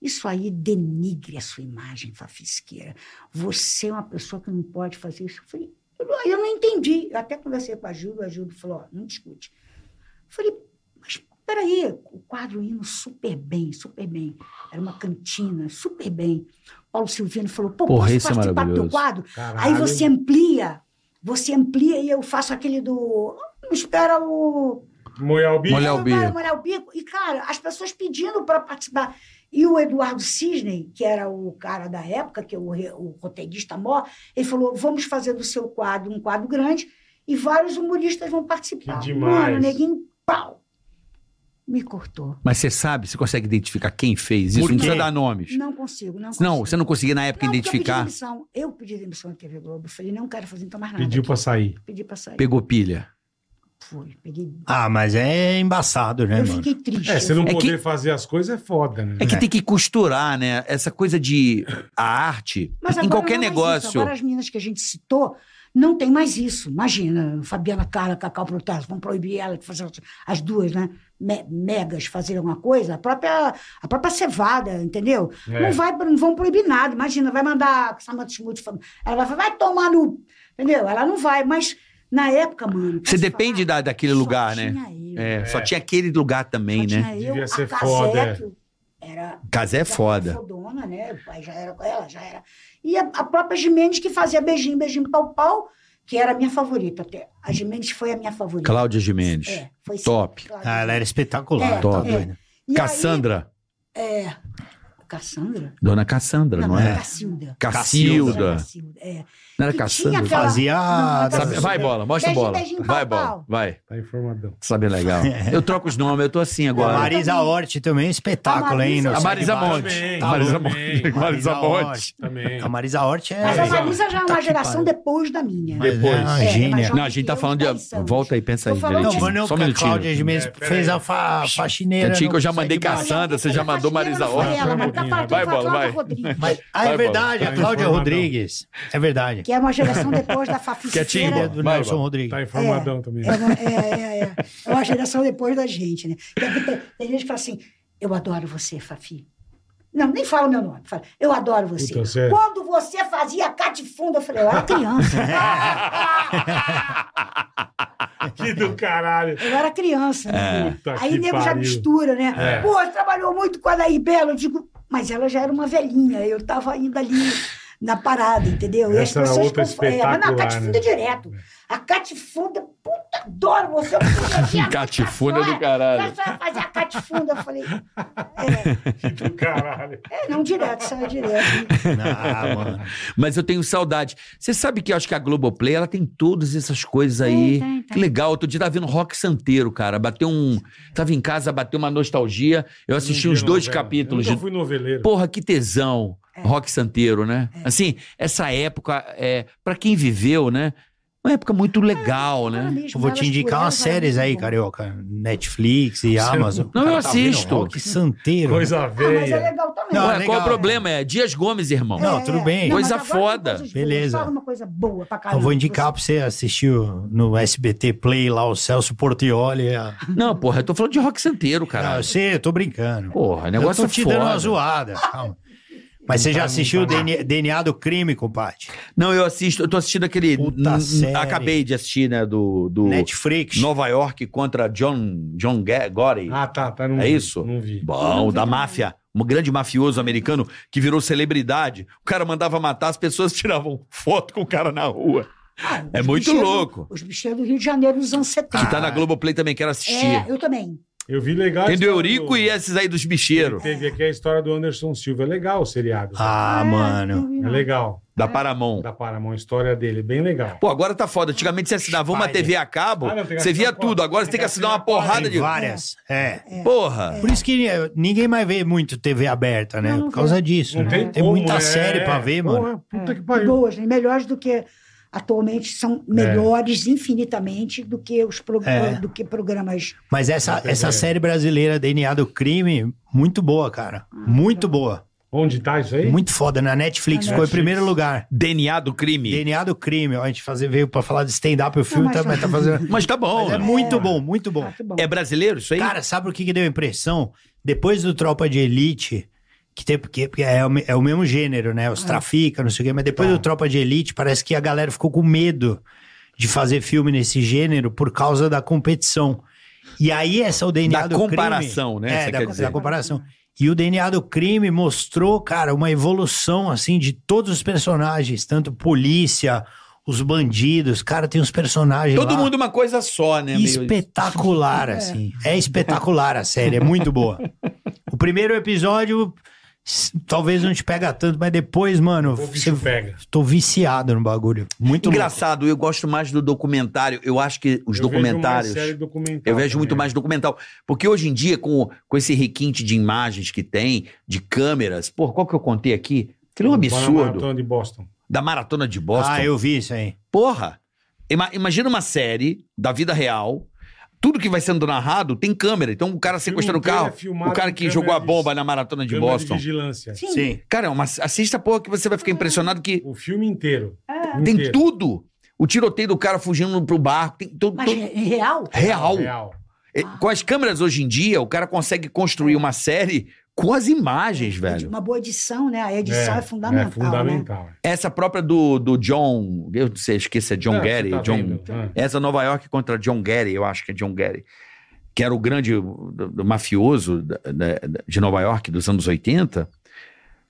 Speaker 6: Isso aí denigre a sua imagem, Fafisqueira. Você é uma pessoa que não pode fazer isso. Eu falei, eu não, eu não entendi. Eu até conversei com a Júlia, a Júlia falou, ó, não discute. Eu falei, mas peraí, o quadro indo super bem, super bem. Era uma cantina, super bem. Paulo Silvino falou, pô,
Speaker 4: Porra,
Speaker 6: posso
Speaker 4: isso é
Speaker 6: participar do teu
Speaker 4: maravilhoso.
Speaker 6: quadro?
Speaker 3: Caralho.
Speaker 6: Aí você amplia, você amplia e eu faço aquele do... "Ah, Espera o...
Speaker 3: Molhar o bicho.
Speaker 4: Molhar- o
Speaker 6: Vai
Speaker 4: bico.
Speaker 6: molhar o bico. E, cara, as pessoas pedindo para participar. E o Eduardo Cisney, que era o cara da época, que é o, re- o roteirista mó, ele falou: vamos fazer do seu quadro um quadro grande e vários humoristas vão participar.
Speaker 3: Que demais.
Speaker 6: Mano, neguinho, pau! Me cortou.
Speaker 4: Mas você sabe, você consegue identificar quem fez isso?
Speaker 5: Por
Speaker 4: Não precisa
Speaker 5: quê?
Speaker 4: dar nomes.
Speaker 6: Não consigo, não consigo.
Speaker 4: Não, você não conseguia na época
Speaker 6: Não, porque Eu
Speaker 4: identificar.
Speaker 6: pedi demissão. Eu pedi demissão da TV Globo. Eu Falei, não quero fazer então mais nada.
Speaker 3: Pediu pra sair.
Speaker 6: Pedi pra sair.
Speaker 4: Pegou pilha.
Speaker 6: Fui, peguei.
Speaker 5: Ah, mas é embaçado, né,
Speaker 6: eu
Speaker 5: mano?
Speaker 6: fiquei triste.
Speaker 3: É, você não
Speaker 4: É que-
Speaker 3: poder fazer as coisas é foda, né?
Speaker 4: É que
Speaker 5: É.
Speaker 4: tem que costurar, né? Essa coisa de a arte
Speaker 6: Mas
Speaker 4: em
Speaker 6: agora
Speaker 4: qualquer
Speaker 6: não é mais Isso.
Speaker 4: negócio.
Speaker 6: Agora as meninas que a gente citou não tem mais isso. Imagina, Fabiana Carla, Cacau Protas, vão proibir ela de fazer as duas, né? me- megas fazer alguma coisa. A própria, a própria cevada, entendeu?
Speaker 3: É.
Speaker 6: Não, vai, não vão proibir nada. Imagina, vai mandar a Samantha Schmutz. fa- Ela vai falar, vai tomar no. Entendeu? Ela não vai, mas na época,
Speaker 4: Você
Speaker 6: mano. posso
Speaker 4: depende da,
Speaker 6: falar,
Speaker 4: daquele
Speaker 6: só
Speaker 4: lugar, né?
Speaker 6: tinha eu.
Speaker 4: É, Só tinha aquele lugar
Speaker 6: Só
Speaker 4: também, né?
Speaker 6: tinha eu,
Speaker 3: Devia
Speaker 6: a
Speaker 3: ser
Speaker 6: Cazé,
Speaker 3: foda, é.
Speaker 6: que Era
Speaker 4: Casé é
Speaker 6: já era
Speaker 4: foda.
Speaker 6: Fodona, né? O pai já era com ela, já era. E a, a própria Jimenez que fazia beijinho, beijinho, pau, pau, que era a minha favorita até. A Jimenez foi a minha favorita.
Speaker 4: Cláudia Jimenez.
Speaker 6: É, foi sim.
Speaker 4: Top.
Speaker 6: Cláudia
Speaker 5: Ah, ela era
Speaker 6: Jimenez.
Speaker 5: espetacular.
Speaker 6: É,
Speaker 5: tá
Speaker 4: top.
Speaker 5: doido.
Speaker 6: E aí,
Speaker 4: Cassandra.
Speaker 6: é, Cassandra?
Speaker 4: Dona Cassandra, não,
Speaker 6: era
Speaker 4: é?
Speaker 6: Cacilda.
Speaker 4: Cacilda.
Speaker 6: Cacilda, é.
Speaker 4: Não era
Speaker 6: Que
Speaker 4: Cassandra?
Speaker 6: tinha aquela-
Speaker 5: Fazia-
Speaker 6: Não, não,
Speaker 4: Sabe-
Speaker 6: Cassandra.
Speaker 4: Vai, bola, mostra a
Speaker 6: Dez de-
Speaker 4: bola.
Speaker 6: dez de
Speaker 4: Vai,
Speaker 6: pau,
Speaker 4: bola,
Speaker 6: pau.
Speaker 4: vai.
Speaker 3: Tá informadão.
Speaker 4: Sabe é legal. Eu troco os nomes, eu tô assim
Speaker 5: A
Speaker 4: agora.
Speaker 5: Marisa Hort também, é
Speaker 6: A
Speaker 5: espetáculo,
Speaker 6: Marisa-
Speaker 5: hein? no
Speaker 4: A
Speaker 5: Sai
Speaker 4: Marisa
Speaker 5: de Baixo.
Speaker 4: Monte.
Speaker 3: Tá
Speaker 4: Marisa
Speaker 3: bom,
Speaker 4: Monte.
Speaker 3: bem.
Speaker 4: Marisa Monte.
Speaker 3: Também.
Speaker 5: A Marisa Hort é.
Speaker 6: Mas a
Speaker 3: Marisa-
Speaker 6: Marisa já é uma
Speaker 5: Tá que
Speaker 6: geração
Speaker 5: pariu.
Speaker 6: depois da minha.
Speaker 5: Mas É uma
Speaker 6: É, mas
Speaker 5: gênia.
Speaker 6: já-
Speaker 4: Não, a gente tá
Speaker 6: Eu
Speaker 4: falando de.
Speaker 6: dez anos.
Speaker 4: Volta aí, pensa aí
Speaker 6: Tô falando
Speaker 5: Não,
Speaker 4: direitinho.
Speaker 5: mas não,
Speaker 4: Só um
Speaker 5: porque a Cláudia
Speaker 4: minutinho.
Speaker 5: Jimenez
Speaker 3: É, peraí.
Speaker 5: fez a fa faxineira.
Speaker 4: Cantinho que eu
Speaker 5: no
Speaker 4: já
Speaker 5: Sai de
Speaker 4: mandei
Speaker 5: Baixo.
Speaker 4: Cassandra, você já mandou Marisa
Speaker 6: Não foi
Speaker 4: Hort.
Speaker 6: ela, mas tá faltando
Speaker 4: Vai,
Speaker 6: a
Speaker 4: bola,
Speaker 6: Cláudia
Speaker 4: vai.
Speaker 6: Rodrigues,
Speaker 5: Mas, ah, é
Speaker 4: Vai,
Speaker 5: verdade,
Speaker 3: Bola.
Speaker 5: a
Speaker 3: Tá
Speaker 5: Cláudia
Speaker 3: informadão.
Speaker 5: Rodrigues. É verdade.
Speaker 6: Que é uma geração depois da Faficeira.
Speaker 4: Quietinho,
Speaker 5: Filha
Speaker 4: Bola.
Speaker 5: do
Speaker 4: Vai,
Speaker 5: Nelson
Speaker 4: Bola.
Speaker 5: Rodrigues.
Speaker 3: Tá informadão também.
Speaker 6: É uma, é, é, é. É uma geração depois da gente, né? Tem, tem- tem gente que fala assim, eu adoro você, Fafi. Não, nem fala o meu nome. Fala, eu adoro você.
Speaker 3: Puta, sério?
Speaker 6: Quando você fazia catifunda, eu falei, eu era criança.
Speaker 3: Que do caralho.
Speaker 6: Eu era criança. Né?
Speaker 3: Puta
Speaker 6: Aí
Speaker 3: que
Speaker 6: nego já
Speaker 3: pariu.
Speaker 6: mistura, né?
Speaker 3: É.
Speaker 6: Pô, você trabalhou muito com a Anaí Belo. Eu digo, mas ela já era uma velhinha. Eu tava ainda ali na parada, entendeu? e as
Speaker 3: Essa era
Speaker 6: pessoas
Speaker 3: outra
Speaker 6: confundem. É, mas não, a
Speaker 3: espetacular,
Speaker 6: Catifunda
Speaker 3: né?
Speaker 6: direto. A Catifunda, puta, adoro você. eu podia ter a
Speaker 4: Catifunda
Speaker 6: Catifora.
Speaker 4: do caralho.
Speaker 6: Mas vai fazer a catifunda. Eu falei, é,
Speaker 3: Que do caralho.
Speaker 6: é não direto, saiu direto.
Speaker 5: Ah, mano.
Speaker 4: Mas eu tenho saudade. Você sabe que eu acho que a Globoplay, ela tem todas essas coisas aí. Que legal. Outro dia tava vendo Rock Santeiro, cara. Bateu um... Tava em casa, bateu uma nostalgia. Eu assisti
Speaker 3: Não vi
Speaker 4: uns dois
Speaker 3: novela.
Speaker 4: capítulos
Speaker 3: Eu
Speaker 4: de...
Speaker 3: nunca fui noveleiro.
Speaker 4: Porra, que tesão. Rock Santeiro, né? Assim, essa época, é, para quem viveu, né? Uma época muito legal,
Speaker 6: Ela
Speaker 4: né?
Speaker 6: mesmo,
Speaker 5: Eu vou
Speaker 6: elas
Speaker 5: te indicar
Speaker 6: por
Speaker 5: umas
Speaker 6: elas, ela
Speaker 5: séries
Speaker 6: mesmo.
Speaker 5: aí, carioca. Netflix e Amazon.
Speaker 4: Não,
Speaker 5: O cara
Speaker 4: eu
Speaker 5: tá vendo
Speaker 4: assisto.
Speaker 5: Rock Santeiro.
Speaker 3: Coisa
Speaker 6: Ah, mas é
Speaker 3: velha.
Speaker 6: legal também. é.
Speaker 5: Não,
Speaker 4: Ué,
Speaker 5: legal.
Speaker 4: qual o problema? É Dias Gomes, irmão.
Speaker 5: Não, tudo bem.
Speaker 4: Coisa
Speaker 6: mas agora
Speaker 4: foda.
Speaker 6: tem coisas boas.
Speaker 5: Beleza.
Speaker 6: Fala uma coisa boa pra caramba.
Speaker 5: Eu vou indicar pra você assistir o- no SBT Play lá o Celso Portioli. a-
Speaker 4: Não, porra, eu tô falando de Rock Santeiro,
Speaker 5: Não,
Speaker 4: cara.
Speaker 5: eu sei, eu tô brincando.
Speaker 4: Porra, negócio é
Speaker 5: eu tô te
Speaker 4: foda.
Speaker 5: dando uma zoada. Calma. Mas você já assistiu o DNA, do crime, compadre?
Speaker 4: Não, eu assisto, eu tô assistindo aquele.
Speaker 5: Puta
Speaker 4: n-
Speaker 5: série.
Speaker 4: Acabei de assistir, né? Do, do
Speaker 5: Netflix.
Speaker 4: Nova York contra John, John Ga- Gory.
Speaker 3: Ah, tá, tá. Não
Speaker 4: É
Speaker 3: vi,
Speaker 4: isso?
Speaker 3: Não vi.
Speaker 4: Bom, da máfia. Um grande mafioso americano que virou celebridade. O cara mandava matar, as pessoas tiravam foto com o cara na rua.
Speaker 6: Ah, os
Speaker 4: É muito
Speaker 6: bicheiros-
Speaker 4: louco.
Speaker 6: Os bicheiros do Rio de Janeiro dos anos 70.
Speaker 4: Que tá na Globoplay também, quero assistir.
Speaker 6: Ah. É, eu também.
Speaker 3: Eu vi legal.
Speaker 4: Tem do
Speaker 3: a história
Speaker 4: Eurico
Speaker 3: do-
Speaker 4: e é- esses aí dos bicheiros.
Speaker 3: Teve aqui a história do Anderson Silva. É legal o seriado.
Speaker 5: Ah, mano.
Speaker 6: eu vi,
Speaker 3: É
Speaker 6: não.
Speaker 3: legal.
Speaker 4: Da Paramount.
Speaker 3: Da Paramount, a história dele. Bem legal.
Speaker 4: Pô, agora tá foda. Antigamente você assinava uma
Speaker 5: Spider.
Speaker 4: TV a cabo,
Speaker 3: Ah, não, tem que
Speaker 4: você via
Speaker 3: assinar
Speaker 4: tudo.
Speaker 3: quatro.
Speaker 4: Agora você tem que assinar uma porrada de.
Speaker 5: Tem várias. É.
Speaker 4: Porra!
Speaker 5: Por isso que eh, ninguém mais vê muito TV aberta, né? Por causa disso.
Speaker 3: Não
Speaker 5: né?
Speaker 3: tem
Speaker 5: tem
Speaker 3: como,
Speaker 5: muita
Speaker 3: é.
Speaker 5: série pra ver,
Speaker 3: Porra,
Speaker 5: mano.
Speaker 3: Puta que pariu.
Speaker 6: Boas, né? melhores do que atualmente são melhores infinitamente do que os pro-
Speaker 5: É.
Speaker 6: do que programas
Speaker 5: Mas essa, essa série brasileira, DNA do crime, muito boa, cara.
Speaker 6: Ah,
Speaker 5: Muito boa.
Speaker 3: Onde tá isso aí?
Speaker 5: Muito foda. Na Netflix
Speaker 6: Na
Speaker 5: foi
Speaker 3: Netflix.
Speaker 5: em primeiro lugar.
Speaker 4: DNA do crime.
Speaker 5: DNA do crime. ó, A gente fazer, veio pra falar de stand-up o filme,
Speaker 6: mas-
Speaker 5: tá, mas tá fazendo.
Speaker 4: Mas tá bom.
Speaker 5: Mas é
Speaker 4: né?
Speaker 5: muito bom, muito bom.
Speaker 6: Ah, que bom.
Speaker 4: É brasileiro isso aí?
Speaker 5: Cara, sabe o que, que deu impressão? Depois do Tropa de Elite, que tem, porque, porque é, o, me- é o mesmo gênero, né?
Speaker 6: Ah.
Speaker 5: Os trafica, não sei o quê, mas
Speaker 4: Tá.
Speaker 5: depois do Tropa de Elite, parece que a galera ficou com medo de fazer filme nesse gênero por causa da competição. E aí essa o DNA
Speaker 4: Da
Speaker 5: do crime-
Speaker 4: comparação, né? Você
Speaker 5: É, da,
Speaker 4: quer
Speaker 5: da
Speaker 4: dizer.
Speaker 5: comparação. E o DNA do crime mostrou, cara, uma evolução assim de todos os personagens, tanto polícia, os bandidos, cara, tem uns personagens
Speaker 4: Todo
Speaker 5: lá
Speaker 4: mundo uma coisa só, né? Meio-
Speaker 5: espetacular, assim. É espetacular a série, é muito boa. O primeiro episódio s- talvez não te pega tanto, mas depois, mano,
Speaker 3: O
Speaker 5: você
Speaker 3: bicho pega.
Speaker 5: tô viciado no bagulho. Muito louco.
Speaker 4: Engraçado, eu gosto mais do documentário. Eu acho que os
Speaker 3: Eu vejo
Speaker 4: documentários.
Speaker 3: mais série documental
Speaker 4: Eu vejo
Speaker 3: também.
Speaker 4: muito mais documental. Porque hoje em dia, com, com esse requinte de imagens que tem, de câmeras, pô, qual que eu contei aqui? Aquilo é um
Speaker 3: Vai na
Speaker 4: absurdo.
Speaker 3: Maratona de Boston.
Speaker 4: Da maratona de Boston.
Speaker 5: Ah, eu vi isso aí.
Speaker 4: Porra! Ima- imagina uma série da vida real. Tudo que vai sendo narrado tem câmera. Então o cara sequestrando o
Speaker 3: inteiro
Speaker 4: carro,
Speaker 3: é filmado
Speaker 4: o cara
Speaker 3: em
Speaker 4: que jogou a
Speaker 3: câmeras-
Speaker 4: bomba na maratona de
Speaker 3: Câmera
Speaker 4: Boston.
Speaker 3: vigilância.
Speaker 6: Sim.
Speaker 4: Cara, é uma, assista a porra que você vai ficar impressionado que
Speaker 3: O filme inteiro.
Speaker 6: É.
Speaker 4: tem
Speaker 3: Inteiro.
Speaker 4: tudo. O tiroteio do cara fugindo pro barco, tem tudo.
Speaker 6: Mas
Speaker 4: tudo-
Speaker 6: é real?
Speaker 4: Real.
Speaker 3: Real.
Speaker 4: É, Com as câmeras hoje em dia, o cara consegue construir uma série com as imagens, velho.
Speaker 6: É Uma boa edição, né? A edição é, fundamental. né?
Speaker 3: É fundamental. é.
Speaker 4: Essa própria do, do John. Eu não sei, esqueci, é John
Speaker 3: Ah,
Speaker 4: Gary.
Speaker 3: você tá
Speaker 4: John,
Speaker 3: vendo, né?
Speaker 4: Essa Nova York contra John Gary, eu acho que é John Gary. Que era o grande do- do mafioso da- da- de Nova York dos anos 80.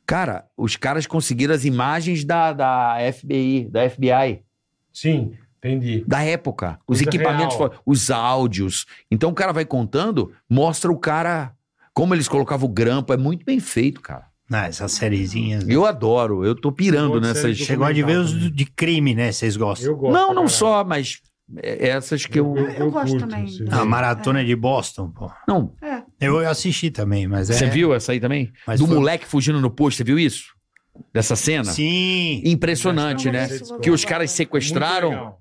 Speaker 4: Cara, os caras conseguiram as imagens da, da FBI, da FBI,
Speaker 3: Sim, entendi.
Speaker 4: da época. Os
Speaker 3: Coisa
Speaker 4: equipamentos,
Speaker 3: real.
Speaker 4: fo- os áudios. Então o cara vai contando, mostra o cara, como eles colocavam o grampo. É muito bem feito, cara.
Speaker 5: Ah, essas sériezinhas. né?
Speaker 4: Eu adoro, eu tô pirando
Speaker 3: Pode ser
Speaker 4: nessas.
Speaker 3: do-
Speaker 5: Chegou a de ver os de crime, né? Vocês gostam.
Speaker 3: Eu gosto.
Speaker 4: não, não
Speaker 3: cara.
Speaker 4: só, mas é, essas que eu.
Speaker 6: Eu gosto também.
Speaker 3: isso.
Speaker 4: Ah, Né?
Speaker 5: A Ah,
Speaker 4: é
Speaker 5: maratona de Boston, pô.
Speaker 4: Não,
Speaker 6: É.
Speaker 5: Eu assisti também, mas é.
Speaker 4: você viu essa aí também?
Speaker 5: Mas
Speaker 4: Do
Speaker 5: foi-
Speaker 4: moleque né? fugindo no posto, você viu isso? Dessa cena?
Speaker 5: Sim.
Speaker 6: É.
Speaker 4: Impressionante, né? Que os caras
Speaker 3: é Muito
Speaker 4: sequestraram
Speaker 3: legal.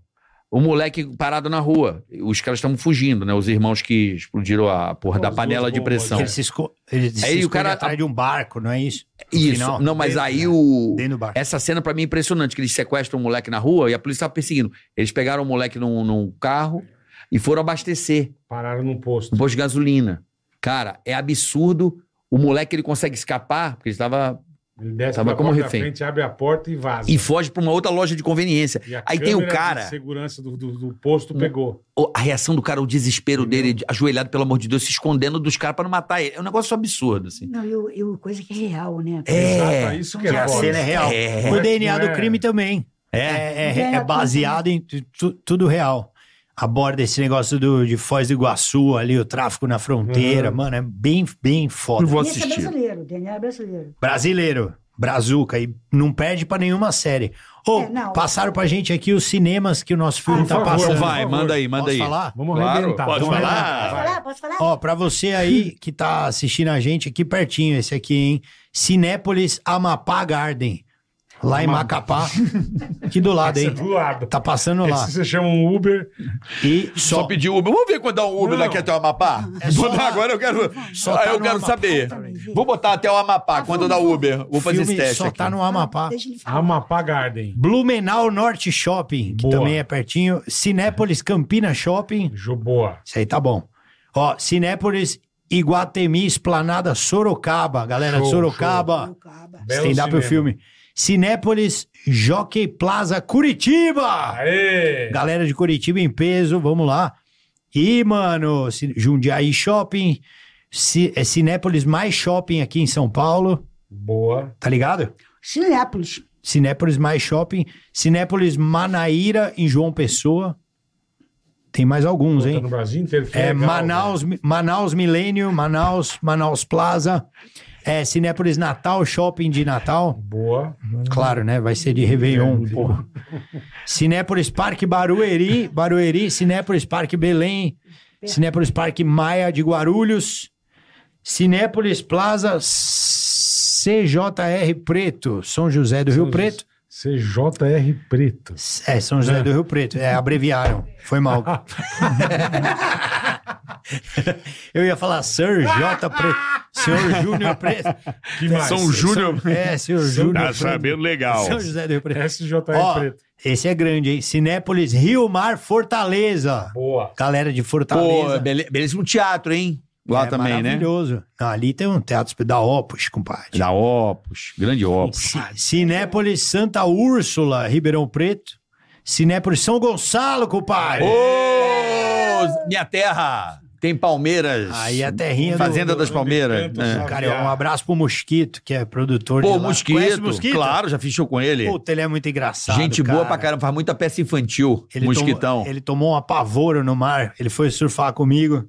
Speaker 4: o moleque parado na rua. Os caras estavam fugindo, né? Os irmãos que explodiram a porra da
Speaker 3: Os
Speaker 4: panela
Speaker 3: duas
Speaker 4: de
Speaker 3: bombas, né?
Speaker 4: pressão.
Speaker 5: Que ele se esco... ele se
Speaker 4: Então. Aí o
Speaker 5: esconde
Speaker 4: cara-
Speaker 5: atrás de um barco, não é isso? No
Speaker 4: Isso.
Speaker 5: final,
Speaker 4: não, mas
Speaker 5: dentro,
Speaker 4: aí
Speaker 5: né?
Speaker 4: o.
Speaker 5: Dentro do barco.
Speaker 4: Essa cena pra mim é impressionante, que eles sequestram um moleque na rua e a polícia tava perseguindo. Eles pegaram o moleque num, num carro e foram abastecer
Speaker 3: Pararam num posto.
Speaker 4: no posto de gasolina. Cara, é absurdo. O moleque ele consegue escapar, porque ele estava.
Speaker 3: Ele desce
Speaker 4: Tava
Speaker 3: pela
Speaker 4: como
Speaker 3: porta da
Speaker 4: refém.
Speaker 3: frente, abre a porta e vaza.
Speaker 4: E foge pra uma outra loja de conveniência.
Speaker 3: E a
Speaker 4: Aí tem o
Speaker 3: câmera
Speaker 4: cara-
Speaker 3: De segurança do, do- do posto pegou.
Speaker 4: O- A reação do cara, o desespero dele, de- ajoelhado, pelo amor de Deus, se escondendo dos caras pra não matar ele. É um negócio absurdo, assim.
Speaker 6: Não, eu, eu, coisa que é real, né?
Speaker 3: Exato, é isso que é
Speaker 5: Que a
Speaker 3: foda.
Speaker 5: cena é real.
Speaker 4: É.
Speaker 5: O DNA
Speaker 3: Não é-
Speaker 5: do crime também. É, é, é- é baseado em tu- tu- tudo real. Aborda esse negócio do, de Foz do Iguaçu ali, o tráfico na fronteira.
Speaker 3: Uhum.
Speaker 5: Mano, é bem, bem
Speaker 4: Não
Speaker 5: foda.
Speaker 4: vou
Speaker 6: E esse é
Speaker 4: assistir.
Speaker 6: brasileiro, o DNA é brasileiro.
Speaker 5: Brasileiro, Brazuca, e não perde pra nenhuma série. Ô,
Speaker 6: É, não.
Speaker 5: passaram pra gente aqui os cinemas que o nosso filme
Speaker 3: Ah,
Speaker 5: tá
Speaker 3: por favor,
Speaker 5: passando.
Speaker 3: por
Speaker 4: Vai,
Speaker 3: favor.
Speaker 4: manda aí, manda
Speaker 5: Posso
Speaker 4: aí.
Speaker 5: falar?
Speaker 3: Vamos
Speaker 4: Claro,
Speaker 3: arrebentar.
Speaker 4: pode
Speaker 3: Vamos
Speaker 4: falar.
Speaker 3: arrebentar,
Speaker 6: Posso
Speaker 3: vai.
Speaker 6: falar? Posso falar?
Speaker 5: Ó, pra você aí que tá assistindo a gente aqui pertinho, esse aqui, hein? Cinépolis Amapá Garden. Lá em Macapá. Aqui do lado,
Speaker 3: Esse é
Speaker 5: hein?
Speaker 3: do lado.
Speaker 5: Tá passando lá.
Speaker 3: Esse você chama um Uber.
Speaker 5: E
Speaker 1: Só
Speaker 5: só,
Speaker 1: pediu Uber. Vamos ver
Speaker 4: é
Speaker 1: quando dá um Uber
Speaker 3: Não.
Speaker 1: daqui até o Amapá?
Speaker 5: É só
Speaker 1: Vou dar
Speaker 5: lá.
Speaker 1: agora eu quero,
Speaker 5: Só
Speaker 1: Ah,
Speaker 5: tá
Speaker 1: eu
Speaker 5: no
Speaker 1: quero
Speaker 5: Amapá
Speaker 1: saber.
Speaker 6: também, gente.
Speaker 1: Vou botar até o Amapá quando dá Uber. Vou fazer esse
Speaker 5: filme
Speaker 1: teste
Speaker 5: só
Speaker 1: aqui.
Speaker 5: tá no Amapá.
Speaker 6: Deixa ele falar.
Speaker 3: Amapá Garden.
Speaker 5: Blumenau Norte Shopping, que
Speaker 3: Boa.
Speaker 5: também é pertinho. Cinépolis Campina Shopping.
Speaker 3: Joboa.
Speaker 5: Isso aí tá bom. Ó, Cinépolis Iguatemi Esplanada Sorocaba. Galera de
Speaker 3: Show,
Speaker 5: Sorocaba,
Speaker 6: Sorocaba.
Speaker 3: Belo
Speaker 5: stand-up é o
Speaker 3: cinema.
Speaker 5: filme. Cinépolis Jockey Plaza Curitiba.
Speaker 3: Aê!
Speaker 5: Galera de Curitiba em peso, vamos lá. E, mano, Ci- Jundiaí Shopping, Ci- é Cinépolis mais Shopping aqui em São Paulo,
Speaker 3: Boa.
Speaker 5: tá ligado?
Speaker 6: Cinépolis.
Speaker 5: Cinépolis mais Shopping, Cinépolis Manaíra em João Pessoa. Tem mais alguns,
Speaker 3: Tá
Speaker 5: hein?
Speaker 3: no Brasil inteiro. que
Speaker 5: É
Speaker 3: legal,
Speaker 5: Manaus, Manaus Milênio, Manaus, Manaus Plaza, é Cinépolis Natal Shopping de Natal.
Speaker 3: velho. Boa.
Speaker 5: Claro, né? Vai ser de Réveillon, porra. Cinépolis Parque Barueri, Barueri, Cinépolis Parque Belém, Cinépolis Parque Maia de Guarulhos, Cinépolis Plaza CJR Preto, São José do Rio Preto.
Speaker 3: CJR Preto.
Speaker 5: É, São José do Rio Preto. É, abreviaram. Foi mal. Eu ia falar Sir J. Preto. Senhor Júnior Preto.
Speaker 3: Que mais?
Speaker 1: São Júnior.
Speaker 5: É, Senhor Júnior
Speaker 1: Tá
Speaker 5: Preto.
Speaker 1: sabendo legal.
Speaker 5: São José do Rio Preto.
Speaker 3: SJR
Speaker 5: Ó,
Speaker 3: Preto.
Speaker 5: esse é grande, hein? Cinépolis, Rio Mar, Fortaleza.
Speaker 3: Boa.
Speaker 5: Galera de
Speaker 4: Pô,
Speaker 5: Fortaleza.
Speaker 4: bele- belíssimo teatro, hein? Lá
Speaker 5: É
Speaker 4: também, né?
Speaker 5: Maravilhoso. Não, ali tem um teatro da Opus, compadre.
Speaker 4: Da Opus, grande Opus.
Speaker 5: Ci- Cinépolis, Santa Úrsula, Ribeirão Preto. Cinépolis, São Gonçalo, compadre.
Speaker 4: Ô, minha terra! Tem Palmeiras.
Speaker 5: Aí a terrinha do-
Speaker 4: Fazenda
Speaker 5: do-
Speaker 4: das Palmeiras.
Speaker 3: Canto,
Speaker 4: né?
Speaker 3: sabe?
Speaker 5: Cara, um abraço pro Mosquito, que é produtor de
Speaker 4: Pô,
Speaker 5: lá.
Speaker 4: mosquito,
Speaker 5: Conhece o Mosquito?
Speaker 4: Claro, já fiz show com ele.
Speaker 5: Puta, ele é muito engraçado,
Speaker 4: Gente boa pra
Speaker 5: cara.
Speaker 4: caramba, faz muita peça infantil.
Speaker 5: Ele
Speaker 4: mosquitão.
Speaker 5: Tomou, ele tomou um apavoro no mar. Ele foi surfar comigo.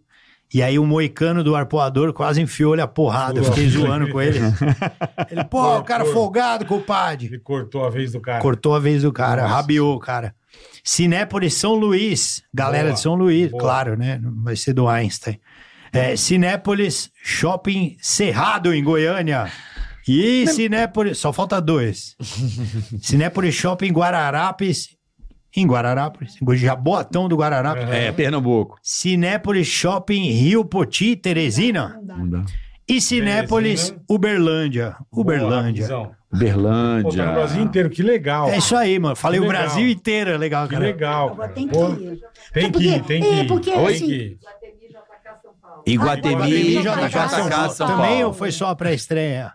Speaker 5: E aí o moicano do arpoador quase enfiou-lhe a porrada. Eu fiquei zoando com ele. Ele, pô, o cara folgado, compadre.
Speaker 3: Ele cortou a vez do cara.
Speaker 5: Cortou a vez do cara,
Speaker 3: Nossa.
Speaker 5: rabiou o cara. Cinépolis São Luís, galera
Speaker 3: Boa,
Speaker 5: de São Luís,
Speaker 3: boa.
Speaker 5: claro, né? Não Vai ser do Einstein. É, Cinépolis Shopping Cerrado, em Goiânia. E Cinépolis. Só falta dois. Cinépolis Shopping Guararapes, em Guararapes, em Jaboatão do Guararapes.
Speaker 3: Aham.
Speaker 4: É, Pernambuco.
Speaker 5: Cinépolis Shopping Rio Poti, Teresina.
Speaker 6: Não dá.
Speaker 5: E Cinépolis
Speaker 3: Teresina.
Speaker 5: Uberlândia. Uberlândia.
Speaker 3: Boa, rapidão. Pô, tá
Speaker 4: Berlândia.
Speaker 3: no Brasil inteiro, que legal.
Speaker 5: É isso aí, mano. Falei
Speaker 3: Que
Speaker 5: o
Speaker 3: legal.
Speaker 5: Brasil inteiro, é legal,
Speaker 3: Que
Speaker 5: cara.
Speaker 3: legal.
Speaker 6: Agora
Speaker 3: Cara.
Speaker 6: tem que
Speaker 3: Pô,
Speaker 6: ir.
Speaker 3: Tem
Speaker 6: É
Speaker 3: que
Speaker 6: porque-
Speaker 3: ir, tem que
Speaker 6: é,
Speaker 3: ir.
Speaker 6: porque,
Speaker 3: Tem
Speaker 6: assim,
Speaker 3: que ir. tá
Speaker 4: Iguatemi,
Speaker 5: Iguatemi,
Speaker 4: JK,
Speaker 5: JK, São Paulo.
Speaker 4: tá São
Speaker 5: Também
Speaker 4: Paulo.
Speaker 5: ou foi só a pré-estreia?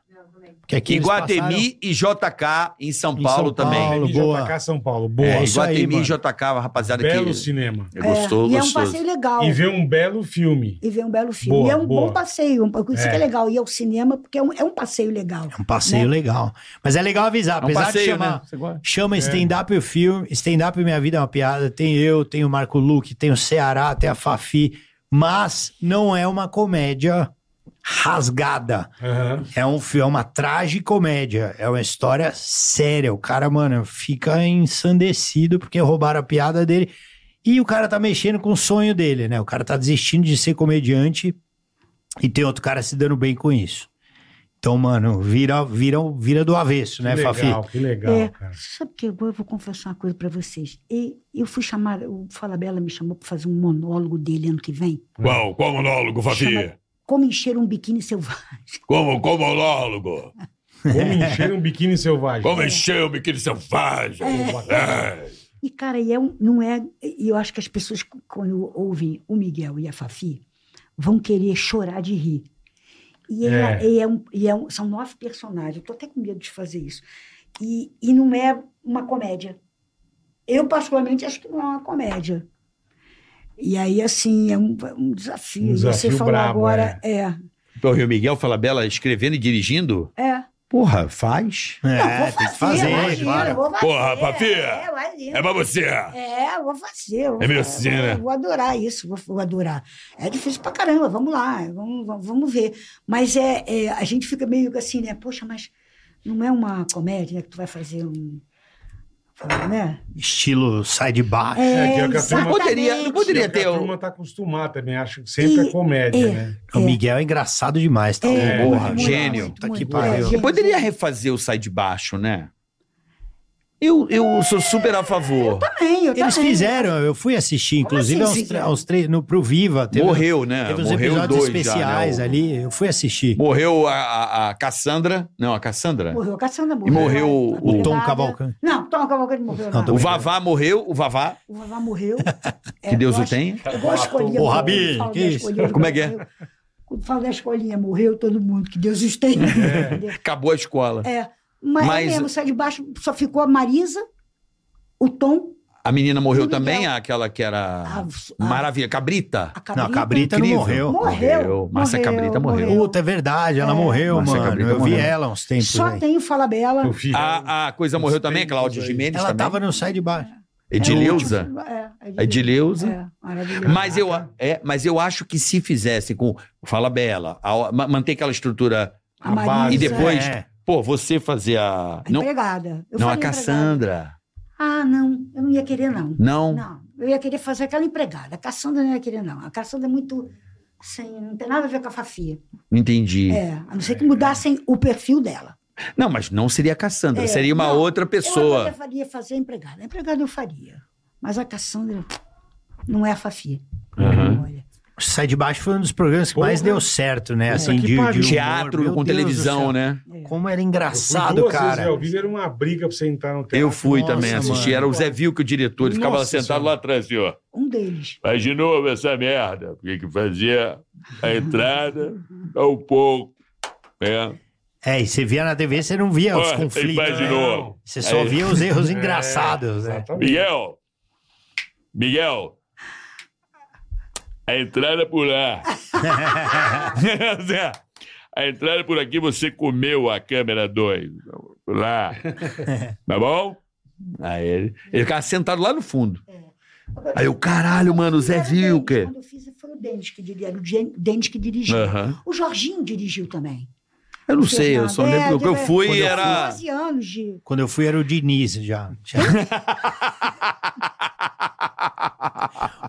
Speaker 5: Que aqui eles passaram
Speaker 4: Iguatemi e JK em São
Speaker 5: Em
Speaker 4: Paulo
Speaker 5: São
Speaker 4: também.
Speaker 5: Paulo.
Speaker 3: Tem que
Speaker 5: boa.
Speaker 3: JK São Paulo. Boa.
Speaker 4: É,
Speaker 5: isso aí,
Speaker 4: Iguatemi e
Speaker 5: mano.
Speaker 4: JK, a rapaziada
Speaker 3: belo
Speaker 4: que
Speaker 3: cinema.
Speaker 4: é gostou,
Speaker 6: É, e é um
Speaker 4: gostoso.
Speaker 6: passeio legal.
Speaker 3: E ver um belo filme.
Speaker 6: E ver um belo filme.
Speaker 3: Boa,
Speaker 6: e é um
Speaker 3: boa.
Speaker 6: bom passeio. um- Isso que
Speaker 3: É.
Speaker 6: é legal. E ao cinema, porque é um, é um passeio legal.
Speaker 5: um passeio legal. Mas é legal avisar,
Speaker 4: Né? É um
Speaker 5: apesar de
Speaker 4: passeio,
Speaker 5: chamar.
Speaker 4: né? Você gosta?
Speaker 5: Chama stand-up o filme. Stand-up Minha Vida é uma Piada. Tem eu, tem o Marco Luque, tem o Ceará, tem a Fafi. Mas não é uma comédia rasgada.
Speaker 3: Aham.
Speaker 5: É, um, fi- é uma tragicomédia. É uma história séria. O cara, mano, fica ensandecido porque roubaram a piada dele. E o cara tá mexendo com o sonho dele, né? O cara tá desistindo de ser comediante e tem outro cara se dando bem com isso. Então, mano, vira, vira, vira do avesso, né,
Speaker 3: que legal,
Speaker 5: Fafi?
Speaker 3: Que legal,
Speaker 6: É,
Speaker 3: cara.
Speaker 6: Sabe que eu vou confessar uma coisa pra vocês. E eu fui chamar, o Falabella me chamou pra fazer um monólogo dele ano que vem.
Speaker 1: Qual, qual monólogo, Fafi?
Speaker 6: Chama- Como encher um biquíni selvagem.
Speaker 1: Como, qual monólogo?
Speaker 3: Como encher um biquíni selvagem.
Speaker 1: Como encheu o biquíni selvagem? É.
Speaker 6: E, cara, e é um- não é. E eu acho que as pessoas, c- quando ouvem o Miguel e a Fafi, vão querer chorar de rir. E, é-
Speaker 3: É.
Speaker 6: e é um- e é um- são nove personagens. Eu tô até com medo de fazer isso. E, e não é uma comédia. Eu, particularmente, acho que não é uma comédia. E aí, assim, é um, um desafio.
Speaker 3: Um
Speaker 6: E Você
Speaker 3: desafio
Speaker 6: falou
Speaker 3: brabo,
Speaker 6: agora. É.
Speaker 4: Então, o Rio Miguel fala Bela escrevendo e dirigindo?
Speaker 6: É.
Speaker 4: Porra, faz.
Speaker 5: É,
Speaker 6: vou
Speaker 5: tem que fazer,
Speaker 6: imagina,
Speaker 5: claro.
Speaker 6: vou fazer.
Speaker 1: Porra, Fafi,
Speaker 6: É, imagina.
Speaker 1: É pra você.
Speaker 6: É, eu vou fazer. eu vou-
Speaker 1: É meu sim, né?
Speaker 6: eu Vou adorar isso, vou, vou adorar. É difícil pra caramba, vamos lá, vamos, vamos, vamos ver. Mas é, é, a gente fica meio assim, né? Poxa, mas não é uma comédia né, que tu vai fazer um. Né?
Speaker 5: Estilo sai de baixo.
Speaker 3: que é o que a
Speaker 6: exatamente.
Speaker 3: turma-
Speaker 4: Poderia- não poderia-
Speaker 3: É o que
Speaker 4: ter
Speaker 3: A
Speaker 4: o-
Speaker 3: turma tá acostumada também, acho que sempre é
Speaker 6: E-
Speaker 3: comédia,
Speaker 6: é.
Speaker 3: né?
Speaker 5: O Miguel é engraçado demais, tá?
Speaker 6: É,
Speaker 5: louco?
Speaker 4: Porra,
Speaker 6: muito,
Speaker 4: gênio.
Speaker 6: muito,
Speaker 5: Tá
Speaker 6: muito.
Speaker 5: que pariu.
Speaker 6: É,
Speaker 4: Eu
Speaker 6: gênio,
Speaker 4: poderia
Speaker 6: gênio.
Speaker 4: refazer o Sai de Baixo, né? Eu, eu sou super a favor.
Speaker 6: Também, eu
Speaker 5: Eles
Speaker 6: também.
Speaker 5: fizeram, eu fui assistir, inclusive,
Speaker 6: assim,
Speaker 5: aos, tre-
Speaker 6: fizeram?
Speaker 5: aos três, no, pro Viva. Teve, um
Speaker 4: Morreu, né?
Speaker 5: Teve uns
Speaker 4: Morreu
Speaker 5: episódios
Speaker 4: dois
Speaker 5: especiais
Speaker 4: já, né? O-
Speaker 5: ali, eu fui assistir.
Speaker 4: Morreu a, a, a Cassandra. Não, a Cassandra?
Speaker 6: Morreu a Cassandra,
Speaker 4: E morreu o-
Speaker 6: a
Speaker 5: o Tom
Speaker 6: Brigada.
Speaker 5: Cavalcante.
Speaker 6: Não, Tom Cavalcante morreu.
Speaker 5: Não,
Speaker 6: Não,
Speaker 5: Tom-
Speaker 4: O Vavá morreu. O Vavá,
Speaker 6: O Vavá morreu. É,
Speaker 4: que Deus
Speaker 6: eu
Speaker 4: o
Speaker 6: acho-
Speaker 4: tenha.
Speaker 6: Eu gosto de escolinha.
Speaker 5: Ô,
Speaker 6: morreu,
Speaker 5: Rabi,
Speaker 6: falo
Speaker 5: que
Speaker 6: da
Speaker 5: isso?
Speaker 6: escolinha,
Speaker 4: Como é que é?
Speaker 6: morreu. Quando fala da escolinha, morreu todo mundo, que Deus os tenha. entendeu?
Speaker 4: Acabou a escola.
Speaker 6: É, mas,
Speaker 4: É. Mas-
Speaker 6: é mesmo, sai de baixo, só ficou a Marisa, o Tom,
Speaker 4: A menina morreu
Speaker 6: O Miguel.
Speaker 4: também, aquela que era
Speaker 6: a,
Speaker 4: maravilha. Cabrita.
Speaker 5: Não,
Speaker 6: a Cabrita.
Speaker 5: a Cabrita não
Speaker 4: Incrível.
Speaker 5: morreu.
Speaker 6: Morreu.
Speaker 4: Morreu. Márcia
Speaker 6: morreu,
Speaker 4: Cabrita morreu.
Speaker 5: Puta, é verdade, ela
Speaker 6: É.
Speaker 5: morreu,
Speaker 4: Nossa, a
Speaker 5: mano.
Speaker 4: Cabrita
Speaker 5: Eu vi
Speaker 4: morreu.
Speaker 5: ela uns tempos
Speaker 6: Só
Speaker 5: aí.
Speaker 6: tem o É Falabella.
Speaker 4: é
Speaker 3: Eu fiz.
Speaker 5: Ah,
Speaker 4: A, a coisa morreu também, Cláudia Jimenez
Speaker 5: Ela
Speaker 4: também.
Speaker 5: tava no sai de baixo.
Speaker 4: Edileuza.
Speaker 6: É, é,
Speaker 4: Edileuza.
Speaker 6: É, maravilhoso.
Speaker 4: Mas eu, é, mas eu acho que se fizesse com Fala Bela, a- ma- manter aquela estrutura.
Speaker 6: A
Speaker 3: a
Speaker 6: Marisa,
Speaker 3: base.
Speaker 4: E depois,
Speaker 5: É.
Speaker 4: pô, você fazer a.
Speaker 6: a
Speaker 4: Não,
Speaker 6: empregada. Eu
Speaker 4: não a
Speaker 6: falei empregada.
Speaker 4: Cassandra.
Speaker 6: Ah, não, eu não ia querer, não.
Speaker 4: Não.
Speaker 6: Não, eu ia querer fazer aquela empregada. A Cassandra não ia querer, não. A Cassandra é muito. Assim, não tem nada a ver com a Fafia.
Speaker 4: Entendi.
Speaker 6: É, a não ser que mudassem o perfil dela.
Speaker 4: Não, mas não seria a Cassandra,
Speaker 6: É,
Speaker 4: seria uma
Speaker 6: não.
Speaker 4: outra
Speaker 6: Eu até
Speaker 4: pessoa.
Speaker 6: faria fazer a empregada. A empregada eu faria. Mas a Cassandra não é a Fafia.
Speaker 4: Aham.
Speaker 6: Olha.
Speaker 5: Sai de baixo foi um dos programas que mais
Speaker 3: Porra.
Speaker 5: deu certo, né?
Speaker 3: Puta
Speaker 5: Assim,
Speaker 3: que
Speaker 5: de, de humor.
Speaker 3: pariu.
Speaker 4: Teatro
Speaker 5: Meu
Speaker 4: com
Speaker 5: Deus do
Speaker 4: televisão,
Speaker 5: céu.
Speaker 4: né?
Speaker 5: Como era
Speaker 3: Eu fui
Speaker 5: engraçado,
Speaker 3: duas
Speaker 5: cara.
Speaker 3: Vezes ao vivo era uma briga pra você entrar no teatro.
Speaker 4: Eu fui
Speaker 5: Nossa,
Speaker 4: também assistir.
Speaker 5: mano.
Speaker 4: Era o Zé Vilco, o diretor. Ele ficava
Speaker 3: Nossa
Speaker 4: sentado
Speaker 3: Senhora.
Speaker 4: lá atrás, assim, ó.
Speaker 6: Um deles.
Speaker 1: Faz de novo essa merda. Porque que fazia a entrada dá um pouco. Né?
Speaker 5: É, e você via na TV, você não via os
Speaker 1: Olha, ele
Speaker 5: conflitos.
Speaker 1: faz de
Speaker 5: né?
Speaker 1: novo.
Speaker 5: Você só
Speaker 1: Aí-
Speaker 5: via os erros
Speaker 3: É,
Speaker 5: engraçados, né?
Speaker 3: exatamente.
Speaker 1: Miguel! Miguel! A
Speaker 4: é
Speaker 1: entrada por lá. Zé, a
Speaker 4: é
Speaker 1: entrada por aqui você comeu a câmera 2. Lá. Tá bom?
Speaker 4: Aí ele, ele ficava sentado lá no fundo. Aí eu, caralho, mano, o Zé
Speaker 6: Era o Denis.
Speaker 4: Vilker.
Speaker 6: Quando eu fiz, foi o Denis que dirigiu. Era o Gen- Denis que dirigiu.
Speaker 4: Aham.
Speaker 6: O Jorginho dirigiu também.
Speaker 4: Eu não sei, eu
Speaker 6: É,
Speaker 4: só lembro que eu fui
Speaker 6: e
Speaker 4: era.
Speaker 6: 12 anos de.
Speaker 5: Quando eu fui era o Diniz já.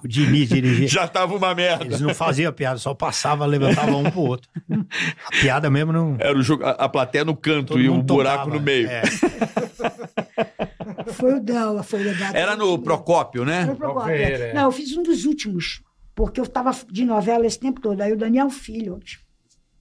Speaker 5: o Diniz dirigia.
Speaker 1: Já tava uma merda.
Speaker 5: Eles não faziam a piada, só passava, levantava um pro outro. A piada mesmo não.
Speaker 4: Era o jogo, a, a plateia no canto
Speaker 5: todo
Speaker 4: e um
Speaker 5: mundo
Speaker 4: buraco
Speaker 5: tocava.
Speaker 4: no meio.
Speaker 5: É.
Speaker 6: Foi o Dela, foi o legado.
Speaker 4: Era no Procópio,
Speaker 6: Era no
Speaker 4: né?
Speaker 6: Procópio.
Speaker 3: Era,
Speaker 6: é.
Speaker 3: é.
Speaker 6: Não, eu fiz um dos últimos, porque eu estava de novela esse tempo todo. Aí o Daniel Filho, antes de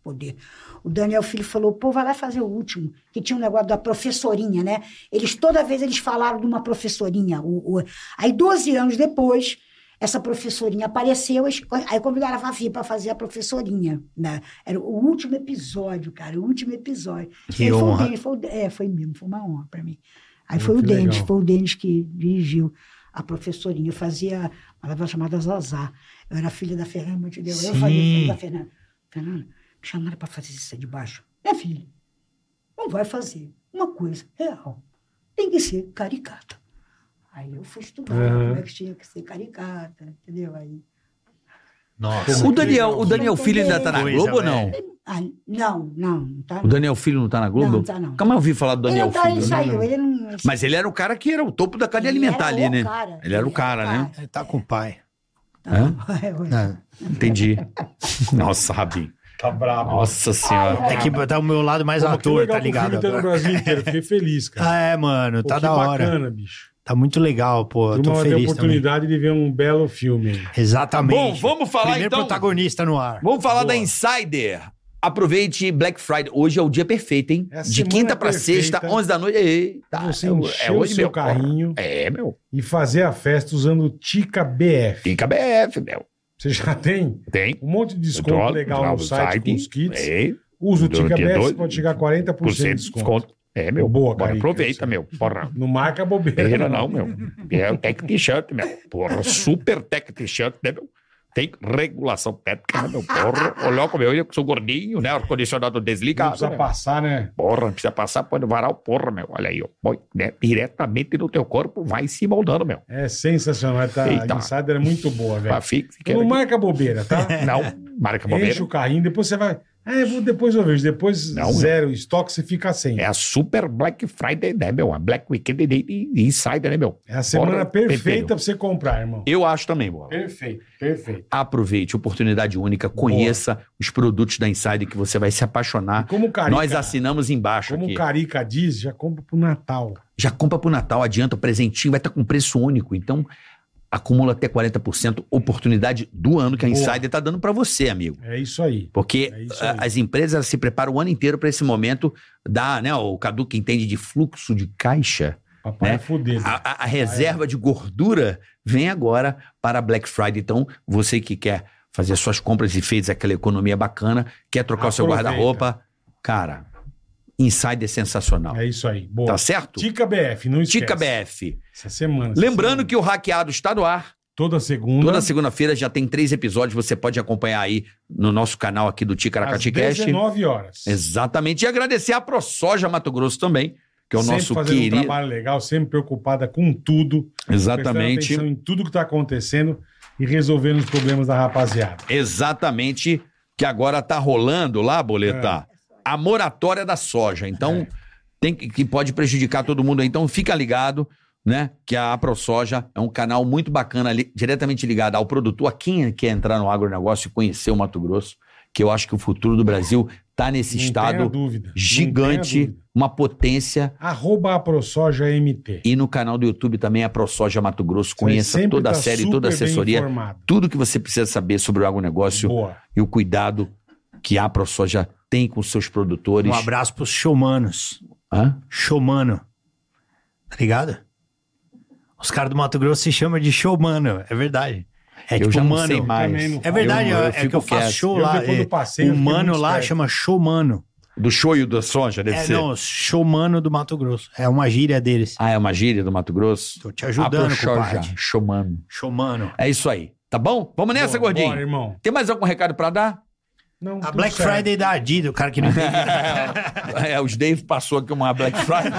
Speaker 6: poder. O Daniel Filho falou, pô, vai lá fazer o último, que tinha um negócio da professorinha, né? Eles, toda vez eles falaram de uma professorinha. O, o- Aí, 12 anos depois, essa professorinha apareceu, es- aí convidaram a Fafi para fazer a professorinha, né? Era o último episódio, cara, o último episódio.
Speaker 5: Que
Speaker 6: Aí foi o
Speaker 5: honra.
Speaker 6: Denis, foi o De- é, foi mesmo, foi uma honra para mim. Aí foi
Speaker 3: que
Speaker 6: o Denis,
Speaker 3: legal.
Speaker 6: foi o Denis que dirigiu a professorinha. Eu fazia uma novela chamada Zazá. Eu era filha da Fernanda Montenegro. Eu
Speaker 5: Sim.
Speaker 6: falei filha da Fernanda. Fernanda, me chamaram para fazer isso aí de baixo. É filho, não vai fazer uma coisa real. Tem que ser caricata. Aí eu fui estudar
Speaker 3: Aham.
Speaker 6: como é que tinha que ser caricata, entendeu? Aí
Speaker 5: Nossa.
Speaker 4: O Daniel, o Daniel Filho ainda tá na
Speaker 5: é? Coisa, né?
Speaker 4: Globo ou não?
Speaker 5: velho.
Speaker 6: Ah, não, não. não tá,
Speaker 4: O Daniel Filho não tá na Globo?
Speaker 6: Não, tá não.
Speaker 4: Nunca mais ouvi falar do Daniel
Speaker 6: ele, não tá,
Speaker 4: Filho. né?
Speaker 6: ele saiu, ele não. ele-
Speaker 4: Mas ele era o cara que era o topo da cadeia
Speaker 6: ele
Speaker 4: alimentar
Speaker 6: era
Speaker 4: ali,
Speaker 6: o
Speaker 4: né?
Speaker 6: cara.
Speaker 4: Ele era o cara, né?
Speaker 5: É, tá com o pai.
Speaker 6: Tá.
Speaker 4: Entendi. Nossa, Rabin.
Speaker 3: Tá brabo.
Speaker 4: Nossa senhora.
Speaker 5: É que tá o meu lado mais
Speaker 3: Pô, que
Speaker 5: ator,
Speaker 3: legal
Speaker 5: tá
Speaker 3: que o
Speaker 5: ligado?
Speaker 3: filme tá no
Speaker 5: agora.
Speaker 3: Brasil inteiro. Fiquei feliz, cara.
Speaker 5: Ah, é, mano,
Speaker 3: Pô,
Speaker 5: tá
Speaker 3: que
Speaker 5: da hora.
Speaker 3: bacana, bicho.
Speaker 5: Tá muito legal, pô.
Speaker 3: A
Speaker 5: Eu
Speaker 3: turma
Speaker 5: tô
Speaker 3: vai ter a
Speaker 5: feliz também.
Speaker 3: oportunidade de ver um belo filme.
Speaker 5: Exatamente.
Speaker 4: Tá Bom, vamos falar
Speaker 5: Primeiro
Speaker 4: então.
Speaker 5: protagonista no ar.
Speaker 4: Vamos falar
Speaker 3: Boa.
Speaker 4: da Insider. Aproveite Black Friday. Hoje é o dia perfeito, hein?
Speaker 3: É a
Speaker 4: De
Speaker 3: semana
Speaker 4: quinta pra
Speaker 3: perfeita.
Speaker 4: sexta, 11 da noite. Eita,
Speaker 5: Ah,
Speaker 3: Você
Speaker 4: é o-
Speaker 3: encher
Speaker 4: é
Speaker 3: o
Speaker 4: hoje
Speaker 3: seu
Speaker 4: meu
Speaker 3: carrinho
Speaker 4: É, meu.
Speaker 3: e fazer a festa usando o Tica BF.
Speaker 4: Fica BF, meu.
Speaker 3: Você já tem
Speaker 4: Tem.
Speaker 3: um monte de desconto
Speaker 4: Droga,
Speaker 3: legal no
Speaker 4: droga,
Speaker 3: site, com os kits.
Speaker 4: É,
Speaker 3: Usa o Tica
Speaker 4: durante
Speaker 3: BF,
Speaker 4: dois-
Speaker 3: você pode chegar a 40%
Speaker 4: por
Speaker 3: de
Speaker 4: cento
Speaker 3: desconto.
Speaker 4: É, meu.
Speaker 3: Boa,
Speaker 4: Bora,
Speaker 3: Carica,
Speaker 4: aproveita,
Speaker 3: você-
Speaker 4: meu. Porra.
Speaker 3: Não marca bobeira.
Speaker 4: Beira não, meu. É o Tech T-shirt, meu. Porra, super Tech T-shirt, né, meu? Tem regulação técnica, né, meu? Porra, olha como eu, eu que sou gordinho, né? Ar-condicionado
Speaker 3: Não
Speaker 4: desligado.
Speaker 3: precisa
Speaker 4: né?
Speaker 3: passar, né?
Speaker 4: Porra, não precisa passar pano varal, porra, meu. Olha aí, ó. Põe, né? Diretamente no teu corpo, vai se moldando, meu.
Speaker 3: É sensacional. Tá,
Speaker 4: Eita.
Speaker 3: a insider é muito boa,
Speaker 4: Pra
Speaker 3: velho.
Speaker 4: fixe, que
Speaker 3: Não marca bobeira, tá?
Speaker 4: Não,
Speaker 3: Enche
Speaker 4: marca bobeira.
Speaker 3: o carrinho, depois você vai. É, vou, depois eu vejo. Depois
Speaker 4: Não,
Speaker 3: zero o estoque, você fica sem.
Speaker 4: É
Speaker 3: É,
Speaker 4: a super Black Friday, né, meu? A Black Weekend de, de de Insider, né, meu?
Speaker 3: É a semana
Speaker 4: Porra,
Speaker 3: perfeita
Speaker 4: perfeito.
Speaker 3: pra você comprar, irmão.
Speaker 4: Eu acho também, bola.
Speaker 3: Perfeito, perfeito.
Speaker 4: Aproveite, oportunidade única, conheça os produtos da Insider que você vai se apaixonar.
Speaker 3: E como o Carica,
Speaker 4: Ah, Nós assinamos embaixo
Speaker 3: como o
Speaker 4: aqui.
Speaker 3: Carica diz, já compra pro Natal.
Speaker 4: Já compra pro Natal, adianta o presentinho, vai estar com preço único. Então, acumula até 40% oportunidade do ano que a
Speaker 3: Boa.
Speaker 4: Insider está dando para você, amigo.
Speaker 3: É isso aí.
Speaker 4: Porque
Speaker 3: É isso
Speaker 4: a-
Speaker 3: aí.
Speaker 4: as empresas elas se preparam o ano inteiro para esse momento da, né, o Cadu que entende de fluxo de caixa,
Speaker 3: Papai
Speaker 4: Né?
Speaker 3: é fudido.
Speaker 4: a, a- a reserva de gordura vem agora para a Black Friday. Então, você que quer fazer suas compras e fez aquela economia bacana, quer trocar o seu
Speaker 3: Aproveita.
Speaker 4: guarda-roupa, cara, insider sensacional.
Speaker 3: É isso aí. Boa.
Speaker 4: Tá certo?
Speaker 3: Tica BF, não esquece.
Speaker 4: Tica BF.
Speaker 3: Essa semana.
Speaker 4: Lembrando que o Hackeado está no ar.
Speaker 3: Toda segunda.
Speaker 4: Toda segunda-feira já tem três episódios. Você pode acompanhar aí no nosso canal aqui do
Speaker 3: às
Speaker 4: Ticaracaticast.
Speaker 3: 19 horas.
Speaker 4: Exatamente. E agradecer a ProSoja Mato Grosso também, que é o
Speaker 3: sempre
Speaker 4: nosso
Speaker 3: fazendo um
Speaker 4: querido.
Speaker 3: trabalho legal, sempre preocupada com tudo.
Speaker 4: Exatamente.
Speaker 3: Prestando atenção em tudo que tá acontecendo e resolvendo os problemas da rapaziada.
Speaker 4: Exatamente. Que agora tá rolando lá,
Speaker 3: É.
Speaker 4: Boleta, a moratória da soja. Então, tem que, que pode prejudicar todo mundo. aí. Então, fica ligado, né? Que a ProSoja é um canal muito bacana, ali, diretamente ligado ao produtor, a quem é quer entrar no agronegócio e conhecer o Mato Grosso, que eu acho que o futuro do Brasil tá nesse
Speaker 3: Não tenha
Speaker 4: estado
Speaker 3: dúvida. não tenha
Speaker 4: gigante,
Speaker 3: dúvida.
Speaker 4: uma potência.
Speaker 3: Arroba a ProSoja MT.
Speaker 4: E no canal do YouTube também a ProSoja Mato Grosso.
Speaker 3: Você
Speaker 4: Conheça
Speaker 3: sempre
Speaker 4: toda a
Speaker 3: tá
Speaker 4: série,
Speaker 3: super
Speaker 4: toda a
Speaker 3: bem
Speaker 4: assessoria,
Speaker 3: informado.
Speaker 4: tudo que você precisa saber sobre o agronegócio
Speaker 3: Boa.
Speaker 4: e o cuidado que a ProSoja tem com seus produtores.
Speaker 5: Um abraço pros showmanos.
Speaker 4: Hã?
Speaker 5: Showmano. Tá ligado? Os caras do Mato Grosso se chamam de showmano, é verdade. É
Speaker 4: eu
Speaker 5: tipo,
Speaker 4: já não
Speaker 5: mano.
Speaker 4: sei mais.
Speaker 3: também não
Speaker 5: É verdade,
Speaker 4: Eu- eu
Speaker 5: é- é que
Speaker 4: fico
Speaker 5: eu faço
Speaker 4: quieto.
Speaker 5: show
Speaker 3: Eu,
Speaker 5: lá.
Speaker 3: depois
Speaker 5: é,
Speaker 3: do passeio, eu
Speaker 5: o
Speaker 3: fiquei
Speaker 5: mano
Speaker 3: muito
Speaker 5: lá
Speaker 3: esperto.
Speaker 5: chama showmano.
Speaker 4: Do shoyu da soja, deve
Speaker 5: É,
Speaker 4: ser.
Speaker 5: não, showmano do Mato Grosso. É uma gíria deles.
Speaker 4: Ah, é uma gíria do Mato Grosso?
Speaker 5: Tô te ajudando,
Speaker 4: a ProSoja,
Speaker 5: compadre.
Speaker 4: showmano.
Speaker 5: Showmano.
Speaker 4: É isso aí. Tá bom? Vamos
Speaker 3: Bora,
Speaker 4: nessa, gordinho?
Speaker 3: Bora, irmão.
Speaker 4: Tem mais algum recado pra dar?
Speaker 3: Não,
Speaker 5: A
Speaker 3: tudo
Speaker 5: Black
Speaker 3: certo.
Speaker 5: Friday da Adidas, o cara que não entende.
Speaker 4: É, os Dave passou aqui uma Black Friday.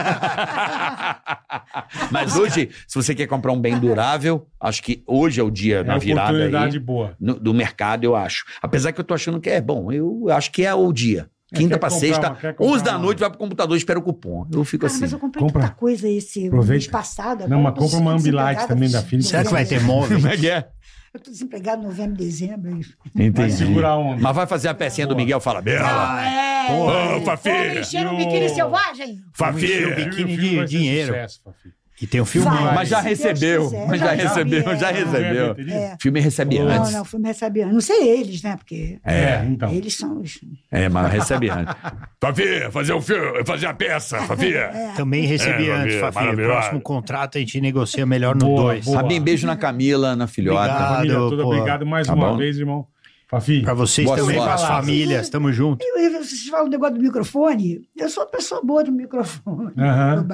Speaker 4: Mas hoje, se você quer comprar um bem durável, acho que hoje é o dia
Speaker 3: É
Speaker 4: da
Speaker 3: uma
Speaker 4: virada
Speaker 3: oportunidade
Speaker 4: aí,
Speaker 3: boa.
Speaker 4: no- do mercado, eu acho. Apesar que eu tô achando que é bom, eu acho que é o dia.
Speaker 3: É,
Speaker 4: Quinta
Speaker 3: quer
Speaker 4: pra
Speaker 3: comprar
Speaker 4: sexta,
Speaker 3: uma, quer comprar
Speaker 4: 11 da
Speaker 3: uma.
Speaker 4: noite, vai pro computador, espera o cupom. Eu fico
Speaker 6: Cara,
Speaker 4: assim.
Speaker 6: Ah, mas eu comprei
Speaker 3: Compra.
Speaker 6: tanta coisa esse
Speaker 3: Aproveita.
Speaker 6: mês passado.
Speaker 3: Não,
Speaker 6: agora
Speaker 3: mas
Speaker 6: eu tô
Speaker 3: compra uma Ambilight
Speaker 6: desempregada.
Speaker 3: também da filha.
Speaker 5: Será que vai ter móvel?
Speaker 4: Como é que é?
Speaker 6: Eu tô desempregado em novembro, dezembro.
Speaker 3: Vai
Speaker 4: Entendi.
Speaker 3: segurar a onda.
Speaker 4: Mas vai fazer a pecinha do Miguel, fala, Bela,
Speaker 5: Ah,
Speaker 6: é.
Speaker 4: Porra, Fafi.
Speaker 6: Vamos encher um biquíni selvagem.
Speaker 5: é. Encher o
Speaker 4: Fafi.
Speaker 5: biquíni. um
Speaker 3: O
Speaker 5: biquíni
Speaker 3: filme vai
Speaker 5: de
Speaker 3: ser um
Speaker 5: dinheiro.
Speaker 3: sucesso, Fafi.
Speaker 5: E tem um filme.
Speaker 6: Vai.
Speaker 4: Mas já
Speaker 6: Se Deus
Speaker 4: recebeu,
Speaker 6: quiser.
Speaker 4: mas já
Speaker 6: Não, já
Speaker 4: recebeu,
Speaker 6: vi,
Speaker 4: já
Speaker 6: é.
Speaker 4: recebeu.
Speaker 6: É.
Speaker 4: Filme recebe
Speaker 3: Não,
Speaker 6: Não,
Speaker 4: antes.
Speaker 6: não, o filme recebe antes. Não sei eles, né? Porque
Speaker 3: É, então.
Speaker 6: eles são os...
Speaker 4: É, mas recebe antes. Fafi, fazer o filme, fazer a peça, Fafi.
Speaker 5: Também recebi
Speaker 4: É,
Speaker 5: antes, Fafi. O
Speaker 4: maravilhoso.
Speaker 5: próximo contrato a gente negocia melhor no
Speaker 3: Boa,
Speaker 5: 2.
Speaker 3: boa.
Speaker 4: Rabin, beijo na Camila, na filhota.
Speaker 5: Obrigado.
Speaker 3: Família toda,
Speaker 5: pô.
Speaker 3: obrigado mais
Speaker 4: Tá
Speaker 3: uma
Speaker 4: bom. Tá
Speaker 3: vez, irmão. Fafi,
Speaker 5: Pra vocês
Speaker 4: Boa
Speaker 5: também,
Speaker 4: sorte.
Speaker 5: pras famílias. Tamo junto.
Speaker 6: Eu- eu- Vocês falam do negócio do microfone. Eu sou uma pessoa boa de microfone.
Speaker 3: Aham.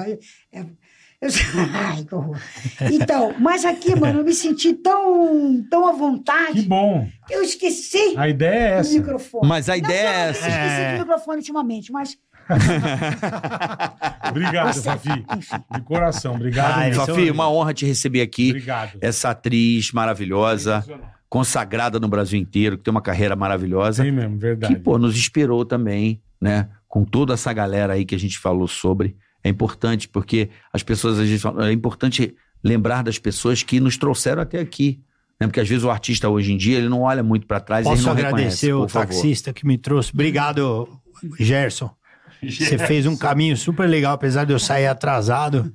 Speaker 6: Eu- é- eu sou- Ai, que horror. Então, mas aqui, mano, eu me senti tão, tão à
Speaker 3: que
Speaker 6: vontade.
Speaker 3: bom.
Speaker 6: Eu esqueci
Speaker 3: A ideia é
Speaker 6: do
Speaker 3: essa.
Speaker 6: microfone.
Speaker 4: Mas a ideia
Speaker 6: não, não,
Speaker 4: é
Speaker 6: Eu
Speaker 4: essa.
Speaker 6: esqueci do microfone ultimamente, mas
Speaker 3: Obrigado, Fafi. De coração, obrigado.
Speaker 5: Ai,
Speaker 3: mesmo.
Speaker 5: Fafi,
Speaker 4: Fafi, uma honra te receber aqui.
Speaker 3: Obrigado.
Speaker 4: Essa atriz maravilhosa. consagrada no Brasil inteiro, que tem uma carreira maravilhosa,
Speaker 3: Sim mesmo, verdade.
Speaker 4: que, pô, nos inspirou também, né? Com toda essa galera aí que a gente falou sobre. É importante, porque as pessoas, a gente fala, é importante lembrar das pessoas que nos trouxeram até aqui. Né? Porque às vezes o artista hoje em dia, ele não olha muito pra trás e ele
Speaker 5: Posso
Speaker 4: não
Speaker 5: agradecer
Speaker 4: reconhece,
Speaker 5: o
Speaker 4: por favor.
Speaker 5: taxista que me trouxe. Obrigado, Gerson. Você fez um caminho super legal, apesar de eu sair atrasado.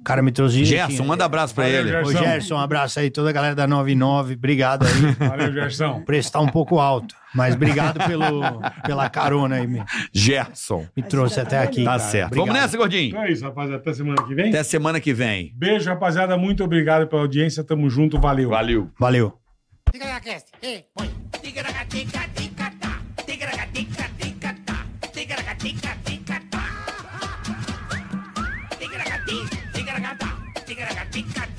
Speaker 5: O cara me trouxe direitinho.
Speaker 4: Gerson, manda abraço pra
Speaker 3: Valeu,
Speaker 4: ele.
Speaker 3: Gerson.
Speaker 5: Ô, Gerson, um abraço aí, toda a galera da 99. Obrigado aí.
Speaker 3: Valeu, Gerson.
Speaker 5: O preço tá um pouco alto, mas obrigado pelo, pela carona aí, me,
Speaker 4: Gerson.
Speaker 5: me trouxe até aqui.
Speaker 4: Tá
Speaker 5: cara.
Speaker 4: certo.
Speaker 5: Obrigado.
Speaker 4: Vamos nessa, Gordinho?
Speaker 3: Então é isso, rapaziada. Até semana que vem.
Speaker 4: Até semana que vem.
Speaker 3: Beijo, rapaziada. Muito obrigado pela audiência. Tamo junto. Valeu.
Speaker 4: Valeu.
Speaker 5: Valeu.
Speaker 2: Tica-tica-tica-tica-tica.